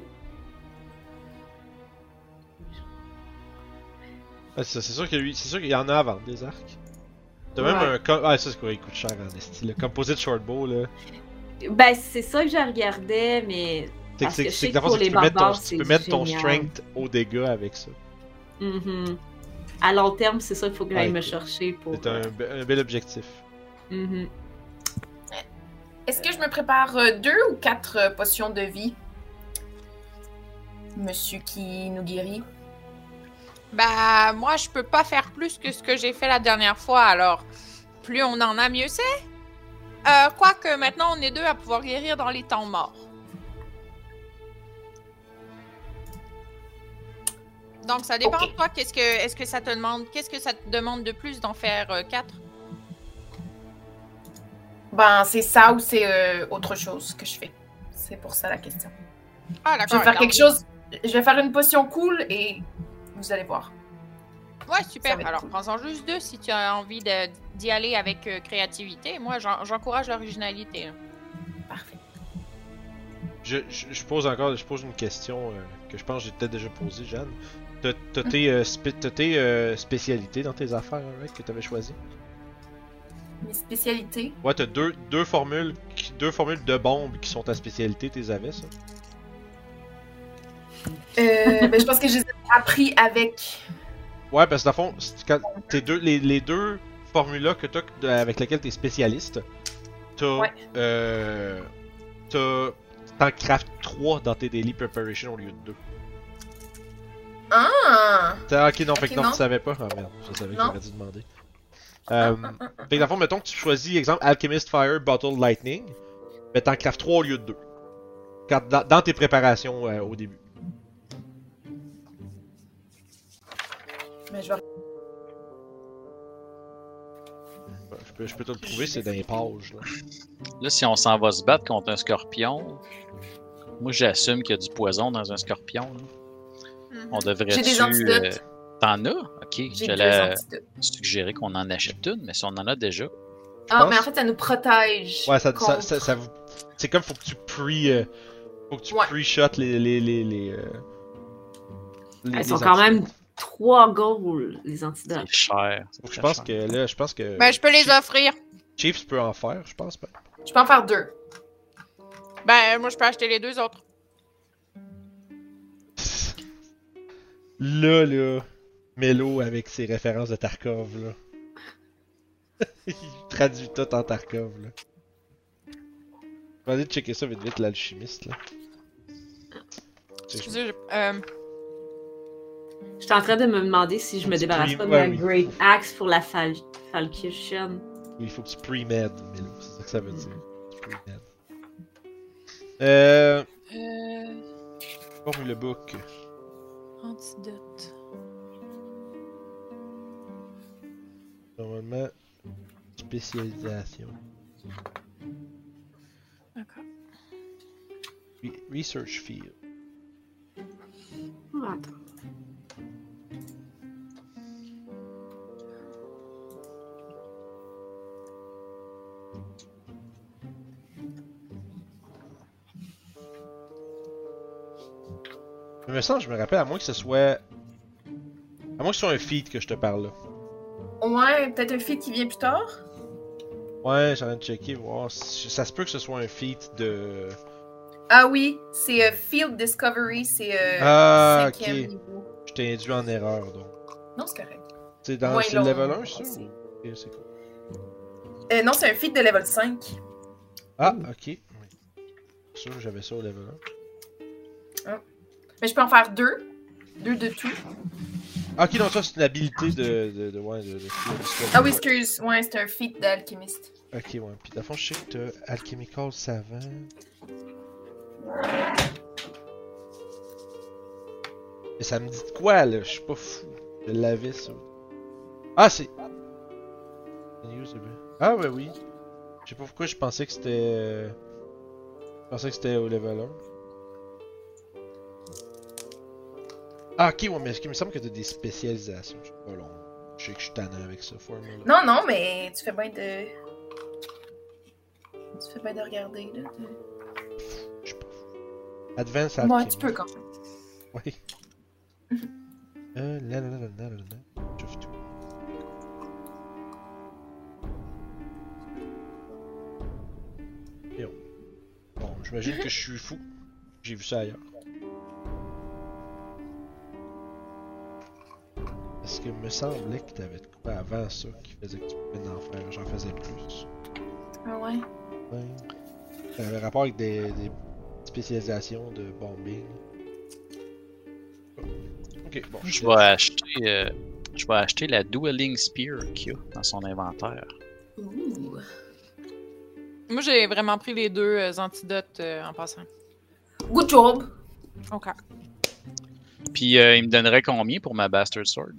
S1: Ah, c'est c'est sûr que lui- c'est sûr qu'il y en a à vendre des arcs. T'as même
S2: Ouais.
S1: un. com- Ah, ça, c'est quoi, il coûte cher en esti. Le composite shortbow, là.
S2: Ben c'est ça que je regardais, mais
S1: C'est que
S2: Parce
S1: c'est
S2: que je sais
S1: c'est-
S2: que
S1: dans le fond,
S2: pour
S1: c'est que tu
S2: les
S1: peux mettre ton,
S2: barbares,
S1: tu peux
S2: c'est
S1: mettre ton
S2: génial.
S1: strength au dégât avec ça.
S2: mhm. à long terme, c'est ça qu'il faut que j'aille
S1: Ouais,
S2: me
S1: c'est-
S2: chercher pour. euh,
S1: C'est un, be- un bel objectif.
S2: Mhm.
S5: Est-ce que je me prépare euh, deux ou quatre euh, potions de vie? Monsieur qui nous guérit.
S4: Bah, moi, je peux pas faire plus que ce que j'ai fait la dernière fois, alors plus on en a, mieux c'est. Euh, Quoique maintenant, on est deux à pouvoir guérir dans les temps morts. Donc, ça dépend
S5: Ok.
S4: de toi. Qu'est-ce que, est-ce que ça te demande, qu'est-ce que ça te demande de plus d'en faire euh, quatre
S5: Ben, c'est ça ou c'est euh, autre chose que je fais? C'est pour ça la question.
S4: Ah,
S5: Je vais
S4: d'accord.
S5: faire
S4: alors-
S5: quelque chose. Je vais faire une potion cool et vous allez voir.
S4: Ouais,
S5: Ça va
S4: super.
S5: être
S4: Alors,
S5: cool.
S4: prends-en juste deux si tu as envie de- d'y aller avec euh, créativité. Moi, j'en- j'encourage l'originalité. hein.
S5: Parfait.
S1: Je, je, je pose encore je pose une question euh, que je pense que j'ai peut-être déjà posée, Jeanne. T'as t'as tes, euh, spé- t'as tes, euh, spécialités dans tes affaires, hein, right, que t'avais choisi.
S5: Mes spécialités.
S1: Ouais, t'as deux, deux formules qui- deux formules de bombes qui sont ta spécialité, t'es avais ça.
S5: Euh, ben, je pense que je les ai appris avec.
S1: Ouais, parce que dans le fond, c'est quand tes deux, les, les deux formulas que t'as que- de- avec lesquelles t'es spécialiste, t'as.
S5: Ouais.
S1: Euh, t'as. T'en craft 3 dans tes daily preparation au lieu de 2.
S5: Ah!
S1: Ah, ok, non, fait que
S5: Ok,
S1: non,
S5: non.
S1: tu savais pas. Ah merde, je savais que
S5: Non. Ah,
S1: j'aurais dû demander. Euh, fait que dans le fond, mettons que tu choisis, exemple, Alchemist Fire, Bottle Lightning, mais t'en craft 3 au lieu de 2. Quand, dans, dans tes préparations euh, au début.
S5: Mais Ben, je vais
S1: Ouais, Je peux, je peux te le trouver, c'est dans les pages. Là.
S3: Là, si on s'en va se battre contre un scorpion, moi j'assume qu'il y a du poison dans un scorpion. là. On devrait
S5: Mm-hmm. J'ai des antidotes.
S3: T'en as? Ok.
S5: J'ai deux
S3: J'allais
S5: antidotes.
S3: suggérer qu'on en achète une, mais si on en a déjà.
S5: Ah,
S1: pense.
S5: mais en fait, ça nous protège.
S1: Ouais, ça, ça,
S5: contre-
S1: ça, ça vous. C'est comme faut que tu pre. euh, faut que tu
S5: Ouais.
S1: pre-shot les. les, les, les, euh, les-
S2: Elles sont
S1: les
S2: quand
S1: antidotes.
S2: même trois goals, les antidotes.
S3: C'est cher. c'est
S1: Faut que Je
S3: très
S1: pense
S3: cher.
S1: que là, je pense que.
S4: Ben, je peux les offrir.
S1: Chiefs peut en faire, je pense. ben.
S5: Je peux en faire deux.
S4: Ben, moi, je peux acheter les deux autres.
S1: Là, là. Melo avec ses références de Tarkov, là. Il traduit tout en Tarkov, là. Je vais aller checker ça vite vite, l'alchimiste, là. Tu sais, je-
S4: Excusez, je- euh,
S2: J'étais en train de me demander si je me
S1: Tu
S2: débarrasse
S1: pries-
S2: pas de
S1: ouais,
S2: ma
S1: oui.
S2: Great Axe pour la fal Falchion.
S1: Il faut que tu pre-med, Melo. C'est ça que ça veut dire. Tu pre-med. Euh.
S4: euh,
S1: Formule book.
S4: antidote.
S1: Normalement, spécialisation.
S4: D'accord.
S1: Re- research field.
S2: Oh, attends.
S1: Il me semble, je me rappelle, à moins que ce soit. À moins que ce soit un feed que je te parle là.
S5: Ouais, peut-être un feed qui vient plus tard.
S1: Ouais, j'ai envie de checker, voir. si- Ça se peut que ce soit un feed de.
S5: Ah oui, c'est euh, Field Discovery, c'est euh,
S1: Ah, ok.
S5: cinquième niveau.
S1: Je t'ai induit en erreur, donc.
S5: Non, c'est correct.
S1: C'est dans
S5: Moins
S1: c'est le
S5: long,
S1: level 1, ça
S5: aussi.
S1: ou- Ok, c'est cool.
S5: Euh, non, c'est un feat de level 5.
S1: Ah, ok. Oui. Sûr que j'avais ça au level 1.
S5: Mais je peux en faire deux. Deux de tout.
S1: Ah, ok, donc ça, c'est une habilité de. de, de, ouais, de, de- de- de-
S5: Ah oui, excuse. Ouais, c'est un feat d'alchimiste.
S1: Ok, ouais. Puis, dans le fond, je sais que t'as Alchemical Savant. Mais ça me dit de quoi, là? Je suis pas fou. Je l'avais, ça. Ah, c'est. Ah, ouais, oui. Je sais pas pourquoi je pensais que c'était. euh, Je pensais que c'était au level 1. Ah, ok, ouais, mais il me semble que t'as des spécialisations. Je sais pas, long. Je sais que je suis tannant avec ça, Former. là.
S5: Non, non, mais tu fais bien de. Tu fais bien de regarder, là. de-
S1: Je sais pas. Advance
S5: Ouais,
S1: Alchemy.
S5: tu peux quand même.
S1: Oui. euh, la la la la la la la. Je fais tout. Et on. Bon, j'imagine que je suis fou. J'ai vu ça ailleurs. Parce que me semblait que t'avais de quoi avant ça qui faisait que tu pouvais en faire. J'en faisais plus.
S5: Ah ouais.
S1: Ouais. Ça avait rapport avec des, des spécialisations de bombing. Ok, bon.
S3: Je vais acheter, euh, je vais acheter la Dueling Spear qu'il y a dans son inventaire.
S2: Ouh.
S4: Moi, j'ai vraiment pris les deux euh, antidotes euh, en passant.
S5: Good job!
S4: OK.
S3: Puis euh, il me donnerait combien pour ma Bastard Sword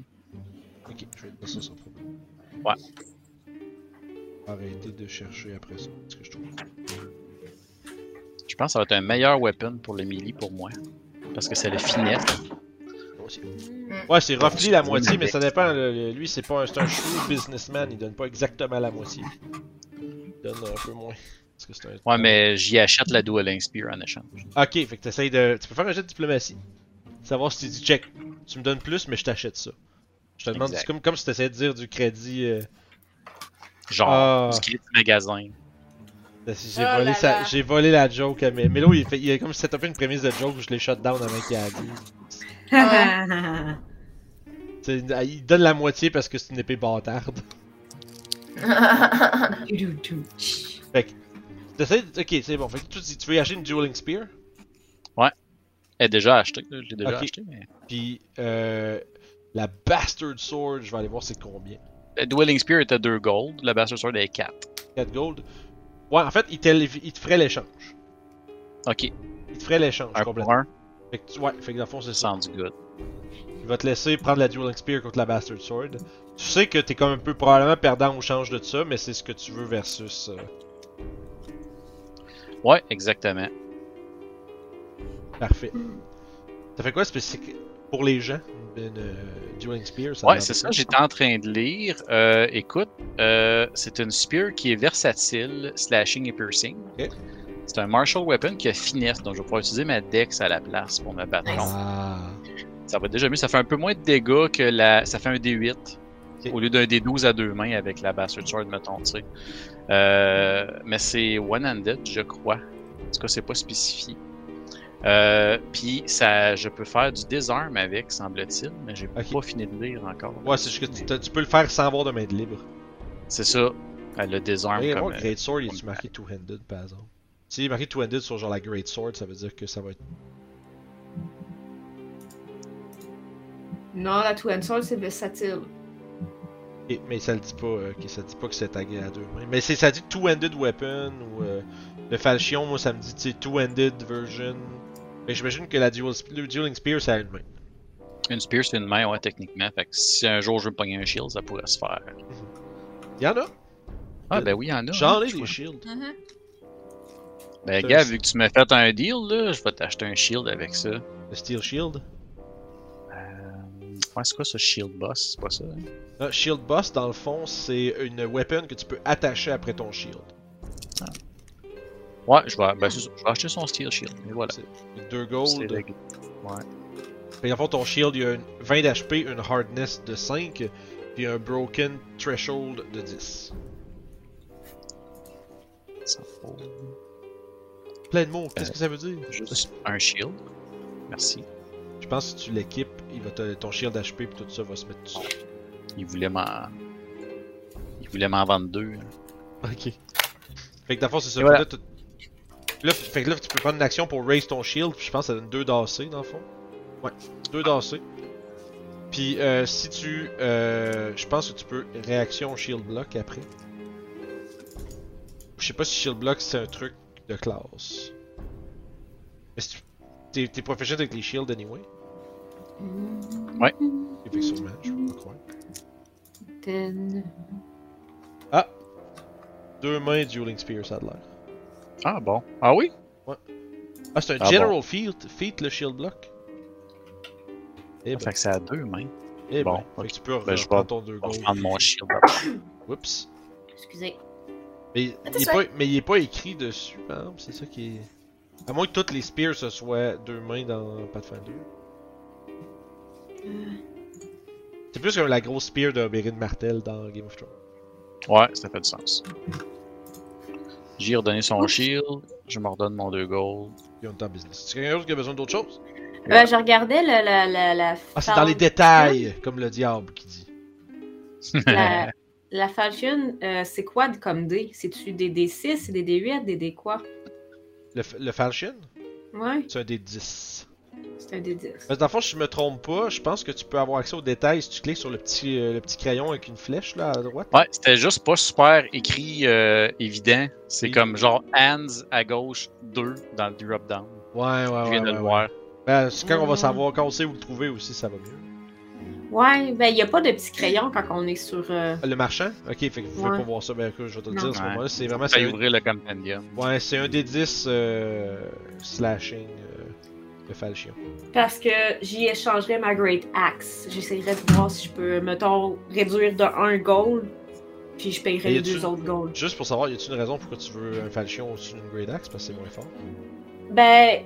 S1: Ok, je vais te passer ça sans problème.
S3: Ouais.
S1: Arrêtez de chercher après ça, ce que je trouve.
S3: Je pense que ça va être un meilleur weapon pour le melee pour moi. Parce que c'est le finesse.
S1: Mm. Ouais, c'est roughly la moitié, mais ça dépend. le- le- lui, c'est pas un, c'est un shrewd businessman, il donne pas exactement la moitié. Il donne un peu moins. Parce que c'est un...
S3: Ouais, mais j'y achète la Dueling Spear en échange.
S1: Ok, fait que t'essayes de. Tu peux faire un jet de diplomatie. Savoir si tu dis check, tu me donnes plus, mais je t'achète ça. Je te demande,
S3: Exact.
S1: c'est comme, comme si t'essayais de dire du crédit. euh,
S3: Genre,
S1: Ah.
S3: du crédit magasin.
S1: de si j'ai,
S2: Oh
S1: volé
S2: là
S1: sa-
S2: là.
S1: j'ai volé la joke à Mé- Mélo, il, fait, il a comme set up une prémisse de joke, je l'ai shut down avant qu'il a dit. C'est- ah, il donne la moitié parce que c'est une épée bâtarde. T'essayes de- Ok, c'est bon. Fait que tu, dis- tu veux y acheter une Dueling Spear,
S3: Elle est déjà achetée. là, Je l'ai déjà
S1: Ok.
S3: achetée. mais-
S1: puis euh, la Bastard Sword, je vais aller voir c'est combien.
S3: La Dueling Spear était 2 gold. La Bastard Sword est 4.
S1: 4 gold. Ouais, en fait, il, t'élev- il te ferait l'échange.
S3: Ok,
S1: Il te ferait l'échange
S3: un
S1: complètement.
S3: pour un,
S1: Fait que tu- ouais, fait que dans le fond, c'est ça.
S3: sounds good.
S1: Il va te laisser prendre la Dueling Spear contre la Bastard Sword. Tu sais que t'es comme un peu probablement perdant au change de ça, mais c'est ce que tu veux versus. euh,
S3: Ouais, exactement.
S1: Parfait. Ça fait quoi spécifique pour les gens une euh, Dueling Spear ça
S3: Ouais,
S1: demande
S3: c'est ça,
S1: quoi?
S3: j'étais en train de lire. Euh, écoute, euh, c'est une spear qui est versatile, slashing et piercing.
S1: Ok.
S3: C'est un martial weapon qui a finesse, donc je vais pouvoir utiliser ma dex à la place pour me battre.
S1: Ah.
S3: Ça va déjà mieux, ça fait un peu moins de dégâts que la. Ça fait un D8
S1: Ok.
S3: au lieu d'un D12 à deux mains avec la Bastard Sword, mettons, tu sais. Euh, mais c'est one-handed, je crois. En tout cas, c'est pas spécifié. Euh, Puis ça, je peux faire du désarme avec, semble-t-il, mais j'ai
S1: Ok.
S3: pas fini de lire encore.
S1: Ouais, c'est juste que tu, t'as- tu peux le faire sans avoir de main de libre.
S3: C'est ça. Elle le désarme
S1: Et
S3: comme. euh,
S1: moi, Great Sword, il
S3: comme-
S1: est marqué two-handed par exemple. Si il est marqué two-handed sur genre la Great Sword, ça veut dire que ça va être.
S9: Non, la Twin Soul, c'est versatile.
S1: Et- mais ça le dit pas, euh, que ça dit pas que c'est tagué à deux mains. Mais c'est ça dit two-handed weapon ou euh, le falchion, moi ça me dit tu sais, two-handed version. Mais j'imagine que la dual, sp- le dueling spear ça a une main.
S3: Une spear, c'est une main, ouais, techniquement. Fait que si un jour je veux me pogner un shield, ça pourrait se faire.
S1: Y'en a!
S3: Ah, ben oui, il y en a.
S1: J'en
S3: hein,
S1: ai
S3: je
S1: des
S3: vois.
S1: shields.
S4: Mm-hmm.
S3: Ben, gars, vu que tu m'as fait un deal, là, je vais t'acheter un shield avec ça.
S1: Le steel shield.
S3: Euh, Ouais, c'est quoi ce shield boss? C'est pas ça? hein?
S1: Non, shield boss dans le fond c'est une weapon que tu peux attacher après ton shield.
S3: Ouais, je vais, ben, c'est ça, je vais acheter son steel shield. Et voilà.
S1: Fait que Deux
S3: C'est
S1: gold.
S3: réglé.
S1: Fait qu'en fond, ton shield, il y a une 20 d'HP, une hardness de 5, puis un broken threshold de 10.
S3: Ça faut
S1: Plein de mots, qu'est-ce que ça veut dire?
S3: Juste un shield. Merci.
S1: Je Je pense que si tu l'équipes, il va te- ton shield HP et tout ça va se mettre dessus.
S3: Il voulait m'en. Il voulait m'en vendre deux. hein.
S1: Ok. Fait que d'abord c'est ça.
S3: Et voilà.
S1: Fait que Là, tu- là, fait que là, tu peux prendre une action pour raise ton shield, puis je pense que ça donne 2 d'AC dans le fond. Ouais, 2 d'AC. Puis euh, si tu. euh, je pense que tu peux réaction shield block après. Je sais pas si shield block c'est un truc de classe. Mais si tu. T'es, t'es professionnel avec les shields anyway.
S3: Ouais.
S1: Effectivement, je crois.
S2: Ten.
S1: Deux mains dueling spear, ça a de l'air.
S3: Ah bon? Ah oui?
S1: Ah, c'est un
S3: Ah
S1: general feat, feat le shield block. Eh
S3: Fait
S1: ben,
S3: que c'est à deux mains.
S1: eh
S3: bon,
S1: ben. Fait que tu peux
S3: Ben, je
S1: reprendre
S3: vais-
S1: ton deux
S3: Je vais
S1: gold.
S3: reprendre mon shield.
S1: Oups.
S10: Excusez.
S1: Mais
S5: Ah,
S1: il, est
S5: t'as
S1: pas, mais il est pas écrit dessus, par exemple, c'est ça qui est. À moins que toutes les spears ce soit deux mains dans Pathfinder. C'est plus comme la grosse spear de Bérine Martel dans Game of Thrones.
S3: Ouais, ça fait du sens. J'ai redonné son shield. Je me redonne mon deux gold.
S1: Puis on est en business. C'est quelqu'un d'autre qui a besoin d'autre chose?
S10: Euh, je regardais la. la, la, la
S1: Ah, c'est dans les détails, comme le diable qui dit.
S2: La, la falchion, euh, c'est quoi de- comme dé? C'est-tu des D6, c'est des D8, des D quoi?
S1: Le, f- le Falchion,
S2: Ouais,
S1: c'est un des 10.
S2: c'est un D10.
S1: Parce que dans le fond, si je me trompe pas, je pense que tu peux avoir accès aux détails si tu cliques sur le petit, euh, le petit crayon avec une flèche là à droite.
S3: Ouais, c'était juste pas super écrit, euh, évident. C'est
S1: Oui.
S3: comme genre hands à gauche, deux dans le drop down.
S1: Ouais, ouais, ouais.
S3: Je viens de
S1: Ah ouais,
S3: le
S1: ouais.
S3: voir.
S1: Ben, c'est quand on va
S2: Mm.
S1: savoir, quand on sait où le trouver aussi, ça va mieux.
S2: Ouais, ben il n'y a pas de petit crayon quand on est sur. euh,
S1: Ah, Le marchand Ok, fait que vous pouvez
S2: Ouais.
S1: pas voir ça, ben écoute, je vais te le
S2: Non.
S1: dire à ce
S3: Ouais.
S1: moment-là. C'est vraiment.
S3: Ça
S1: C'est
S3: y
S1: un,
S3: ouvrir le compendium.
S1: ouais, c'est un des 10 euh, slashing euh, de Falchion.
S2: Parce que j'y échangerais ma Great Axe. J'essaierais de voir si je peux, mettons, réduire de 1 gold, puis je payerais
S1: Et y
S2: les
S1: a-tu-
S2: deux autres gold.
S1: Juste pour savoir, y a-t-il une raison pourquoi tu veux un Falchion au-dessus d'une Great Axe Parce que c'est moins fort.
S2: Ben,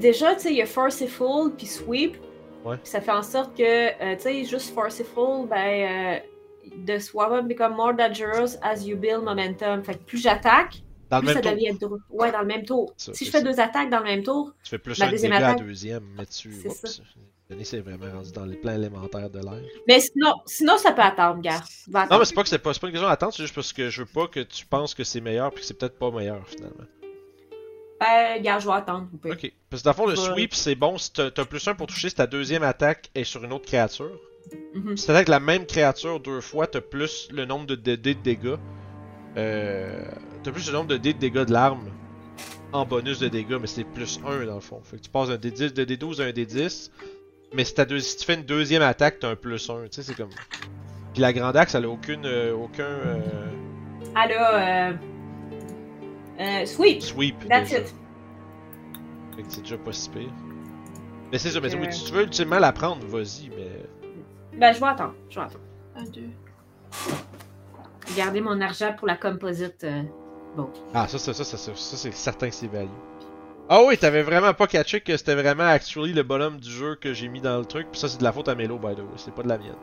S2: déjà, tu sais, il y a Forceful puis Sweep.
S1: Ouais.
S2: Puis Ça fait en sorte que, euh, tu sais, juste Forceful, ben, de swap up become more dangerous as you build momentum. Fait que plus j'attaque,
S1: Dans le
S2: plus
S1: même
S2: ça
S1: tour,
S2: devient drôle. Ouais, dans le même tour.
S1: Ça,
S2: si je
S1: c'est
S2: fais deux attaques dans le même tour,
S1: tu fais plus
S2: ma
S1: un
S2: deuxième
S1: dégât à
S2: attaque.
S1: deuxième, mais tu.
S2: C'est ça.
S1: Oups. Denis, c'est vraiment rendu dans les plans élémentaires de l'air.
S2: mais sinon, sinon ça peut attendre, gars. Va
S1: Non,
S2: attendre.
S1: mais c'est pas que c'est pas, c'est pas une question d'attente, c'est juste parce que je veux pas que tu penses que c'est meilleur puis que c'est peut-être pas meilleur finalement.
S2: Ben, gars, je vais attendre. ou pas.
S1: Ok. Parce que dans le fond, le
S2: Ouais.
S1: sweep c'est bon si t'as t'as plus un pour toucher si ta deuxième attaque est sur une autre créature.
S2: Mhm.
S1: Si t'attaques la même créature deux fois, t'as plus le nombre de dés de dégâts. Euh, t'as plus le nombre de dés de dégâts de l'arme en bonus de dégâts, mais c'est plus 1 dans le fond. Fait que tu passes d'un D10, de D12 à un D10. Mais si, t'as deux- si tu fais une deuxième attaque, t'as un plus 1. Tu sais, c'est comme. Puis la grande axe, elle a aucune, euh, aucun euh,
S2: Elle a. euh, euh, sweep.
S1: sweep.
S2: That's
S1: déjà.
S2: it.
S1: Fait que c'est déjà pas si pire. Mais c'est ça, mais
S2: Fait que-
S1: oui, si tu veux ultimement la prendre, vas-y, mais.
S2: Ben, je vais attendre. Je vais attendre.
S5: Un, deux.
S2: Garder mon argent pour la composite. euh,
S1: Ah, ça, ça, ça, ça, ça, ça, c'est certain que c'est value. Ah oui, t'avais vraiment pas catché que c'était vraiment actually le bonhomme du jeu que j'ai mis dans le truc. Puis ça, c'est de la faute à Melo, by the way, c'est pas de la mienne.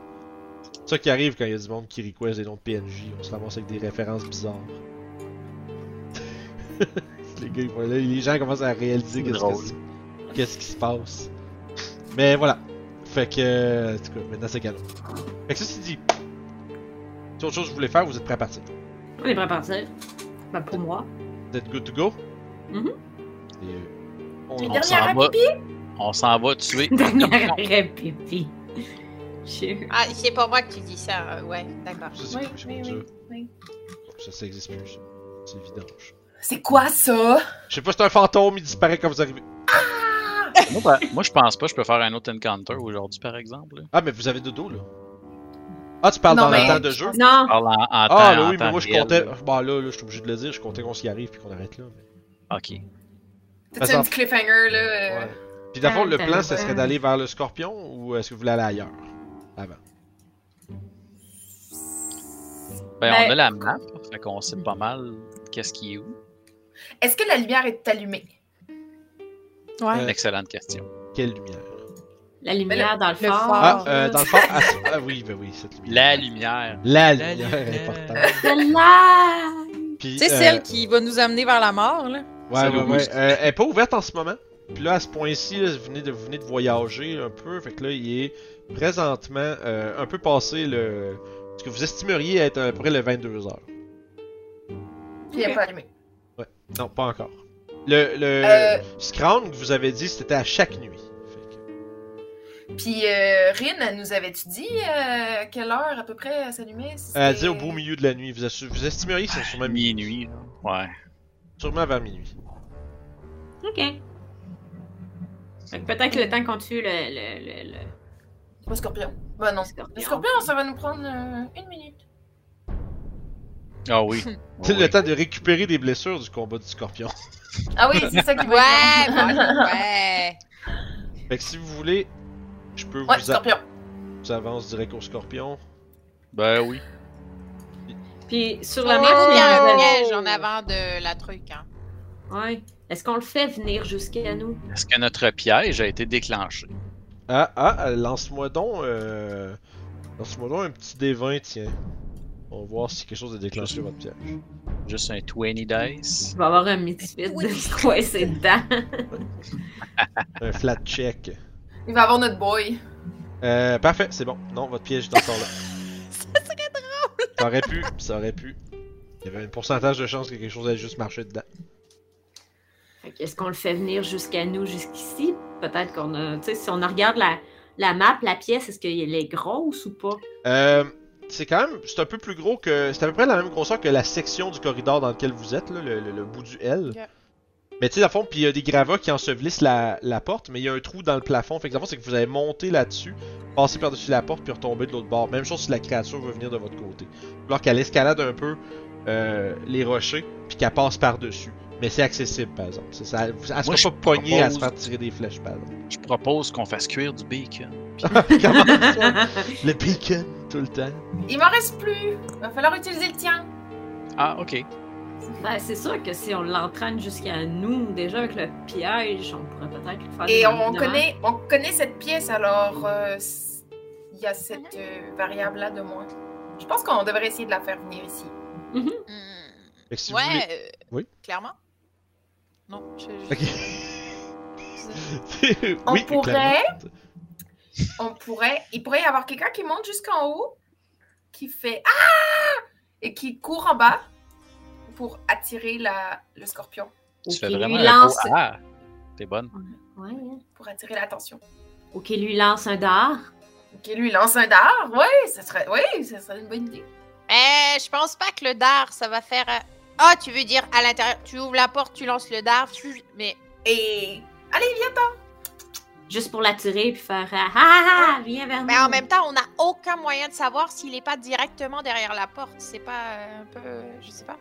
S1: C'est ça qui arrive quand il y a du monde qui request des noms de PNJ, on se ramasse avec des références bizarres. les, gars, ils vont- là, les gens commencent à réaliser qu'est-ce que
S3: Drôle.
S1: c'est- qu'est-ce qui se passe. Mais voilà. Fait que. euh, En tout cas, maintenant c'est canon. Fait que ceci dit, si autre chose que vous voulez faire, vous êtes prêt à partir.
S2: On est prêt à partir. Ben, pour moi.
S1: Vous êtes good to go?
S2: Mhm.
S1: Et, euh, on-
S5: Une
S1: on-
S3: On
S5: dernière
S3: s'en
S5: à
S3: va. On s'en va tuer.
S2: Dernière arrêt, pipi. Sure.
S4: Ah, c'est pas moi que tu dis ça. euh, ouais, d'accord.
S1: Ça, c'est
S5: Oui,
S1: c'est
S5: oui,
S1: comme
S5: oui,
S1: ça.
S5: oui.
S1: Ça, ça existe plus. ça. C'est vidange.
S5: C'est quoi ça?
S1: Je sais pas, c'est un fantôme, il disparaît quand vous arrivez.
S3: moi, ben, moi, je pense pas je peux faire un autre encounter aujourd'hui, par exemple. là.
S1: Ah, mais vous avez de dos, là. Ah, tu parles
S5: Non,
S1: dans
S5: mais-
S1: le temps de jeu?
S2: Non,
S3: Je parle en, en
S1: Ah,
S3: temps-
S1: là,
S3: en
S1: oui, mais
S3: temps
S1: moi, je
S3: réel,
S1: comptais.
S3: là.
S1: Bah, là, là, je suis obligé de le dire, je comptais qu'on s'y arrive puis qu'on arrête là. mais-
S3: Ok. Ben,
S5: T'as-tu
S1: Parce
S5: un
S1: en-
S5: petit cliffhanger, là? euh,
S1: Ouais. Puis, d'abord, le
S2: Ah,
S1: plan, ce
S2: t'as-
S1: serait d'aller vers le scorpion ou est-ce que vous voulez aller ailleurs? Avant.
S3: Ben,
S2: Ben-
S3: on a la map, fait qu'on sait pas mal qu'est-ce qui est où.
S5: Est-ce que la lumière est allumée?
S4: Ouais.
S1: Euh,
S3: Excellente question.
S1: Quelle lumière?
S2: la lumière dans le
S5: le
S2: fort.
S5: fort.
S1: Ah,
S5: Ah,
S1: euh,
S5: là.
S1: dans le fond. Ah, c'est- ah oui, ben oui, cette
S3: La
S1: lumière.
S3: lumière.
S1: La
S3: La
S1: lumière est
S3: lumière.
S1: importante.
S2: C'est là!
S1: Puis,
S4: Tu sais,
S1: euh,
S4: celle qui va nous amener vers la mort, là.
S1: Ouais,
S3: Salut,
S1: ouais, ouais.
S3: Auguste.
S1: Euh, elle est pas ouverte en ce moment. Puis là, à ce point-ci, là, vous, venez de, vous venez de voyager un peu. Fait que là, il est présentement euh, un peu passé le. Ce que vous estimeriez être à peu près le 22h.
S5: Il n'est pas allumé.
S1: Non, pas encore. Le, le
S5: Euh.
S1: Scrum que vous avez dit, c'était à chaque nuit. Fait que-
S5: Puis euh, Rin, elle nous avait-tu dit euh, quelle heure à peu près elle s'allumait?
S1: Elle
S5: C'est-
S1: dit au beau milieu de la nuit. Vous, assu- vous estimeriez que c'est sûrement, mi-
S3: Minuit, là. Ouais.
S1: sûrement vers minuit.
S2: Ok. Fait que Peut-être que le temps qu'on tue le, le, le, le-
S5: Pas scorpion. Bah non.
S2: le scorpion.
S5: Le scorpion, ça va nous prendre euh, une minute.
S3: Ah oui.
S1: C'est
S3: Ouais,
S1: le temps de récupérer des blessures du combat du scorpion.
S5: Ah oui, c'est ça qui
S4: Ouais,
S5: va être long.
S4: bon, ouais.
S1: Fait que si vous voulez, je peux
S5: Ouais,
S1: vous, a-
S5: scorpion.
S1: vous avance direct au scorpion.
S3: Ben oui.
S9: Puis sur
S4: On
S9: la
S4: est
S9: map,
S4: mis
S9: il y
S4: en
S9: avait-
S4: piège en avant de la truc, hein.
S9: Ouais. Est-ce qu'on le fait venir jusqu'à nous?
S3: Est-ce que notre piège a été déclenché?
S1: Ah, ah, euh, lance-moi donc. Euh... Lance-moi donc un petit D20, tiens. On va voir si quelque chose est déclenché votre piège.
S3: Juste un 20 dice.
S9: Il va y avoir un mitifit
S4: Oui.
S9: de se coincer dedans.
S1: Un flat check.
S5: Il va avoir notre boy.
S1: Euh, parfait, c'est bon. Non, votre piège est encore là. ça aurait pu, ça aurait pu. Il y avait un pourcentage de chance que quelque chose allait juste marcher dedans.
S9: Fait que Est-ce qu'on le fait venir jusqu'à nous, jusqu'ici? Peut-être qu'on a. Tu sais, si on regarde la, la map, la pièce, est-ce qu'elle est grosse ou pas?
S1: Euh, c'est quand même, c'est un peu plus gros que, c'est à peu près la même grosseur que la section du corridor dans lequel vous êtes, là, le, le- le bout du L.
S4: Ok.
S1: Mais tu sais, dans le fond, puis il y a des gravats qui ensevelissent la, la porte, mais il y a un trou dans le plafond. Fait que dans le fond, c'est que vous avez monté là-dessus, passé par-dessus la porte, puis retomber de l'autre bord. Même chose si la créature veut venir de votre côté. Alors qu'elle escalade un peu euh, les rochers, puis qu'elle passe par-dessus. Mais c'est accessible, par exemple. C'est ça, elle sera
S3: Moi, je
S1: pas pognée à se
S3: propose-
S1: faire tirer des flèches, par exemple.
S3: Je propose qu'on fasse cuire du bacon.
S1: Comment ça? Le beacon, tout le temps.
S5: Il m'en reste plus. Va falloir utiliser le tien.
S3: Ah, ok.
S9: Ben, c'est sûr que si on l'entraîne jusqu'à nous, déjà avec le piège, on pourrait peut-être le faire.
S5: Et
S9: venir
S5: on
S9: demain.
S5: connaît, on connaît cette pièce, alors euh, s- il y a cette euh, variable-là de moins. Je pense qu'on devrait essayer de la faire venir ici.
S4: Hmm.
S1: Fait que Mm. si vous voulez-
S4: Ouais. euh,
S1: Oui.
S4: Clairement. Non, je. je-
S1: Ok. oui,
S5: On pourrait-
S1: clairement.
S5: On pourrait, il pourrait y avoir quelqu'un qui monte jusqu'en haut, qui fait ah et qui court en bas pour attirer la, le scorpion,
S9: Ou
S3: Tu fais
S9: qu'il
S3: vraiment
S9: lui
S3: un beau
S9: lance.
S3: Ah! T'es bonne.
S9: Ouais, hein.
S5: pour attirer l'attention.
S9: Ou qu'il lui lance un dard.
S5: Qui lui lance un dard. Ouais, ça serait, ouais, ça serait une bonne idée.
S4: Eh, je pense pas que le dard, ça va faire. euh, Ah, tu veux dire à l'intérieur, tu ouvres la porte, tu lances le dard, tu- mais
S5: Et allez, viens.
S9: Juste pour l'attirer puis faire ah, ah, ah, viens vers nous.
S4: Mais Ben, en même temps, on n'a aucun moyen de savoir s'il n'est pas directement derrière la porte. C'est pas euh, un peu. euh, Je sais pas.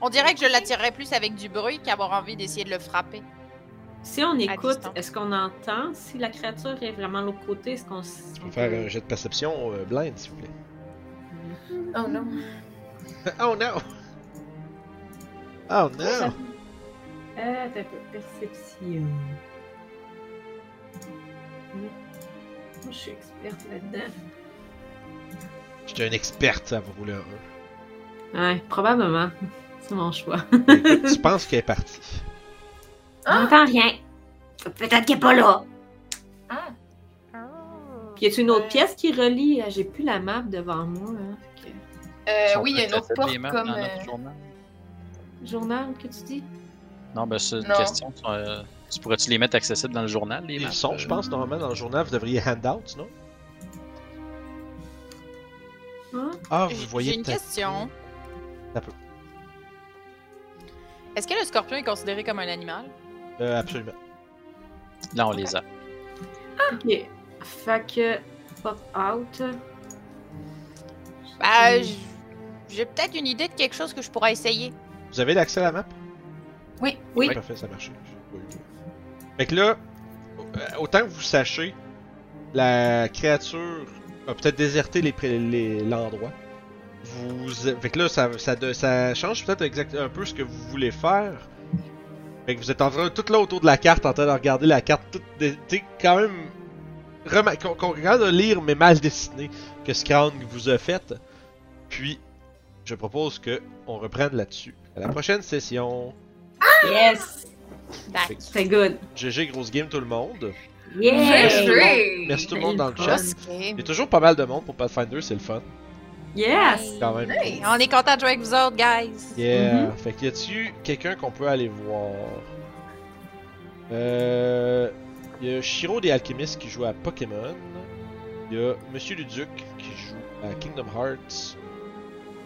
S4: On dirait que je l'attirerais plus avec du bruit qu'avoir envie d'essayer de le frapper.
S9: Si on écoute,
S4: distance.
S9: est-ce qu'on entend si la créature est vraiment de l'autre côté? Est-ce qu'on. s-
S1: Je vais faire un jet de perception euh, blind, s'il vous plaît.
S5: Oh non.
S1: Oh no! Oh
S2: Ça-
S1: no!
S2: Euh, t'as peu perception. Hmm. Moi, je suis experte là-dedans.
S1: J'étais un experte, ça va rouler un un.
S9: Ouais, probablement. C'est mon choix.
S1: Écoute, tu penses qu'elle est partie.
S9: On n'entend rien. Peut-être qu'elle est pas là.
S5: Ah.
S9: Puis y a une autre
S5: Euh.
S9: pièce qui relie? J'ai plus la map devant moi. hein. Fait que-
S5: Euh,
S3: Si on
S5: oui, il y a
S3: peut
S5: une autre
S3: traiter
S5: porte
S3: des maths
S5: comme.
S3: dans notre
S5: euh,
S3: journal.
S9: Journal que tu dis?
S3: Non, ben c'est une
S5: Non.
S3: question. euh, tu pourrais-tu les mettre accessibles dans le journal, les
S1: Ils
S3: maths?
S1: sont, je pense, normalement, dans le journal, vous devriez handouts, non?
S9: Hein?
S1: Ah, vous
S4: J'ai
S1: voyez
S4: une
S1: peut-être.
S4: question.
S1: Un peu.
S4: Est-ce que le scorpion est considéré comme un animal
S1: Euh, absolument.
S3: Là, on les a.
S9: Ok. Fait que pop out.
S4: Bah,
S9: Hmm.
S4: j- j'ai peut-être une idée de quelque chose que je pourrais essayer.
S1: Vous avez l'accès à la map?
S5: Oui.
S9: Oui.
S1: Parfait, ça marche. Fait que là, euh, autant que vous sachez, la créature a peut-être déserté les pré- les- l'endroit. Vous, fait que là, ça, ça, de- ça change peut-être exact- un peu ce que vous voulez faire. Fait que vous êtes en train, tout là autour de la carte, en train de regarder la carte, toute, dé- t'sais, quand même, remar- qu'on qu'on regarde de lire, mais mal dessiné, que Scrown vous a faite. Puis, je propose que on reprenne là-dessus. À la prochaine session.
S9: Yes!
S4: D'accord.
S9: Très good.
S1: GG, grosse game tout le monde.
S2: Yeah!
S5: Bien joué!
S1: Merci tout le monde dans le chat.
S9: Yes.
S1: Il y a toujours pas mal de monde pour Pathfinder, c'est le fun.
S9: Yes!
S1: Quand même.
S5: Nice.
S4: On est content de jouer avec vous autres, guys.
S1: Yeah. Fait que y a-tu quelqu'un qu'on peut aller voir Euh. Y a Shiro des Alchimistes qui joue à Pokémon. Y a Monsieur Luduc qui joue à Kingdom Hearts.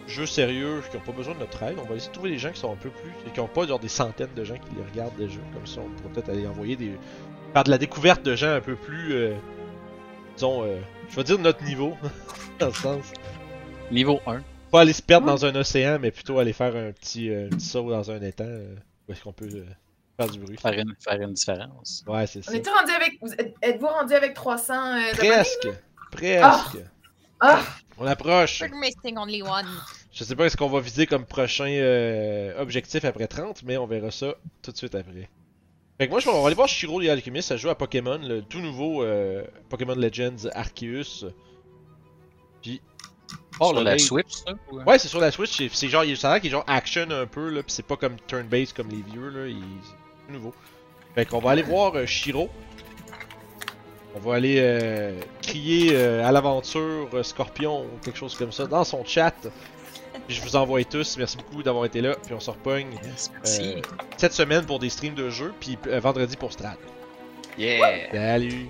S1: Jeux sérieux qui ont pas besoin de notre aide. On va essayer de trouver des gens qui sont un peu plus. et qui ont pas genre des centaines de gens qui les regardent déjà. Comme ça, on pourrait peut-être aller envoyer des. faire de la découverte de gens un peu plus. euh, disons, euh, je vais dire notre niveau. dans le sens
S3: Niveau 1.
S1: pas aller se perdre dans un océan, mais plutôt aller faire un petit, euh, un petit saut dans un étang euh, où est-ce qu'on peut euh, faire du bruit.
S3: Faire une, faire une différence.
S1: Ouais, c'est ça.
S5: On est rendu avec. vous êtes- Êtes-vous rendu avec 300 euh, abonnés?
S1: Presque! Presque!
S5: Ah!
S1: On approche!
S4: We're missing only one.
S1: Je sais pas ce qu'on va viser comme prochain euh, objectif après 30, mais on verra ça tout de suite après. Fait que moi, je vais on va aller voir Shiro the Alchemist, ça joue à Pokémon, le tout nouveau euh, Pokémon Legends Arceus. Puis.
S3: Oh,
S1: sur
S3: la
S1: les-
S3: Switch, ça? ou-
S1: Ouais, c'est sur la Switch, c'est- c'est genre, il- ça a l'air qu'il est genre action un peu, là, pis c'est pas comme turn-based comme les vieux, là, il- c'est tout nouveau. Fait qu'on va aller voir euh, Shiro. On va aller euh, crier euh, à l'aventure euh, Scorpion ou quelque chose comme ça dans son chat. Puis je vous envoie tous, merci beaucoup d'avoir été là, puis on se repogne
S3: Si.
S1: euh, cette semaine pour des streams de jeux, puis euh, vendredi pour Strat.
S3: Yeah!
S1: Salut!